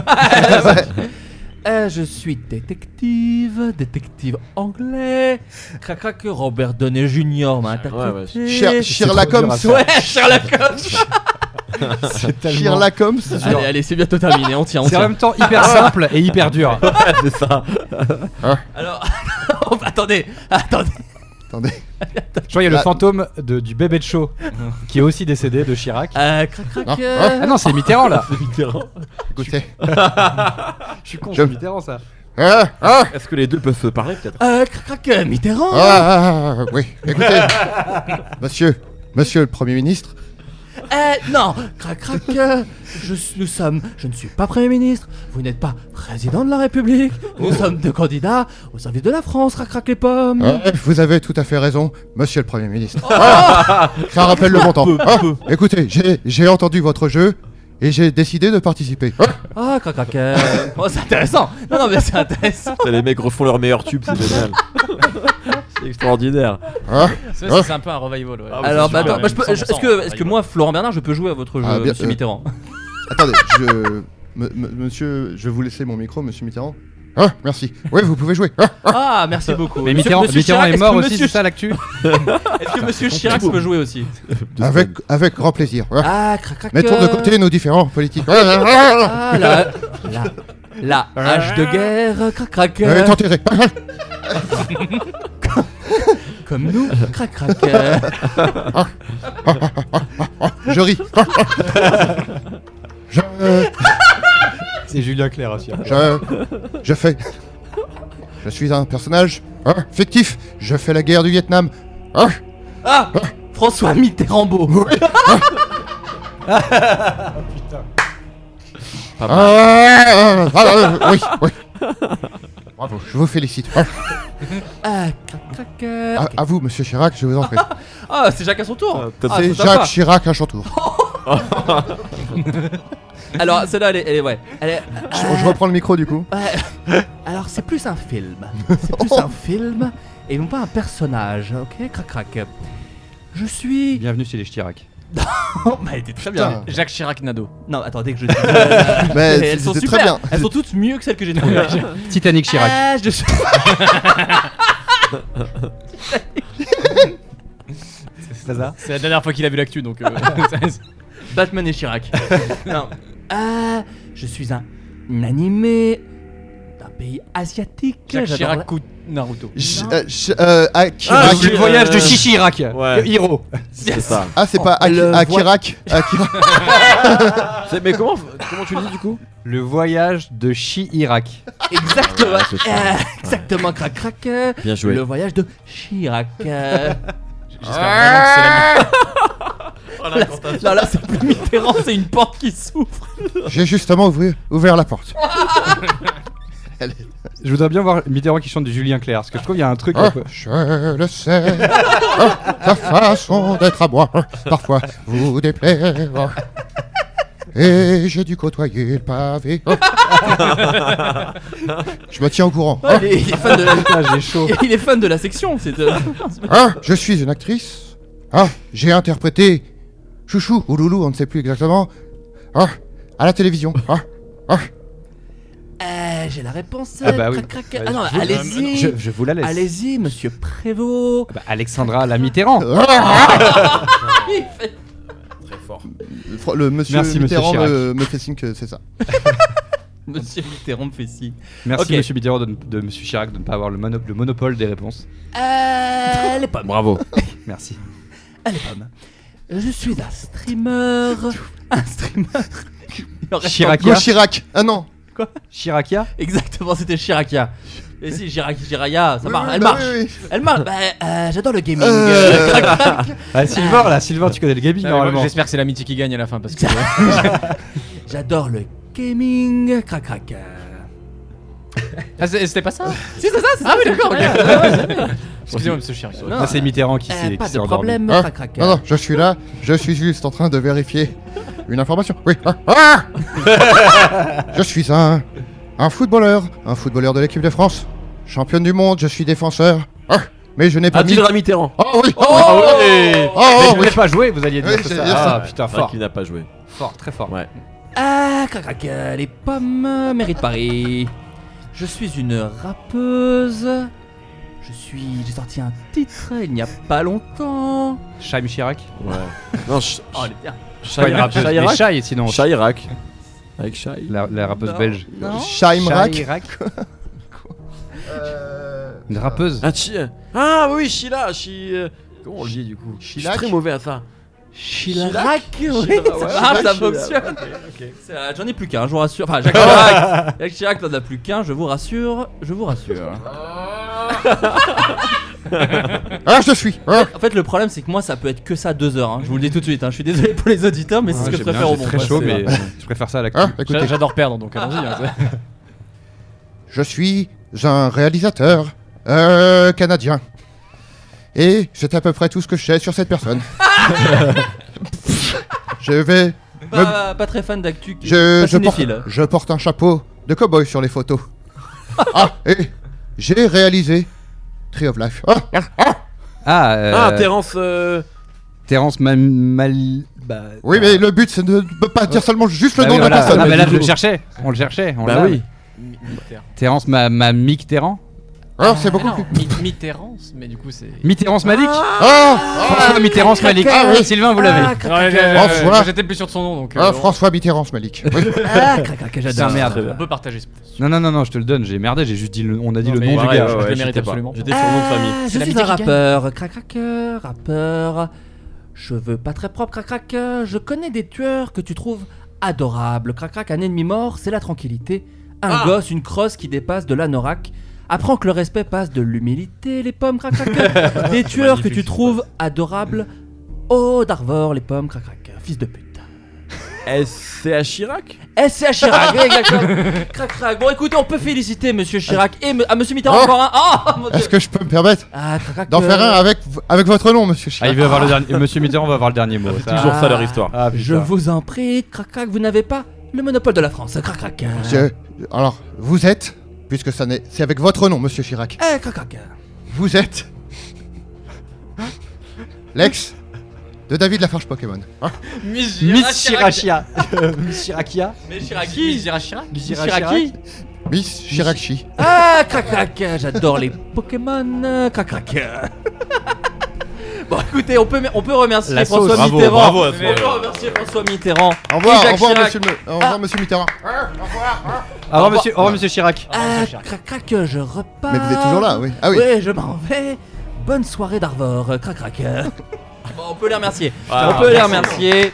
S7: Euh, je suis détective, détective anglais. Crac crac, Robert Downey Jr. m'a interprété.
S8: Cher- Sherlock Holmes.
S2: dur à
S7: Ouais, Sherlock
S8: (laughs)
S7: Holmes.
S2: c'est tellement-
S8: Sherlock Holmes.
S7: allez, allez, c'est bientôt terminé. On tient, on
S2: C'est en
S7: tient.
S2: même temps
S9: (laughs)
S2: hyper simple et hyper dur.
S8: (laughs)
S9: C'est ça.
S8: Hein
S7: (laughs) Alors, attendez, attendez.
S8: Attendez.
S2: Je crois qu'il y a
S9: Bah.
S2: le
S8: Ah.
S2: fantôme de- du bébé de show qui est aussi décédé de Chirac.
S7: Euh, crac crac.
S8: Non,
S7: euh,
S2: Ah non, c'est Mitterrand là
S8: Hein Écoutez.
S2: Je suis con,
S8: Je-
S2: c'est Mitterrand ça
S8: Ah, ah,
S9: Est-ce que les deux peuvent se parler peut-être
S7: euh, crac crac. euh, Mitterrand.
S8: ah, ah, oui. Écoutez. (laughs) Monsieur, monsieur le Premier ministre,
S7: Euh, non, crac crac. euh, je, nous sommes. Je ne suis pas premier ministre. Vous n'êtes pas président de la République.
S2: Oh.
S7: Nous sommes deux candidats au service de la France. Crac crac les pommes.
S8: ah, vous avez tout à fait raison, monsieur le Premier ministre. Ah, ça rappelle le bon temps. Ah, écoutez, j'ai- j'ai entendu votre jeu et j'ai décidé de participer. Ah,
S7: Ah crac crac. euh, oh, c'est intéressant. Non non mais c'est intéressant.
S2: Ah,
S9: Putain, Les mecs refont leur meilleur tube, c'est génial. (laughs) c'est extraordinaire.
S8: ah,
S10: Ça, C'est un peu un revival. ouais.
S9: Ah,
S7: Alors,
S9: c'est
S7: bah,
S9: sûr,
S2: hein,
S7: attends,
S9: ouais,
S7: bah, je peux- je- est-ce que, est-ce que moi, Florent Bernard, je peux jouer à votre jeu,
S8: Ah, bien-
S7: Monsieur
S8: euh,
S7: Mitterrand
S8: (laughs) Attendez, je. me- me- monsieur, je vais vous laisser mon micro, monsieur Mitterrand. Ah, merci. Oui, vous pouvez jouer. Ah,
S7: Ah, merci beaucoup.
S2: Euh, Mais
S7: Monsieur-
S2: Mitterrand,
S7: monsieur
S2: Mitterrand
S7: Chirac,
S2: est mort
S7: est-ce que
S2: aussi, c'est
S7: monsieur-
S2: ça Ah, l'actu
S7: Est-ce que Monsieur Chirac peut jouer aussi
S9: Deux
S8: avec,
S9: secondes.
S8: avec grand plaisir. Ah,
S7: Ah, crac crac.
S8: Mettons de
S7: euh,
S8: côté nos différents politiques. Ah, ah, ah, ah.
S7: Ah, la, la, la hache de guerre, crac crac.
S8: Elle
S7: euh,
S8: est enterrée. Ah,
S7: comme nous, crac crac. euh.
S8: ah, je ris.
S2: (laughs)
S8: Ah, ah, ah. Je,
S2: C'est Julien Clerc aussi.
S8: je, je fais. Je suis un personnage ah, fictif. Je fais la guerre du Vietnam. Ah,
S7: Ah, François Mitterrand beau. (laughs)
S8: ah, ah, ah, ah, oui, oui. Bravo, je vous félicite. Ah,
S7: Ah, crac crac. euh.
S8: à, à vous, monsieur Chirac, je vous en prie.
S7: Ah, c'est Jacques à son tour.
S9: Ah, t'as-
S7: Ah,
S8: C'est
S7: c'est sympa.
S8: Jacques Chirac à Chantour.
S7: Alors, celle-là, elle est, elle est, ouais. Elle est,
S8: Je, je reprends le micro du
S7: (laughs)
S8: coup.
S7: Ouais. Alors c'est plus un film. C'est plus un film et non pas un personnage. Ok, crac crac. Je suis.
S2: Bienvenue chez les Chirac.
S7: (laughs) Oh, bah, elle était très bien.
S8: Putain.
S10: Jacques Chirac Nado.
S7: Non, attendez que je.
S8: (laughs)
S7: Euh,
S8: Mais
S7: elles sont
S8: c'était
S7: super.
S8: très bien.
S7: Elles sont toutes mieux que celles que j'ai trouvées.
S2: Titanic Chirac.
S7: Ah, je suis-
S10: C'est la dernière fois qu'il a vu l'actu donc.
S7: Ah,
S10: euh,
S7: Batman et Chirac. (laughs) non. Ah, je suis un animé d'un pays asiatique.
S10: Jacques
S7: J'adore
S10: Chirac
S7: la-
S10: coûte Naruto.
S8: Ch- euh, ch- euh, Akira-
S2: Ah, le voyage de Chichirac.
S9: Ouais.
S2: Hiro.
S9: Euh, C'est ça.
S8: Ah, c'est pas Aki-
S7: le
S8: Akirak. Akira-
S9: C'est- Mais comment, comment tu le dis du coup
S2: Le voyage de Chirac.
S7: Exactement.
S9: Ouais, c'est ça.
S7: Ah, exactement. Crac crac. euh,
S9: Bien joué.
S7: Le voyage de Chirac.
S10: (laughs)
S7: euh. Non, (laughs) là, c'est plus Mitterrand, c'est une porte qui
S10: Ah,
S7: s'ouvre.
S8: (laughs) J'ai justement ouvri- ouvert la porte.
S2: Je voudrais bien voir Mitterrand qui chante du Julien Clerc parce que je trouve qu'il y a un truc.
S8: Ah,
S2: un peu-
S8: je le sais, Ah, ta façon d'être à moi ah, parfois vous déplaire. Et j'ai dû côtoyer le pavé.
S2: (laughs)
S8: Ah. Je me tiens au courant. Ah,
S7: Il est, il est fan de la,
S2: Putain, j'ai chaud.
S7: il est fan de la section. C'est de-
S8: ah, je suis une actrice. Ah, j'ai interprété Chouchou ou Loulou, on ne sait plus exactement. Ah, à la télévision. Ah, ah.
S7: Euh, J'ai la réponse.
S2: Ah bah oui.
S7: Crac, crac,
S2: Ouais,
S7: ah non,
S2: je vous-
S7: allez-y.
S2: Je, je vous la laisse.
S7: Allez-y, monsieur Prévost.
S2: Bah, Alexandra la Mitterrand.
S8: ah.
S7: Il fait-
S8: Le, fro- le monsieur
S2: Merci, monsieur
S8: Mitterrand
S2: Chirac.
S8: me, me fait signe que c'est ça.
S7: Monsieur Mitterrand me fait si.
S2: Merci
S7: Ok.
S2: Monsieur Mitterrand de, ne- de Monsieur Chirac de ne pas avoir le, mono- le monopole des réponses.
S7: Euh, les pommes.
S9: Bravo.
S2: Merci.
S7: Les pommes. Je suis un streamer. Un streamer. Il en reste
S8: Go
S2: Chiracia.
S8: Chirac Ah non
S2: Chiracia.
S7: Exactement, c'était Chiracia. Et si, Chirac, Chiraya, ça
S8: Oui,
S7: marche,
S8: oui,
S7: elle
S8: bah
S7: marche.
S8: oui, oui.
S7: Elle marche. Bah, euh, j'adore le gaming.
S8: Euh.
S7: Euh, crac, crac.
S2: Ah, Bah, Sylvain là, Sylvain, tu connais le gaming
S10: Ah, mais moi,
S2: normalement.
S10: J'espère que c'est l'amitié qui gagne à la fin parce que.
S7: J'adore le gaming. Crac, crac. euh.
S10: Ah, c'est- c'était pas ça
S7: Si, c'est ça, c'est ça.
S10: Ah oui, d'accord, ok. Excusez-moi, monsieur Chirac.
S2: Ah, c'est Mitterrand qui
S7: Euh,
S2: s'est
S7: pas
S2: qui s'est
S7: de
S2: endormi.
S7: problème.
S8: Hein
S7: Crac, crac.
S8: Non, non, je suis là, je suis juste en train de vérifier une information. Oui. Ah, ah je suis un, un footballeur, un footballeur de l'équipe de France, championne du monde, je suis défenseur. Ah, mais je n'ai pas mis...
S9: Adil Mitterrand.
S8: Oh oui
S9: Ah ouais
S8: Oh, oh,
S2: Mais je
S8: oui.
S2: voulais pas jouer, vous alliez dire
S8: Oui,
S2: c'est
S8: c'est
S2: ça.
S8: dire ça.
S2: Ah putain,
S9: C'est vrai
S2: fort,
S9: qu'il n'a pas joué.
S2: fort, très fort.
S9: Ouais.
S7: Ah, crac, crac, euh, les pommes euh, méritent Paris. Je suis une rappeuse. Je suis. J'ai sorti un titre il n'y a pas longtemps.
S2: Chaim Chirac.
S9: Ouais. Non, Ch-
S7: Oh, elle est bien.
S2: Pas une
S9: Chirac.
S2: rappeuse, mais
S9: Chirac.
S2: Chai sinon.
S9: Chirac. Avec Chai.
S7: (laughs)
S2: La, la rappeuse belge.
S7: Non
S8: Shaimrak
S2: Chirac.
S8: Euh,
S2: Une rappeuse.
S9: Ah, chi- ah oui, Sheila, Chi. euh, Comment on le dit du coup Je suis
S8: Sheila,
S9: très
S8: Chi-
S9: mauvais à ça.
S7: Chirac, oui,
S9: Chirac, ouais.
S7: ça, marche, ça
S9: Chirac,
S7: fonctionne. C'est, euh, J'en ai plus qu'un, je vous rassure. Enfin, Jacques
S10: (laughs)
S7: Chirac, Jacques Chirac n'en a plus qu'un, je vous rassure, je vous rassure.
S8: Ah, je te suis hein.
S7: En fait, le problème, c'est que moi, ça peut être que ça deux heures. hein. Je vous le dis tout de suite. hein. Je suis désolé pour les auditeurs, mais c'est
S2: Ah,
S7: ce que je préfère au monde.
S2: Très
S7: Ouais,
S2: chaud,
S7: c'est-
S2: mais euh, je préfère ça à l'actu.
S8: Hein Écoutez,
S10: Bah, J'adore perdre, donc allons-y. hein, c'est-
S8: je suis un réalisateur euh, canadien. Et c'est à peu près tout ce que je sais sur
S2: (laughs)
S8: cette personne. je vais.
S7: Pas, pas très fan d'actu. qui-
S8: Je,
S7: pas
S8: je, porte,
S7: cinéphile.
S8: je porte un chapeau de cow-boy sur les
S2: (laughs)
S8: photos. ah, et j'ai réalisé Tree of Life. Ah, ah,
S2: Ah, euh,
S9: Ah, Terence. euh,
S2: Terence Mam- Mal. Bah,
S8: oui, mais le but, c'est de ne pas dire seulement juste le
S2: Bah
S8: nom
S2: oui,
S8: de la
S2: voilà.
S8: personne.
S2: Ah, mais là, je le cherchais. On le cherchait. On
S9: Bah
S2: l'a.
S9: oui.
S2: Terence Ma- Ma- Mitterrand.
S8: Ah, c'est beaucoup
S10: Ah
S8: plus.
S10: non, Mi- Mitterrand, mais du coup, c'est.
S2: Mitterrand Malik.
S8: Ah,
S2: François Mitterrand Malik.
S8: ah, oui.
S2: Sylvain, vous l'avez.
S8: François.
S10: Moi, J'étais plus sûr de son nom, donc. euh,
S8: ah,
S10: on-
S8: François Mitterrand, ce Malik. Oui.
S7: Ah, crac, crac,
S2: C'est un
S7: j'adore.
S2: merde.
S10: On peut partager ce point.
S2: Non, non, non, non, je te le donne. J'ai merdé. J'ai juste dit le, on a dit
S10: Non,
S2: le
S10: mais
S2: nom du
S10: pareil,
S2: gars.
S10: ouais,
S2: ouais.
S10: je le
S9: j'étais
S10: mérite
S9: pas.
S10: absolument.
S9: J'étais sur le nom de famille.
S7: Ah, je
S10: la
S7: suis un
S10: musique qui gagne.
S7: rappeur, crac crac euh, rappeur, cheveux pas très propres, crac crac. euh, Je connais des tueurs que tu trouves adorables, crac crac. Un ennemi mort, c'est la tranquillité. Un gosse, une crosse qui dépasse de l'anorak. Apprends que le respect passe de l'humilité, les pommes, crac crac. euh, des tueurs que tu trouves adorables. Oh Darvor, les pommes, crac crac. euh, Fils de pute.
S9: eh, C'est à Chirac
S7: Eh, c'est à Chirac, eh, exactement. Crac crac. Bon, écoutez, on peut féliciter Monsieur Chirac et me- ah, Monsieur Mitterrand
S8: Oh.
S7: encore un. Oh, mon Dieu.
S8: Est-ce que je peux me permettre
S7: Ah, crac, crac,
S8: d'en
S7: euh,
S8: faire un avec, avec votre nom, monsieur
S2: Ah,
S8: Chirac
S2: il veut avoir le dernier. Monsieur Mitterrand va avoir le dernier mot. ça.
S9: Toujours ça leur histoire.
S7: (laughs)
S2: Ah, putain.
S7: Je vous en prie, crac crac, vous n'avez pas le monopole de la France, crac crac.
S8: Monsieur- Alors, vous êtes, puisque ça n'est, c'est avec votre nom, monsieur Chirac.
S7: Eh, crac crac.
S8: Vous êtes l'ex de David Lafarge Pokémon. Ah,
S2: Miss Chirachia. Miss Chiracia.
S7: Mais Chiraki
S2: Miss
S7: Chiraki
S8: Miss Chiracchi.
S7: Ah, crac crac, j'adore les Pokémon, euh, crac crac. Bon, écoutez, on peut, on peut remercier
S2: La sauce.
S7: François
S9: Bravo,
S7: Mitterrand. Ah,
S9: bravo à ce
S7: on peut
S9: moment-là.
S7: remercier François Mitterrand.
S8: Au revoir,
S7: Et Jacques
S8: au revoir,
S7: Chirac.
S8: monsieur, le- au revoir, monsieur Mitterrand.
S2: Au revoir, monsieur, au revoir, monsieur Chirac.
S7: Ah, crac crac, je repars.
S8: Mais vous êtes toujours là, oui. Ah oui.
S7: Ouais, je m'en vais. Bonne soirée d'Arvor, euh, crac crac. Bon, on peut les remercier.
S9: Ah,
S7: on peut les remercier.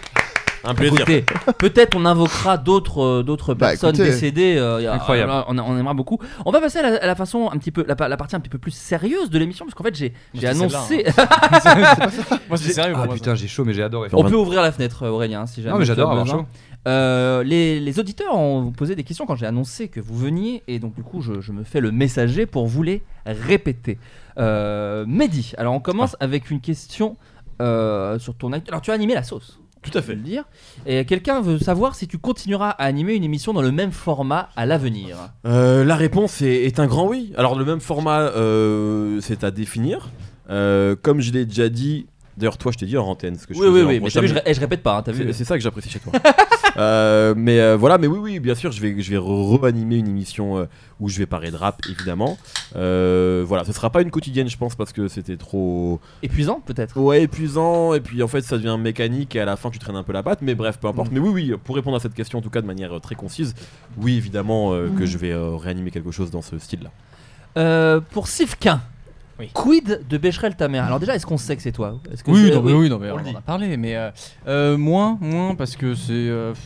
S9: Un plaisir.
S7: Écoutez, peut-être on invoquera d'autres euh, d'autres
S8: Bah,
S7: personnes
S8: écoutez.
S7: décédées. euh, y a-
S2: Incroyable.
S7: euh, On, on aimera beaucoup. On va passer à la, à la façon un petit peu la, pa- la partie un petit peu plus sérieuse de l'émission parce qu'en fait j'ai j'ai
S10: c'était
S7: annoncé.
S2: hein.
S10: Moi, c'est sérieux.
S2: Ah
S10: pour moi,
S2: putain, j'ai chaud, mais j'ai adoré.
S7: (laughs) on peut ouvrir la fenêtre euh, Aurélien hein, si jamais.
S2: Non, mais
S7: tu as
S2: j'adore avoir
S7: besoin.
S2: chaud.
S7: Euh, les, les auditeurs ont posé des questions quand j'ai annoncé que vous veniez et donc du coup je, je me fais le messager pour vous les répéter. Euh, Mehdi, alors on commence avec une question euh, sur ton act- Alors tu as animé la sauce. Tout à fait. Le dire. Et quelqu'un veut savoir si tu continueras à animer une émission dans le même format à l'avenir.
S9: Euh, la réponse est, est un grand oui. Alors le même format, euh, c'est à définir. Euh, comme je l'ai déjà dit, d'ailleurs toi je t'ai dit en antenne ce que je
S7: Oui, oui,
S9: faisais en
S7: oui. Mais t'as vu,
S9: prochain-
S7: je, ré- eh, je répète pas. hein, t'as vu.
S9: C'est c'est ça que j'apprécie chez toi. (laughs) Euh, mais euh, voilà, mais oui, oui, bien sûr, je vais, je vais re- reanimer une émission euh, où je vais parler de rap, évidemment. Euh, voilà, ce sera pas une quotidienne, je pense, parce que c'était trop
S7: Épuisant peut-être.
S9: ouais, épuisant, et puis en fait, ça devient mécanique, et à la fin, tu traînes un peu la patte, mais bref, peu importe. Mais oui, oui, pour répondre à cette question, en tout cas, de manière euh, très concise, oui, évidemment, euh, que je vais euh, réanimer quelque chose dans ce style-là.
S7: Euh, pour Sifkin.
S10: Oui.
S7: Quid de Becherel ta mère Alors déjà, est-ce qu'on sait que c'est toi Est-ce que
S10: Oui,
S7: c'est-
S10: non, mais oui, non, mais
S7: on
S10: on,
S7: le dit.
S10: en a parlé, mais euh, euh, moins, moins parce que c'est, euh, pff,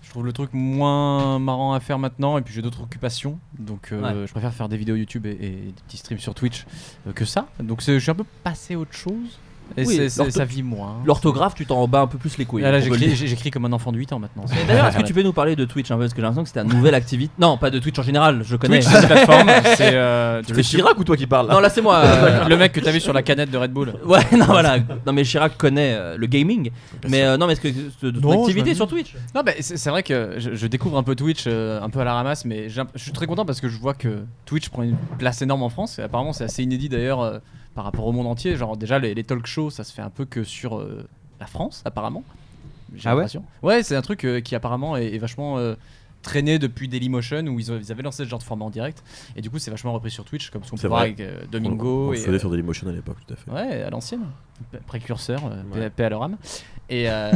S10: je trouve le truc moins marrant à faire maintenant, et puis j'ai d'autres occupations, donc euh, je préfère faire des vidéos YouTube et, et des petits streams sur Twitch euh, que ça. Donc c'est- je suis un peu passé à autre chose, et
S7: Oui,
S10: c'est- c'est-
S7: l'ortho-
S10: ça vit moins. Ah,
S7: L'orthographe, tu t'en bats un peu plus les couilles.
S10: Là, là,
S7: on peut le dire.
S10: j'écris j'ai- j'écris comme un enfant de 8 ans maintenant.
S7: Mais D'ailleurs,
S10: (laughs)
S7: est-ce que tu peux nous parler de Twitch un peu Parce que j'ai l'impression que c'était une nouvelle activité. Non, pas de Twitch en général, je connais. (laughs)
S10: Twitch, c'est une plateforme, c'est euh, tu
S9: C'est
S10: peux-
S9: Chirac ou toi qui parles là
S7: non, là c'est moi. (laughs) euh,
S10: le mec que t'as vu sur la canette de Red Bull.
S7: Ouais, (laughs) non, voilà. Non, mais Chirac connaît euh, le gaming. Mais euh, non, mais est-ce que de, de ton
S10: Non, je
S7: activité
S10: m'amuse.
S7: sur Twitch
S10: Non, mais c'est c'est vrai que je, je découvre un peu Twitch, euh, un peu à la ramasse, mais j'ai un- je suis très content parce que je vois que Twitch prend une place énorme en France. Et apparemment, c'est assez inédit d'ailleurs euh, par rapport au monde entier. Genre, déjà, les, les talk shows, ça se fait un peu que sur euh, la France, apparemment. J'ai
S2: Ah ouais
S10: l'impression. Ouais, c'est un truc euh, qui apparemment est, est vachement. euh, traîné depuis Dailymotion où ils, ont- ils avaient lancé ce genre de format en direct et du coup c'est vachement repris sur Twitch comme ce qu'on
S9: C'est
S10: peut voir
S9: vrai.
S10: avec euh,
S9: On-
S10: Domingo
S9: on
S10: et, euh,
S9: le faisait sur Dailymotion à l'époque, tout à fait.
S10: ouais à l'ancienne P- précurseur euh,
S9: Ouais.
S10: paix à leur âme et euh,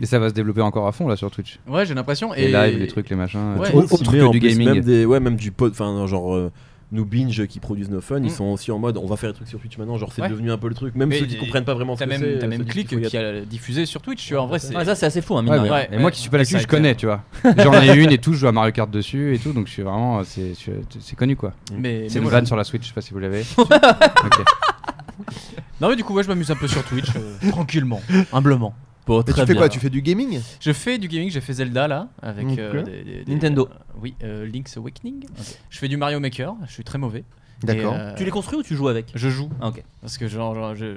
S2: Et ça va se développer encore à fond là sur Twitch.
S10: ouais j'ai l'impression
S2: Les
S10: et
S2: lives, les trucs, les machins.
S10: Ouais.
S2: Autre
S9: Aussi
S2: autre
S9: bien,
S2: que
S9: en
S2: du
S9: plus,
S2: gaming.
S9: Même des, ouais, même du pod, enfin, genre. euh, nous binge qui produisent nos fun,
S10: Mm.
S9: ils sont aussi en mode on va faire des trucs sur Twitch maintenant, genre c'est
S10: Ouais.
S9: devenu un peu le truc, même
S10: Mais
S9: ceux qui
S10: y-
S9: comprennent pas vraiment ce
S10: T'as
S9: que
S10: même,
S9: c'est.
S10: t'as
S9: euh,
S10: même
S9: ceux qui
S10: clic
S9: font gaffe.
S10: qui a diffusé sur Twitch, tu vois. En vrai, c'est.
S7: Ah, ça, c'est assez fou, hein, mine
S2: Ouais,
S7: de rien.
S2: ouais.
S10: Ouais,
S2: et
S10: ouais.
S2: moi qui suis pas là-dessus,
S10: Ça a
S2: je
S10: été-
S2: connais, tu vois. J'en ai une et tout, je joue à Mario Kart dessus et tout, donc je suis vraiment. C'est je- c'est connu quoi.
S10: Mais,
S2: C'est
S10: mais
S2: une
S10: voilà.
S2: vanne sur la Switch, je sais pas si vous l'avez.
S10: Non, mais du coup, ouais, je m'amuse un peu sur Twitch,
S7: (laughs)
S10: euh, tranquillement, humblement. Bon,
S8: Mais
S10: très
S8: tu fais
S10: bien. Euh,
S8: quoi Tu fais du gaming
S10: Je fais du gaming, j'ai fait Zelda là, avec euh,
S8: Ok.
S10: des- des- des-
S7: Nintendo.
S10: euh, oui, euh, Link's Awakening. Je fais du Mario Maker, je suis très mauvais.
S8: D'accord.
S10: Et, euh,
S7: Tu les construis ou tu joues avec
S10: Je joue.
S7: Ah, ok.
S10: Parce que genre, genre, je,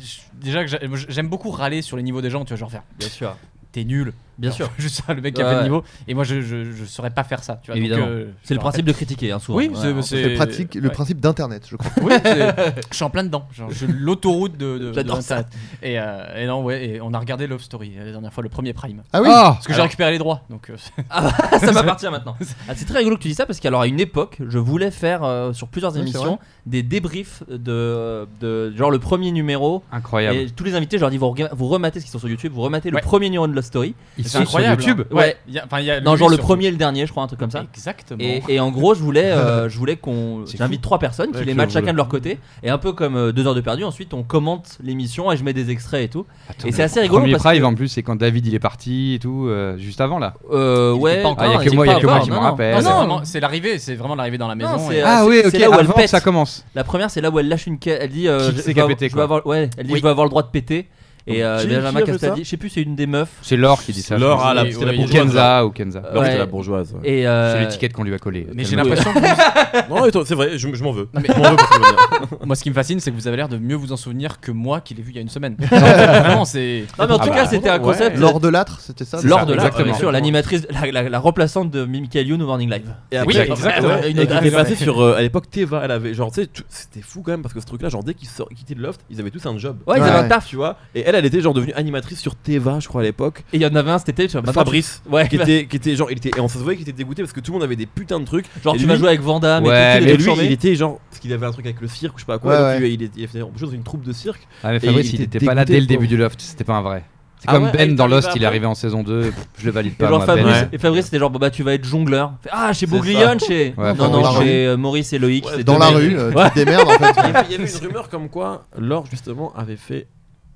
S10: je- déjà que j'a- j'aime beaucoup râler sur les niveaux des gens, tu vois, genre faire
S7: Bien sûr.
S10: t'es nul.
S7: Bien
S10: Genre,
S7: sûr.
S10: (laughs) Juste ça, le mec qui a
S7: Ouais,
S10: fait
S7: ouais.
S10: le niveau. Et moi, je, je, je saurais pas faire ça, tu vois. donc,
S7: Évidemment.
S10: euh,
S7: C'est le
S10: genre,
S7: principe de critiquer, hein, souvent.
S10: Oui,
S7: Ouais,
S10: c'est-
S7: alors,
S10: c'est-
S8: C'est le, pratique- le
S10: ouais.
S8: principe d'Internet, je crois.
S7: (laughs)
S10: Oui, c'est- je suis en plein dedans. Genre, je suis l'autoroute de. de- de
S7: J'adore
S10: l'Internet. Et, euh, et non, ouais, et on a regardé Love Story euh, la dernière fois, le premier Prime.
S8: Ah oui
S2: Ah
S10: Parce que j'ai récupéré les droits,
S7: (laughs)
S10: donc euh,
S7: Ah, ça m'appartient maintenant. (laughs) Ah, c'est très rigolo que tu dis ça parce qu'alors à une époque, je voulais faire euh, sur plusieurs
S8: Oui, c'est
S7: émissions des débriefs de, de genre le premier numéro.
S2: Incroyable.
S7: Et tous les invités, je leur dis vous, rega- vous rematez ce qu'ils sont sur YouTube, vous rematez le
S10: Ouais.
S7: premier numéro de Lost Story.
S2: Ils
S10: c'est
S2: sont sur
S10: incroyable.
S2: YouTube.
S10: hein. Ouais, il y a- enfin, il y a
S7: Non,
S10: lui
S7: genre le
S10: surtout.
S7: premier et le dernier, je crois, un truc comme ça.
S10: Exactement.
S7: Et, et en gros, je voulais, euh, je voulais qu'on.
S2: C'est
S7: J'invite trois personnes qui
S9: Ouais,
S7: les
S9: que
S7: matchent
S9: vous-
S7: chacun de leur côté. Et un peu comme euh, deux heures de perdu, ensuite on commente l'émission et je mets des extraits et tout.
S2: Attends,
S7: et c'est
S2: le
S7: assez rigolo
S2: Premier
S7: parce
S2: Prime hein.
S7: que-
S2: en plus, c'est quand David il est parti et tout, euh, juste avant là.
S7: Euh,
S10: était
S7: ouais,
S10: pas encore-
S2: Ah, y a
S7: non,
S2: que moi-
S7: pas
S2: y a que moi
S7: encore,
S2: qui me
S7: non, non.
S2: rappelle.
S10: Non,
S7: Ah,
S10: c'est
S7: non,
S10: vraiment- c'est l'arrivée, c'est vraiment l'arrivée dans la maison.
S7: Non,
S10: et-
S7: c'est-
S2: Ah
S7: c'est-
S2: oui,
S7: c'est
S2: ok,
S7: là où elle
S2: avant que
S7: pète.
S2: ça commence.
S7: La première, c'est là où elle lâche une. ca- Elle dit. euh,
S2: Qui
S7: je,
S2: s'est
S7: je veux avoir-
S2: capté,
S7: je veux
S2: quoi.
S7: avoir- ouais, elle dit
S10: Oui.
S7: je veux avoir le droit de péter. Et euh,
S9: Qui-
S7: Benjamin
S9: qui a fait
S7: Castaldi,
S9: ça
S7: je sais plus, c'est une des meufs.
S2: C'est Laure qui dit ça. je
S9: Laure,
S2: pense.
S9: ah, la,
S10: Oui,
S9: c'était la
S10: oui,
S2: ou
S9: bourgeoise. là.
S2: Kenza ou Kenza.
S9: Laure, c'était
S7: Ouais.
S9: la bourgeoise. ouais.
S7: Et euh,
S2: C'est l'étiquette qu'on lui a collée.
S10: Mais j'ai
S2: Tellement-
S9: (laughs)
S10: l'impression que
S9: Non, et toi, c'est vrai, je, je m'en veux.
S10: Non, mais-
S9: Je m'en
S10: (laughs)
S9: veux parce que c'est bien.
S10: moi, ce qui me fascine, c'est que vous avez l'air de mieux vous en souvenir que moi qui l'ai vu il y a
S7: (laughs)
S10: une semaine. Vraiment, c'est.
S7: Non, mais en
S2: Ah
S7: tout
S2: bah,
S7: cas, c'était un
S9: ouais.
S7: concept.
S8: Lors de l'âtre, c'était ça
S7: Lors de la,
S2: exactement.
S7: bien sûr, l'animatrice, la, la- la remplaçante de Michael Youn au Morning Live.
S9: Et
S10: Oui,
S9: après-
S10: exactement.
S9: ouais,
S7: Une
S9: Et qui
S7: audace.
S9: était passé sur euh, à l'époque Teva, elle avait genre tu sais tout- c'était fou quand même parce que ce truc là genre dès qu'ils sort- quittaient le loft, ils avaient tous un job.
S7: Ouais, ils
S8: Ouais.
S7: avaient un taf.
S9: Tu vois, et elle elle était genre devenue animatrice sur Teva, je crois à l'époque.
S7: Et il y en avait un cet été, tu vois, maintenant,
S9: Bah, Fabrice
S7: tu- Ouais,
S9: qui était, qui était genre, il était, et on se voyait qu'il était dégoûté parce que tout le monde avait des putains de trucs.
S7: (laughs) genre
S9: Et
S7: tu
S9: lui-
S7: vas jouer avec Vanda, mais
S2: Ouais,
S7: tout,
S9: Et
S7: est
S9: lui,
S7: chambé.
S9: il était genre, parce qu'il avait un truc avec le cirque ou je sais pas quoi,
S8: Ouais,
S9: donc Il, est- il a fait quelque chose dans une troupe de cirque.
S2: Ah mais
S9: Et
S2: Fabrice
S9: il
S2: il
S9: était
S2: était pas là dès le
S9: dégoûté,
S2: début du loft, c'était pas un vrai. C'est
S7: Ah
S2: comme
S7: ouais, ah, il
S2: Ben dans
S7: t'arrive
S2: Lost,
S7: après.
S2: il est arrivé en saison 2, pff, je le valide
S7: Et
S2: pas.
S7: genre
S2: moi,
S7: Fabrice,
S2: Ben.
S7: et Fabrice, c'était genre bah, bah tu vas être jongleur. Fait, ah, chez
S9: C'est
S7: Bourguignon, chez.
S2: Ouais,
S7: non,
S8: dans la
S7: non,
S8: rue.
S7: chez euh, Maurice et Loïc.
S9: Ouais,
S7: c'est
S8: Dans
S7: deux
S8: la
S7: mecs.
S8: rue, euh, tu te démerdes en fait.
S9: Il (laughs) y avait- il y avait une rumeur comme quoi Laure justement avait fait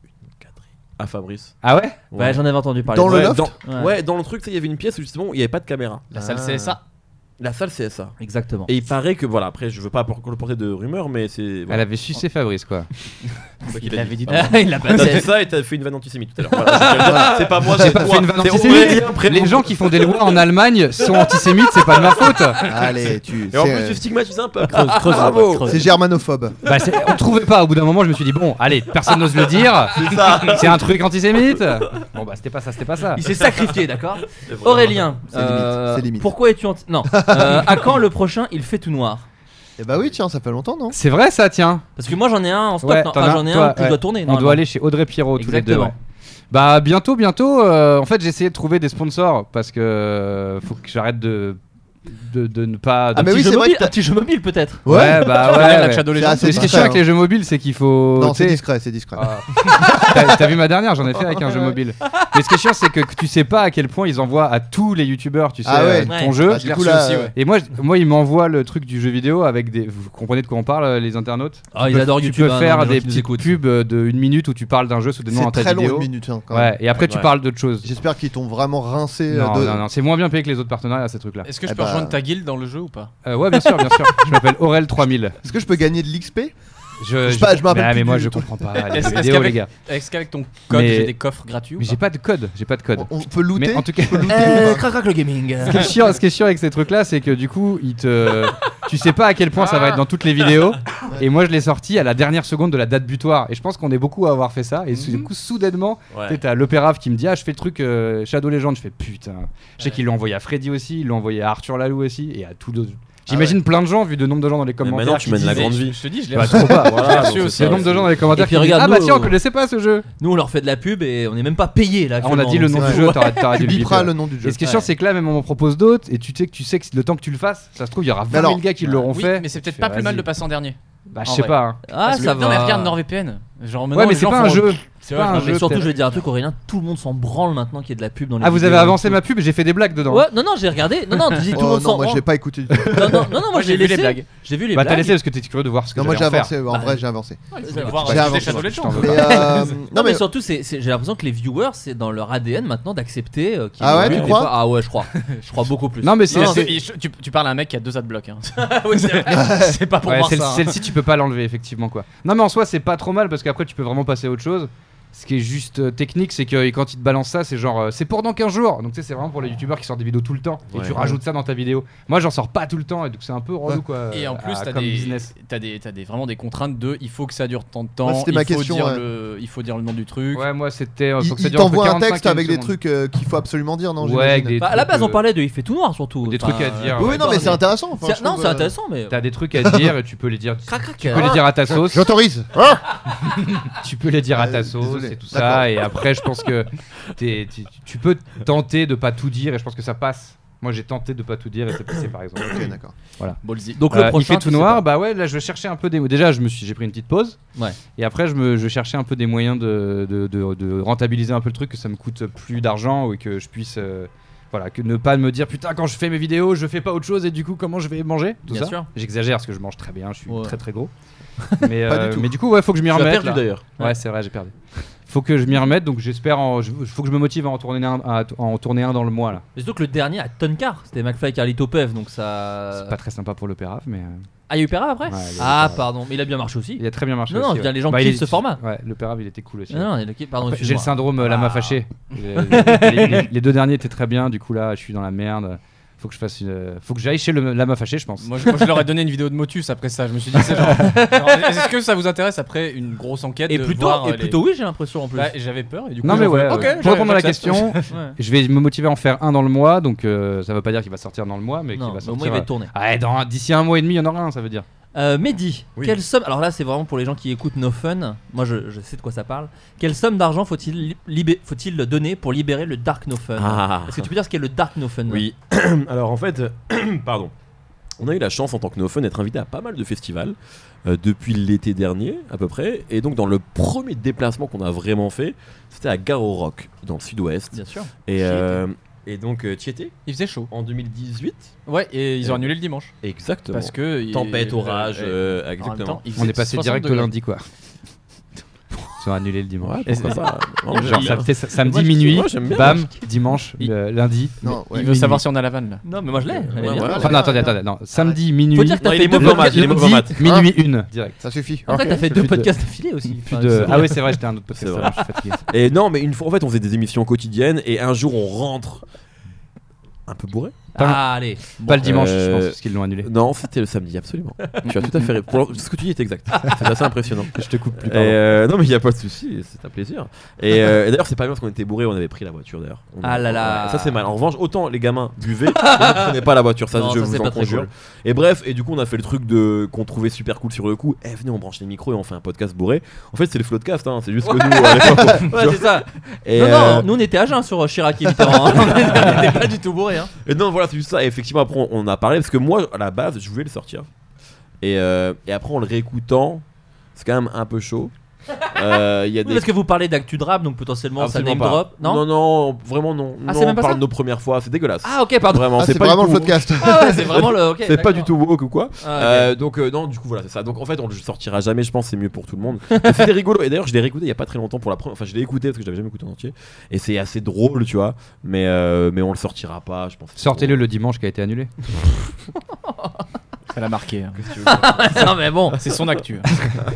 S9: une quadrille à Fabrice.
S2: Ah ouais
S7: Ouais, j'en avais entendu parler.
S8: Dans le
S9: ouais,
S8: loft
S9: dans, ouais, dans le truc, tu sais, il y avait une pièce où justement il y avait pas de caméra.
S10: La salle CSA.
S9: La salle CSA.
S7: Exactement.
S9: Et il paraît que voilà, après je veux pas por- porter de rumeur, mais c'est.
S2: Elle
S9: Voilà,
S2: avait sucé Fabrice quoi.
S9: c'est toi qui
S10: Il
S9: l'as
S7: (laughs)
S10: l'avait dit.
S7: Il a pas
S9: T'as dit ça et t'as fait une vanne antisémite tout à l'heure. Voilà, je veux dire, c'est pas moi,
S2: J'ai
S9: c'est
S2: pas
S9: toi.
S2: fait une vanne
S9: C'est
S2: antisémite.
S9: Aurélien Prévost.
S2: Les gens qui font des lois en Allemagne sont antisémites, c'est pas de ma faute.
S8: Allez, tu.
S9: Et en
S8: c'est,
S9: plus,
S8: euh,
S9: tu stigmatises un peu. Creuse, creuse, Bravo.
S8: C'est germanophobe.
S2: Bah, c'est- on trouvait pas. Au bout d'un moment, je me suis dit bon, allez, personne n'ose le dire. C'est un truc antisémite. Bon bah c'était pas ça, c'était pas ça.
S7: Il s'est sacrifié, d'accord
S9: Vraiment.
S7: (laughs) Aurélien,
S8: C'est limite,
S7: euh,
S8: c'est limite.
S7: pourquoi es-tu anti...
S8: (laughs)
S7: Non, Euh, à quand le prochain il fait tout noir
S8: Et bah oui, tiens, ça fait longtemps, non
S2: C'est vrai ça, tiens.
S7: Parce que moi j'en ai un en stock,
S2: Ouais,
S7: non,
S2: t'en
S7: enfin,
S2: as un,
S7: j'en ai
S2: toi,
S7: un qui
S2: ouais.
S7: doit tourner.
S2: On
S7: normalement.
S2: doit aller chez Audrey Pierrot tous les deux.
S7: Exactement.
S2: ouais. Bah bientôt, bientôt. euh, en fait, j'ai essayé de trouver des sponsors parce que euh, faut que j'arrête de, de de ne pas. de-
S8: Ah, mais
S7: Petit
S8: oui,
S7: jeu
S8: c'est vrai
S7: mobile-
S8: que t'as-
S7: Un petit jeu mobile peut-être
S2: ouais,
S7: (laughs)
S2: bah ouais. ouais.
S8: C'est
S2: C'est
S8: assez
S2: ce qui est
S8: discret,
S2: chiant avec
S8: hein.
S2: les jeux mobiles, c'est qu'il faut.
S8: Non, c'est
S2: tu sais,
S8: discret, c'est discret.
S2: bah, Ah. T'as t'as vu ma dernière, j'en ai fait avec un jeu mobile. Mais ce qui est chiant, c'est que tu sais pas à quel point ils envoient à tous les youtubeurs, tu sais,
S8: Ah ouais.
S2: euh, ton
S7: Ouais.
S2: jeu.
S8: Ah, du
S10: l'ai
S8: coup,
S10: reçu
S8: là,
S10: aussi,
S8: euh,
S10: ouais.
S2: Et moi, je- moi, ils m'envoient le truc du jeu vidéo avec des. Vous comprenez de quoi on parle, euh, les internautes
S7: Ah,
S2: Tu
S7: ils
S2: peux-
S7: adorent
S2: Tu
S7: YouTube.
S2: peux
S7: hein,
S2: faire
S7: les gens
S2: des
S7: qui nous
S2: petites
S7: écoutent.
S2: pubs euh, de une minute où tu parles d'un jeu soudainement dans ta
S8: c'est très long,
S2: vidéo.
S8: une minute. hein, quand même.
S2: ouais, et après tu
S9: Ouais.
S2: parles d'autre chose.
S8: J'espère qu'ils t'ont vraiment rincé. euh,
S2: Non,
S8: de-
S2: non, non, c'est moins bien payé que les autres partenariats, ces trucs-là.
S10: Est-ce que
S8: Eh
S10: je peux
S8: bah.
S10: rejoindre ta guilde dans le jeu ou pas
S2: Euh, ouais, bien sûr, bien sûr. Je m'appelle Aurel 3000.
S8: Est-ce que je peux gagner de l'XP
S2: Je,
S8: Je sais pas, je me rappelle
S2: Bah,
S8: plus
S2: mais moi,
S8: du
S2: je
S8: truc. (laughs)
S2: comprends pas les
S10: Est-ce-
S2: jeux
S10: est-ce
S2: vidéo, les
S10: qu'avec-
S2: gars.
S10: Est-ce qu'avec ton code,
S2: Mais-
S10: j'ai des coffres gratuits ou
S2: Mais j'ai
S10: pas
S2: pas de code, j'ai pas de code.
S8: on, on peut looter
S2: Mais en tout cas. (laughs)
S7: Euh, Crac crac le gaming.
S2: Ce qui est chiant, ce qui est chiant avec ces trucs-là, c'est que du coup, ils
S7: (laughs)
S2: te... tu sais pas à quel point ça va être dans toutes les vidéos. Et moi, je l'ai sorti à la dernière seconde de la date butoir. Et je pense qu'on est beaucoup à avoir fait ça. Et sou-
S7: Mhm.
S2: du coup, soudainement,
S9: Ouais.
S2: t'es à l'opérave qui me dit Ah, je fais le truc euh, Shadow Legend. Je fais putain. Je sais qu'ils l'ont envoyé à Freddy aussi, ils l'ont envoyé à Arthur Lalou aussi, et à tous d'autres. J'imagine plein de gens, vu le nombre de gens dans les
S9: Mais
S2: commentaires.
S9: maintenant, tu
S2: qui
S9: mènes la
S2: disaient-
S9: grande
S10: Je
S9: vie.
S10: te dis, je l'ai
S2: Bah,
S10: reçu.
S2: trop pas.
S9: Voilà,
S10: reçu
S9: donc (laughs)
S10: aussi.
S2: Le
S9: c'est ça,
S2: nombre de
S9: c'est-
S2: gens dans les commentaires
S7: Et puis,
S2: qui disent,
S7: regarde,
S2: Ah bah
S7: nous,
S2: tiens, on
S7: euh,
S2: connaissait pas ce jeu.
S7: Nous on leur fait de la pub et on n'est même pas payé là.
S2: Ah, on a dit le nom du
S8: c'est vrai.
S2: jeu, t'aurais t'aurais dû
S8: Tu euh,
S2: le
S8: biperas
S2: biper.
S8: le nom du
S2: Et
S8: jeu.
S2: ce qui est sûr,
S7: Ouais.
S2: c'est que là, même on m'en propose d'autres, et tu sais que tu sais que le temps que tu le fasses, ça se trouve, il y aura 20 000
S8: alors-
S2: gars qui l'auront
S10: Oui,
S2: fait.
S10: mais c'est peut-être
S2: Tu
S10: pas
S2: fais,
S10: plus mal
S2: vas-y.
S10: de passer en dernier.
S2: Bah, je
S10: en
S2: sais
S10: vrai.
S2: pas. hein.
S7: Ah
S10: Parce que-
S7: ça
S10: Non, mais
S7: va. Ah,
S10: regarde NordVPN. Genre,
S2: Ouais,
S10: maintenant,
S2: mais
S10: les
S2: c'est
S10: gens
S2: pas un
S10: font-
S2: jeu. C'est pas un
S7: mais
S2: jeu,
S7: surtout,
S2: peut-être.
S7: je vais dire un truc, Aurélien, tout le monde s'en branle maintenant qu'il y a de la pub dans les
S2: Ah, vous avez
S7: vidéos et
S2: avancé
S7: tout.
S2: ma pub, j'ai fait des blagues dedans.
S7: Ouais, non, non, j'ai regardé. Non, non, tu dis tout le
S8: Oh,
S7: monde s'en
S8: non, moi
S7: branle.
S8: j'ai pas écouté du tout.
S7: Non, non, non, non, moi
S10: Moi,
S7: j'ai
S10: j'ai vu
S7: laissé.
S10: les blagues.
S7: J'ai vu les
S2: Bah, t'as
S7: blagues.
S2: laissé parce que t'étais curieux de voir ce que hein.
S8: Non, moi j'ai
S2: j'allais en
S8: avancé, en
S7: Bah,
S8: vrai j'ai avancé.
S10: C'est
S7: Ouais.
S10: voir
S8: J'ai
S10: euh,
S8: avancé,
S10: les Shadow
S2: je t'en
S10: Legends.
S2: veux
S8: Mais euh,
S7: Non,
S8: non,
S7: mais,
S8: mais
S7: surtout, c'est, c'est- j'ai l'impression que les viewers, c'est dans leur ADN maintenant d'accepter. euh, qu'il y ait
S8: Ah ouais,
S7: des
S8: tu
S7: fois-
S8: crois
S7: Ah ouais,
S8: (laughs)
S7: je crois. Je crois beaucoup plus.
S2: faire. Non, mais c'est
S10: Non,
S2: c'est-
S10: c'est- il- tu, tu parles à un mec qui a deux adblocks. Hein.
S7: Oui, c'est vrai.
S10: (laughs) c'est pas pour
S2: Ouais,
S10: moi
S2: celle-
S10: ça. hein.
S2: Celle-ci, tu peux pas l'enlever, effectivement. quoi. Non, mais en soi, c'est pas trop mal parce qu'après, tu peux vraiment passer à autre chose. Ce qui est juste euh, technique, c'est que euh, quand ils te balancent ça, c'est genre euh, c'est pour dans 15 jours. Donc, tu sais, c'est vraiment pour les youtubeurs qui sortent des vidéos tout le temps et
S9: Ouais.
S2: tu rajoutes ça dans ta vidéo. Moi, j'en sors pas tout le temps et donc c'est un peu relou quoi.
S10: Et en
S2: euh,
S10: plus,
S2: à-
S10: t'as
S2: comme
S10: des,
S2: business.
S10: t'as des, t'as des, vraiment des contraintes de il faut que ça dure tant de temps,
S8: Ouais, c'était
S10: il,
S8: ma
S10: faut
S8: question,
S10: dire
S8: ouais.
S10: le, il faut dire le nom du truc.
S2: Ouais, moi, c'était. euh,
S8: il,
S2: faut que ça
S8: il
S2: dure entre
S8: t'envoie un
S2: 45
S8: texte avec
S2: et une
S8: des trucs euh, qu'il faut absolument dire, non
S2: seconde. Ouais, avec
S10: hein.
S8: j'imagine
S2: des
S7: Bah, à la
S2: trucs,
S7: base, on
S2: euh,
S7: parlait de Il fait tout noir surtout.
S2: Des
S7: Enfin,
S2: trucs à
S7: euh,
S2: dire.
S8: Oui, oui,
S2: ouais.
S8: non, mais c'est intéressant. enfin,
S7: c'est-
S8: je
S7: non,
S8: trouve,
S7: c'est
S8: euh,
S7: intéressant, mais.
S2: T'as des trucs à dire et tu peux les dire. Tu
S7: (laughs) Crac, crac,
S2: peux les
S7: ah.
S2: dire à ta sauce.
S8: J'autorise
S2: tu peux les dire à
S8: Euh,
S2: ta sauce
S8: désolé.
S2: et tout
S8: D'accord.
S2: ça. Et après, je pense que t'es- tu, tu peux tenter de pas tout dire et je pense que ça passe. Moi, j'ai tenté de pas tout dire et c'est passé par exemple.
S8: Ok, d'accord.
S10: Bolzi.
S7: Donc le
S2: Euh, il
S7: prochain.
S2: fait tout
S7: tu sais
S2: noir.
S7: pas.
S2: Bah ouais, là, je cherchais un peu des. Déjà, je me suis, j'ai pris une petite pause.
S7: Ouais.
S2: Et après, je me, je cherchais un peu des moyens de, de, de- de rentabiliser un peu le truc, que ça me coûte plus d'argent ou que je puisse. euh, voilà, que ne pas me dire putain quand je fais mes vidéos je fais pas autre chose et du coup comment je vais manger tout
S7: Bien
S2: ça.
S7: sûr.
S2: J'exagère parce que je mange très bien, je suis
S7: Ouais.
S2: très très
S7: (laughs)
S2: gros. mais,
S8: Pas
S2: euh,
S8: du tout.
S2: mais du coup ouais faut que je m'y
S9: Tu as
S2: remette.
S9: perdu
S2: là.
S9: d'ailleurs.
S2: Ouais, c'est vrai, j'ai perdu. Faut que je m'y remette, donc j'espère. En... je- Faut que je me motive à en tourner un, à à en tourner un dans le mois là.
S7: Mais surtout que le dernier à Toncar, c'était McFly et Carlito Pev, donc ça.
S2: C'est pas très sympa pour le Pérave, mais euh,
S7: Ah, il y a eu Pera après
S2: Ouais, il y a eu
S7: Ah,
S2: Pera.
S7: pardon, mais il a bien marché aussi.
S2: il a très bien marché.
S7: Non, non,
S2: aussi,
S7: je veux dire,
S2: ouais. Bah,
S7: les gens
S2: il
S7: kiffent
S2: est-
S7: ce format.
S2: Ouais, le Pérave, il était cool aussi.
S7: Non, non, il a- pardon,
S2: Après, J'ai le
S7: excuse-moi.
S2: syndrome euh, la
S7: Ah.
S2: main
S7: (laughs)
S2: fâchée. Euh, les, les- les deux derniers étaient très bien, du coup là, je suis dans la merde. Faut que je fasse, une- faut que j'aille chez le, la main fâchée, je pense.
S10: Moi je, moi, je leur ai donné une vidéo de Motus après ça. Je me suis dit, c'est genre. genre, Est-ce que ça vous intéresse après une grosse enquête
S7: Et
S10: de
S7: plutôt,
S10: voir, euh,
S7: et
S10: les-
S7: plutôt oui, j'ai l'impression en plus.
S10: Bah, J'avais peur et du coup.
S2: non mais
S10: j'ai
S2: ouais.
S10: fait,
S2: euh,
S10: ok,
S2: pour répondre à la
S10: j'accepte.
S2: question,
S7: (laughs)
S10: Ouais.
S2: je vais me motiver à en faire un dans le mois, donc euh, ça veut pas dire qu'il va sortir dans le mois, mais qu'il
S7: non,
S2: va
S7: mais
S2: sortir.
S7: au moins il va être tourné.
S2: euh, ouais, dans- d'ici un mois et demi, il y en aura un, ça veut dire.
S7: Euh, Mehdi,
S9: Oui.
S7: quelle somme Alors là, c'est vraiment pour les gens qui écoutent No Fun. Moi, je, je sais de quoi ça parle. Quelle somme d'argent faut-il li- libé- faut-il donner pour libérer le Dark No Fun
S9: Ah.
S7: Est-ce que tu peux dire ce qu'est le Dark No Fun
S9: Oui. (coughs) Alors en fait, (coughs) pardon. On a eu la chance en tant que néophone d'être invité à pas mal de festivals euh, depuis l'été dernier à peu près. Et donc dans le premier déplacement qu'on a vraiment fait, c'était à Garo Rock dans le sud-ouest.
S7: Bien sûr.
S9: Et, euh, et donc euh, t'y étais
S10: Il faisait chaud.
S9: en 2018
S10: Ouais, et ils ont annulé le dimanche.
S9: Exactement.
S10: Parce que. il-
S9: Tempête, orage, euh,
S10: euh, en même
S9: exactement.
S10: temps, il
S2: On
S10: faisait
S2: est passé
S10: 60
S2: direct au
S10: degrés.
S2: lundi quoi. (laughs) Ils ont annulé le dimanche.
S9: Ouais, pourquoi (laughs) pas. Non,
S2: Genre
S9: j'aime
S2: ça
S9: bien.
S2: fait sa- samedi
S9: Moi, je-
S2: minuit,
S9: moi, j'aime bien.
S2: bam, dimanche,
S10: Il-
S2: euh, lundi.
S8: Non, ouais.
S10: Il veut savoir si on a la vanne là.
S7: Non, mais moi je l'ai. elle est
S9: Ouais,
S7: bien.
S9: ouais.
S2: Enfin non, attendez, attendez, non, samedi minuit.
S7: Faut dire que t'as
S9: Non, il
S7: fait
S9: est
S7: deux
S9: mauvais en maths,
S7: podcasts.
S9: il est mauvais en
S2: lundi,
S9: maths.
S2: Minuit
S7: Ah.
S2: une, direct.
S8: Ça suffit.
S7: Après, t'as fait
S2: Ça
S7: deux
S2: fait deux-
S7: podcasts d'affilée aussi.
S2: Plus
S7: Enfin,
S2: de-
S7: c'est-
S2: Ah ouais, c'est vrai, j'étais un autre podcast.
S9: C'est
S2: pardon, je suis fatigué.
S9: Et non, mais une fois, en fait, on faisait des émissions quotidiennes et un jour on rentre un peu bourré.
S7: Ah, allez.
S2: Pas le dimanche, je
S9: Euh,
S2: pense, parce qu'ils l'ont annulé.
S9: Non, euh, c'était le samedi, absolument. tu as tout à fait raison. Pour- Ce que tu dis est exact.
S7: Ah.
S9: C'est assez impressionnant.
S2: Je te coupe plus.
S9: Et,
S2: pardon.
S9: euh, non, mais il n'y a pas de souci, c'est un plaisir. Et, euh, et d'ailleurs, c'est pas bien parce qu'on était bourré, on avait pris la voiture d'ailleurs. On-
S7: Ah là là.
S9: ouais, Ça, c'est mal. En revanche, autant les gamins
S7: (laughs)
S9: buvaient, mais ne prenaient pas la voiture, ça,
S7: Non,
S9: je
S7: ça,
S9: vous
S7: c'est
S9: en
S7: pas très
S9: conjure.
S7: cool.
S9: Et bref, et du coup, on a fait le truc de qu'on trouvait super cool sur le coup. Eh, venez, on branche les micros et on fait un podcast bourré. En fait, c'est le floodcast, hein, c'est juste que nous, à
S7: (laughs)
S9: l'époque, on-
S7: Ouais, c'est ça.
S9: et,
S7: non,
S9: euh,
S7: non, nous on était à jeun sur euh, Chirac et
S9: (laughs)
S7: Mitterrand. hein. on était pas du tout bourrés. Hein.
S9: Et non, voilà, c'est juste ça. Et effectivement, après, on- on a parlé parce que moi, à la base, je voulais le sortir. Et, euh, et après, en le réécoutant, c'est quand même un peu
S7: (laughs)
S9: chaud. Euh, Il y a
S7: Oui,
S9: des.
S7: parce que vous parlez d'actu drap, donc potentiellement
S9: Absolument
S7: ça
S9: pas.
S7: name drop. Non,
S9: non, non, vraiment non. non,
S7: Ah, c'est même
S9: on
S7: pas
S9: parle
S7: ça
S9: de nos premières fois, c'est dégueulasse.
S7: Ah, ok, pardon.
S9: vraiment,
S8: Ah, c'est
S9: pas du
S8: vraiment le
S9: tout-
S8: podcast.
S7: Ah ouais, c'est vraiment le. ok,
S9: C'est pas
S7: d'accord.
S9: du tout woke ou quoi.
S7: Ah, ok.
S9: Euh, donc euh, non, du coup voilà, c'est ça. Donc en fait, on le sortira jamais, je pense, c'est mieux pour tout le monde. Mais
S7: (laughs)
S9: C'était rigolo. Et d'ailleurs, je l'ai réécouté il y a pas très longtemps pour la première. Enfin, je l'ai écouté parce que je l'avais jamais écouté en entier. Et c'est assez drôle, tu vois. Mais euh, mais on le sortira pas, je pense.
S2: Sortez-le le dimanche qui a été annulé.
S10: Ça l'a marqué. hein.
S9: Qu'est-ce que tu veux
S7: (laughs) non, mais bon.
S10: C'est son actu. hein.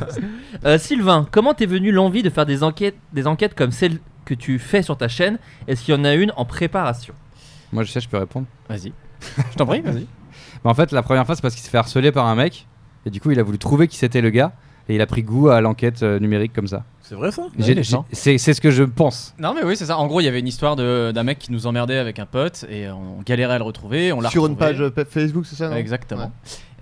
S7: Euh, Sylvain, comment t'es venu l'envie de faire des enquêtes, des enquêtes comme celle que tu fais sur ta chaîne Est-ce qu'il y en a une en préparation
S2: Moi, je sais, je peux répondre.
S10: Vas-y. Je t'en prie, vas-y.
S2: Mais en fait, la première fois, c'est parce qu'il s'est fait harceler par un mec. Et du coup, il a voulu trouver qui c'était le gars. Et il a pris goût à l'enquête euh, numérique comme ça.
S9: C'est vrai ça
S2: J'ai-
S10: il est
S2: j'ai-
S10: chiant.
S2: C'est c'est ce que je pense.
S10: Non mais oui c'est ça. En gros il y avait une histoire de- d'un mec qui nous emmerdait avec un pote et on galérait à le retrouver. On l'a
S8: Sur une
S10: retrouvé.
S8: page euh, pa- Facebook, c'est ça non
S10: Exactement.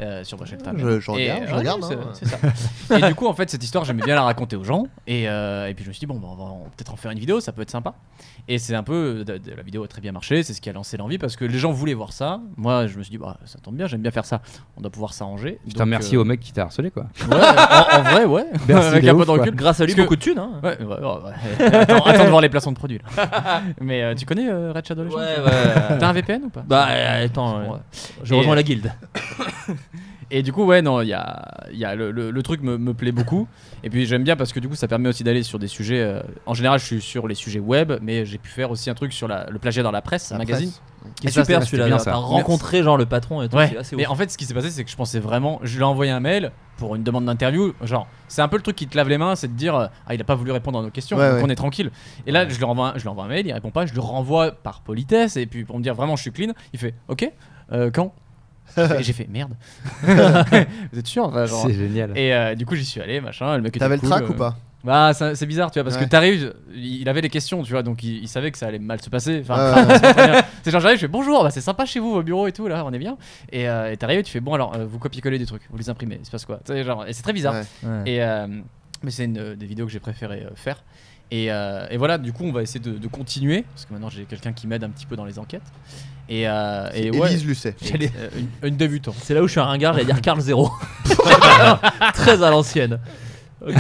S10: Euh, sur Brachelta.
S8: Je-
S10: même.
S8: je regarde,
S10: Et, euh,
S8: je
S10: ouais,
S8: regarde,
S10: c'est-
S8: hein.
S10: C'est ça. et du coup, en fait, cette histoire, j'aimais bien la raconter aux gens. Et, euh, et puis je me suis dit, bon, bah, on va en- peut-être en faire une vidéo, ça peut être sympa. Et c'est un peu. de- de- la vidéo a très bien marché, c'est ce qui a lancé l'envie parce que les gens voulaient voir ça. Moi, je me suis dit, bah, ça tombe bien, j'aime bien faire ça. On doit pouvoir s'arranger.
S2: Putain,
S10: Donc,
S2: merci
S10: euh,
S2: au mec qui t'a harcelé, quoi.
S10: ouais, en, en vrai, ouais.
S2: (laughs) Merci,
S10: Avec
S2: il est
S10: un peu
S7: Ah,
S2: Ah, ouf,
S10: de
S2: quoi.
S10: recul.
S7: Grâce à lui,
S10: Parce que-
S7: beaucoup de thunes. Hein.
S10: Ouais, ouais, ouais, ouais. attends, attends de voir les placements de produits. (laughs) là. Mais euh, tu connais euh, Red Shadow Legends
S7: Ouais, ouais, (laughs) ouais.
S10: T'as un VPN ou pas
S7: Bah, euh, attends, euh, je
S10: Et-
S7: rejoins la guilde.
S10: Et du coup, ouais, non, il y a, il y a le, le- le truc me, me plaît beaucoup. Et puis j'aime bien parce que du coup, ça permet aussi d'aller sur des sujets. euh, en général, je suis sur les sujets web, mais j'ai pu faire aussi un truc sur la- le plagiat dans la presse, un
S8: La
S10: magazine.
S8: presse.
S10: Et
S7: C'est
S10: ça,
S7: super
S10: c'était-
S7: celui-là.
S10: c'était bien,
S7: t'as
S10: ça.
S7: rencontré genre le patron et tout.
S10: Ouais.
S7: c'est assez
S10: mais
S7: ouf.
S10: en fait, ce qui s'est passé, c'est que je pensais vraiment. Je lui ai envoyé un mail pour une demande d'interview. Genre, c'est un peu le truc qui te lave les mains, c'est de dire euh, Ah, il a pas voulu répondre à nos questions,
S8: Ouais,
S10: donc
S8: ouais.
S10: on est tranquille. Et là, je lui, renvoie, un- je lui envoie un mail, il répond pas, je le renvoie par politesse, et puis pour me dire vraiment je suis clean, il fait Ok, euh,
S8: (laughs)
S10: quand J'ai fait- J'ai fait merde. Vous êtes sûr Enfin, genre,
S2: C'est génial.
S10: Et euh, du coup, j'y suis allé, machin. Le mec était
S8: T'avais le
S10: cool,
S8: track
S10: euh,
S8: ou pas
S10: Bah, ça- c'est bizarre, tu vois, parce
S8: Ouais.
S10: que t'arrives, il il avait des questions, tu vois, donc il, il savait que ça allait mal se passer. Enfin,
S8: Ouais, ouais, ouais.
S10: c'est pas bien. (laughs) c'est genre, j'arrive, je fais bonjour, bah, c'est sympa chez vous, vos bureaux et tout, là, on est bien. Et euh, et t'arrives, et tu fais bon, alors, euh, vous copiez-coller des trucs, vous les imprimez, il se passe quoi Tu sais, genre, Et c'est très bizarre.
S8: Ouais.
S10: Et, euh, mais c'est une euh, des vidéos que j'ai préféré euh, faire. Et, euh, et voilà, du coup, on va essayer de, de continuer, parce que maintenant j'ai quelqu'un qui m'aide un petit peu dans les enquêtes. Et, euh, et ouais.
S8: Élise Lucet.
S10: J'allais- euh, une, une débutante.
S7: C'est là où je suis un ringard, j'allais dire Carl (laughs) Zero. Très à l'ancienne.
S10: Ok.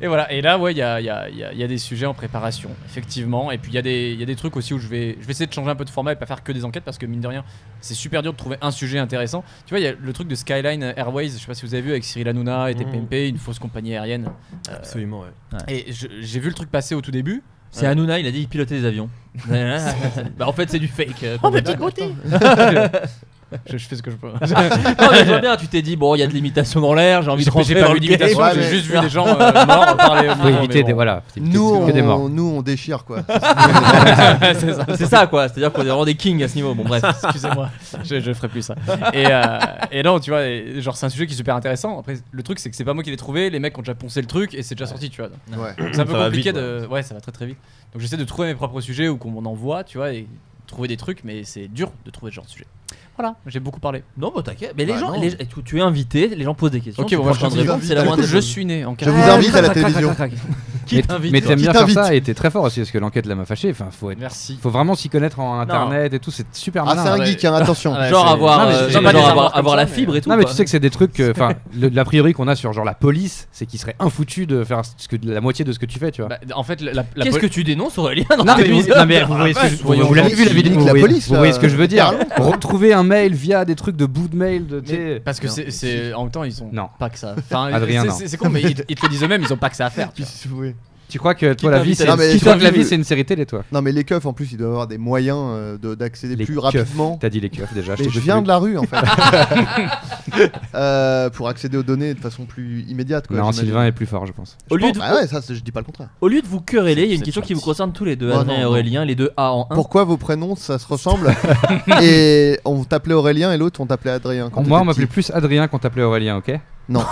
S10: et voilà. Et là, ouais, il y a, il y a- il y a- il y a des sujets en préparation, effectivement. Et puis il y, a des- il y a des trucs aussi où je vais, je vais essayer de changer un peu de format et pas faire que des enquêtes parce que mine de rien, c'est super dur de trouver un sujet intéressant. Tu vois, il y a le truc de Skyline Airways. Je sais pas si vous avez vu avec Cyril Hanouna et
S9: Mhm.
S2: Mmh.
S10: TPMP, une fausse compagnie aérienne.
S9: Absolument, ouais.
S10: Et je- j'ai vu le truc passer au tout début.
S7: C'est Hanouna, il a dit il pilotait des (laughs) avions. bah en fait c'est du fake. euh, complètement.
S10: Je, je fais ce que je peux.
S7: (laughs) Non, mais je vois bien, tu t'es dit bon il y a de l'imitation dans l'air, j'ai envie
S10: J'ai
S7: de rentrer
S10: j'ai pas
S7: dans le
S10: vu d'imitation,
S7: game.
S8: Ouais,
S10: j'ai
S8: mais-
S10: juste vu des gens euh, morts parler. au
S2: Faut
S10: moment, mais
S2: éviter des.
S10: bon.
S2: Voilà. faut éviter
S8: Nous,
S2: que des morts.
S8: on, nous, on déchire quoi.
S7: c'est ça. C'est ça, quoi, c'est-à-dire qu'on est vraiment des kings à ce niveau. Bon bref.
S10: (laughs) Excusez-moi, je, je ferai plus ça. Et, euh, et non, tu vois, et- genre c'est un sujet qui est super intéressant. Après, le truc c'est que c'est pas moi qui l'ai trouvé, les mecs ont déjà poncé le truc et c'est déjà sorti, tu vois. Donc,
S8: ouais.
S10: C'est un peu
S9: Ça va
S10: compliqué
S9: vite,
S10: de. Ouais. ça va très très vite. Donc j'essaie de trouver mes propres sujets ou qu'on m'en envoie, tu vois, et trouver des trucs, mais c'est dur de trouver ce genre de sujet. Voilà, j'ai beaucoup parlé.
S7: Non bah t'inquiète. Mais les
S8: Bah,
S7: gens,
S8: non.
S7: les- tu, tu es invité, les gens posent des questions.
S10: Ok,
S7: tu
S10: bon,
S7: prends
S10: je
S7: le temps de
S8: vous
S7: répondre,
S8: invite.
S7: c'est la
S8: Du
S7: moindre
S8: coup,
S7: des
S10: Je
S7: choses. Ah,
S10: suis né en
S8: Je vous
S10: Caraïbes.
S8: invite à la télévision.
S10: Qui t'invite
S2: Mais t'aimes
S8: Qui
S2: bien faire
S8: t'invite.
S2: ça et t'es très fort aussi parce que l'enquête là m'a fâché. Enfin, faut être-
S10: Merci.
S2: faut vraiment s'y connaître en internet et tout. C'est super
S8: Ah,
S2: malin.
S8: c'est un
S10: ouais.
S8: geek, hein,
S9: (laughs) Ah,
S2: Ah,
S8: attention.
S10: Ouais,
S7: Genre
S10: c'est-
S7: avoir,
S10: Non,
S7: euh,
S10: mais c'est-
S7: genre
S10: j'ai pas des
S7: avoir-
S10: armoires comme
S7: avoir
S10: ça,
S7: la
S10: mais-
S7: fibre et tout.
S2: Non mais
S7: quoi.
S2: tu sais que c'est des trucs,
S8: (laughs)
S2: que- enfin, le- l'a priori qu'on a sur genre la police, c'est qu'il serait infoutu de faire ce que, la moitié de ce que tu fais, tu vois.
S10: Bah, en fait, la, la- la
S7: Qu'est-ce
S10: pol-
S7: que tu dénonces Aurélien dans
S2: non,
S7: tes
S2: mais vous,
S7: vidéos
S2: non, mais vous voyez ce que je, vous,
S10: Voyons,
S2: vous l'avez vu la
S8: il
S2: vidéo,
S8: nique
S2: vous,
S8: la
S2: voyez,
S8: police, euh,
S2: vous
S8: là,
S2: voyez ce que je veux dire.
S8: carrément.
S2: Retrouver un mail via des trucs de bout de mail, de. tu sais-
S10: Parce que c'est- c'est. En même temps, ils ont
S2: Non.
S10: pas que ça. Enfin,
S2: Adrien,
S10: c'est-
S2: non.
S10: c'est c'est con, mais ils, ils te le disent eux-mêmes, ils ont pas que ça à faire. tu (laughs) vois.
S8: Oui.
S2: Tu crois que toi la
S10: t'invite
S2: vie,
S10: à-
S2: c'est
S8: Non, mais
S2: tu
S8: je
S2: crois
S8: crois
S2: que la
S8: que-
S2: vie, c'est une série télé, toi.
S8: Non mais les keufs en plus ils doivent avoir des moyens euh, de- d'accéder
S2: Les
S8: plus
S2: keufs.
S8: rapidement.
S2: T'as dit les keufs déjà.
S8: Mais
S2: t'ai
S8: je
S2: plus.
S8: viens de la rue en fait.
S2: (laughs)
S8: Euh, pour accéder aux données de façon plus immédiate quoi.
S2: Non,
S8: j'imagine.
S2: Sylvain est plus fort, je pense.
S7: Au lieu de
S8: Bah ouais, ça c'est- je dis pas le contraire.
S7: Au lieu de vous quereller, il y a une
S10: C'est
S7: question qui
S10: gentil.
S7: vous concerne tous les deux,
S2: Oh,
S8: Ouais,
S7: Adrien
S8: non,
S7: et
S8: non.
S7: Aurélien, les deux A en
S9: Hein
S7: 1.
S8: Pourquoi vos prénoms ça se ressemble (laughs) et on t'appelait Aurélien et l'autre on t'appelait Adrien quand
S2: Moi,
S8: t'étais
S2: on m'appelait
S8: petit.
S2: plus Adrien qu'on t'appelait Aurélien, ok
S8: Non.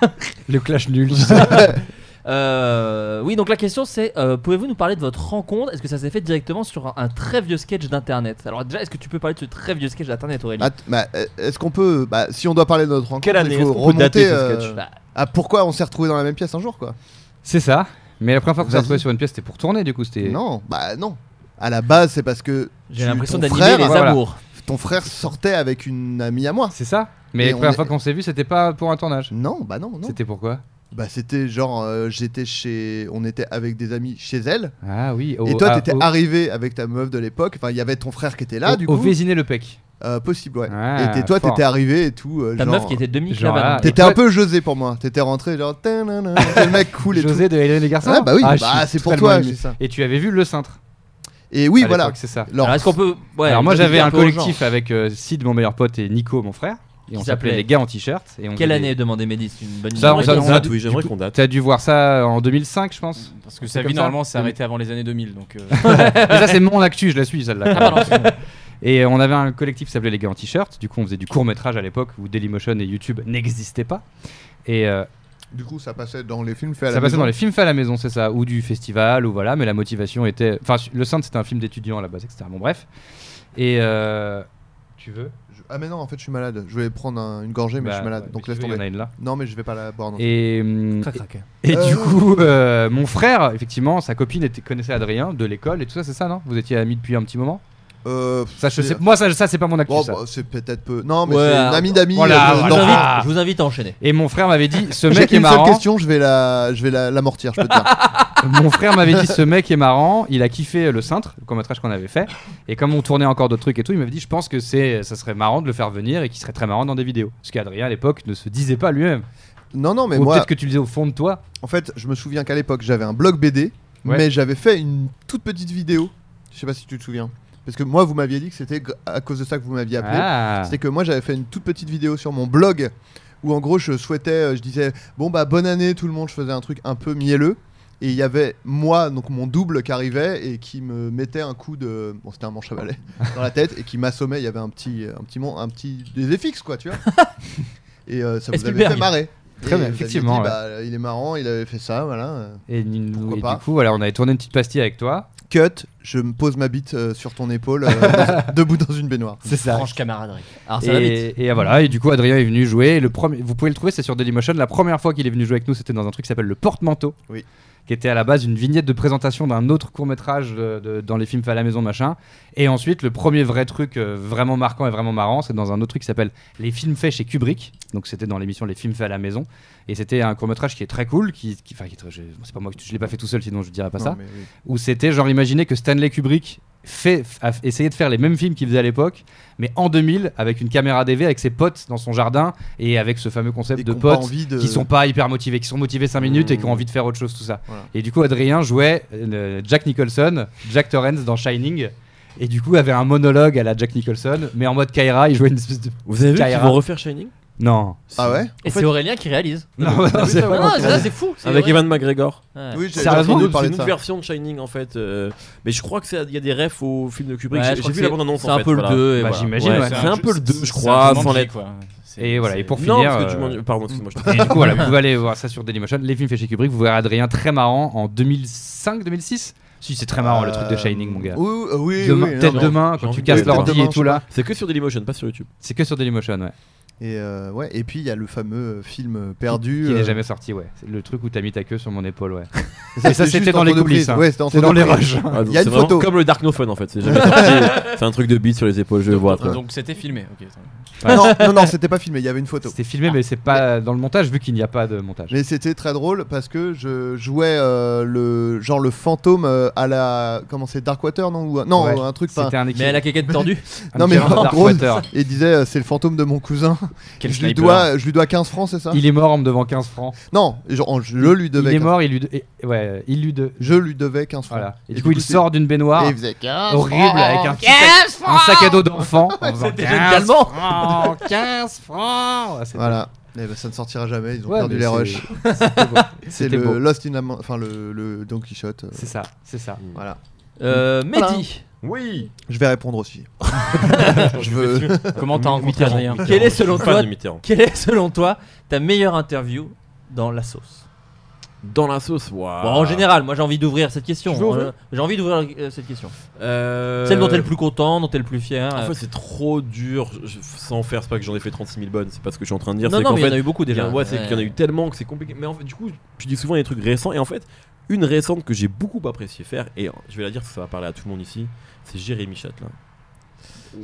S2: (laughs) le clash nul.
S7: oui, donc la question c'est euh, pouvez-vous nous parler de votre rencontre Est-ce que ça s'est fait directement sur un, un très vieux sketch d'internet Alors, déjà, est-ce que tu peux parler de ce très vieux sketch d'internet, Aurélien
S8: (laughs) Att- bah, euh, est-ce qu'on peut bah, si on doit parler de notre rencontre,
S9: Quelle année
S8: il faut
S9: Est-ce qu'on peut
S8: remonter
S9: dater ce
S8: euh,
S9: sketch
S7: Bah,
S8: à pourquoi on s'est retrouvé dans la même pièce un jour quoi.
S2: C'est ça. Mais la première fois qu'on s'est
S8: Vas-y.
S2: retrouvé sur une pièce, c'était pour tourner, du coup, c'était.
S8: Non, bah non. À la base, c'est parce que
S7: J'ai
S8: tu-
S7: l'impression
S8: ton
S7: d'animer
S8: frère-
S7: les
S2: voilà.
S7: amours.
S8: ton frère sortait avec une amie à moi.
S2: C'est ça Mais
S8: Et
S2: la
S8: on
S2: première
S8: est-
S2: fois qu'on s'est vu, c'était pas pour un tournage.
S8: Non, bah non, non.
S2: C'était pourquoi
S8: Bah c'était genre euh, j'étais chez on était avec des amis chez elle
S2: Ah oui. Au,
S8: et toi
S2: à-
S8: t'étais
S2: au-
S8: arrivé avec ta meuf de l'époque enfin il y avait ton frère qui était là
S2: au-
S8: du
S2: Au
S8: coup
S2: le pec.
S8: Euh, possible ouais
S2: Ah,
S8: et t'es- toi
S2: fort.
S8: t'étais arrivé et tout euh,
S7: Ta
S8: genre,
S7: meuf qui était Dominique
S2: Ah, genre,
S7: Lavanne.
S2: ah,
S8: t'étais
S2: Et
S8: un
S2: toi-
S8: peu José pour moi t'étais rentré genre
S2: (laughs)
S8: tanana, t'es le mec cool et
S2: José de Hélène les
S8: tout
S2: garçons.
S8: ouais bah oui
S2: Ah, je
S8: bah,
S2: suis
S8: c'est pour
S2: totalement
S8: toi
S2: ému.
S8: c'est ça
S2: Et tu avais vu le cintre.
S8: et
S2: à
S8: oui voilà
S2: l'époque, C'est ça.
S8: Alors,
S7: Alors, est-ce qu'on peut. ouais,
S2: Alors moi
S7: on peut
S2: j'avais
S7: dire
S2: un
S7: peu aux gens.
S2: collectif avec euh, Sid mon meilleur pote et Nico mon frère et on
S7: Qui
S2: s'appelait
S7: s'appelait
S2: les gars en t-shirt et on
S7: Quelle
S2: faisait-
S7: année demandait Mehdi C'est une bonne
S2: Ça,
S7: idée.
S2: ça,
S9: On
S2: ça-
S9: date, oui, j'aimerais qu'on date.
S2: T'as dû voir ça en 2005 je
S7: (laughs)
S2: pense.
S10: Parce que
S2: C'est
S10: sa vie
S2: comme ça
S10: normalement s'est
S2: Oui.
S10: arrêtée avant les années 2000 donc. euh,
S2: Mais ça c'est mon actu, je la suis celle-là. (laughs)
S7: Ah,
S2: et euh, on avait un collectif qui s'appelait les gars en t-shirt. Du coup on faisait du court métrage à l'époque où Dailymotion et YouTube n'existaient pas. Et euh,
S8: du coup ça passait dans les films faits à
S2: ça
S8: la
S2: passait
S8: maison.
S2: dans les films faits à la maison, c'est ça, ou du festival, ou voilà, mais la motivation était. Enfin, le Sainte, c'était un film d'étudiants à la base, etc. Bon, bref. Et. euh, Tu veux
S8: Je- ah mais non en fait je suis malade je vais prendre un- une gorgée mais
S2: Bah,
S8: je suis malade
S2: ouais,
S8: donc
S2: si
S8: laisse
S2: tu veux, il y en
S8: tomber
S2: a une là.
S8: non mais je vais pas la boire non
S2: Et, hum,
S7: Crac, crac.
S2: et
S8: Euh,
S2: du
S8: non.
S2: coup, euh, mon frère, effectivement, sa copine était, connaissait Adrien de l'école et tout ça, c'est ça, non Vous étiez amis depuis un petit moment
S8: Euh,
S2: Ça, je
S8: c'est-
S2: sais- Moi, ça, ça c'est pas mon actu.
S8: Bon,
S2: ça. hein. Oh
S8: bah, c'est peut-être peu. Non, mais
S7: Ouais,
S8: c'est une
S7: alors-
S8: amie d'amis.
S2: Voilà,
S8: euh,
S2: voilà.
S7: Je vous
S8: d'enfance.
S7: invite- je vous invite à enchaîner.
S2: Et mon frère m'avait dit ce mec
S8: (laughs) J'ai
S2: est
S8: une seule
S2: marrant.
S8: question, je vais la, je vais la, l'amortir, je peux te dire.
S2: (laughs) Mon frère m'avait dit ce mec est marrant, il a kiffé euh, le cintre, le court métrage qu'on avait fait, et comme on tournait encore d'autres trucs et tout, il m'avait dit je pense que c'est, ça serait marrant de le faire venir et qu'il serait très marrant dans des vidéos. Ce qu'Adrien à l'époque ne se disait pas lui-même.
S8: Non, non, mais
S2: Ou
S8: moi,
S2: peut-être que tu le disais au fond de toi.
S8: en fait, je me souviens qu'à l'époque, j'avais un blog BD,
S2: Ouais.
S8: mais j'avais fait une toute petite vidéo. Je sais pas si tu te souviens. Parce que moi, vous m'aviez dit que c'était gr- à cause de ça que vous m'aviez appelé.
S2: Ah.
S8: C'était que moi, j'avais fait une toute petite vidéo sur mon blog où, en gros, je souhaitais, euh, je disais, bon, bah, bonne année, tout le monde, je faisais un truc un peu mielleux. Et il y avait moi, donc mon double qui arrivait et qui me mettait un coup de. Bon, c'était un manche à
S2: (laughs)
S8: balai dans la tête et qui m'assommait. Il y avait un petit. Un petit. mon- Un petit des effixes, quoi,
S2: (laughs)
S8: tu vois. et euh, ça vous avait
S7: Spielberg.
S8: fait marrer.
S2: Très bien,
S8: Et vous aviez
S2: effectivement,
S8: dit,
S2: ouais.
S8: bah, il est marrant, il avait fait ça, voilà.
S2: Et, n-
S8: Pourquoi
S2: et
S8: pas.
S2: du coup, voilà, on avait tourné une petite pastille avec toi.
S8: Cut, je me pose ma bite euh, sur ton épaule, euh, (laughs) dans- debout dans une baignoire.
S2: C'est ça.
S7: Franche camaraderie. Alors ça va vite.
S2: Et, et voilà, et du coup, Adrien est venu jouer. et Le premier, vous pouvez le trouver, c'est sur Dailymotion. La première fois qu'il est venu jouer avec nous, c'était dans un truc qui s'appelle Le Porte-Manteau.
S8: Oui.
S2: Qui était à la base une vignette de présentation d'un autre court-métrage de- de- dans les films faits à la maison, machin. Et ensuite, le premier vrai truc euh, vraiment marquant et vraiment marrant, c'est dans un autre truc qui s'appelle Les films faits chez Kubrick. Donc, c'était dans l'émission Les films faits à la maison. Et c'était un court-métrage qui est très cool. Qui, qui- enfin, qui est très- je- c'est pas moi, je l'ai pas fait tout seul, sinon je dirais pas
S8: Non,
S2: ça
S8: mais oui.
S2: où c'était genre imaginer que Stanley Kubrick fait, f- a f- essayait de faire les mêmes films qu'il faisait à l'époque, mais en 2000 avec une caméra DV avec ses potes dans son jardin et avec ce fameux concept
S8: Et
S2: de
S8: qu'on pas
S2: potes
S8: envie de- Mmh.
S2: qui sont pas hyper motivés, qui sont motivés 5 minutes et qui ont envie de faire autre chose, tout ça.
S8: Voilà.
S2: Et du coup, Adrien jouait euh, Jack Nicholson, Jack Torrance dans Shining. Et du coup, avait un monologue à la Jack Nicholson, mais en mode Kyra, il jouait une espèce de.
S9: Vous avez vu qu'ils
S2: Kyra.
S9: vont refaire Shining
S2: Non.
S8: Ah ouais
S7: Et c'est Aurélien qui réalise.
S2: (laughs) Non, non, c'est pas-
S7: Ah, ça, c'est fou. c'est
S9: Avec
S7: vrai.
S9: Evan McGregor.
S7: Ouais.
S8: Oui, j'ai j'ai
S2: Sérieusement,
S8: entendu
S9: C'est
S8: Ah, parler
S9: une
S8: de ça.
S9: version de Shining en fait. euh, mais je crois que c'est- il y a des refs au film de Kubrick.
S7: Ouais,
S9: J'ai-
S7: je crois
S9: J'ai
S7: que
S9: vu la
S7: c'est-
S9: bande annonce
S7: C'est un peu le 2. et
S2: Bah,
S7: voilà.
S2: j'imagine, ouais.
S9: c'est un peu le 2, je crois, sans l'être.
S2: Et voilà, et pour
S9: Non,
S2: finir.
S9: parce que
S2: euh,
S9: tu m'en- Pardon, excuse-moi. je te-
S2: Et du coup, voilà,
S8: (laughs)
S2: vous pouvez aller voir ça sur Dailymotion. Les films faits chez Kubrick, vous verrez Adrien très marrant en 2005-2006. Si, c'est très marrant le truc de Shining, mon gars.
S8: Euh, Oui, oui, oui,
S2: Demain-
S8: oui, non,
S2: peut-être
S8: mais-
S2: demain,
S9: j'ai
S2: quand tu
S9: envie de-
S2: casses
S8: peut-être
S2: l'ordi
S8: demain,
S2: et tout
S8: je
S2: là,
S9: C'est que sur Dailymotion, pas sur YouTube.
S2: c'est que sur Dailymotion, ouais.
S8: Et euh, ouais, et puis il y a le fameux film euh,
S2: Qui
S8: perdu. euh,
S2: n'est jamais sorti, ouais. C'est le truc où t'as mis ta queue sur mon épaule, ouais.
S8: et
S2: Et ça,
S8: c'est
S2: c'était
S8: juste
S2: dans
S8: en
S2: les
S8: photo
S2: coulisses,
S8: prise.
S2: hein.
S8: Ouais, c'était en
S2: C'est
S8: photo
S2: dans les
S8: prise.
S2: rushs.
S9: Ah, donc
S8: Il y a
S9: c'est
S8: une
S9: vraiment
S8: photo.
S9: Comme le Dark No Fun en fait.
S8: (laughs)
S9: C'est jamais sorti. C'est un truc de bite sur les épaules, je vois. quoi.
S10: Donc c'était filmé. ok.
S8: Non, non,
S2: (laughs)
S8: non, c'était pas filmé. Il y avait une photo.
S2: C'était filmé, mais (laughs) c'est pas dans le montage, vu qu'il n'y a pas de montage.
S8: Mais c'était très drôle parce que je jouais euh, le genre le fantôme euh, à la comment c'est Darkwater non ou non
S2: Ouais.
S8: un truc pas
S2: C'était un
S7: Mais à
S2: équipe.
S7: la quéquette tordue.
S8: non mais en gros
S2: Darkwater.
S8: et il disait euh, c'est le fantôme de mon cousin.
S10: Quel
S8: je lui
S10: sniper.
S8: dois je lui dois 15 francs c'est ça hein.
S2: Il est mort en me devant 15 francs.
S8: Non, genre, je le lui
S2: Il
S8: devais.
S2: est
S8: 15
S2: mort, il lui. de- et- Ouais, il lui. de-
S8: Je lui devais 15 francs.
S2: Voilà. Et du coup, il
S8: c'est-
S2: sort d'une baignoire.
S8: et il faisait 15
S2: horrible
S8: francs.
S2: avec un, petit sac, un sac à dos d'enfant. en faisant
S7: C'était
S9: Ah,
S2: 15
S7: également.
S2: francs, 15 francs. Ouais, c'était-
S8: Voilà. Eh ben, ça ne sortira jamais, ils ont
S2: Ouais,
S8: perdu
S2: mais
S8: les
S2: c'est-
S8: rushs.
S2: c'était beau.
S8: C'est
S2: C'était
S8: le
S2: beau.
S8: Lost in Am- enfin le, le Don Quichotte. euh,
S2: C'est ça, c'est ça.
S8: Voilà.
S7: Euh, Mehdi,
S9: Oui
S8: Je vais répondre aussi. (laughs) je veux.
S10: Comment t'as rencontré
S9: Mitterrand.
S10: Adrien
S7: quelle est selon
S9: Fan
S7: toi,
S9: de Mitterrand.
S7: quelle est selon toi ta meilleure interview dans la sauce
S9: Dans la sauce, waouh.
S7: Bon, en général, moi j'ai envie d'ouvrir cette question.
S9: Tu veux ouvrir
S7: Euh, J'ai envie d'ouvrir euh, cette question.
S9: Euh, Ah,
S7: Celle dont t'es le plus content, dont t'es le plus fier.
S9: En
S7: euh.
S9: fait, c'est trop dur. je- je- sans faire, c'est pas que j'en ai fait 36 000 bonnes, c'est pas ce que je suis en train de dire.
S7: non,
S9: c'est
S7: non,
S9: qu'en
S7: mais il y en a
S9: fait,
S7: eu beaucoup
S9: il y
S7: déjà.
S9: a- ouais, c'est qu'il y en a eu tellement que c'est compliqué. Mais en fait, du coup, tu dis souvent il y a des trucs récents. Et en fait, une récente que j'ai beaucoup apprécié faire, et je vais la dire parce que ça va parler à tout le monde ici, c'est Jérémy Châtelain.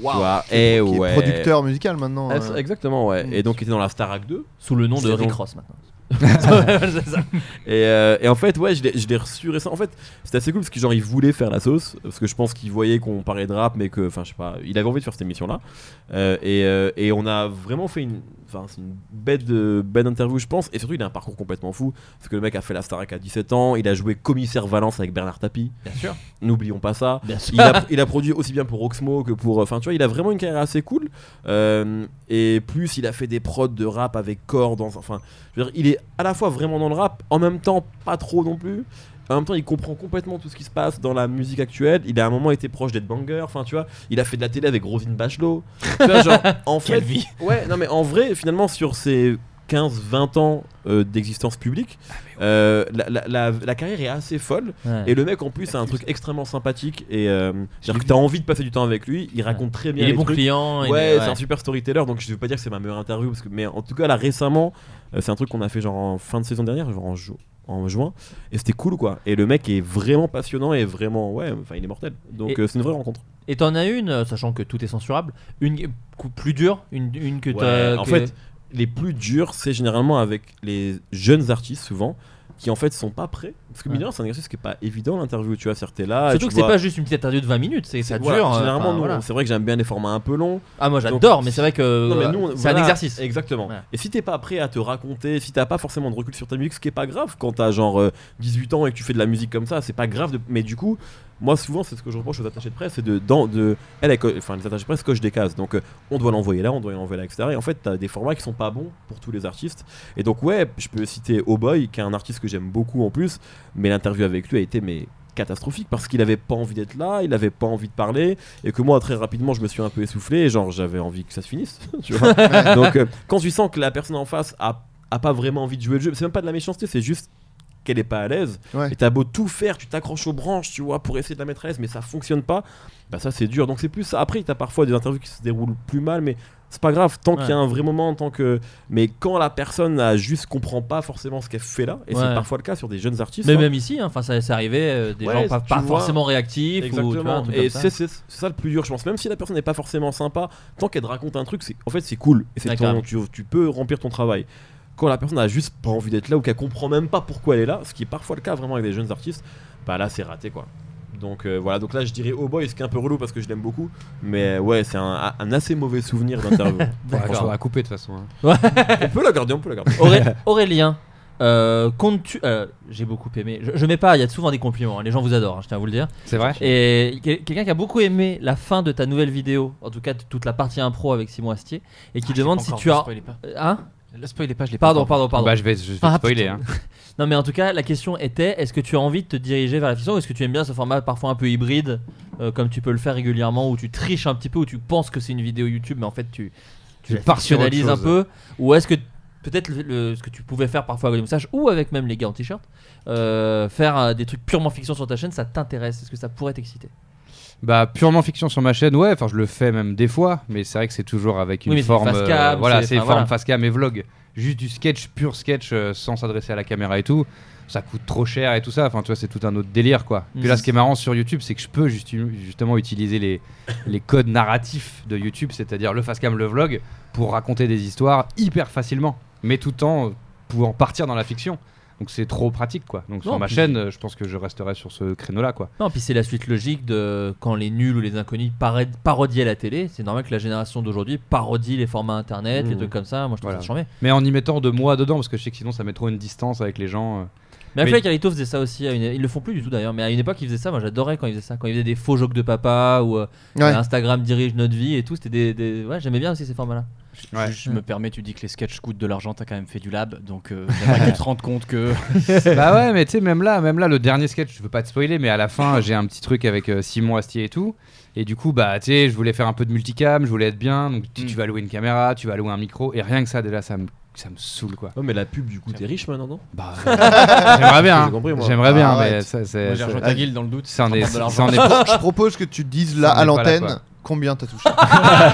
S9: Waouh! Et
S8: qui est
S9: Eh ouais.
S8: producteur musical maintenant.
S9: Ah,
S8: euh.
S9: c'est- Exactement, ouais.
S8: Mm.
S9: Et donc, il était dans la Starac 2.
S7: Sous le nom de
S9: C'est
S7: Rick
S9: bon.
S7: Ross (laughs) maintenant.
S9: Et, euh, et en fait, ouais, je l'ai- je l'ai reçu récemment. En fait, c'était assez cool parce que, genre, il voulait faire la sauce. Parce que je pense qu'il voyait qu'on parlait de rap, mais que, enfin, je sais pas, il avait envie de faire cette émission-là. Euh, et, euh, et on a vraiment fait une. Enfin, c'est une bête, de- bête interview, je pense. Et surtout, il a un parcours complètement fou. Parce que le mec a fait la Starac à 17 ans. Il a joué commissaire Valence avec Bernard Tapie.
S7: Bien sûr.
S9: N'oublions pas ça.
S7: Bien
S9: (laughs)
S7: sûr.
S9: il, a, il a produit aussi bien pour Oxmo que pour. Enfin, tu vois, il a vraiment une carrière assez cool. Euh, et plus, il a fait des prods de rap avec corps. Dans, enfin, je veux dire, il est à la fois vraiment dans le rap, en même temps, pas trop non plus. En même temps, il comprend complètement tout ce qui se passe dans la musique actuelle. Il a à un moment été proche d'être banger. Enfin, tu vois, il a fait de la télé avec Rosine Bachelot. tu vois, genre, (laughs) en fait.
S7: Quelle vie.
S9: Ouais, non, mais en vrai, finalement, sur ces 15-20 ans euh, d'existence publique, euh, la- la- la- la carrière est assez folle. Et le mec en plus a un truc extrêmement sympathique et euh, c'est-à-dire que t'as envie de passer du temps avec lui, il raconte très bien
S7: Il est
S9: les
S7: bon
S9: trucs.
S7: client.
S9: Ouais,
S7: il est-
S9: c'est un super storyteller donc je veux pas dire que c'est ma meilleure interview parce que mais en tout cas là récemment, euh, c'est un truc qu'on a fait genre en fin de saison dernière, genre en, ju- en juin et c'était cool quoi. Et le mec est vraiment passionnant et vraiment ouais, enfin il est mortel. Donc
S7: Et-
S9: euh, c'est une vraie rencontre.
S7: Et t'en as une, euh, sachant que tout est censurable, une qui est beaucoup plus dure, une, une que
S9: Ouais,
S7: t'as.
S9: en
S7: que-
S9: fait, les plus durs, c'est généralement avec les jeunes artistes, souvent, qui en fait sont pas prêts. Parce que, mine de rien, c'est un exercice qui est pas évident, l'interview, tu vois. C'est-à-dire, t'es là. et ah, tu
S7: surtout que c'est
S9: vois-
S7: pas juste une petite interview de 20 minutes, c'est ça dure.
S9: Voilà,
S7: euh,
S9: généralement,
S7: enfin,
S9: nous,
S7: voilà.
S9: c'est vrai que j'aime bien les formats un peu longs.
S7: Ah, moi
S9: Donc,
S7: j'adore, mais c'est vrai que
S9: Non, mais nous,
S7: euh, c'est
S9: voilà,
S7: un exercice.
S9: Exactement.
S7: Ouais.
S9: Et si t'es pas prêt à te raconter, si t'as pas forcément de recul sur ta musique, ce qui est pas grave quand t'as genre euh, 18 ans et que tu fais de la musique comme ça, c'est pas grave. de- Mais du coup, moi souvent, c'est ce que je reproche aux attachés de presse, c'est de, dans, de elle, elle co- enfin les attachés de presse coachent des cases. Donc euh, on doit l'envoyer là, on doit l'envoyer là, etc. Et en fait, t'as des formats qui sont pas bons pour tous les artistes. Et donc ouais, je peux citer Oh Boy, qui est un artiste que j'aime beaucoup en plus, mais l'interview avec lui a été mais catastrophique parce qu'il avait pas envie d'être là, il avait pas envie de parler et que moi très rapidement je me suis un peu essoufflé et genre j'avais envie que ça se finisse, (laughs) tu vois. Donc euh, quand tu sens que la personne en face a, a pas vraiment envie de jouer le jeu, c'est même pas de la méchanceté, c'est juste qu'elle est pas à l'aise.
S8: Ouais.
S9: Et t'as beau tout faire, tu t'accroches aux branches, tu vois, pour essayer de la mettre à l'aise, mais ça fonctionne pas. Bah ça c'est dur. Donc c'est plus ça. Après t'as parfois des interviews qui se déroulent plus mal, mais c'est pas grave tant qu'il y a un vrai moment, tant que. Mais quand la personne a juste comprend pas forcément ce qu'elle fait là, et
S7: Ouais.
S9: c'est parfois le cas sur des jeunes artistes.
S7: Mais
S9: hein,
S7: même ici, hein, enfin ça c'est arrivé, euh, des
S9: Ouais,
S7: gens pas,
S9: tu
S7: pas
S9: vois.
S7: forcément réactifs ou tu vois, un
S9: Exactement.
S7: truc
S9: et
S7: comme
S9: c'est
S7: ça.
S9: c'est- c'est ça le plus dur, je pense. Même si la personne n'est pas forcément sympa, tant qu'elle te raconte un truc, c'est en fait c'est cool. Et c'est
S7: Ouais,
S9: ton-
S7: carrément.
S9: tu, tu peux remplir ton travail. Quand la personne a juste pas envie d'être là ou qu'elle comprend même pas pourquoi elle est là, ce qui est parfois le cas vraiment avec des jeunes artistes, bah là c'est raté quoi. Donc euh, voilà, donc là je dirais Oh Boy, ce qui est un peu relou parce que je l'aime beaucoup, mais euh, ouais, c'est un, un assez mauvais souvenir (laughs) d'interview.
S2: Franchement, à couper de toute façon. hein.
S9: on peut la garder, on peut la garder.
S7: Auré- (laughs) Aurélien, euh, comptes-tu. euh, J'ai beaucoup aimé. Je, je mets pas, il y a souvent des compliments. hein, Les gens vous adorent, hein, je tiens à vous le dire.
S2: C'est vrai
S7: Et quel- quelqu'un qui a beaucoup aimé la fin de ta nouvelle vidéo, en tout cas de toute la partie impro avec Simon Astier, et
S3: Ah,
S7: qui demande si tu as. Euh, Hein
S3: Le spoil est pas, je l'ai pas.
S7: Pardon,
S3: encore.
S7: pardon, pardon.
S2: Bah, je vais, je vais te
S7: Ah,
S2: spoiler.
S7: putain.
S2: hein.
S7: Non, mais en tout cas, la question était est-ce que tu as envie de te diriger vers la fiction ou est-ce que tu aimes bien ce format parfois un peu hybride, euh, comme tu peux le faire régulièrement, où tu triches un petit peu, où tu penses que c'est une vidéo YouTube, mais en fait tu,
S2: Tu
S7: la
S2: pars sur autre
S7: fictionnalises un
S2: chose.
S7: peu Ou est-ce que peut-être le- le- ce que tu pouvais faire parfois avec les moustaches ou avec même les gars en t-shirt, euh, faire euh, des trucs purement fiction sur ta chaîne, ça t'intéresse Est-ce que ça pourrait t'exciter
S2: Bah, purement fiction sur ma chaîne, ouais, enfin, je le fais même des fois, mais c'est vrai que c'est toujours avec une
S7: Oui, mais c'est
S2: forme. euh,
S7: face cam,
S2: voilà,
S7: c'est-
S2: c'est
S7: enfin,
S2: forme
S7: voilà.
S2: face cam et vlog. Juste du sketch, pur sketch, euh, sans s'adresser à la caméra et tout. Ça coûte trop cher et tout ça. Enfin, tu vois, c'est tout un autre délire, quoi. Puis là,
S7: Mhm.
S2: ce qui est marrant sur YouTube, c'est que je peux justu- justement utiliser les, les codes narratifs de YouTube, c'est-à-dire le face cam, le vlog, pour raconter des histoires hyper facilement, mais tout en pouvant partir dans la fiction. Donc c'est trop pratique, quoi. Donc sur
S7: Non,
S2: ma
S7: puis-
S2: chaîne, euh, je pense que je resterai sur ce créneau-là, quoi.
S7: Non, puis c'est la suite logique de quand les nuls ou les inconnus parod- parodiaient la télé. C'est normal que la génération d'aujourd'hui parodie les formats internet, les
S9: Mmh.
S7: trucs comme ça. Moi je trouve
S2: Voilà.
S7: ça charmé.
S2: Mais en y mettant de moi dedans, parce que je sais que sinon ça met trop une distance avec les gens. euh.
S7: Mais
S2: Mais-
S7: Affleck et Alito faisaient ça aussi. à une- Ils le font plus du tout d'ailleurs, mais à une époque ils faisaient ça. Moi j'adorais quand ils faisaient ça. Quand ils faisaient des faux jokes de papa ou euh,
S8: Ouais.
S7: Instagram dirige notre vie et tout. C'était des, des- Ouais, j'aimais bien aussi ces formats-là.
S2: Ouais.
S10: Je
S7: Mm.
S10: me permets, tu dis que les sketchs coûtent de l'argent, t'as quand même fait du lab, donc euh, j'aimerais
S7: (laughs)
S10: que tu te rendes compte que.
S2: bah ouais, mais tu sais, même là, même là, le dernier sketch, je veux pas te spoiler, mais à la fin, j'ai un petit truc avec euh, Simon Astier et tout. Et du coup, bah, tu sais, je voulais faire un peu de multicam, je voulais être bien. Donc, tu, tu
S7: Mm.
S2: vas louer une caméra, tu vas louer un micro, et rien que ça, déjà, ça me ça me saoule quoi.
S9: Ouais, mais la pub, du coup, t'es riche maintenant, non
S2: Bah, euh, (laughs) j'aimerais bien,
S9: J'ai compris,
S2: hein.
S9: moi.
S2: j'aimerais bien,
S8: Arrête.
S2: mais ça, c'est.
S10: Moi, j'ai
S2: c'est-
S10: rejoint ta guilde dans le doute.
S2: c'est en
S10: Prendre
S2: est-
S10: de l'argent.
S2: c'est en est-
S8: Je propose que tu dises là
S2: Ça
S8: à
S2: n'est pas là,
S8: l'antenne
S2: quoi.
S8: combien t'as touché.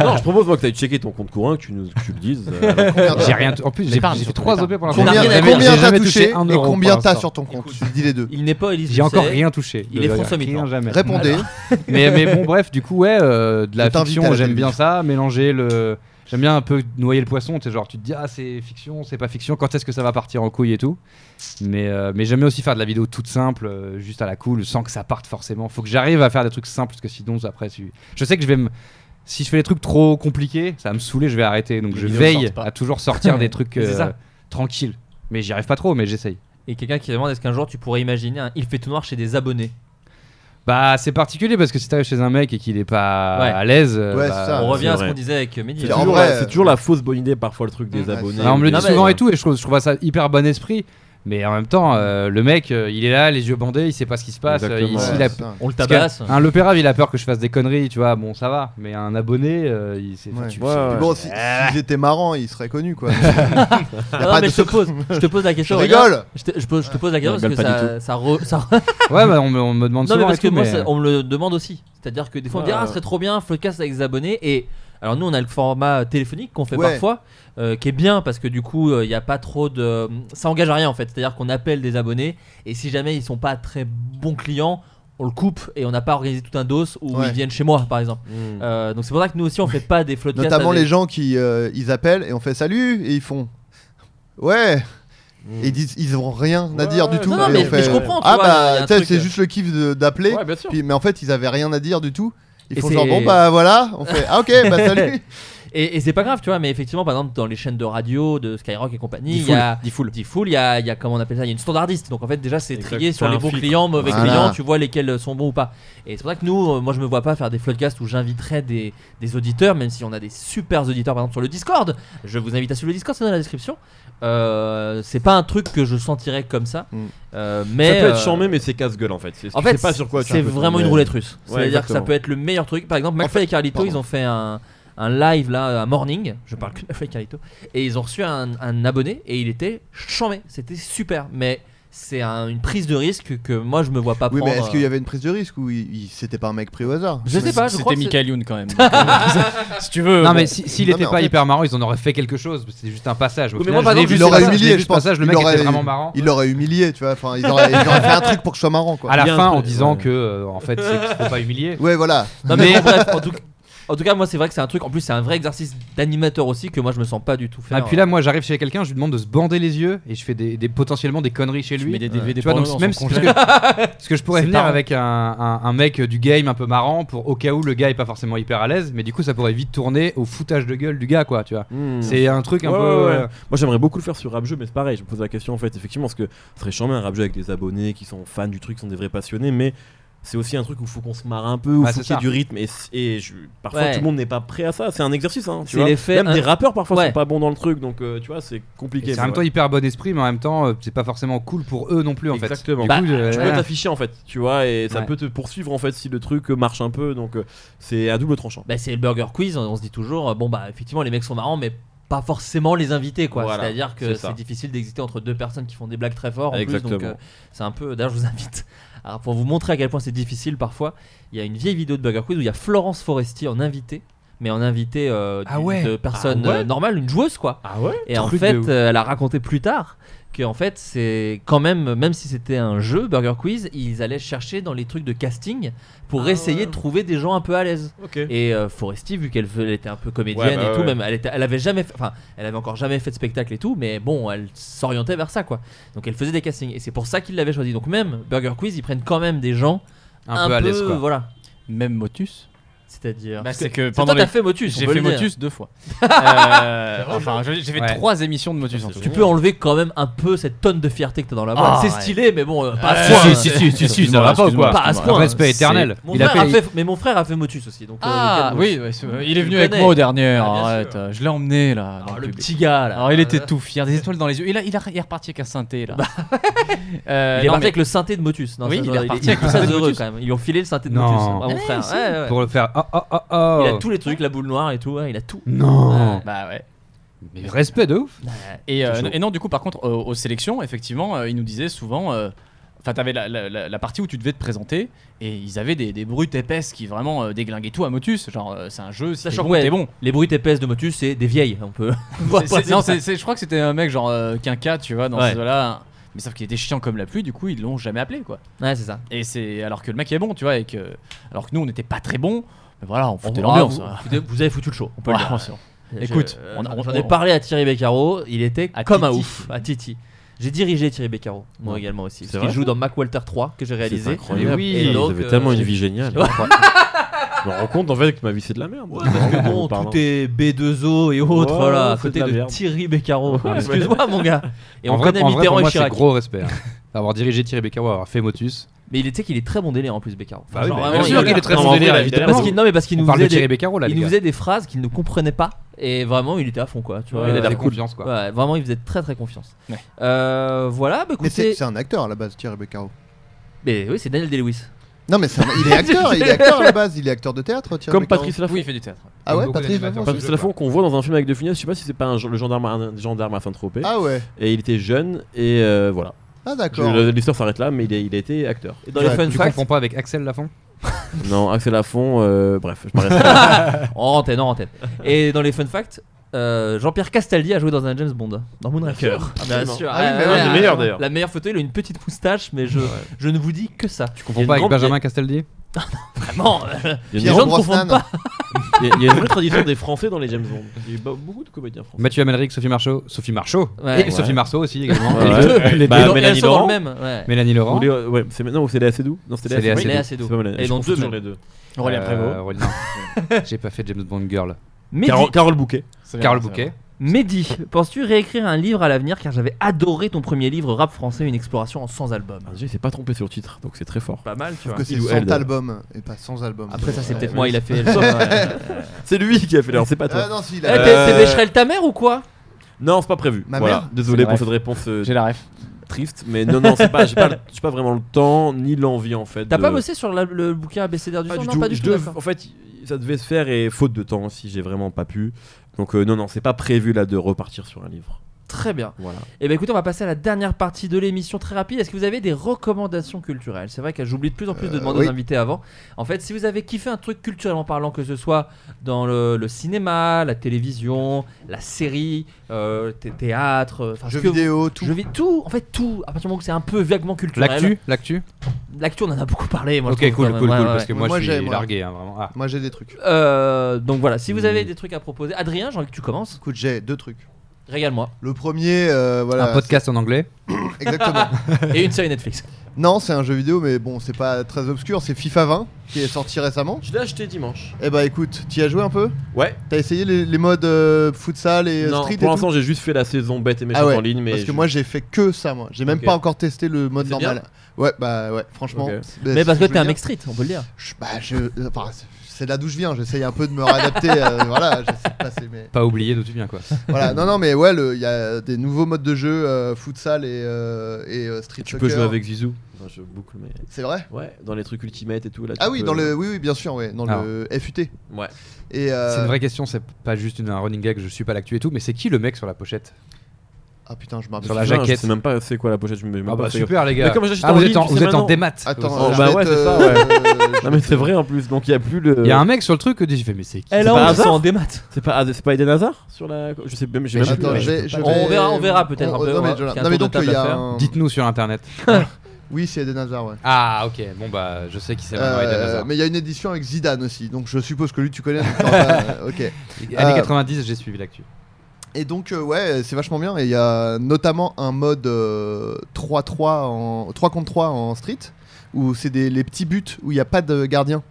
S9: Non, je propose moi que t'ailles checker ton compte courant, que tu nous que tu le dises. euh, à la
S8: Combien t'as-
S2: J'ai rien. t- En plus, j'ai
S10: L'épargne,
S2: j'ai fait
S10: surtout
S2: 3 OP
S10: l'épargne.
S2: pour l'instant.
S7: Combien-
S2: J'ai
S8: Combien,
S2: jamais-
S8: combien
S2: j'ai
S8: t'as
S2: jamais
S8: touché
S2: un
S8: et
S2: euro
S8: combien
S2: pour
S8: t'as
S2: l'instant.
S8: sur ton compte Dis les deux.
S7: Il n'est pas Élise
S2: J'ai encore
S7: Lucet.
S2: rien touché.
S7: Il est
S2: Rien,
S7: François Mitterrand.
S2: jamais.
S8: Répondez.
S2: mais, mais
S8: (laughs)
S2: bon, bref, du coup, ouais, euh, de la
S8: Je t'invite à
S2: fiction,
S8: la
S2: j'aime bien
S8: télévision.
S2: ça, mélanger le. J'aime bien un peu noyer le poisson, tu sais, genre tu te dis ah c'est fiction, c'est pas fiction, quand est-ce que ça va partir en couille et tout. Mais, euh, mais j'aime bien aussi faire de la vidéo toute simple, euh, juste à la cool, sans que ça parte forcément. Faut que j'arrive à faire des trucs simples, parce que sinon après, tu- je sais que je vais me. Si je fais des trucs trop compliqués, ça va me saouler, je vais arrêter. Donc
S10: Les
S2: je
S10: vidéos
S2: veille
S10: sortent pas.
S2: à toujours sortir des
S10: (laughs)
S2: trucs
S7: C'est ça.
S2: euh, tranquilles. Mais j'y arrive pas trop, mais j'essaye.
S7: Et quelqu'un qui demande est-ce qu'un jour tu pourrais imaginer un Il fait tout noir chez des abonnés
S2: Bah c'est particulier parce que si t'arrives chez un mec et qu'il est pas
S7: Ouais.
S2: à l'aise, euh,
S8: Ouais,
S2: bah,
S8: c'est ça.
S7: On revient à ce
S9: vrai.
S7: qu'on disait avec euh, Mehdi.
S8: C'est
S9: C'est
S8: En
S9: toujours,
S8: vrai,
S9: la, c'est
S8: euh,
S9: toujours la fausse bonne idée parfois le truc des
S8: Ouais,
S9: abonnés.
S8: ça.
S2: Ah, on me le
S7: Non,
S2: dit
S7: mais- euh,
S2: souvent et tout, et je trouve, je trouve ça hyper bon esprit. Mais en même temps, euh, le mec, euh, il est là, les yeux bandés, il sait pas ce qui se passe. euh, il,
S9: Exactement.
S2: s'il
S8: Ouais,
S2: a-
S8: c'est ça.
S7: On le
S2: parce
S7: tabasse.
S2: que, hein, Un Le Pérave, il a peur que je fasse des conneries, tu vois. Bon, ça va, mais un abonné, euh, il s'est
S8: Ouais.
S2: tu-
S9: Ouais, ouais.
S8: Bon, si- s'ils étaient marrants, ils seraient connus quoi.
S7: Non, mais
S8: pas de
S7: je te
S8: secret.
S7: pose, je te pose la
S8: Je
S7: question. regarde.
S8: rigole.
S7: Je te, je pose, je te pose la question
S9: On
S7: parce que
S9: rigole pas
S7: ça, ça, re- ça
S2: Ouais, bah, on, me- on me demande
S7: Non, mais
S2: souvent.
S7: parce
S2: et
S7: que
S2: tout,
S7: moi,
S2: mais,
S7: ça-
S2: euh,
S7: on me le demande aussi. C'est-à-dire que des fois, on me dit
S9: Ouais,
S7: Ah,
S9: ouais.
S7: ce serait trop bien, Floodcast avec des abonnés. Et alors, nous, on a le format téléphonique qu'on fait
S8: Ouais.
S7: parfois, euh, qui est bien parce que du coup, euh, il n'y a pas trop de. Ça engage à rien en fait. C'est-à-dire qu'on appelle des abonnés et si jamais ils sont pas très bons clients, on le coupe et on n'a pas organisé tout un dos où
S8: Ouais. Hmm.
S7: ils viennent chez moi, par exemple. Euh, donc c'est pour ça que nous aussi, on fait pas des floodcasts.
S8: Notamment
S7: avec-
S8: les gens qui euh, ils appellent et on fait salut et ils font ouais. Et ils disent ils ont rien à dire du tout.
S7: non, non,
S8: et
S7: mais-
S8: on
S7: mais
S8: fait,
S7: je comprends, tu
S8: Ah
S7: vois, il y a un
S8: bah tu sais,
S7: truc,
S8: c'est
S7: euh.
S8: juste le kiff de- d'appeler.
S9: Ouais, bien sûr.
S8: Puis- mais en fait ils avaient rien à dire du tout. Ils
S7: Et
S8: font
S7: c'est-
S8: genre bon bah voilà. On fait ah ok
S7: (laughs)
S8: bah salut.
S7: Et, et c'est pas grave, tu vois, mais effectivement, par exemple, dans les chaînes de radio, de Skyrock et compagnie, il y
S10: Diffoul,
S7: a. Diffoul, il y a, il y a, comment on appelle ça, il y a une standardiste. Donc en fait, déjà, c'est
S9: Exact.
S7: trié sur
S9: T'as
S7: les
S9: un
S7: bons
S9: filtre.
S7: clients, mauvais
S8: Voilà.
S7: clients, tu vois lesquels sont bons ou pas. Et c'est pour ça que nous, euh, moi, je me vois pas faire des floodcasts où j'inviterais des, des auditeurs, même si on a des super auditeurs, par exemple, sur le Discord. Je vous invite à suivre le Discord, c'est dans la description. Euh, c'est pas un truc que je sentirais comme ça.
S8: Mm.
S7: Euh,
S9: Ça
S7: mais
S9: peut être
S7: euh,
S9: chambé, mais c'est casse-gueule en fait. C'est-
S7: en
S9: tu sais
S7: fait,
S9: pas sur quoi tu
S7: c'est
S9: peux
S7: vraiment
S9: tomber.
S7: une roulette russe.
S9: Ouais,
S7: C'est-à-dire que ça
S9: exactement.
S7: peut être le meilleur truc. Par exemple, McFly et Carlito,
S8: pardon.
S7: ils ont fait un, un live là à Morning. Je parle que de McFly et Carlito. Et ils ont reçu un, un abonné et il était chambé. C'était super. Mais c'est un- une prise de risque que moi je me vois pas
S8: Oui mais
S7: prendre.
S8: est-ce qu'il y avait une prise de risque ou il- il- c'était pas un mec pris au hasard
S7: Je sais pas, je crois que
S10: C'était
S7: c'est-
S10: Michael Youn
S7: (laughs)
S10: quand même. Donc, euh, si tu veux.
S2: Non,
S10: bon.
S2: mais si- s'il
S8: non,
S2: était
S8: mais en
S2: pas
S8: fait-
S2: hyper marrant, ils en auraient fait quelque chose. C'était juste un passage. Au
S7: Oui, mais
S2: final,
S7: moi, par
S2: je l'ai
S7: exemple,
S2: vu
S8: Il
S2: ce
S8: l'aurait
S2: passage, l'ai
S8: humilié
S2: vu
S8: je
S2: ce
S8: pense.
S2: passage, le
S8: Il
S2: mec
S8: l'aurait-
S2: était vraiment marrant.
S8: Il l'aurait humilié tu vois. Enfin ils auraient, ils auraient fait un truc pour que je sois marrant quoi.
S2: À la
S9: Bien
S2: fin,
S9: fait,
S2: en disant
S9: ouais.
S2: que, euh, en fait, c'est qu'il faut pas humilier.
S8: Ouais voilà.
S7: Non, mais bon, bref, en tout, en tout cas, moi c'est vrai que c'est un truc. En plus, c'est un vrai exercice d'animateur aussi que moi je me sens pas du tout faire.
S2: Ah, puis là, moi, j'arrive chez quelqu'un, je lui demande de se bander les yeux et je fais des, des- potentiellement des conneries chez
S10: Tu
S2: lui.
S10: mets des
S2: tu
S10: DVD
S2: vois,
S10: porno
S2: donc
S10: dans
S2: même
S10: son
S2: si- parce que, (laughs) parce que je pourrais
S10: C'est
S2: venir
S10: marrant.
S2: avec un, un- un mec du game un peu marrant pour au cas où le gars est pas forcément hyper à l'aise, mais du coup, ça pourrait vite tourner au foutage de gueule du gars, quoi, tu vois.
S7: Hmm.
S9: Mmh.
S2: C'est un truc un
S9: Ouais,
S2: peu.
S9: ouais,
S2: euh,
S9: ouais. Moi j'aimerais beaucoup le faire sur rap jeu, mais c'est pareil, je me pose la question en fait, effectivement, parce que ce serait charmant un rap jeu avec des abonnés qui sont fans du truc, qui sont des vrais passionnés, mais c'est aussi un truc où faut qu'on se marre un peu, où
S2: Ah,
S9: faut
S2: c'est
S9: qu'il
S2: ça.
S9: y ait du rythme, et, c- et je- parfois
S7: Ouais.
S9: tout le monde n'est pas prêt à ça, c'est un exercice, hein, tu
S7: C'est
S9: vois.
S7: l'effet
S9: Même
S7: un-
S9: des rappeurs parfois
S7: Ouais.
S9: sont pas bons dans le truc, donc euh, tu vois, c'est compliqué.
S2: C'est en même temps hyper bon esprit, mais en même temps, euh, c'est pas forcément cool pour eux non plus, en fait.
S9: Exactement.
S2: Du
S9: Bah,
S2: coup, euh,
S9: tu peux
S2: voilà.
S9: t'afficher en fait, tu vois, et ça
S2: Ouais.
S9: peut te poursuivre en fait si le truc euh, marche un peu, donc euh, c'est à double tranchant.
S7: Bah, c'est le Burger Quiz, on on se dit toujours, euh, bon bah effectivement les mecs sont marrants, mais pas forcément les invités quoi.
S9: Voilà,
S7: C'est-à-dire que
S9: c'est ça.
S7: c'est difficile d'exister entre deux personnes qui font des blagues très fortes en plus,
S9: Exactement.
S7: donc euh, c'est un peu. D'ailleurs, je vous invite (laughs) à- pour vous montrer à quel point c'est difficile parfois. Il y a une vieille vidéo de Burger Quiz où il y a Florence Foresti en invité. Mais en invité euh,
S2: Ah
S7: d'une-
S2: ouais.
S7: de personne
S9: Ah ouais.
S7: euh, normale, une joueuse quoi.
S9: Ah ouais
S7: Et en
S2: Truc
S7: fait,
S2: de ouf.
S7: euh, elle a raconté plus tard que en fait, c'est quand même, même si c'était un jeu Burger Quiz, ils allaient chercher dans les trucs de casting pour
S9: Ah
S7: essayer
S9: ouais.
S7: de trouver des gens un peu à l'aise.
S9: Ok.
S7: Et euh, Foresti, vu qu'elle elle était un peu comédienne
S9: Ouais, bah
S7: et tout,
S9: ouais.
S7: même elle, était, elle avait jamais, fait- enfin, elle avait encore jamais fait de spectacle et tout, mais bon, elle s'orientait vers ça quoi. Donc elle faisait des castings et c'est pour ça qu'ils l'avaient choisi. Donc même Burger Quiz, ils prennent quand même des gens
S2: un, peu à l'aise, quoi.
S7: voilà.
S10: Même Motus.
S7: C'est-à-dire.
S10: Bah,
S7: Parce que-
S10: c'est que
S7: toi,
S10: pendant
S7: t'as
S10: les-
S7: fait Motus. on
S10: J'ai
S7: peut
S10: fait
S7: le dire.
S10: Motus deux (laughs) fois. Euh, Enfin, je- j'ai fait
S2: Ouais.
S10: trois émissions de Motus en tout.
S7: Tu peux enlever quand même un peu cette tonne de fierté que t'as dans la voix.
S10: Ah,
S7: c'est
S10: ouais.
S7: stylé, mais bon, euh, pas à ce
S10: Euh,
S7: point.
S2: Ah, Si, si, si, si, si, ça
S10: Excuse-moi,
S2: va pas ou quoi
S10: excuse-moi,
S7: Pas à ce
S10: excuse-moi.
S7: point.
S2: Respect éternel.
S7: Mon
S2: Il a
S7: frère a
S2: fait.
S7: fait- mais mon frère a fait Motus aussi. Donc, euh,
S10: Ah
S7: lequel
S10: oui,
S7: Motus
S10: ouais, c'est- il est
S7: Je
S10: venu
S7: le
S10: avec
S7: connais.
S10: moi au dernier.
S7: Ah, bien
S10: arrête,
S7: sûr.
S10: euh, je l'ai emmené là. dans
S7: Alors, le
S10: public.
S7: petit gars là.
S10: Alors il était tout fier, des étoiles dans les yeux. Et là, il, a, il est reparti avec un synthé là. Euh,
S7: Bah. il est parti
S10: non, mais-
S7: avec le synthé de Motus. Non, ça,
S10: Oui, il est
S7: non,
S10: reparti
S7: il
S10: avec le
S7: très
S10: synthé de
S7: heureux
S10: Motus.
S7: quand même. Ils lui ont filé le synthé de
S2: Non.
S7: Motus. à mon
S10: Ah,
S7: frère.
S10: si.
S7: Ouais, ouais, ouais.
S2: Pour le faire. Oh, oh, oh, oh.
S7: Il a tous les trucs, la boule noire et tout. ouais, il a tout.
S2: Non.
S7: Ouais.
S10: Bah ouais.
S2: Mais respect de ouf.
S10: Et, euh, et non, du coup, par contre, aux, aux sélections, effectivement, euh, ils nous disaient souvent. euh, Enfin, t'avais la, la- la- la partie où tu devais te présenter et ils avaient des, des brutes épaisses qui vraiment euh, déglinguaient tout à Motus. Genre, euh, c'est un jeu, si t'es
S7: Sachant
S10: bon,
S7: que, ouais,
S10: t'es (laughs) bon.
S7: Les bruits épaisses de Motus, c'est des vieilles. On peut. on va
S10: C'est-
S7: pas
S10: c'est-
S7: dire
S10: non,
S7: ça.
S10: c'est- c'est- je crois que c'était un mec genre euh, quinca, tu vois, dans
S7: Ouais.
S10: ce là Mais sauf qu'il était chiant comme la pluie, du coup, ils l'ont jamais appelé, quoi.
S7: Ouais, c'est ça.
S10: Et c'est alors que le mec est bon, tu vois, et que alors que nous on n'était pas très bon, mais voilà, on foutait
S7: Ah,
S10: l'ambiance.
S7: vous-
S10: hein.
S7: vous- Vous avez foutu le show. On peut le
S10: Voilà,
S7: dire.
S10: sûr.
S7: Je-
S10: Écoute,
S7: euh,
S10: on a- on-
S7: j'en ai
S10: on-
S7: parlé à Thierry Beccaro, il était
S10: À
S7: comme un
S10: Titi.
S7: ouf à Titi. J'ai dirigé Thierry Beccaro, moi
S9: Ouais.
S7: également aussi.
S9: C'est
S7: Parce qu'il
S9: vrai
S7: joue dans Mac Walter 3 que j'ai réalisé.
S9: incroyable.
S2: Oui.
S7: Et
S9: Ils
S7: donc,
S9: avaient
S7: euh,
S9: tellement une
S7: j'ai-
S9: vie
S7: (laughs)
S9: géniale.
S7: Ouais.
S9: je me rends compte en fait que ma vie c'est de la merde.
S7: Ouais, parce que bon,
S9: Pardon.
S7: tout est B2O et autres
S9: Ouais,
S7: là, à
S9: c'est
S7: côté
S9: de la
S7: de,
S9: merde.
S7: Thierry Beccaro.
S9: Ouais.
S7: Excuse-moi, mon gars. Et
S2: en
S7: on
S2: vrai,
S7: connaît
S2: en vrai,
S7: Mitterrand
S2: pour moi,
S7: et
S2: c'est
S7: Chirac.
S2: gros respect. hein. D'avoir dirigé Thierry Beccaro, avoir fait Motus.
S7: Mais il était qu'il est très bon délire en plus, Beccaro.
S2: Bah oui,
S7: Genre,
S2: mais
S7: vraiment,
S2: bien sûr
S7: il-
S2: qu'il est très
S9: Non,
S2: bon
S9: en
S2: délire,
S9: vrai,
S2: évidemment.
S7: Parce qu'il non mais parce qu'il
S2: On
S7: nous
S2: parle
S7: faisait
S2: de Thierry
S7: des,
S2: Beccaro là,
S7: il
S2: les
S7: nous
S2: gars.
S7: faisait des phrases qu'il ne comprenait pas et vraiment il était à fond quoi. Tu vois,
S2: Il a
S7: avait
S2: des confiance quoi.
S7: Ouais, vraiment, il faisait très très confiance.
S10: Ouais.
S7: Euh, voilà, bah
S8: Mais c'est
S7: écoutez.
S8: c'est un acteur à la base Thierry Beccaro.
S7: Mais oui, c'est Daniel Day-Lewis.
S8: Non mais c'est un-
S7: (laughs)
S8: il est acteur, il est acteur à la base, il est acteur de théâtre. Thierry
S9: Comme
S8: Beccaro.
S9: Patrice
S10: Oui,
S9: Lafont.
S10: il fait du théâtre.
S8: Ah ouais,
S2: Beaucoup
S8: Patrice
S2: d'animateurs.
S8: Lafont.
S9: Patrice Lafont qu'on voit dans un film avec De Funès, je sais pas si c'est pas un, gen- le gendarme, un gendarme à Saint-Tropez.
S8: Ah ouais,
S9: Et il était jeune et euh, voilà.
S8: ah
S9: Je-
S8: d'accord.
S9: le- L'histoire s'arrête là, mais il a, il a été acteur.
S7: Et dans les
S8: Ouais,
S7: fun
S2: Tu
S7: facts,
S2: confonds pas avec Axel Lafont
S9: Non, Axel Lafont, euh, bref, je m'arrête là.
S7: (laughs) en antenne, en antenne. Et dans les fun facts, euh, Jean-Pierre Castaldi a joué dans un James Bond, dans Moonraker. Ah, bien sûr. Ah, ouais,
S11: un des
S7: ouais,
S11: meilleurs,
S7: ouais.
S11: d'ailleurs.
S7: La meilleure photo, il a une petite moustache, mais je, je ne vous dis que ça. Tu
S2: Confonds pas avec Benjamin Castaldi
S7: (laughs) Vraiment, euh, les
S11: Pierre
S7: gens ne
S11: Brosnan.
S7: confondent pas.
S11: Il y a- il y a une vraie tradition des Français dans les James Bond. Il y a eu be- beaucoup de comédiens français.
S2: Mathieu Amalric, Sophie Marceau, Sophie Marceau
S11: Ouais.
S2: et Sophie
S11: Ouais.
S2: Marceau aussi également.
S11: Ouais.
S2: Les deux,
S11: Ouais.
S2: les
S11: Bah,
S2: deux.
S11: Mélanie
S2: Et elles sont dans
S11: Laurent.
S2: le même, ouais. Mélanie Laurent.
S11: Ou les- ouais, c'est non, c'est Léa Seydoux. Non, c'était
S2: C'est Léa
S11: Léa Seydoux.
S2: Seydoux.
S7: Léa Seydoux.
S11: C'est pas Mélanie-
S7: Et
S11: je
S7: dans
S11: confonds
S7: deux
S11: toujours
S7: même.
S11: les deux.
S7: Aurélien
S2: Euh,
S7: Prévost.
S2: Aurélien- J'ai pas fait James Bond Girl.
S7: Mehdi.
S11: Carole- Carole Bouquet.
S7: C'est
S2: Carole Bouquet.
S7: Mehdi, penses-tu réécrire un livre à l'avenir car j'avais adoré ton premier livre rap français, une exploration en 100 albums.
S9: Ah,
S11: Déjà, il s'est pas trompé sur le titre, donc c'est très fort.
S7: Pas mal, tu vois.
S8: que c'est
S11: Il ou
S8: 100
S11: elle.
S9: euh,
S8: albums et pas 100 albums.
S7: Après, ça, c'est
S8: Ouais.
S7: peut-être moi, il a (laughs) fait-
S11: (laughs) C'est lui qui a fait l'heure, c'est pas toi.
S8: Ah non, si, il
S7: Eh,
S8: a-
S7: t'es-
S11: Euh,
S7: C'est Bécherel ta mère ou quoi
S11: Non, c'est pas prévu.
S8: Ma
S11: Voilà.
S8: mère
S11: Désolé
S3: C'est la
S11: pour cette réponse. euh,
S3: J'ai la ref.
S11: Triste, mais non, non, c'est pas, j'ai pas, le- j'ai pas vraiment le temps ni l'envie en fait.
S7: T'as
S11: de-
S7: pas bossé sur la- le bouquin ABCDR du
S11: Pas
S7: son
S11: du
S7: Non,
S11: tout.
S7: pas du
S11: Je
S7: tout.
S11: dev-
S7: d'accord.
S11: En fait, ça devait se faire et faute de temps aussi, j'ai vraiment pas pu. Donc euh, non, non, c'est pas prévu là de repartir sur un livre.
S7: Très bien.
S11: Voilà.
S7: Et ben écoutez, on va passer à la dernière partie de l'émission très rapide. Est-ce que vous avez des recommandations culturelles C'est vrai que j'oublie de plus en plus de demander
S2: Euh,
S8: oui.
S7: aux invités avant. En fait, si vous avez kiffé un truc culturellement parlant, que ce soit dans le, le cinéma, la télévision, la série, euh, thé- théâtre, euh, enfin
S8: Jeux
S7: ce que vous-
S8: vidéo, tout.
S7: jeux vi- tout, en fait tout, à partir du moment que c'est un peu vaguement culturel.
S2: L'actu L'actu
S7: L'actu, on en a beaucoup parlé. Moi,
S2: Ok,
S7: je
S2: cool, cool,
S7: trouve, quand même.
S2: cool.
S7: Ouais, ouais,
S2: Parce que
S7: ouais.
S2: moi,
S8: Moi,
S2: je
S8: j'ai-
S2: suis
S8: moi.
S2: largué, hein, vraiment. Ah.
S8: Moi j'ai des trucs.
S7: Euh, donc voilà, si vous avez
S2: Hmm.
S7: des trucs à proposer, Adrien, j'ai envie que tu commences.
S8: Écoute, j'ai deux trucs.
S7: Régale-moi.
S8: Le premier, euh, voilà.
S2: Un podcast en anglais.
S7: (laughs)
S8: Exactement.
S7: Et une série Netflix.
S8: non, c'est un jeu vidéo, mais bon, c'est pas très obscur. C'est FIFA 20 qui est sorti récemment.
S11: Je l'ai acheté dimanche.
S8: Eh bah écoute, t'y as joué un peu
S11: Ouais.
S8: T'as essayé les, les modes euh, futsal et euh,
S11: Non,
S8: street
S11: pour
S8: et tout
S11: l'instant, j'ai juste fait la saison bête et méchante
S8: Ah ouais,
S11: en ligne, mais
S8: Parce que
S11: je-
S8: moi j'ai fait que ça, moi. J'ai même
S11: Ok.
S8: pas encore testé le mode
S7: C'est
S8: normal. Ouais, bah ouais, franchement.
S11: Ok.
S8: bah,
S7: Mais
S8: si
S7: parce que
S8: je veux
S7: t'es un
S8: dire,
S7: mec street, on peut le dire.
S8: je- bah, je- enfin, c'est- c'est de là d'où je viens, j'essaye un peu de me réadapter. euh, voilà, j'essaie de passer mes.
S2: Pas oublié d'où tu viens, quoi.
S8: Voilà, non, non, mais ouais, le- il y a des nouveaux modes de jeu, euh, futsal et, euh, et euh, street
S11: tu peux
S8: soccer.
S11: jouer avec Zizou. Enfin, je boucle, mais
S8: C'est vrai
S11: ouais, dans les trucs ultimate et tout là. tu
S8: Ah oui,
S11: peux-
S8: dans le, oui, oui, bien sûr, ouais, dans
S2: Alors.
S8: le FUT.
S11: Ouais.
S8: Et euh,
S2: C'est une vraie question, c'est pas juste une- un running gag, je suis pas l'actu et tout, mais c'est qui le mec sur la pochette
S8: Ah putain, je
S2: Sur
S8: m'appelle.
S2: la
S11: Putain,
S2: jaquette.
S11: Je sais même pas c'est quoi la pochette. Je me- je me
S2: Ah bah
S11: pas fait-
S2: super les gars.
S11: Mais comme j'achète
S2: ah,
S11: en
S2: vous
S11: ligne,
S2: êtes en,
S11: tu sais
S2: vous êtes en
S11: maintenant.
S2: démat.
S8: Attends,
S11: Oh,
S8: je
S11: bah
S8: vais
S11: ouais,
S8: te-
S11: c'est ça, ouais.
S8: euh, (laughs) je-
S11: Non mais c'est vrai en plus, donc il y a plus le.
S2: Il y a un mec sur le truc que j'ai fait mais c'est qui
S10: Eh,
S7: Elle
S11: pas un
S7: a
S11: hasard
S7: en démat.
S11: C'est pas ah, c'est pas Eden Hazard sur la. Je sais même. j'ai
S8: Mais
S11: même
S8: attends,
S11: plus,
S8: je
S11: ouais.
S8: vais- je
S7: On
S8: vais-
S7: verra- on verra peut-être un
S8: on-
S7: peu,
S8: Non,
S7: hein,
S8: mais,
S7: parce qu'il y a
S8: je-
S7: un
S8: non, mais
S7: tour
S8: donc
S7: de table
S8: il y
S7: à
S8: a
S7: faire.
S8: un-
S2: Dites-nous sur internet.
S8: Oui, c'est Eden Hazard, ouais.
S2: Ah ok, bon bah je sais qui c'est maintenant
S8: Euh,
S2: Eden Hazard.
S8: mais il y a une édition avec Zidane aussi, donc je suppose que lui tu connais. donc t'en as- ok.
S2: Années
S8: euh,
S2: 90 j'ai suivi l'actu.
S8: Et donc euh, ouais, c'est vachement bien. Et il y a notamment un mode euh, 3-3 en 3 contre 3 en street où c'est des les petits buts où il n'y a pas de gardien.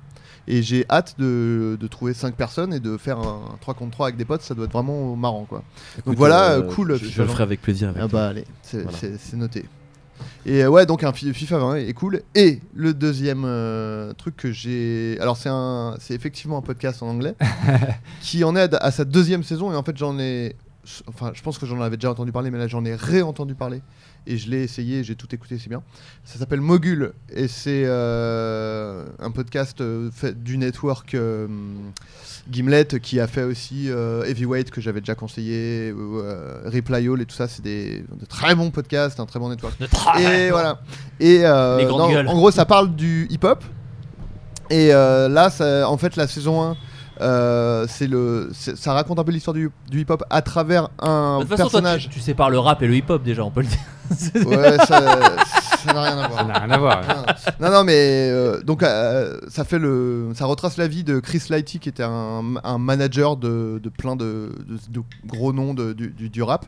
S8: Et j'ai hâte de, de trouver 5 personnes et de faire un 3 contre 3 avec des potes, ça doit être vraiment marrant quoi. Donc
S11: Écoute,
S8: voilà,
S11: euh,
S8: cool.
S11: Je, je
S8: FIFA
S11: le ferai avec plaisir. Avec
S8: Ah
S11: toi.
S8: bah allez, c'est
S11: Voilà.
S8: c'est- c'est noté. Et euh, ouais, donc un fi- FIFA 20 est cool. Et le deuxième euh, truc que j'ai. Alors, c'est un... c'est effectivement un podcast en
S11: (laughs)
S8: anglais qui en est à, à sa deuxième saison. Et en fait, j'en ai. Enfin, je pense que j'en avais déjà entendu parler, mais là, j'en ai réentendu parler. Et je l'ai essayé, j'ai tout écouté, c'est bien. Ça s'appelle Mogul. Et c'est euh, un podcast euh, fait du network euh, Gimlet qui a fait aussi euh, Heavyweight que j'avais déjà conseillé, ou, euh, Reply All et tout ça. C'est des, de très bons podcasts, un très bon network. Et voilà. Et euh,
S7: Ah, Les grandes
S8: non,
S7: gueules.
S8: en gros, ça parle du hip-hop. Et euh, là, ça- en fait, la saison 1, euh, c'est le, c'est- ça raconte un peu l'histoire du, du hip-hop à travers un
S7: De toute façon, toi,
S8: personnage.
S7: tu, tu sépares le rap et le hip-hop déjà, on peut le dire. C'est-
S8: Ouais, ça ça n'a rien à voir.
S2: Ça n'a rien à voir.
S8: (laughs) Non, Ah. non, non, mais euh, donc euh, ça fait le, ça retrace la vie de Chris Lighty qui était un, un manager de, de plein de, de- de gros noms de- du, du- du rap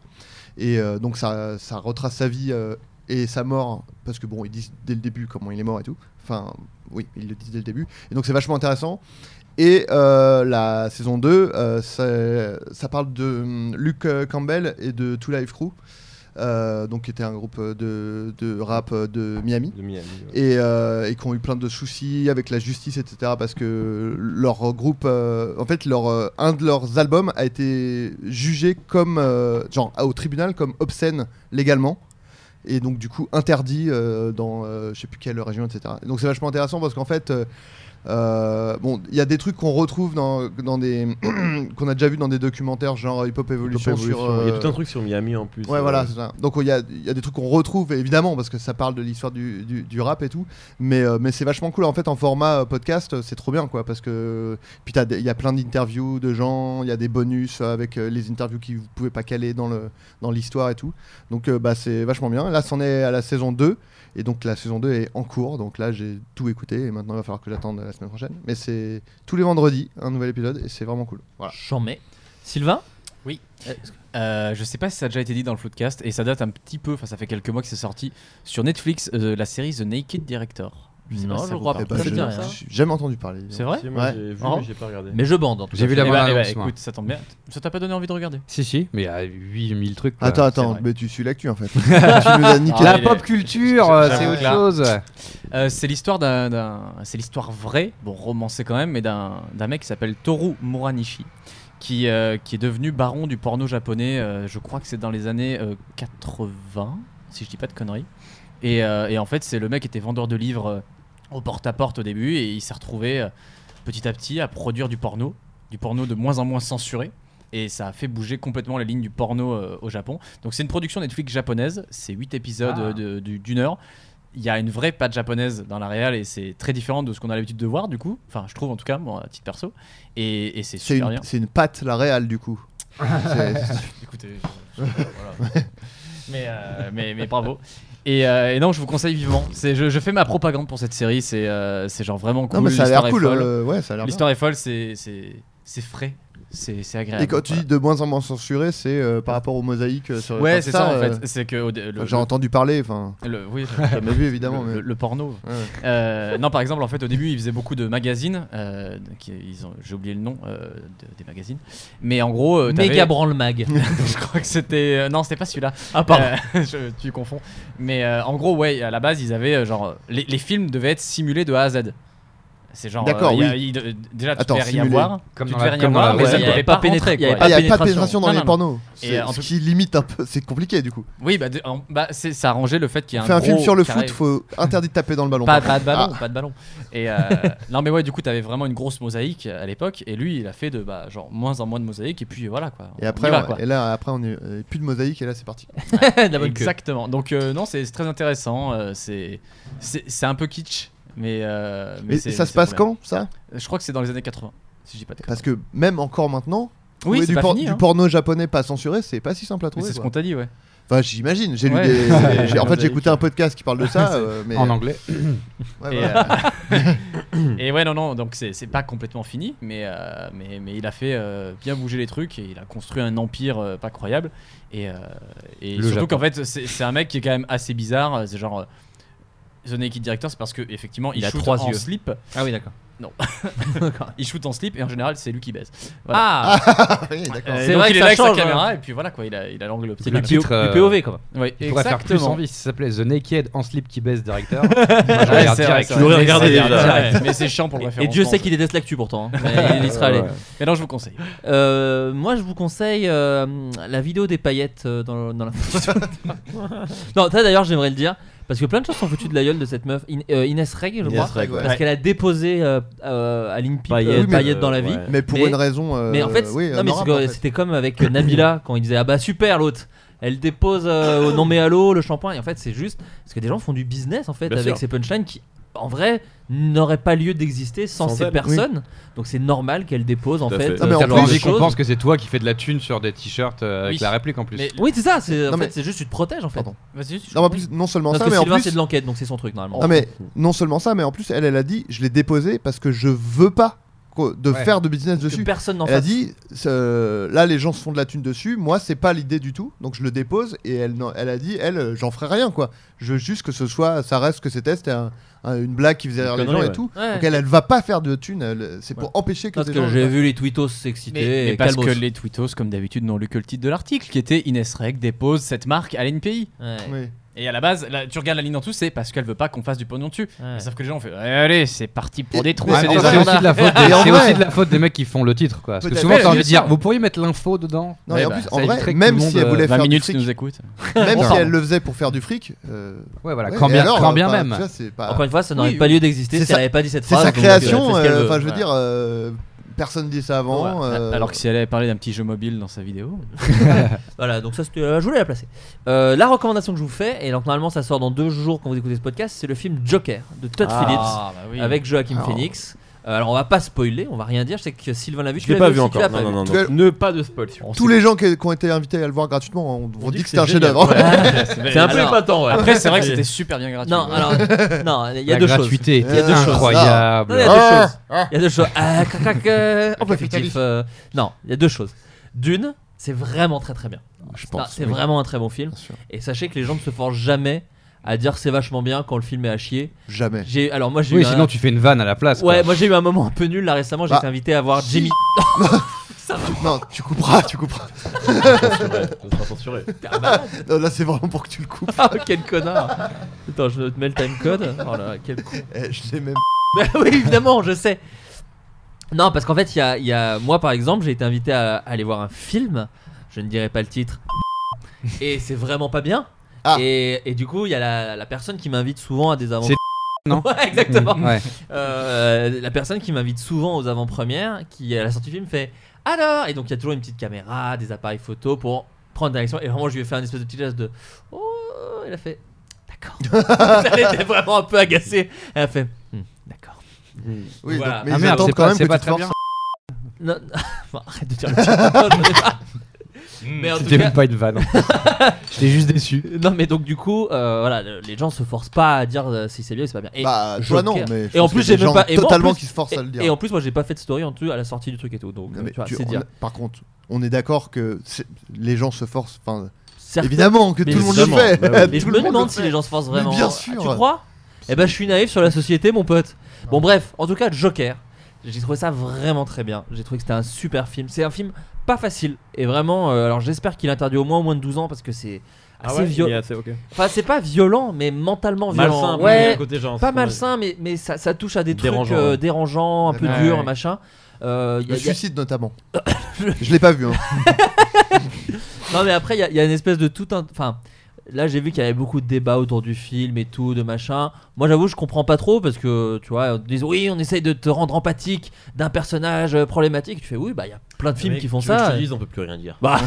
S8: et euh, donc ça, ça retrace sa vie euh, et sa mort parce que bon ils disent dès le début comment il est mort et tout. Enfin oui ils le disent dès le début et donc c'est vachement intéressant. Et euh, la saison 2, euh, ça, ça parle de hum, Luke euh, Campbell et de Two Life Crew, euh, donc qui était un groupe euh, de, de rap euh, de Miami
S11: De Miami, ouais.
S8: et, euh, et qui ont eu plein de soucis avec la justice, etc. Parce que leur groupe, euh, en fait, leur, euh, un de leurs albums a été jugé comme, euh, genre, au tribunal comme obscène légalement. Et donc, du coup, interdit euh, dans euh, je sais plus quelle région, etc. Et donc, c'est vachement intéressant parce qu'en fait, euh, Euh, bon, il y a des trucs qu'on retrouve dans, dans des (clears throat) qu'on a déjà vu dans des documentaires genre euh, Hip Hop Evolution.
S9: Evolution.
S8: Sur, euh,
S9: Il y a tout un truc sur Miami, en plus.
S8: Ouais, voilà,
S9: Euh,
S8: c'est ça. Donc il y a, il y a des trucs qu'on retrouve évidemment parce que ça parle de l'histoire du, du- du rap et tout, mais euh, mais c'est vachement cool en fait en format euh, podcast, c'est trop bien quoi parce que puis t'as des- il y a plein d'interviews de gens, il y a des bonus euh, avec euh, les interviews qui vous pouvez pas caler dans le dans l'histoire et tout. Donc euh, bah c'est vachement bien. Là c'en est à la saison 2 et donc la saison 2 est en cours. Donc là j'ai tout écouté et maintenant il va falloir que j'attende la semaine prochaine, mais c'est tous les vendredis un nouvel épisode et c'est vraiment cool. Voilà.
S7: J'en mets. Sylvain
S10: Oui. Euh, je sais pas si ça a déjà été dit dans le podcast et ça date un petit peu, enfin ça fait quelques mois que c'est sorti sur Netflix euh, la série The Naked Director. Je sais pas si ça vous parle.
S8: Eh bah,
S10: Ça vous
S8: j'ai-
S10: dit rien.
S8: j'ai jamais entendu parler.
S10: C'est vrai
S9: Si, moi, j'ai vu, mais
S10: Oh.
S9: j'ai pas regardé.
S7: Mais je bande en tout
S2: J'ai
S7: cas.
S2: vu la
S10: Eh bah, eh bah,
S2: bande-annonce, moi.
S10: écoute, ça tombe bien. Ça t'a pas donné envie de regarder
S2: Si, si, mais il y a 8000 trucs. quoi. Ah,
S8: Attends,
S10: c'est
S8: attends,
S10: vrai. Ah,
S8: mais tu suis l'actu en
S10: (laughs)
S8: fait. tu nous as niqué.
S2: La pop culture, euh, c'est autre
S10: Claire.
S2: chose.
S10: Euh, c'est l'histoire d'un, d'un- c'est l'histoire vraie, bon romancée quand même, mais d'un, d'un mec qui s'appelle Toru Muranishi, qui, euh, qui est devenu baron du porno japonais. euh, je crois que c'est dans les années euh, 80, si je dis pas de conneries. Et, euh, et en fait, c'est le mec qui était vendeur de livres euh, au porte-à-porte au début, et il s'est retrouvé euh, petit à petit à produire du porno, du porno de moins en moins censuré. Et ça a fait bouger complètement la ligne du porno euh, au Japon. Donc c'est une production Netflix japonaise, c'est 8 épisodes
S2: Ah.
S10: euh, de- du- d'une heure. Il y a une vraie patte japonaise dans la réal et c'est très différent de ce qu'on a l'habitude de voir du coup. Enfin je trouve en tout cas, moi à titre perso. Et, et c'est
S8: C'est
S10: super
S8: une,
S10: bien.
S8: c'est une patte la réal du
S10: (laughs)
S8: coup. C'est-
S10: Écoutez, je- je- voilà. mais, euh, mais, mais bravo. Et, euh, et non, je vous conseille vivement. C'est, je, je fais ma propagande pour cette série. C'est, euh, c'est genre vraiment cool.
S8: non mais ça a l'air
S10: l'histoire est
S8: cool.
S10: folle.
S8: euh, ouais, ça a l'air. bien.
S10: L'histoire est folle, c'est, c'est, c'est frais, c'est, c'est agréable.
S8: Et quand tu dis de moins en moins censuré, c'est euh, par rapport aux mosaïques euh, sur.
S10: Voilà. Ouais,
S8: enfin,
S10: c'est ça, en
S8: euh,
S10: fait. C'est que. au dé- le-
S8: J'ai entendu parler, enfin.
S10: le- oui,
S8: Jamais vu évidemment, (laughs)
S10: le-
S8: mais.
S10: le- le porno.
S8: Ouais, ouais.
S10: Euh, non, par exemple, en fait, au début, ils faisaient beaucoup de magazines. euh, qui- ils ont, j'ai oublié le nom euh, de- des magazines. Mais en gros, euh, t'avais-
S7: Méga branle mag.
S10: (laughs) je crois que c'était. euh, non, c'était pas celui-là.
S7: Ah, pardon.
S10: Euh, (laughs) je- tu confonds. Mais euh, en gros, ouais, à la base, ils avaient euh, genre euh, les, les films devaient être simulés de A à Z. C'est genre.
S8: D'accord,
S10: euh, il y a-
S8: oui.
S10: il de- déjà, tu
S8: Attends,
S10: devais rien
S8: simulé.
S10: voir.
S2: Comme
S10: tu
S2: dans
S10: devais
S2: la-
S10: rien
S2: comme dans
S10: voir,
S2: la-
S10: mais
S2: ouais.
S10: ça
S7: Il y avait
S10: devait
S7: pas
S10: pas rentrer.
S7: pénétration.
S10: quoi.
S8: Ah, il n'y a pas de
S7: pénétration.
S8: pénétration dans
S10: Non,
S8: les
S10: non,
S8: pornos.
S10: Et
S8: C'est-
S10: en
S8: Ce
S10: tout-
S8: qui limite un peu. C'est compliqué du coup.
S10: Oui, bah, de- en- bah, c'est- ça arrangeait le fait qu'il y a un
S8: Fais un film
S10: gros
S8: sur le
S10: carré.
S8: foot, faut interdit de taper dans le ballon.
S10: Pas,
S8: par
S10: pas de ballon,
S8: Ah.
S10: pas de ballon. Et
S8: (laughs)
S10: euh, non, mais ouais, du coup, t'avais vraiment une grosse mosaïque euh, à l'époque. Et lui, il a fait de bah, genre moins en moins de mosaïque. Et puis voilà quoi.
S8: Ah, Et
S10: On
S8: après,
S10: y va,
S8: on-
S10: quoi.
S8: et là, après, on est euh, plus de mosaïque et là, c'est parti.
S7: (laughs) La bonne queue.
S10: Exactement. Donc euh, non, c'est c'est très intéressant. euh, c'est c'est c'est un peu kitsch, mais, euh, mais
S8: Et
S10: c'est-
S8: ça se
S10: c'est
S8: passe
S10: trop bien.
S8: quand ça
S10: Je crois que c'est dans les années 80, si je dis pas de
S8: Parce que même encore maintenant, trouver
S10: Oui, c'est
S8: du,
S10: pas
S8: por-
S10: fini,
S8: du
S10: hein.
S8: porno japonais pas censuré, c'est pas si simple à
S10: Mais
S8: trouver.
S10: c'est ce
S8: quoi.
S10: qu'on t'a dit, ouais.
S8: Enfin, j'imagine. J'ai lu
S7: (laughs)
S10: Ouais.
S8: des. j'ai- En fait,
S10: Mosaïque.
S8: j'ai écouté un podcast qui parle de ça. euh, mais...
S2: En anglais.
S8: Ouais,
S10: Et,
S8: voilà.
S10: euh, et ouais, non, non, donc c'est c'est pas complètement fini, mais, euh, mais, mais il a fait euh, bien bouger les trucs et il a construit un empire euh, pas croyable. Et, euh, et
S2: Le
S10: surtout
S2: Japon.
S10: qu'en fait, c'est c'est un mec qui est quand même assez bizarre. euh, C'est genre. euh, The Naked Director, c'est parce que effectivement il,
S7: Il a
S10: shoot
S7: trois
S10: en
S7: yeux.
S10: slip.
S7: Ah oui, d'accord. (laughs)
S10: Il shoot en slip et en général c'est lui qui baise.
S7: Ah
S8: (laughs) Oui,
S7: C'est
S8: d'accord.
S10: C'est vrai
S7: vrai
S10: qu'il
S7: que
S10: Euh, est
S7: ça
S10: là avec sa
S7: change,
S10: caméra
S7: hein.
S10: et puis voilà quoi, il a il a l'angle
S7: C'est
S10: optique.
S7: du,
S2: Le
S7: PO
S2: titre, euh,
S7: du POV quoi.
S10: Oui,
S2: Il pourrait faire plus
S10: exactement. (laughs)
S2: envie si ça s'appelait The Naked en slip qui baisse directeur. Moi, je regarde
S10: c'est
S2: direct.
S10: vrai, c'est
S11: l'aurais
S10: vrai.
S11: regardé
S10: Mais c'est-
S11: déjà.
S10: ouais, Mais c'est chiant pour le
S7: Et
S10: référencement.
S7: Dieu sait
S10: ça.
S7: qu'il déteste l'actu pourtant. hein. Mais il y sera allé.
S10: Mais non, je vous conseille.
S7: Euh, moi, je vous conseille euh, la vidéo des paillettes euh, dans, le- dans la.
S11: (laughs)
S7: non, ça d'ailleurs, j'aimerais le dire parce que plein de choses sont foutues de la gueule de cette meuf In- euh, Inès Reg, je crois,
S8: Reg, ouais.
S7: parce qu'elle a déposé euh, euh, à l'INPI
S11: Paillettes,
S7: paillettes, paillettes dans la
S11: euh,
S7: vie.
S11: ouais.
S8: Mais pour
S7: Mais-
S8: une raison. euh,
S7: Mais en fait,
S8: oui,
S7: non, mais
S8: honorable,
S7: c'est que-
S8: en fait.
S7: c'était comme avec euh,
S8: (coughs)
S7: Nabila quand il disait ah bah super l'autre. Elle dépose euh, au non mais allô le shampoing et en fait c'est juste parce que des gens font du business en fait
S11: Bien
S7: avec
S11: sûr.
S7: ces punchlines qui en vrai n'auraient pas lieu d'exister sans,
S11: Sans
S7: ces
S11: elle, oui.
S7: personnes donc c'est normal qu'elle dépose en
S11: Tout à
S7: fait,
S11: fait.
S8: Non, Ah, mais
S7: euh,
S8: en
S2: T'as
S7: ce
S8: plus,
S2: pas
S7: genre de
S2: envie qu'on
S7: choses.
S2: pense que c'est toi qui fais de la thune sur des t-shirts euh, avec
S10: Oui.
S2: la réplique en plus.
S10: Mais-
S7: Oui, c'est ça, c'est en
S8: Non,
S7: fait
S8: mais-
S7: c'est juste tu te protèges en fait.
S8: Pardon.
S10: Vas-y, tu-
S8: Non, mais en plus, non seulement
S7: Parce
S8: ça,
S7: que
S8: mais en
S7: Sylvain c'est
S8: plus.
S7: de l'enquête donc c'est son truc normalement.
S8: Non, mais non seulement ça, mais en plus, elle, elle a dit, je l'ai déposé parce que je veux pas qu'au- de
S2: Ouais.
S8: faire de business
S7: Que
S8: dessus.
S7: personne n'en
S8: Elle a
S7: fasse.
S8: dit, euh, là, les gens se font de la thune dessus. Moi, c'est pas l'idée du tout, donc je le dépose. Et elle, non- elle a dit, elle, euh, j'en ferai rien, quoi. Je veux juste que ce soit, ça reste ce que c'était, c'était un- un- une blague qui faisait rire les gens
S11: connerie,
S8: et
S11: ouais.
S8: tout.
S7: Ouais.
S10: (laughs)
S8: Donc elle, elle va pas faire de thune. elle- C'est pour
S7: Ouais.
S8: empêcher que
S7: Parce
S8: les
S7: que
S8: gens-
S7: j'ai vu les twittos s'exciter
S10: Mais,
S7: et
S10: mais parce
S7: calmos.
S10: que les twittos, comme d'habitude, n'ont lu que le titre de l'article, qui était Inès Reg dépose cette marque à l'NPI.
S7: Ouais.
S8: Oui.
S10: Et à la base, là, tu regardes la ligne en dessous, c'est parce qu'elle veut pas qu'on fasse du pognon dessus.
S3: Ouais.
S10: Mais Sauf que les gens ont fait Eh, Allez, c'est parti pour des trous.
S2: Ouais,
S10: c'est
S2: mais
S10: des
S2: c'est aussi,
S10: agendas.
S2: de la faute
S10: Et
S2: des,
S10: en
S2: c'est
S10: vrai-
S2: aussi de la faute des mecs qui font le titre. Quoi. Parce que
S10: Peut-être.
S2: souvent, t'as envie
S10: Ouais,
S2: de dire
S10: bien sûr.
S2: Vous pourriez mettre l'info dedans
S8: Non, et
S2: Ouais,
S8: en
S2: bah,
S8: plus,
S2: ça
S8: en vrai,
S2: éviterait que tout
S8: même
S2: le
S8: si elle
S2: monde,
S8: voulait
S2: euh,
S8: faire du
S10: minutes,
S8: fric,
S10: ils nous écoutent.
S8: même si
S10: Pardon.
S8: elle le faisait pour faire du fric. euh,
S2: Ouais, voilà,
S8: ouais,
S2: quand
S8: et
S2: bien-
S8: alors,
S2: quand
S8: euh,
S2: bien
S8: enfin,
S2: même.
S8: tu vois, c'est pas-
S7: Encore une fois, ça n'aurait
S8: Oui,
S7: pas lieu d'exister
S8: c'est
S7: si elle
S8: sa-
S7: n'avait pas dit cette
S8: C'est
S7: phrase.
S8: sa
S7: donc, euh, elle fait
S8: création,
S7: ce qu'elle
S8: euh,
S7: veut.
S8: enfin, je veux
S7: Ouais.
S8: dire, euh, personne dit ça avant.
S7: Ouais.
S8: euh,
S10: Alors que si elle avait parlé d'un petit jeu mobile dans sa vidéo.
S7: Voilà, donc ça, c'était- euh, je voulais la placer. Euh, la recommandation que je vous fais, et donc normalement ça sort dans deux jours quand vous écoutez ce podcast, c'est le film Joker de Todd
S10: Ah,
S7: Phillips
S10: bah oui.
S7: avec Joaquin
S8: Alors-
S7: Phoenix. Euh, alors on va pas spoiler, on va rien dire. Je sais que Sylvain l'a vu.
S11: Je
S7: tu
S11: l'ai
S7: l'as
S11: pas vu
S7: aussi, tu
S11: encore.
S7: l'as
S11: Non,
S7: pas
S11: non,
S7: vu.
S11: non,
S8: Tu
S11: non.
S8: l'as-
S11: Ne pas de spoil.
S8: tous les gens qui, qui ont été invités à le voir gratuitement, on, on dit que c'est un chef-d'œuvre. (laughs)
S7: C'est un peu Alors- épatant, ouais.
S10: Ah, Après, c'est vrai que c'était super bien gratuit.
S7: Non,
S10: ouais.
S7: alors non, il y a
S2: La
S7: deux
S2: gratuité
S7: choses. Il y a
S2: était
S7: deux choses. Non, il y
S2: incroyable.
S7: a deux
S8: Ah,
S7: choses. Il y a deux choses. Ah, crac, crac,
S8: (laughs)
S7: euh, on peut faire
S8: capitaliste.
S7: tif, euh, non, il y a deux choses. D'une, c'est vraiment très très bien.
S8: (laughs) Je
S7: Non, Ah, c'est vraiment un très bon film.
S8: Bien sûr.
S7: Et sachez que les gens ne se forcent jamais à dire c'est vachement bien quand le film est à chier.
S8: Jamais.
S7: J'ai alors moi j'ai
S2: Oui,
S7: eu un-
S2: sinon, tu fais une vanne à la place.
S7: Ouais,
S2: quoi.
S7: moi j'ai eu un moment un peu nul là récemment, j'ai
S8: Bah.
S7: été invité à voir
S8: (laughs)
S7: Jimmy.
S8: Non, tu couperas, tu couperas.
S7: (laughs)
S8: Non, là, c'est vraiment pour que tu le coupes.
S7: Ah, bah, quel connard Attends, je te mets le timecode. Oh là, quel con.
S8: Eh, je sais même.
S7: (laughs) Bah oui, évidemment, je sais. Non, parce qu'en fait, il y a, il y a- moi par exemple, j'ai été invité à, aller voir un film, je ne dirai pas le titre, et c'est vraiment pas bien.
S8: Ah.
S7: Et, et du coup, il y a la, la personne qui m'invite souvent à des
S2: C'est
S7: aventures. (laughs)
S2: non
S7: ouais, exactement.
S2: Ouais.
S7: Euh, la personne qui m'invite souvent aux avant-premières, qui à la sortie du film fait alors Et donc il y a toujours une petite caméra, des appareils photo pour prendre l'action. Et vraiment, je lui ai fait un espèce de petit geste de Oh Il a fait D'accord. Elle était vraiment un peu agacée. Elle a fait Hmm, D'accord.
S8: Oui,
S7: Voilà.
S8: donc- mais
S2: Ah,
S8: ils
S2: merde,
S8: attendent
S2: c'est
S8: quand
S2: pas-
S8: même
S2: c'est
S8: que
S2: pas
S8: tu te
S2: très
S8: forces.
S7: Non, (laughs) non. Bon, arrête de dire le titre. Je sais pas. Mais en tout
S2: C'était
S7: cas,
S2: même pas une vanne. J'étais juste déçu.
S7: non mais donc du coup, euh, voilà, le- les gens se forcent pas à dire euh, si c'est bien ou si c'est pas bien. Et,
S8: Bah, toi non,
S7: Joker.
S8: mais. je
S7: Et en
S8: pense
S7: plus,
S8: qu'il y a
S7: j'ai
S8: des
S7: même
S8: gens
S7: pas- et moi, en
S8: totalement
S7: plus-
S8: qui se forcent à le dire.
S7: et en plus, moi j'ai pas fait de story en tout à la sortie du truc et tout, donc euh,
S8: Non, mais
S7: tu vois,
S8: tu-
S7: c'est
S8: on-
S7: dire.
S8: Par contre, on est d'accord que c'est- les gens se forcent. Enfin,
S7: Certains-
S8: évidemment que
S7: Mais
S8: tout le monde le
S7: évidemment,
S8: fait.
S11: bah
S8: (laughs)
S11: oui.
S7: Mais je
S8: Tout
S7: me
S8: le monde
S7: demande
S8: le
S7: si
S8: fait.
S7: les gens se forcent
S8: Mais
S7: vraiment.
S8: bien
S7: Ah,
S8: sûr.
S7: Tu crois Eh ben, je suis naïf sur la société, mon pote. Bon, bref, en tout cas, Joker. J'ai trouvé ça vraiment très bien. J'ai trouvé que c'était un super film. C'est un film pas facile. Et vraiment, euh, alors j'espère qu'il est interdit au moins au moins de 12 ans parce que c'est
S9: Ah
S7: assez violent. Enfin, c'est pas violent, mais mentalement violent. ouais, pas malsain, mais, mais ça, ça touche à des
S11: Dérangeant,
S7: trucs euh,
S11: ouais.
S7: dérangeants, un peu
S10: Ouais,
S7: durs,
S10: ouais.
S7: machin. Euh, y a-
S8: Le
S7: y a- Euh,
S8: suicide, notamment.
S7: (laughs)
S8: Je l'ai pas vu. hein.
S7: Non mais après il y, a- il y a une espèce de tout un... Enfin là j'ai vu qu'il y avait beaucoup de débats autour du film et tout, de machin. Moi j'avoue je comprends pas trop parce que tu vois, on te dit oui on essaye de te rendre empathique d'un personnage euh, problématique. Tu fais oui bah il y a plein de films qui font ça.
S11: on peut plus rien dire.
S7: Bah,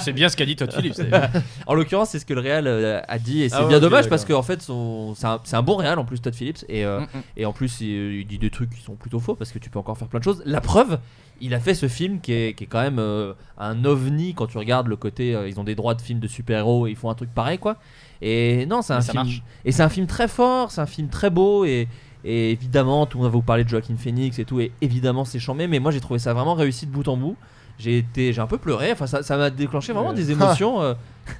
S10: C'est bien ce qu'a dit Todd Phillips. (laughs)
S7: en l'occurrence c'est ce que le réal euh, a dit et c'est
S11: Ah ouais,
S7: bien
S11: ok,
S7: dommage parce
S11: d'accord. Mm,
S7: qu'en fait son- c'est un, c'est un bon réal en plus Todd Phillips et, euh, et en plus il, il dit des trucs qui sont plutôt faux parce que tu peux encore faire plein de choses. La preuve il a fait ce film qui est, qui est quand même euh, un ovni quand tu regardes le côté euh, ils ont des droits de films de super-héros et ils font un truc pareil quoi. Et non, c'est un
S10: Mais ça
S7: film
S10: marche.
S7: et c'est un film très fort, c'est un film très beau et et évidemment, tout le monde va vous parler de Joaquin Phoenix et tout et évidemment c'est chambé mais moi j'ai trouvé ça vraiment réussi de bout en bout. J'ai été j'ai un peu pleuré, enfin ça ça m'a déclenché vraiment des émotions euh,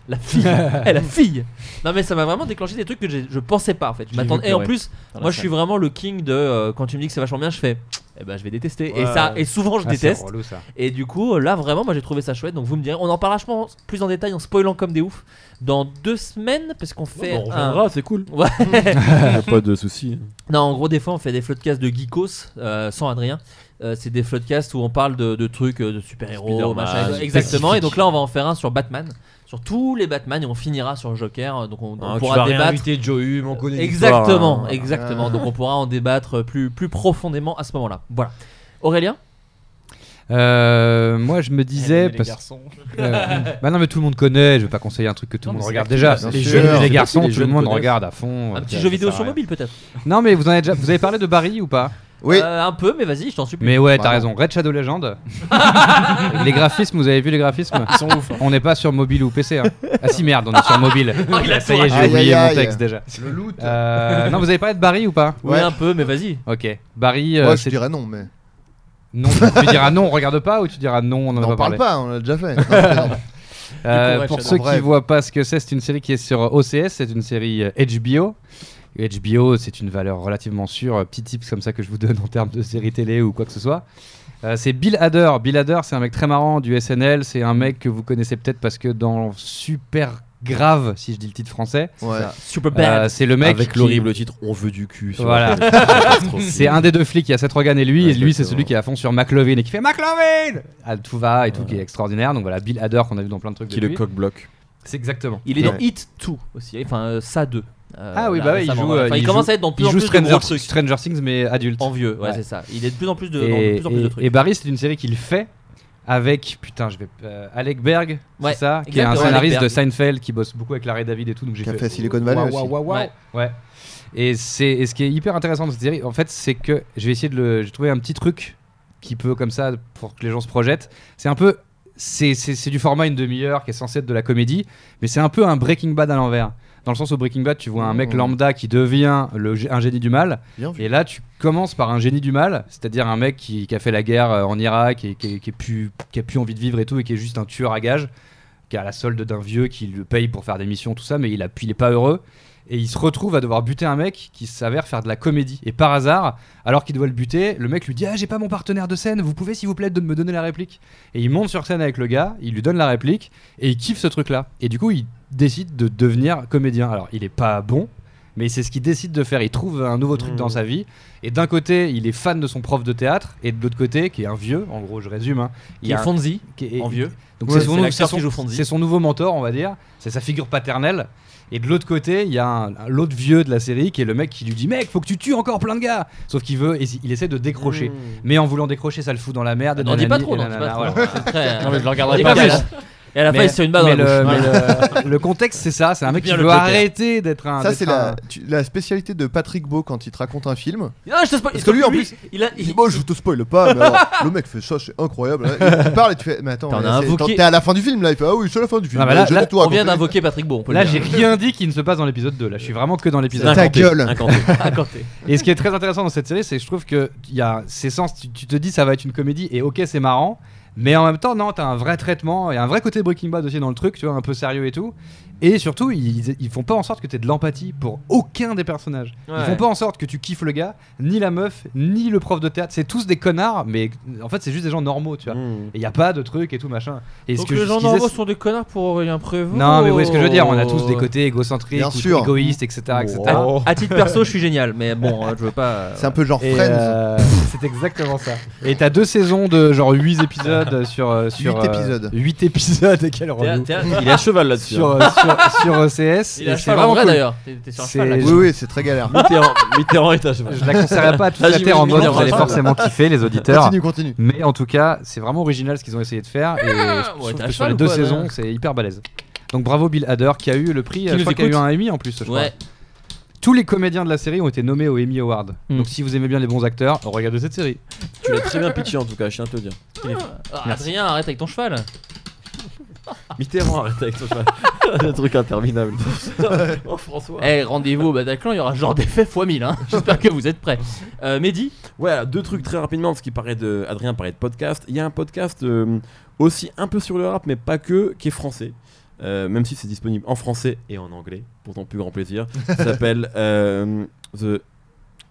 S7: la fille, Eh, la fille. Non mais ça m'a vraiment déclenché des trucs que j'ai- je pensais pas en fait. Je
S10: l'ai vu
S7: m'attendais et en
S10: pleurer.
S7: plus, moi je suis vraiment le king de euh, quand tu me dis que c'est vachement bien, je fais eh ben je vais détester et
S11: Ouais.
S7: ça et souvent je
S2: Ah, c'est
S7: déteste
S2: relou, ça.
S7: et du coup, là vraiment, moi j'ai trouvé ça chouette. Donc vous me direz, on en parlera, je pense, plus en détail en spoilant comme des ouf dans deux semaines parce qu'on fait.
S11: on
S7: un-
S11: reviendra, c'est cool.
S7: Ouais.
S11: pas de soucis.
S7: non, en gros, des fois, on fait des floodcasts de geekos euh, sans Adrien. Euh, c'est des floodcasts où on parle de, de trucs euh, de super-héros,
S11: Spider-Man,
S7: machin.
S11: du
S7: Exactement.
S11: Pacifique.
S7: Et donc là, on va en faire un sur Batman, sur tous les Batman, et on finira sur Joker. Donc on, on
S2: Ah,
S11: On
S7: pourra débattre.
S11: Joe Hume, on connaît
S7: Exactement,
S11: l'histoire, hein.
S7: exactement.
S8: Ah.
S7: Donc on pourra en débattre plus, plus profondément à ce moment-là. Voilà. Aurélien
S2: Euh, moi, je me disais. parce- Euh, bah non, mais tout le monde connaît. Je vais pas conseiller un truc que tout le
S10: Non,
S2: monde
S10: mais
S2: regarde
S10: c'est
S2: déjà.
S10: l'actu,
S2: Les
S8: bien
S2: jeunes,
S8: sûr.
S2: et
S8: Je
S2: les
S8: sais
S11: pas si
S2: garçons,
S11: les
S2: tout le
S11: jeunes
S2: monde
S11: connaissent.
S2: regarde à fond.
S7: Un petit
S2: Ça-
S7: jeu
S2: ça
S7: vidéo
S2: sert à
S7: sur
S2: rien.
S7: mobile peut-être
S2: Non, mais vous en avez déjà. Vous avez parlé de Barry ou pas
S8: Oui.
S7: Euh, Un peu, mais vas-y, je t'en supplie.
S2: Mais ouais, t'as
S8: Voilà.
S2: raison. Red Shadow Legend. les graphismes, vous avez vu les graphismes
S3: Ils sont ouf. hein.
S2: On n'est pas sur mobile ou PC. hein. Ah si, merde, on est sur mobile. Ça y est,
S8: Aïe,
S2: j'ai oublié
S8: aïe,
S2: mon
S8: aïe.
S2: texte déjà.
S8: Le loot.
S2: Euh, non, vous avez parlé de Barry ou pas
S7: Oui,
S8: Ouais.
S7: un peu, mais vas-y.
S2: Ok. Barry, euh,
S8: Moi, je
S2: c'est.
S8: dirais non, mais.
S2: Non, tu diras non, on regarde pas ou tu diras non, on en a
S8: N'en
S2: pas parlé
S8: parle pas, on l'a
S7: (laughs)
S8: déjà fait. Non, mais non.
S2: Euh,
S10: Du coup, Red
S2: pour
S10: Shadow.
S2: ceux
S8: Bref.
S2: qui voient pas ce que c'est, c'est une série qui est sur OCS, c'est une série euh, HBO. HBO, c'est une valeur relativement sûre. euh, Petit tips comme ça que je vous donne en termes de série télé ou quoi que ce soit. Euh, c'est Bill Hader. Bill Hader, c'est un mec très marrant du SNL. C'est un mec que vous connaissez peut-être parce que dans Super grave, si je dis le titre français.
S8: Ouais.
S2: Euh,
S7: Superbad.
S2: c'est le mec.
S9: Avec
S2: qui-
S9: l'horrible titre On veut du cul. sur
S2: Voilà.
S9: la chaîne. Catastrophe.
S2: c'est un des deux flics. Il y a Seth Rogen et lui.
S9: Ouais,
S2: et lui, c'est
S9: exactement.
S2: celui qui est à fond sur McLovin et qui fait McLovin à tout va et tout, qui est extraordinaire. Donc voilà, Bill Hader qu'on a vu dans plein de trucs.
S9: Qui
S2: de
S9: le
S2: lui.
S9: coq bloque.
S2: C'est exactement.
S7: Il est dans
S8: Ouais.
S7: Hit 2 aussi, enfin euh, Ça 2. euh,
S2: Ah oui,
S7: là,
S2: bah ouais, il
S7: récemment.
S2: joue. euh,
S7: Enfin, il, commence
S2: joue-
S7: à être dans de plus
S2: il
S7: en
S2: joue
S7: plus de
S2: Stranger,
S7: gros trucs.
S2: Stranger Things, mais adulte.
S7: En vieux, ouais,
S2: Ouais.
S7: c'est ça. Il est de plus en plus de, dans de,
S2: et,
S7: plus en plus de
S2: et-
S7: trucs.
S2: et bah, Barry, c'est une série qu'il fait avec putain, je vais euh, Alec Berg,
S7: Ouais,
S2: c'est ça, qui est un
S7: exactement,
S2: scénariste
S7: Alec
S2: de
S7: Berg.
S2: Seinfeld, qui bosse beaucoup avec Larry David et tout. Donc j'ai
S8: Qui a
S2: fait,
S8: fait Silicon Valley
S2: Waouh,
S8: aussi.
S2: waouh, waouh, waouh.
S7: Ouais.
S2: Ouais. Et c'est et ce qui est hyper intéressant dans cette série, en fait, c'est que je vais essayer de le, j'ai trouvé un petit truc qui peut comme ça pour que les gens se projettent. C'est un peu, c'est c'est- c'est du format une demi-heure qui est censé être de la comédie, mais c'est un peu un Breaking Bad à l'envers. Dans le sens où Breaking Bad, tu vois un mec
S8: Mmh.
S2: lambda qui devient le, gé- un génie du mal,
S8: Bien vu.
S2: et là, tu commences par un génie du mal, c'est-à-dire un mec qui, qui a fait la guerre euh, en Irak et qui, qui, est plus- qui a plus envie de vivre et tout, et qui est juste un tueur à gages, qui a la solde d'un vieux qui le paye pour faire des missions, tout ça, mais il, a, il est pas heureux. Et il se retrouve à devoir buter un mec qui s'avère faire de la comédie. Et par hasard, alors qu'il doit le buter, le mec lui dit Ah, j'ai pas mon partenaire de scène, vous pouvez s'il vous plaît de me donner la réplique Et il monte sur scène avec le gars, il lui donne la réplique, et il kiffe ce truc-là. Et du coup, il décide de devenir comédien. Alors, il est pas bon, mais c'est ce qu'il décide de faire. Il trouve un nouveau truc
S7: Mmh.
S2: dans sa vie. Et d'un côté, il est fan de son prof de théâtre, et de l'autre côté, qui est un vieux, en gros, je résume. hein, il
S7: Il
S2: y
S7: est
S2: a un-
S7: Fonzie,
S2: qui est-
S7: en vieux.
S2: donc
S7: Ouais,
S2: c'est son,
S7: c'est
S2: nou-
S7: l'acteur
S2: c'est son-
S7: qui joue Fonzie.
S2: c'est son nouveau mentor, on va dire. C'est sa figure paternelle. Et de l'autre côté, il y a un- un- l'autre vieux de la série qui est le mec qui lui dit Mec, faut que tu tues encore plein de gars Sauf qu'il veut, et il essaie de décrocher.
S7: Hmm.
S2: Mais en voulant décrocher, ça le fout dans la merde. et
S7: N'en dis pas
S2: nanani,
S7: trop,
S2: Ah, et
S7: non, dis pas
S2: nanana,
S7: trop.
S2: voilà.
S7: (laughs) C'est très-
S3: Non, mais je le regarderai
S7: Et
S3: pas.
S7: pas
S3: mais-
S7: plus. Et à la fin,
S2: Mais-
S7: il se fait une balle
S2: mais
S7: dans la
S2: le,
S7: bouche.
S2: mais
S7: (laughs)
S2: le- le contexte, c'est ça c'est un mec qui
S7: Bien le
S2: veut
S7: Joker.
S2: arrêter d'être un.
S8: Ça,
S2: d'être
S8: c'est
S2: un-
S8: la, tu- la spécialité de Patrick Beau quand il te raconte un film.
S7: Non, je te spoil.
S8: Parce que lui, en plus,
S7: il a.
S8: Il dit, Moi, je te spoil pas, mais alors, le mec fait ça, c'est incroyable. Il parle et tu fais, mais attends,
S7: T'en
S8: mais
S7: as
S8: c'est-
S7: invoqué-
S8: t'es à la fin du film là. Il fait, ah oui, c'est la fin du film.
S2: Ah, bah là-
S8: je euh,
S2: là,
S8: t'ai tout
S7: On
S8: raconté.
S7: vient d'invoquer Patrick Bon.
S2: Là, j'ai rien dit qui ne se passe dans l'épisode 2. Là, je suis vraiment que dans l'épisode
S8: Ta gueule.
S9: Incanté.
S2: (laughs) Et ce qui est très intéressant dans cette série, c'est que je trouve que il y a ces sens. Tu, tu te dis ça va être une comédie et ok c'est marrant, mais en même temps non, t'as un vrai traitement et un vrai côté Breaking Bad aussi dans le truc, tu vois, un peu sérieux et tout. Et surtout, ils, ils font pas en sorte que t'aies de l'empathie pour aucun des personnages. Ils font pas en sorte que tu kiffes le gars, ni la meuf, ni le prof de théâtre. C'est tous des connards, mais en fait c'est juste des gens normaux, tu vois. Et y a pas de truc et tout machin. Et ce que je- ce qu'ils essaient-
S7: sont des connards pour Aurélien Prévost.
S2: non, mais vous voyez ce que je veux dire, on a tous des côtés égocentriques,
S8: Bien
S2: ou
S8: sûr. Oh.
S2: égoïstes, etc. etc.
S7: À, à titre perso, je suis génial, mais bon, euh, je veux pas. euh,
S8: C'est un peu genre
S2: Et,
S8: Friends.
S2: euh, c'est exactement ça. Et t'as deux saisons de genre 8 épisodes sur. euh, sur
S8: Ah. Huit épisodes.
S2: 8 épisodes, quel relou.
S7: T'es à- t'es à-
S9: Il est à cheval là-dessus.
S2: Sur, euh, sur, sur OCS.
S7: Il a
S2: et c'est
S7: cheval en
S2: vraiment
S7: vrai
S2: cool.
S7: d'ailleurs. T'es t'es sur un
S2: C'est-
S7: cheval. là.
S8: Oui, oui, c'est très galère.
S9: Mitterrand, (laughs) Mitterrand est à cheval.
S2: Je la conseillerais pas à toute
S9: Ah,
S2: la terre en
S9: j'imagine
S2: mode
S9: bien,
S2: vous allez
S9: ça.
S2: forcément kiffer les auditeurs.
S8: Continue, continue.
S2: Mais en tout cas, c'est vraiment original ce qu'ils ont essayé de faire. Et je trouve
S7: Ah, Ouais, t'as
S2: que sur
S7: cheval
S2: les
S7: ou
S2: deux
S7: quoi,
S2: saisons,
S7: d'ailleurs
S2: c'est hyper balèze. Donc bravo Bill Hader qui a eu le prix, je
S7: nous
S2: crois qu'il a eu
S7: écoute.
S2: un Emmy en plus, je crois.
S7: Ouais.
S2: Tous les comédiens de la série ont été nommés au Emmy Award.
S7: Hmm.
S2: Donc si vous aimez bien les bons acteurs, regardez cette série.
S9: Tu l'as très bien pitché en tout cas, je tiens à te le dire.
S7: Ah, Adrien, arrête avec ton cheval.
S9: Mitterrand, arrête avec ton cheval. (laughs) Le truc (laughs) interminable. oh François.
S7: Eh, rendez-vous au Bataclan, il y aura genre d'effet x 1000. Hein. (laughs) J'espère que vous êtes prêts. Euh, Mehdi,
S9: Ouais, alors, deux trucs très rapidement, parce qu'il paraît de. Adrien parlait de podcast. Il y a un podcast euh, aussi un peu sur le rap, mais pas que, qui est français. Euh, même si c'est disponible en français et en anglais, pour ton plus grand plaisir. Ça s'appelle euh, The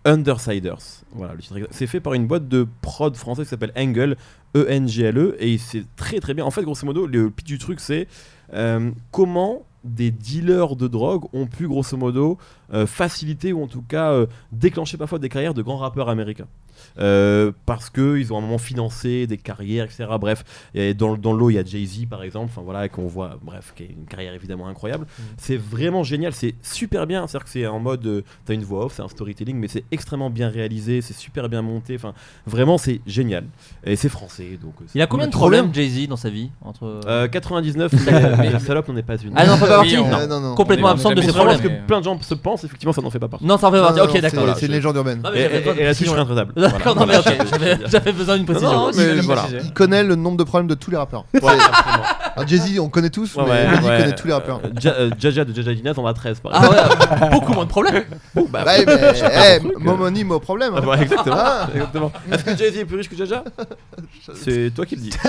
S9: Undersiders. Voilà, le titre exact. C'est fait par une boîte de prod français qui s'appelle E Angle, E-N-G-L-E, et c'est très très bien. En fait, grosso modo, le pitch du truc, c'est euh, comment des dealers de drogue ont pu, grosso modo, euh, faciliter ou en tout cas euh, déclencher parfois des carrières de grands rappeurs américains. Euh, parce qu'ils ont à un moment financé des carrières, etc. Bref, et dans, dans l'eau, il y a Jay-Z par exemple, enfin voilà, qu'on voit, bref, qui est une carrière évidemment incroyable.
S7: Mmh.
S9: C'est vraiment génial, c'est super bien. C'est-à-dire que c'est en mode, euh, t'as une voix off, c'est un storytelling, mais c'est extrêmement bien réalisé, c'est super bien monté, enfin vraiment, c'est génial. Et c'est français, donc. euh, c'est
S7: il a combien de
S9: trop bien.
S7: problèmes Jay-Z dans sa vie entre...
S9: Euh, 99, mais,
S7: (laughs)
S9: mais la salope n'en est pas une.
S7: Ah non, pas parti
S3: on-
S8: Euh, non, non.
S7: Complètement
S3: on est- on
S7: absente
S3: est
S7: de
S9: Mais
S7: ses
S3: vraiment
S9: contrairement à
S7: problèmes.
S9: ce que plein de gens se pensent, effectivement, ça n'en fait pas partie.
S7: Non, ça en fait
S8: Non,
S7: partie.
S8: non,
S7: Ok,
S8: non,
S7: d'accord.
S8: c'est- C'est une légende urbaine.
S7: Non,
S9: Et,
S7: mais j'avais
S9: et-
S7: besoin
S9: et
S7: de
S9: là-dessus, je suis
S7: précision.
S9: intraitable.
S7: (laughs) D'accord, non, mais
S9: (laughs) Voilà.
S7: ok, j'avais- j'avais besoin d'une précision.
S9: Non, non, mais voilà.
S8: Il connaît le nombre de problèmes de tous les rappeurs.
S9: Ouais, absolument.
S8: Alors, Jay-Z, on connaît tous,
S9: Ouais,
S8: mais
S9: ouais,
S8: Jay-Z
S9: ouais.
S8: connaît tous les rappeurs.
S9: Euh, Ja- euh, Jaja de Jaja Dinaz, on a 13 par
S7: Ah
S9: exemple.
S7: ouais, beaucoup moins
S9: (laughs)
S7: de problèmes.
S9: Bon, bah,
S8: Ouais, mais, eh,
S9: truc,
S8: mon
S9: euh.
S8: money, mon problème. hein.
S9: ouais, exactement.
S8: Ah,
S9: exactement. Est-ce que Jay-Z est plus riche que Jaja C'est toi qui le dis. (laughs)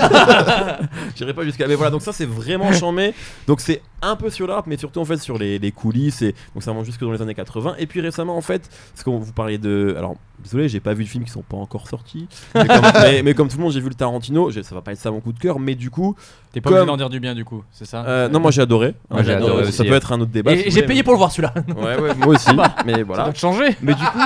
S9: J'irai pas jusqu'à. Mais voilà, donc ça c'est vraiment chambé. Donc c'est un peu sur l'art, mais surtout en fait sur les, les coulisses. Et... Donc ça monte jusque dans les années 80. Et puis récemment en fait, parce qu'on vous parlait de. Alors désolé, j'ai pas vu de films qui sont pas (laughs) encore sortis. Mais comme, mais- mais comme tout le monde, j'ai vu le Tarantino. J'ai- Ça va pas être ça mon coup de cœur, mais du coup,
S3: T'es pas obligé
S9: comme
S3: d'en
S10: en dire du bien du coup, c'est ça
S9: Euh, non, moi j'ai adoré. Moi, j'ai adoré aussi, ouais. Et
S10: j'ai payé pour le voir celui-là.
S9: Ouais, ouais, moi aussi. mais voilà.
S10: changer.
S9: Mais du coup,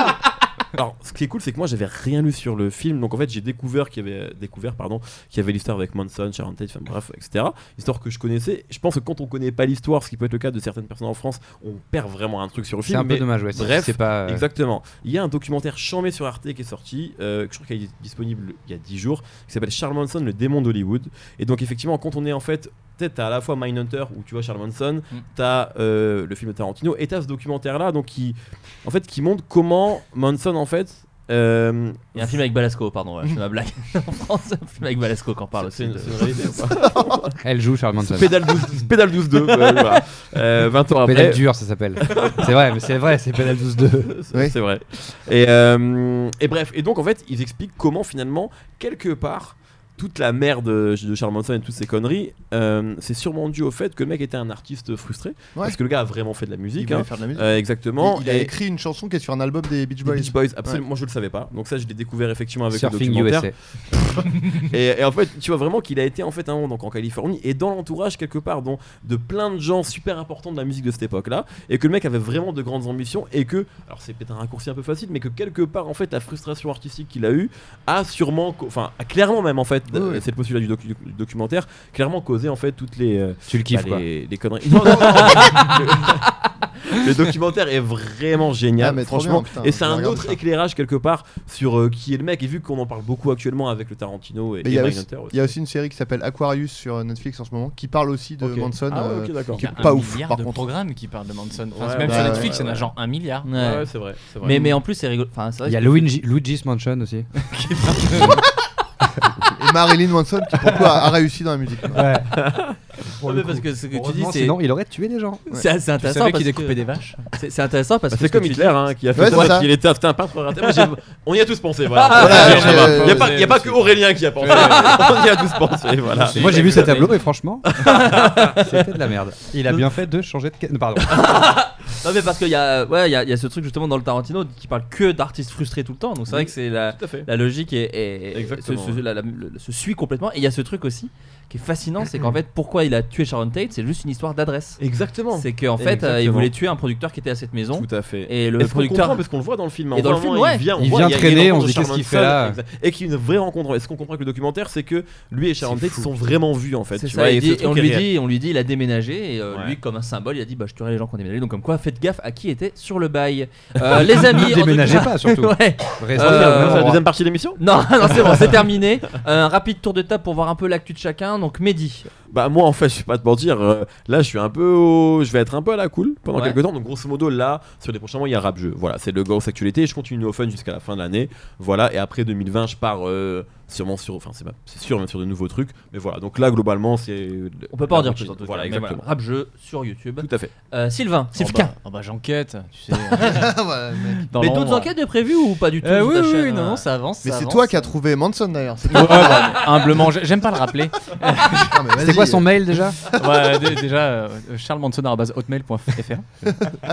S9: alors, ce qui est cool, c'est que moi, j'avais rien lu sur le film. Donc, en fait, j'ai découvert qu'il y avait, découvert, pardon, qu'il y avait l'histoire avec Manson, Sharon Tate, enfin, bref, etc. Histoire que je connaissais. Je pense que quand on connaît pas l'histoire, ce qui peut être le cas de certaines personnes en France, on perd vraiment un truc sur le
S2: C'est
S9: film.
S2: un peu
S9: mais
S2: dommage, ouais, si
S9: Bref,
S2: c'est pas, euh,
S9: exactement. Il y a un documentaire chambé sur Arte qui est sorti, euh, que je crois qu'il est disponible il y a 10 jours, qui s'appelle Charles Manson, le démon d'Hollywood. Et donc, effectivement, quand on est en fait. peut-être T'as à la fois Mindhunter où tu vois Charles Manson, t'as euh, le film de Tarantino et t'as ce documentaire là donc qui en fait qui montre comment Manson en fait euh,
S7: Il y a un film avec Balasco, pardon, ouais, je fais ma (laughs) blague. En France, un film avec Balasco qu'on parle aussi.
S9: C'est une-
S7: de-
S9: c'est une
S7: (laughs)
S9: réalité ou pas
S2: Elle joue Charles Manson.
S9: Pédale 12 Pédale 12 2 voilà, voilà. Euh, 20 ans après
S2: Pédale dure, ça (laughs) s'appelle. C'est vrai, mais c'est vrai, c'est Pédale 12 2.
S9: (laughs) C'est- c'est vrai et, euh, et bref et donc en fait ils expliquent comment finalement quelque part toute la merde de Charles Manson et toutes ces conneries, euh, c'est sûrement dû au fait que le mec était un artiste frustré. Parce que le gars a vraiment fait de la musique.
S8: Il voulait
S9: hein.
S8: faire de la musique.
S9: Euh, exactement.
S8: Il, il a
S9: Et-
S8: écrit une chanson qui est sur un album des Beach Boys.
S9: Les Beach Boys, absolument.
S8: Ouais.
S9: Moi, je le savais pas. Donc ça, je l'ai découvert effectivement avec
S2: Surfing
S9: le
S2: USA.
S9: documentaire. et, et en fait, tu vois vraiment qu'il a été en fait un moment donc en Californie et dans l'entourage quelque part dont de plein de gens super importants de la musique de cette époque-là et que le mec avait vraiment de grandes ambitions et que alors c'est peut-être un raccourci un peu facile mais que quelque part en fait la frustration artistique qu'il a eu a sûrement co- enfin a clairement même en fait euh, c'est le postulat du, docu- du documentaire clairement causé en fait toutes les euh,
S2: Tu le kiffes,
S9: bah,
S2: quoi.
S9: les, les conneries. Non, (laughs) non, non. le documentaire est vraiment génial
S8: Ah, mais trop
S9: franchement
S8: bien, putain,
S9: et c'est
S8: je
S9: un
S8: regarde
S9: autre
S8: ça.
S9: éclairage quelque part sur euh, qui est le mec et vu qu'on en parle beaucoup actuellement avec le Tarantino et,
S8: Mais il
S9: et
S8: y, a aussi,
S9: Mindhunter aussi.
S8: il y a aussi une série qui s'appelle Aquarius sur Netflix en ce moment qui parle aussi de
S9: Ok.
S8: Manson.
S9: Ah ouais, ok,
S8: euh,
S9: d'accord.
S8: qui
S9: Il
S8: est
S9: y a
S8: pas
S9: un
S8: ouf
S10: milliard
S8: par
S10: de
S8: contre.
S10: programmes qui parlent de Manson. Enfin,
S9: Ouais,
S10: même
S9: ouais,
S10: sur
S9: ouais,
S10: Netflix,
S9: ouais,
S10: il y en a
S9: ouais.
S10: genre un milliard.
S9: Ouais, ouais, c'est vrai, c'est vrai.
S7: Mais, mais en plus, c'est rigolo. Enfin, c'est vrai
S2: Il y a
S7: que-
S2: Luigi, Luigi's Mansion aussi.
S8: Et Marilyn Manson qui pour le coup, a, a réussi dans la musique.
S2: Ouais.
S7: Ouais, Ah, mais parce que ce que tu dis,
S2: Heureusement,
S7: c'est.
S2: Sinon, il aurait tué des gens.
S7: C'est assez
S10: Tu
S7: intéressant.
S10: savais
S7: parce
S10: qu'il
S7: que-
S10: découpait des vaches
S7: C'est c'est intéressant parce
S9: Bah,
S7: que.
S9: c'est
S7: ce que
S9: comme
S7: tu
S9: Hitler
S7: dis-
S9: hein, qui a fait
S8: Ouais,
S9: ça,
S8: c'est ça.
S9: qu'il était c'était un peintre raté. Moi, j'ai- (laughs) on y a tous pensé voilà,
S8: Voilà,
S9: Bien, ça
S8: j'ai-
S9: va. il n'y a, pas-
S10: j'ai-
S9: il y a pas que Aurélien qui y a pensé (laughs) on y a tous pensé voilà
S2: Moi j'ai vu ce tableau et (laughs) franchement, c'était de la merde. Il a bien fait de changer de. ca- Pardon.
S7: Non, mais parce qu'il y, a- ouais, il y, a- il y a ce truc justement dans le Tarantino qui parle que d'artistes frustrés tout le temps. Donc c'est vrai que c'est la,
S9: tout à fait.
S7: la logique et, et- et se,
S9: Exactement,
S7: se-
S9: ouais.
S7: la- la- le- se suit complètement. Et il y a ce truc aussi qui est fascinant c'est qu'en fait, pourquoi il a tué Sharon Tate, c'est juste une histoire d'adresse.
S9: exactement
S7: C'est qu'en fait, euh, il
S9: Exactement.
S7: voulait tuer un producteur qui était à cette maison.
S9: Tout à fait.
S7: Et le
S9: Est-ce qu'on
S7: producteur-
S9: comprend parce qu'on le voit dans le film. hein.
S7: Et dans
S9: On
S7: le
S9: voit
S7: film,
S9: vraiment,
S7: ouais.
S9: il vient, on
S2: Il
S9: voit,
S2: vient
S9: y a une
S2: traîner, on
S9: rencontre
S2: se dit,
S9: de
S2: qu'est-ce qu'il
S9: Charles
S2: fait
S9: Manson,
S2: là
S9: exact. Et qu'il y a une vraie rencontre. Et ce qu'on comprend avec le documentaire, c'est que lui et Sharon Tate sont vraiment vus en fait.
S7: C'est
S9: tu
S7: ça,
S9: vois,
S7: il
S9: et ce
S7: dit- et
S9: truc
S7: on,
S9: est
S7: lui
S9: réel.
S7: dit, on lui dit, il a déménagé, et euh,
S9: Ouais.
S7: lui, comme un symbole, il a dit Bah, je tuerai les gens qui ont déménagé. Donc, comme quoi, faites gaffe à qui était sur
S9: (laughs)
S7: le bail.
S2: (laughs)
S7: Euh, les amis. en tout
S2: Déménagez
S7: cas-
S2: pas, surtout.
S7: (laughs) Ouais.
S2: Raison.
S9: C'est
S7: Euh,
S9: la
S2: Vraiment.
S9: deuxième partie de l'émission
S7: Non, (laughs) non, c'est bon, c'est terminé. Un rapide tour de table pour voir un peu l'actu de chacun. Donc, Mehdi.
S9: Bah moi en fait je vais pas te mentir euh, là je suis un peu au- je vais être un peu à la cool pendant
S7: Ouais.
S9: quelques temps donc grosso modo là sur les prochains mois il y a rap jeu voilà c'est le grosse actualité je continue au fun jusqu'à la fin de l'année voilà et après 2020 je pars euh, sûrement sur enfin c'est pas- c'est sûr même sur de nouveaux trucs mais voilà donc là globalement c'est
S7: On peut pas
S9: la
S7: en dire
S9: routine.
S7: plus en tout cas.
S9: voilà
S7: mais
S9: exactement
S7: voilà, Rap jeu sur YouTube.
S9: tout à fait
S7: Euh, Sylvain,
S10: Oh
S7: Sylvain.
S10: bah, oh bah, j'enquête, tu sais.
S8: Ouais, mec.
S10: dans
S7: Mais
S10: l'ombre.
S7: d'autres enquêtes de prévues ou pas du tout
S10: Euh,
S7: sur
S10: oui,
S7: ta
S10: oui,
S7: chaîne,
S10: oui, non,
S7: euh,
S10: non, ça avance.
S8: Mais
S10: ça
S8: c'est
S10: avance.
S8: toi qui as trouvé Manson d'ailleurs. C'est
S10: Ouais, bah, humblement, j'ai- j'aime pas le
S8: Non,
S10: rappeler.
S8: mais
S2: C'était
S8: vas-y.
S2: quoi son mail déjà
S10: Ouais, dé- déjà, euh, charlemansonard.hotmail.fr.
S8: Ah,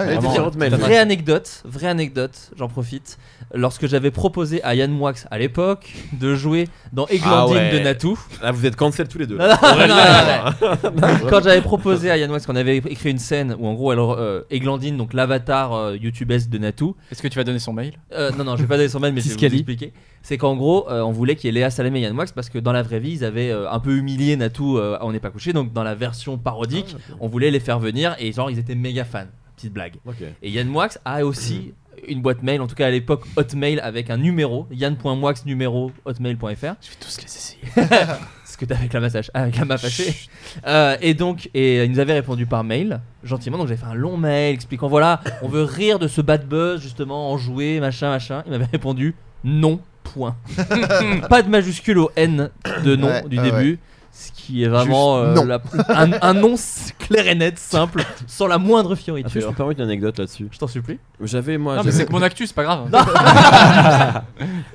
S8: ouais,
S10: Vraiment,
S8: vas-y.
S9: Hotmail, ouais.
S7: Vraie anecdote, vraie anecdote, j'en profite. Lorsque j'avais proposé à Yann Moix à l'époque de jouer dans Eglantine
S9: Ah ouais.
S7: de (laughs) Natou,
S9: là vous êtes cancel tous les deux
S7: Non, non, non, non, non. Quand j'avais proposé à Yann Wax qu'on avait écrit une scène où en gros elle euh, Eglantine, donc l'avatar euh, youtubeuse de Natou,
S10: Est-ce que tu vas donner son mail
S7: euh, non non je vais pas donner son mail mais je vais vous
S10: Tiscali.
S7: expliquer, c'est qu'en gros euh, on voulait qu'il y ait Léa Salamé et Yann Wax parce que dans la vraie vie ils avaient euh, un peu humilié Natou euh, à on n'est pas couché donc dans la version parodique on voulait les faire venir et genre ils étaient méga fans, petite blague.
S9: Ok.
S7: Et Yann Moix a aussi une boîte mail, en tout cas à l'époque Hotmail avec un numéro, yann.moix numéro hotmail.fr
S10: Je vais tous les essayer.
S7: ce que t'as avec la massage, avec la main fâchée. Euh, et donc, et il nous avait répondu par mail, gentiment. Donc j'ai fait un long mail expliquant voilà, on veut rire de ce bad buzz justement, en jouer, machin, machin. Il m'avait répondu non.
S8: (laughs)
S7: Point. pas de majuscule au N de non
S8: Ouais, ah
S7: du
S8: ouais,
S7: début. Ce qui est vraiment
S8: Juste
S7: euh,
S8: non.
S7: la plus- un, un non s- clair et net, simple, sans la moindre
S9: Après, je
S7: fioriture.
S9: peux permettre une anecdote là-dessus
S7: je t'en supplie.
S9: j'avais moi
S10: Non, mais
S9: j'avais-
S10: c'est que mon actu, c'est pas grave.
S9: Ah,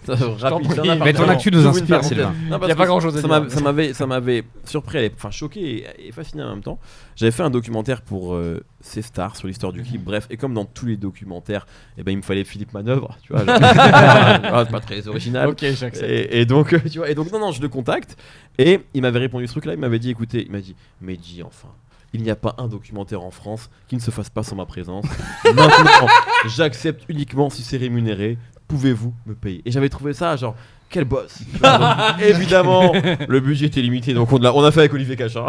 S9: Rapide,
S10: prie,
S9: j'en ai un
S10: mais
S9: par
S10: ton
S9: moment.
S2: actu nous inspire,
S9: Oui, pardon.
S2: Sylvain.
S9: Non, parce
S10: Y a pas
S9: que
S10: grand-chose à
S9: ça
S10: dire. hein.
S9: m'avait- Ça m'avait, ça m'avait surpris, et- enfin choqué et, et fasciné en même temps. J'avais fait un documentaire pour euh, ses stars sur l'histoire du clip. Bref, et comme dans tous les documentaires, eh ben, il me fallait Philippe Manœuvre, tu
S10: (laughs)
S9: vois. genre, ah, c'est pas très original.
S11: Ok, j'accepte.
S9: Et, et donc, euh, tu vois, et donc, non, non, je le contacte. Et il m'avait répondu ce truc-là. Il m'avait dit, écoutez, il m'a dit, mais dis enfin. Il n'y a pas un documentaire en France qui ne se fasse pas sans ma
S10: (laughs)
S9: présence. Maintenant, j'accepte uniquement si c'est rémunéré. Pouvez-vous me payer Et j'avais trouvé ça, genre, quel boss
S10: (laughs)
S9: Tu vois, donc, (laughs) Évidemment, le budget était limité, donc on l'a- on a fait avec Olivier (laughs) Cachin.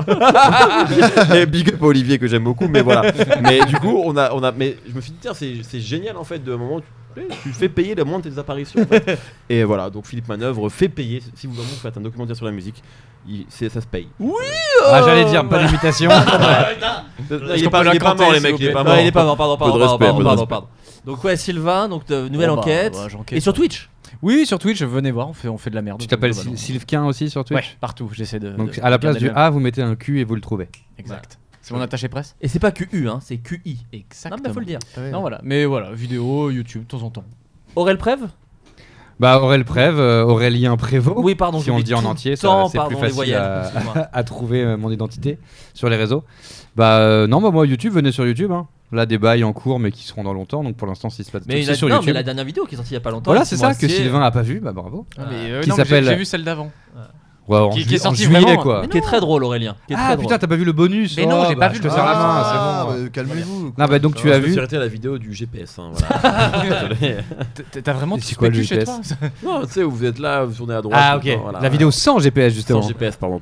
S9: et big up à Olivier que j'aime beaucoup, mais (laughs) voilà. Mais du coup, on a, on a, mais je me suis dit, tiens, c'est c'est génial en fait, de moment où tu, tu fais payer le moins de tes apparitions. en (laughs) fait. Et voilà, donc Philippe Manœuvre fait payer. Si vous, vraiment, vous faites un documentaire sur la musique, il- c'est- ça se paye.
S7: Oui
S2: Ah, j'allais dire, pas (laughs) d'imitation.
S9: Ouais. Non, Il
S7: Est-ce
S9: est
S7: qu'on
S9: pas
S7: peut
S9: il est pas
S7: l'incanter,
S9: mort, les
S7: s'il
S9: mecs,
S7: vous
S9: il est
S7: plaît
S9: pas
S7: Non,
S9: mort.
S7: il est pas mort, pardon,
S9: Peu de
S7: pardon,
S9: respect,
S7: pardon,
S9: peu de
S7: pardon,
S9: respect. Oh,
S7: pardon. Donc ouais, Sylvain, donc de- nouvelle
S10: Bon, bah,
S7: enquête.
S10: bah, j'enquête,
S7: et sur
S10: bah.
S7: Twitch.
S10: Oui, sur Twitch, venez voir, on fait, on fait de la merde.
S2: Tu t'appelles
S10: Globalement.
S2: Syl- Sylvquin aussi sur Twitch
S10: Ouais, partout, j'essaie de-
S2: Donc
S10: de
S2: à la place
S10: garder
S2: du
S10: le-
S2: A, vous mettez un Q et vous le trouvez.
S10: Exact. C'est mon attaché presse
S7: Et c'est pas QU, hein, c'est QI. Exactement. Non, mais faut le dire.
S10: Non, voilà. Mais voilà, vidéo, YouTube, de temps en temps.
S7: Aurel Prève
S2: Bah Aurel Prève, euh, Aurélien Prévost.
S7: Oui, pardon,
S2: Si on le
S7: j'oublie
S2: dit en
S7: tout le
S2: entier, ça,
S7: temps,
S2: c'est
S7: pardon,
S2: plus
S7: les
S2: facile
S7: voyelles,
S2: à, (laughs)
S7: excuse-moi.
S2: à trouver euh, mon identité sur les réseaux. Bah euh, non, bah, moi YouTube, venez sur YouTube. hein. Là, des bails en cours, mais qui seront dans longtemps. Donc pour l'instant, si se passe
S7: Mais
S2: c'est
S7: la-
S2: sur
S7: non,
S2: YouTube.
S7: mais la dernière vidéo qui est sortie il y a pas longtemps,
S2: Voilà,
S7: avec
S2: c'est
S7: Simon
S2: ça que
S7: Astier.
S2: Sylvain a pas vu. Bah bravo.
S7: Ah, mais,
S10: euh,
S2: qui
S10: non, mais j'ai-
S2: s'appelle.
S10: j'ai vu celle d'avant.
S2: Ouais, en
S10: Qui- qui
S2: juillet-
S10: est sortie
S2: en juillet,
S10: vraiment.
S2: quoi.
S7: qui est très drôle, Aurélien. Qui est
S2: Ah
S7: très
S2: putain,
S7: drôle.
S2: t'as pas vu le bonus
S7: Mais non,
S2: oh,
S7: j'ai
S2: bah,
S7: pas vu
S2: Je
S7: le
S2: te serre la
S7: bonus.
S2: main,
S8: Ah,
S2: c'est bon.
S8: bah, calmez-vous.
S2: Ah bah donc tu as
S9: Je me
S2: vu.
S9: suis arrêté à la vidéo du GPS. hein, (laughs) voilà. Désolé.
S10: T'as- T'as vraiment tout
S2: C'est quoi le
S10: spécu chez toi
S2: GPS?
S9: non, tu sais, vous êtes là, vous tournez à droite.
S2: Ah
S9: tout le
S2: ok.
S9: temps, voilà.
S2: La vidéo sans GPS
S9: sans
S2: justement.
S9: GPS, pardon.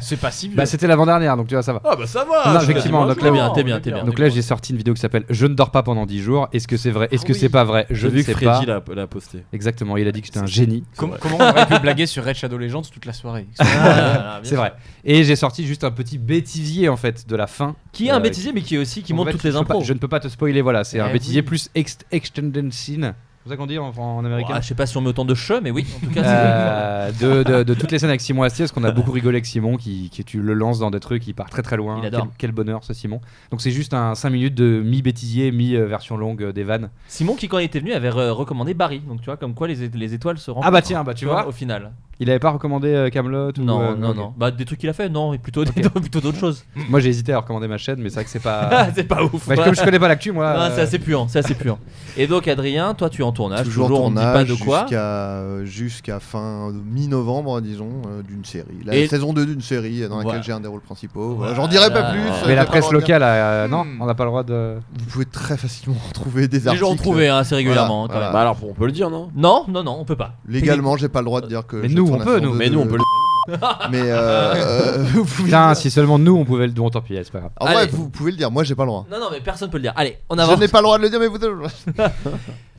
S10: C'est pas si vieux.
S2: Bah c'était l'avant-dernière, donc tu vois, ça va.
S9: Ah bah ça va
S2: Non,
S9: je suis
S2: effectivement,
S9: quasiment
S2: donc
S9: à
S2: là,
S9: jour.
S7: bien, t'es bien, t'es bien.
S2: Donc là, j'ai sorti une vidéo qui s'appelle Je ne dors pas pendant 10 jours. Est-ce que c'est vrai Est-ce
S9: Ah
S2: que
S9: oui.
S2: c'est pas vrai Je
S9: J'ai
S2: ne
S9: vu que
S2: sais pas.
S9: Freddy l'a l'a posté.
S2: Exactement, il a dit que j'étais un génie.
S10: Com- Comment on aurait pu blaguer sur Red Shadow Legends toute la soirée
S7: (laughs)
S2: (laughs)
S7: Ah, bien
S2: C'est
S7: sûr.
S2: vrai. Et j'ai sorti juste un petit bêtisier en fait de la fin.
S7: Qui est un
S2: Euh,
S7: bêtisier, mais qui est aussi qui
S2: En
S7: monte
S2: fait,
S7: toutes
S2: je
S7: les
S2: peux pas-
S7: impros.
S2: Je ne peux pas te spoiler, voilà. C'est
S10: Eh
S2: un bêtisier
S10: oui.
S2: plus ex extended scene. C'est ça qu'on dit en, en américain
S7: Ah, je sais pas si on met autant de che, mais oui, en tout cas. c'est-
S2: Euh, de, de- de toutes les scènes avec Simon Astier, parce qu'on a beaucoup rigolé avec Simon, qui, qui- tu le lances dans des trucs, il part très très loin.
S7: Il adore.
S2: Quel, quel bonheur ce Simon. Donc c'est juste un 5 minutes de mi-bêtisier, mi-version longue euh, des vannes.
S7: Simon, qui quand il était venu, avait euh, recommandé Barry. Donc tu vois, comme quoi les, é- les étoiles se rencontrent.
S2: Ah bah tiens, bah tu vois,
S7: au final.
S2: il avait pas recommandé Camelot ou
S7: Non,
S2: euh,
S7: non,
S2: ok.
S7: non. Bah des trucs qu'il a fait, non, et plutôt des- (laughs) plutôt d'autres choses.
S2: Moi j'ai hésité à recommander ma chaîne, mais c'est vrai que c'est pas.
S7: (laughs) Ah, c'est pas ouf.
S2: Ouais,
S7: voilà.
S2: Bah, Comme je connais pas l'actu, moi.
S7: Non, c'est
S2: euh,
S7: assez puant, c'est assez puant. Ah, (laughs) Et donc Adrien, toi tu es en tournage,
S8: Toujours
S7: Ah, toujours, on ne dit pas
S8: tournage
S7: de quoi.
S8: jusqu'à euh, jusqu'à fin euh, mi-novembre, disons, euh, d'une série. La
S7: Et-
S8: saison 2 d'une série euh, dans laquelle
S7: Voilà.
S8: j'ai un des rôles principaux. Voilà, J'en dirai pas
S7: Voilà.
S8: plus.
S7: Mais
S8: euh, j'ai
S2: Mais la
S8: pas
S2: presse
S8: le droit de
S2: locale, euh, non, on n'a pas le droit de.
S8: dire. Vous pouvez très facilement (laughs) trouver des
S7: Les
S8: articles.
S7: gens ont trouvé hein, assez régulièrement.
S8: Voilà,
S7: quand même. Ah.
S9: Bah alors, on peut le dire, non
S7: Non, non, non, on peut pas.
S8: Légalement, j'ai pas le droit de dire que.
S2: Mais
S8: je
S2: nous,
S8: tourne
S2: on
S8: la
S2: peut,
S8: saison
S2: nous.
S8: deux
S9: Mais
S8: de-
S9: nous, on peut le
S7: (laughs)
S8: Mais euh, euh, vous pouvez. le
S2: Putain,
S8: dire.
S2: si seulement nous on pouvait le. Bon, tant pis, c'est pas grave.
S8: En vrai,
S7: Allez.
S8: vous pouvez le dire. Moi, j'ai pas le droit.
S7: Non, non, mais personne peut le dire. Allez, on
S8: Je
S7: avance.
S8: n'ai pas le droit de le dire, mais vous avez
S7: (laughs)
S8: le droit.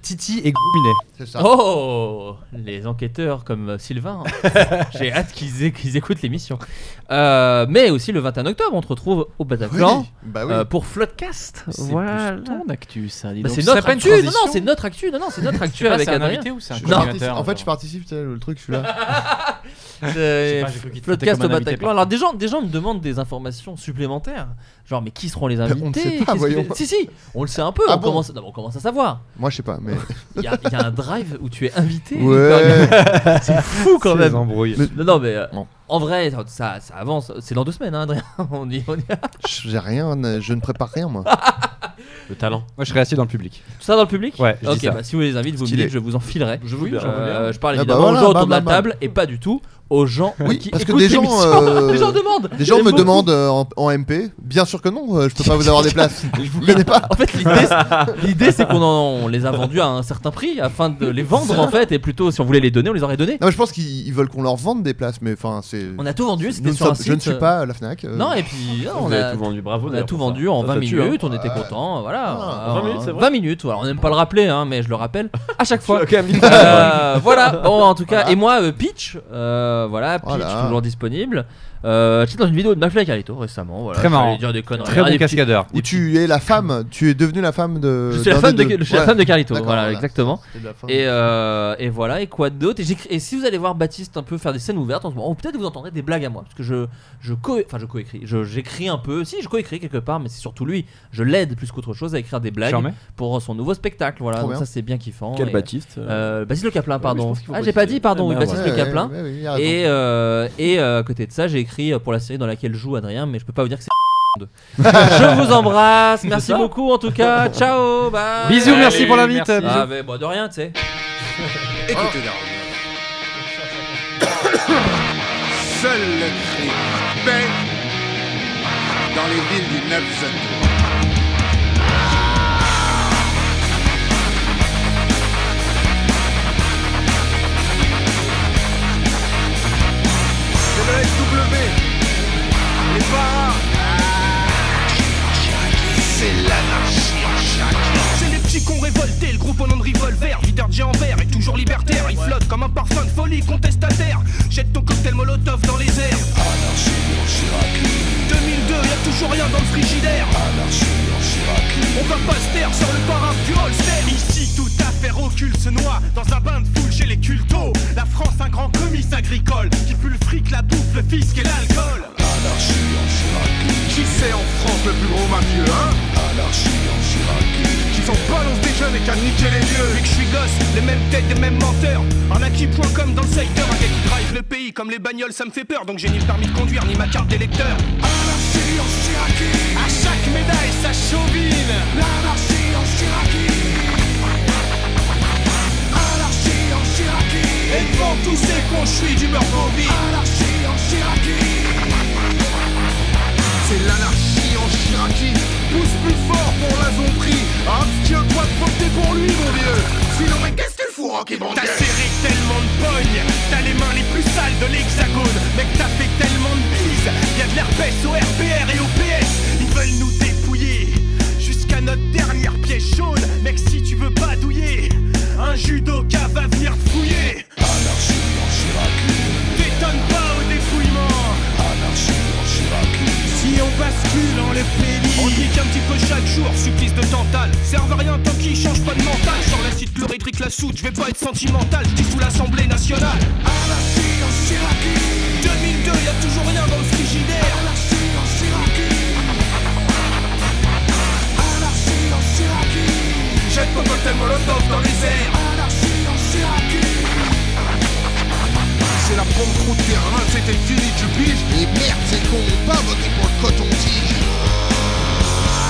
S2: Titi et Grouminet.
S8: C'est ça.
S7: Oh Les enquêteurs comme euh, Sylvain. (laughs) J'ai hâte qu'ils é- qu'ils écoutent l'émission. Euh, mais aussi le 21 octobre, on te retrouve au
S8: Oui.
S7: Bataclan
S8: Bah oui.
S7: euh, pour Floodcast.
S10: C'est
S7: Voilà.
S10: plus ton actu, ça. dis
S7: Bah,
S10: donc.
S7: c'est
S10: Ça
S7: notre
S10: s'appelle
S7: actu. Non, non,
S10: Transition
S7: c'est notre actu. Non, non, c'est notre
S10: Je
S7: actu
S10: sais pas,
S7: avec
S10: c'est un
S7: Adrien.
S10: invité ou c'est un
S8: Je
S7: Non.
S8: participe-
S10: co-animateur,
S8: en fait,
S10: genre
S8: je participe, tu sais, le truc, je
S7: (laughs)
S8: suis là.
S10: (laughs)
S7: C'est
S10: pas, j'ai cru qu'il te traitait
S7: Floodcast au
S10: comme un invité,
S7: Bataclan.
S10: par
S7: Alors des gens, des gens me demandent des informations supplémentaires. Genre, mais qui seront les
S8: on ne
S7: invités
S8: sait pas,
S7: Qu'est-ce qui-
S8: voyons.
S7: Si, si, on le sait un peu.
S8: Ah
S7: on,
S8: bon
S7: commence... non, mais on commence à savoir.
S8: Moi, je sais pas, mais.
S7: (laughs) Il y, a- il y a un drive où tu es invité.
S8: Ouais.
S7: C'est fou quand même.
S2: embrouilles.
S7: Non, non, mais euh,
S8: Non.
S7: en vrai, ça- ça, ça avance. C'est dans deux semaines, hein, Adrien. (laughs) On y, on y-
S8: J'ai rien, euh, je ne prépare rien, moi.
S9: Le talent.
S2: Moi je serais assis dans le public.
S7: Tout ça dans le public
S2: Ouais, je
S7: Ok,
S2: dis ça.
S7: bah, si vous les invitez, vous me
S8: Stylé.
S7: dites, je vous en filerai.
S9: Je vous
S10: Oui,
S9: bien.
S10: j'en veux bien.
S7: Euh, je parle
S8: Ah bah
S7: évidemment
S8: voilà,
S7: aux gens autour
S8: bam,
S7: de la
S8: bam, bam.
S7: table et pas du tout aux gens
S8: Oui,
S7: qui
S8: parce que
S7: écoutent
S8: des gens,
S7: l'émission. (laughs)
S8: euh,
S7: les gens demandent.
S8: Des gens
S7: J'aime
S8: me
S7: beaucoup.
S8: demandent euh, en, en MP. Bien sûr que non, euh, (laughs) je peux pas vous avoir des places. Vous connaissez pas.
S7: En fait, l'idée, c'est- l'idée, c'est qu'on en- on les a vendus à un certain prix afin de les vendre en fait, et plutôt si on voulait les donner, on les aurait donnés.
S8: Non, mais je pense qu'ils ils veulent qu'on leur vende des places, mais enfin, c'est.
S7: On a tout vendu,
S8: nous
S7: c'était
S8: ne
S7: sur un
S8: sommes-
S7: site.
S8: Je ne suis pas euh, la Fnac. euh,
S7: Non, et puis non, on
S9: Vous
S7: a
S9: avez tout vendu, bravo.
S7: on a
S9: d'ailleurs,
S7: tout
S9: pour ça.
S7: vendu en
S9: Ça,
S7: 20
S9: ça tue, hein.
S7: minutes, on était
S8: Ouais.
S7: content, voilà.
S8: Ah,
S9: 20 minutes, c'est vrai
S7: 20 minutes, voilà, on n'aime pas le rappeler, hein, mais je
S9: (laughs)
S7: le rappelle à chaque fois.
S9: Ok, Amine.
S7: Euh, voilà, bon, en tout cas,
S8: Voilà.
S7: et moi, euh, Peach, euh, voilà, Peach,
S8: Voilà.
S7: toujours disponible. Euh, J'étais dans une vidéo de McFly et Carlito récemment, voilà.
S2: Très
S7: je voulais
S2: marrant.
S7: dire des conneries.
S2: Très
S7: Ah,
S2: bon
S7: des petits-
S2: cascadeur.
S8: Où tu es la femme, tu es devenue la femme de.
S7: Je suis la
S8: d'un
S7: femme
S8: des
S7: de,
S8: deux.
S7: je suis la
S8: Ouais.
S7: femme de Carlito,
S8: D'accord,
S7: voilà,
S8: voilà.
S7: exactement.
S8: C'était de la femme.
S7: Et, euh, et voilà, et quoi d'autre et, j'écris- et si vous allez voir Baptiste un peu faire des scènes ouvertes en ce moment, ou peut-être vous entendrez des blagues à moi, parce que je, je co- enfin je coécris, je- j'écris un peu, si je coécris quelque part, mais c'est surtout lui, je l'aide plus qu'autre chose à écrire des blagues
S2: Tu en mets
S7: pour son nouveau spectacle, voilà,
S8: Trop
S7: donc ça
S8: bien.
S7: c'est bien kiffant.
S9: Quel
S7: Et,
S9: Baptiste
S7: euh, Baptiste Le Caplin, pardon.
S9: pense qu'il faut
S7: ah, j'ai pas
S9: Baptiste.
S7: dit, pardon,
S9: Eh
S7: oui,
S9: ben,
S7: Baptiste
S8: Ouais,
S7: Le
S8: ouais,
S7: Caplin.
S8: ouais, ouais, il a raison.
S7: euh,
S8: (laughs)
S7: Et, euh, et euh, à côté de ça, j'ai écrit pour la série dans laquelle joue Adrien, mais je peux pas vous dire que c'est. deux. Je vous embrasse, merci beaucoup en tout cas, ciao, bye.
S2: Bisous, merci pour l'invite,
S7: merci.
S2: bisous.
S7: Ah, mais bon, de rien, tu sais.
S8: Écoutez la Seul le cri paix dans les villes du 9 Comme la SW, les paras. C'est l'anarchie en chacun.
S10: C'est les petits cons révoltés, le groupe au nom de Revolver, leader de géant vert et toujours libertaire. Il flotte comme un parfum de folie contestataire. Jette ton cocktail molotov dans les airs. Anarchie en 2002, y'a toujours rien dans le frigidaire. Anarchie en On va pas se taire, sors le parapluie du holster. Ici, toute affaire occulte se noie dans un bain de foule chez les cultos. La France, un grand comice agricole qui pue le fric, la bouffe, le fisc et l'alcool. Anarchie en Qui c'est en France le plus gros mafieux, hein Anarchie en Qui s'en balance des jeunes et qu'à niquer les vieux. Vu que je suis gosse, les mêmes têtes, les mêmes menteurs. En acquis point comme dans le secteur, un gars qui drive le pays comme les bagnoles, ça me fait peur. Donc j'ai ni le permis de conduire, ni ma carte d'électeur. Anarchie en À chaque médaille, sa chauvine. L'anarchie en Anarchie en Et devant tous ces cons, je suis d'humeur mobile Anarchie en C'est l'anarchie en Chiraki Pousse plus fort pour la zombrie Abstiens-toi de voter pour lui, mon vieux Sinon, mais qu'est-ce qu'il fout, Rocky, mon T'as serré tellement de pogne T'as les mains les plus sales de l'hexagone Mec, t'as fait tellement de bises Y'a de l'herpès au RPR et au PS Ils veulent nous dépouiller Jusqu'à notre dernière pièce jaune Mec, si tu veux pas douiller un judoka va venir te fouiller Anarchie en T'étonnes pas au dépouillement Anarchie en Si on bascule en le pays On nique un petit peu chaque jour, supplice de tantale Serve à rien tant qu'il change pas de mental Sur la suite, le rétric, la soude, je vais pas être sentimental Je sous l'assemblée nationale Anarchie en 2002, y a toujours rien dans le frigidaire Anarchie en Anarchie en Jette ton cocktail molotov dans les airs Anarchie en
S8: C'est la bombe trop terrain, c'était fini, tu piges Et merde, c'est con, on va voter pour le coton-tige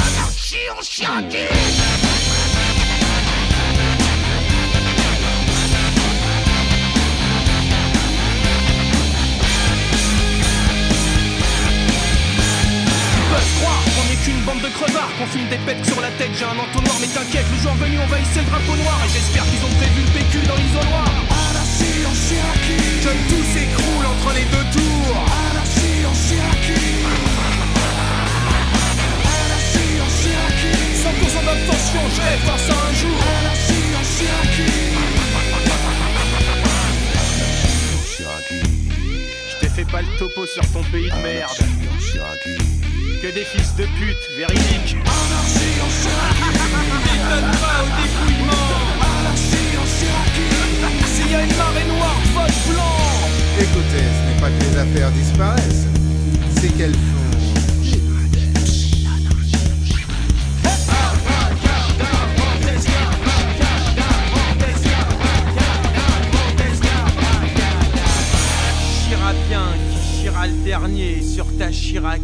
S8: Anarchie en
S10: Ils peuvent croire qu'on est qu'une bande de crevards, qu'on filme des pètes sur la tête, j'ai un entonnoir, mais t'inquiète, le jour venu on va hisser le drapeau noir et j'espère qu'ils ont prévu le PQ dans l'isoloir. Anarchie en Chiraki Que tout s'écroule entre les deux tours. Anarchie en Chiraki Anarchie en Chiraki 100% d'abstention, je vais faire ça un jour. Anarchie en Chiraki Je t'ai fait pas le topo sur ton pays de merde. Que des fils de pute, véridique. Anarchie en T'étonnes pas au dépouillement. Anarchie en S'il y a une marée noire, vote blanc.
S8: Écoutez, ce n'est pas que les affaires disparaissent, c'est qu'elles font.
S10: Chira bien qui chira le dernier sur ta Chirac.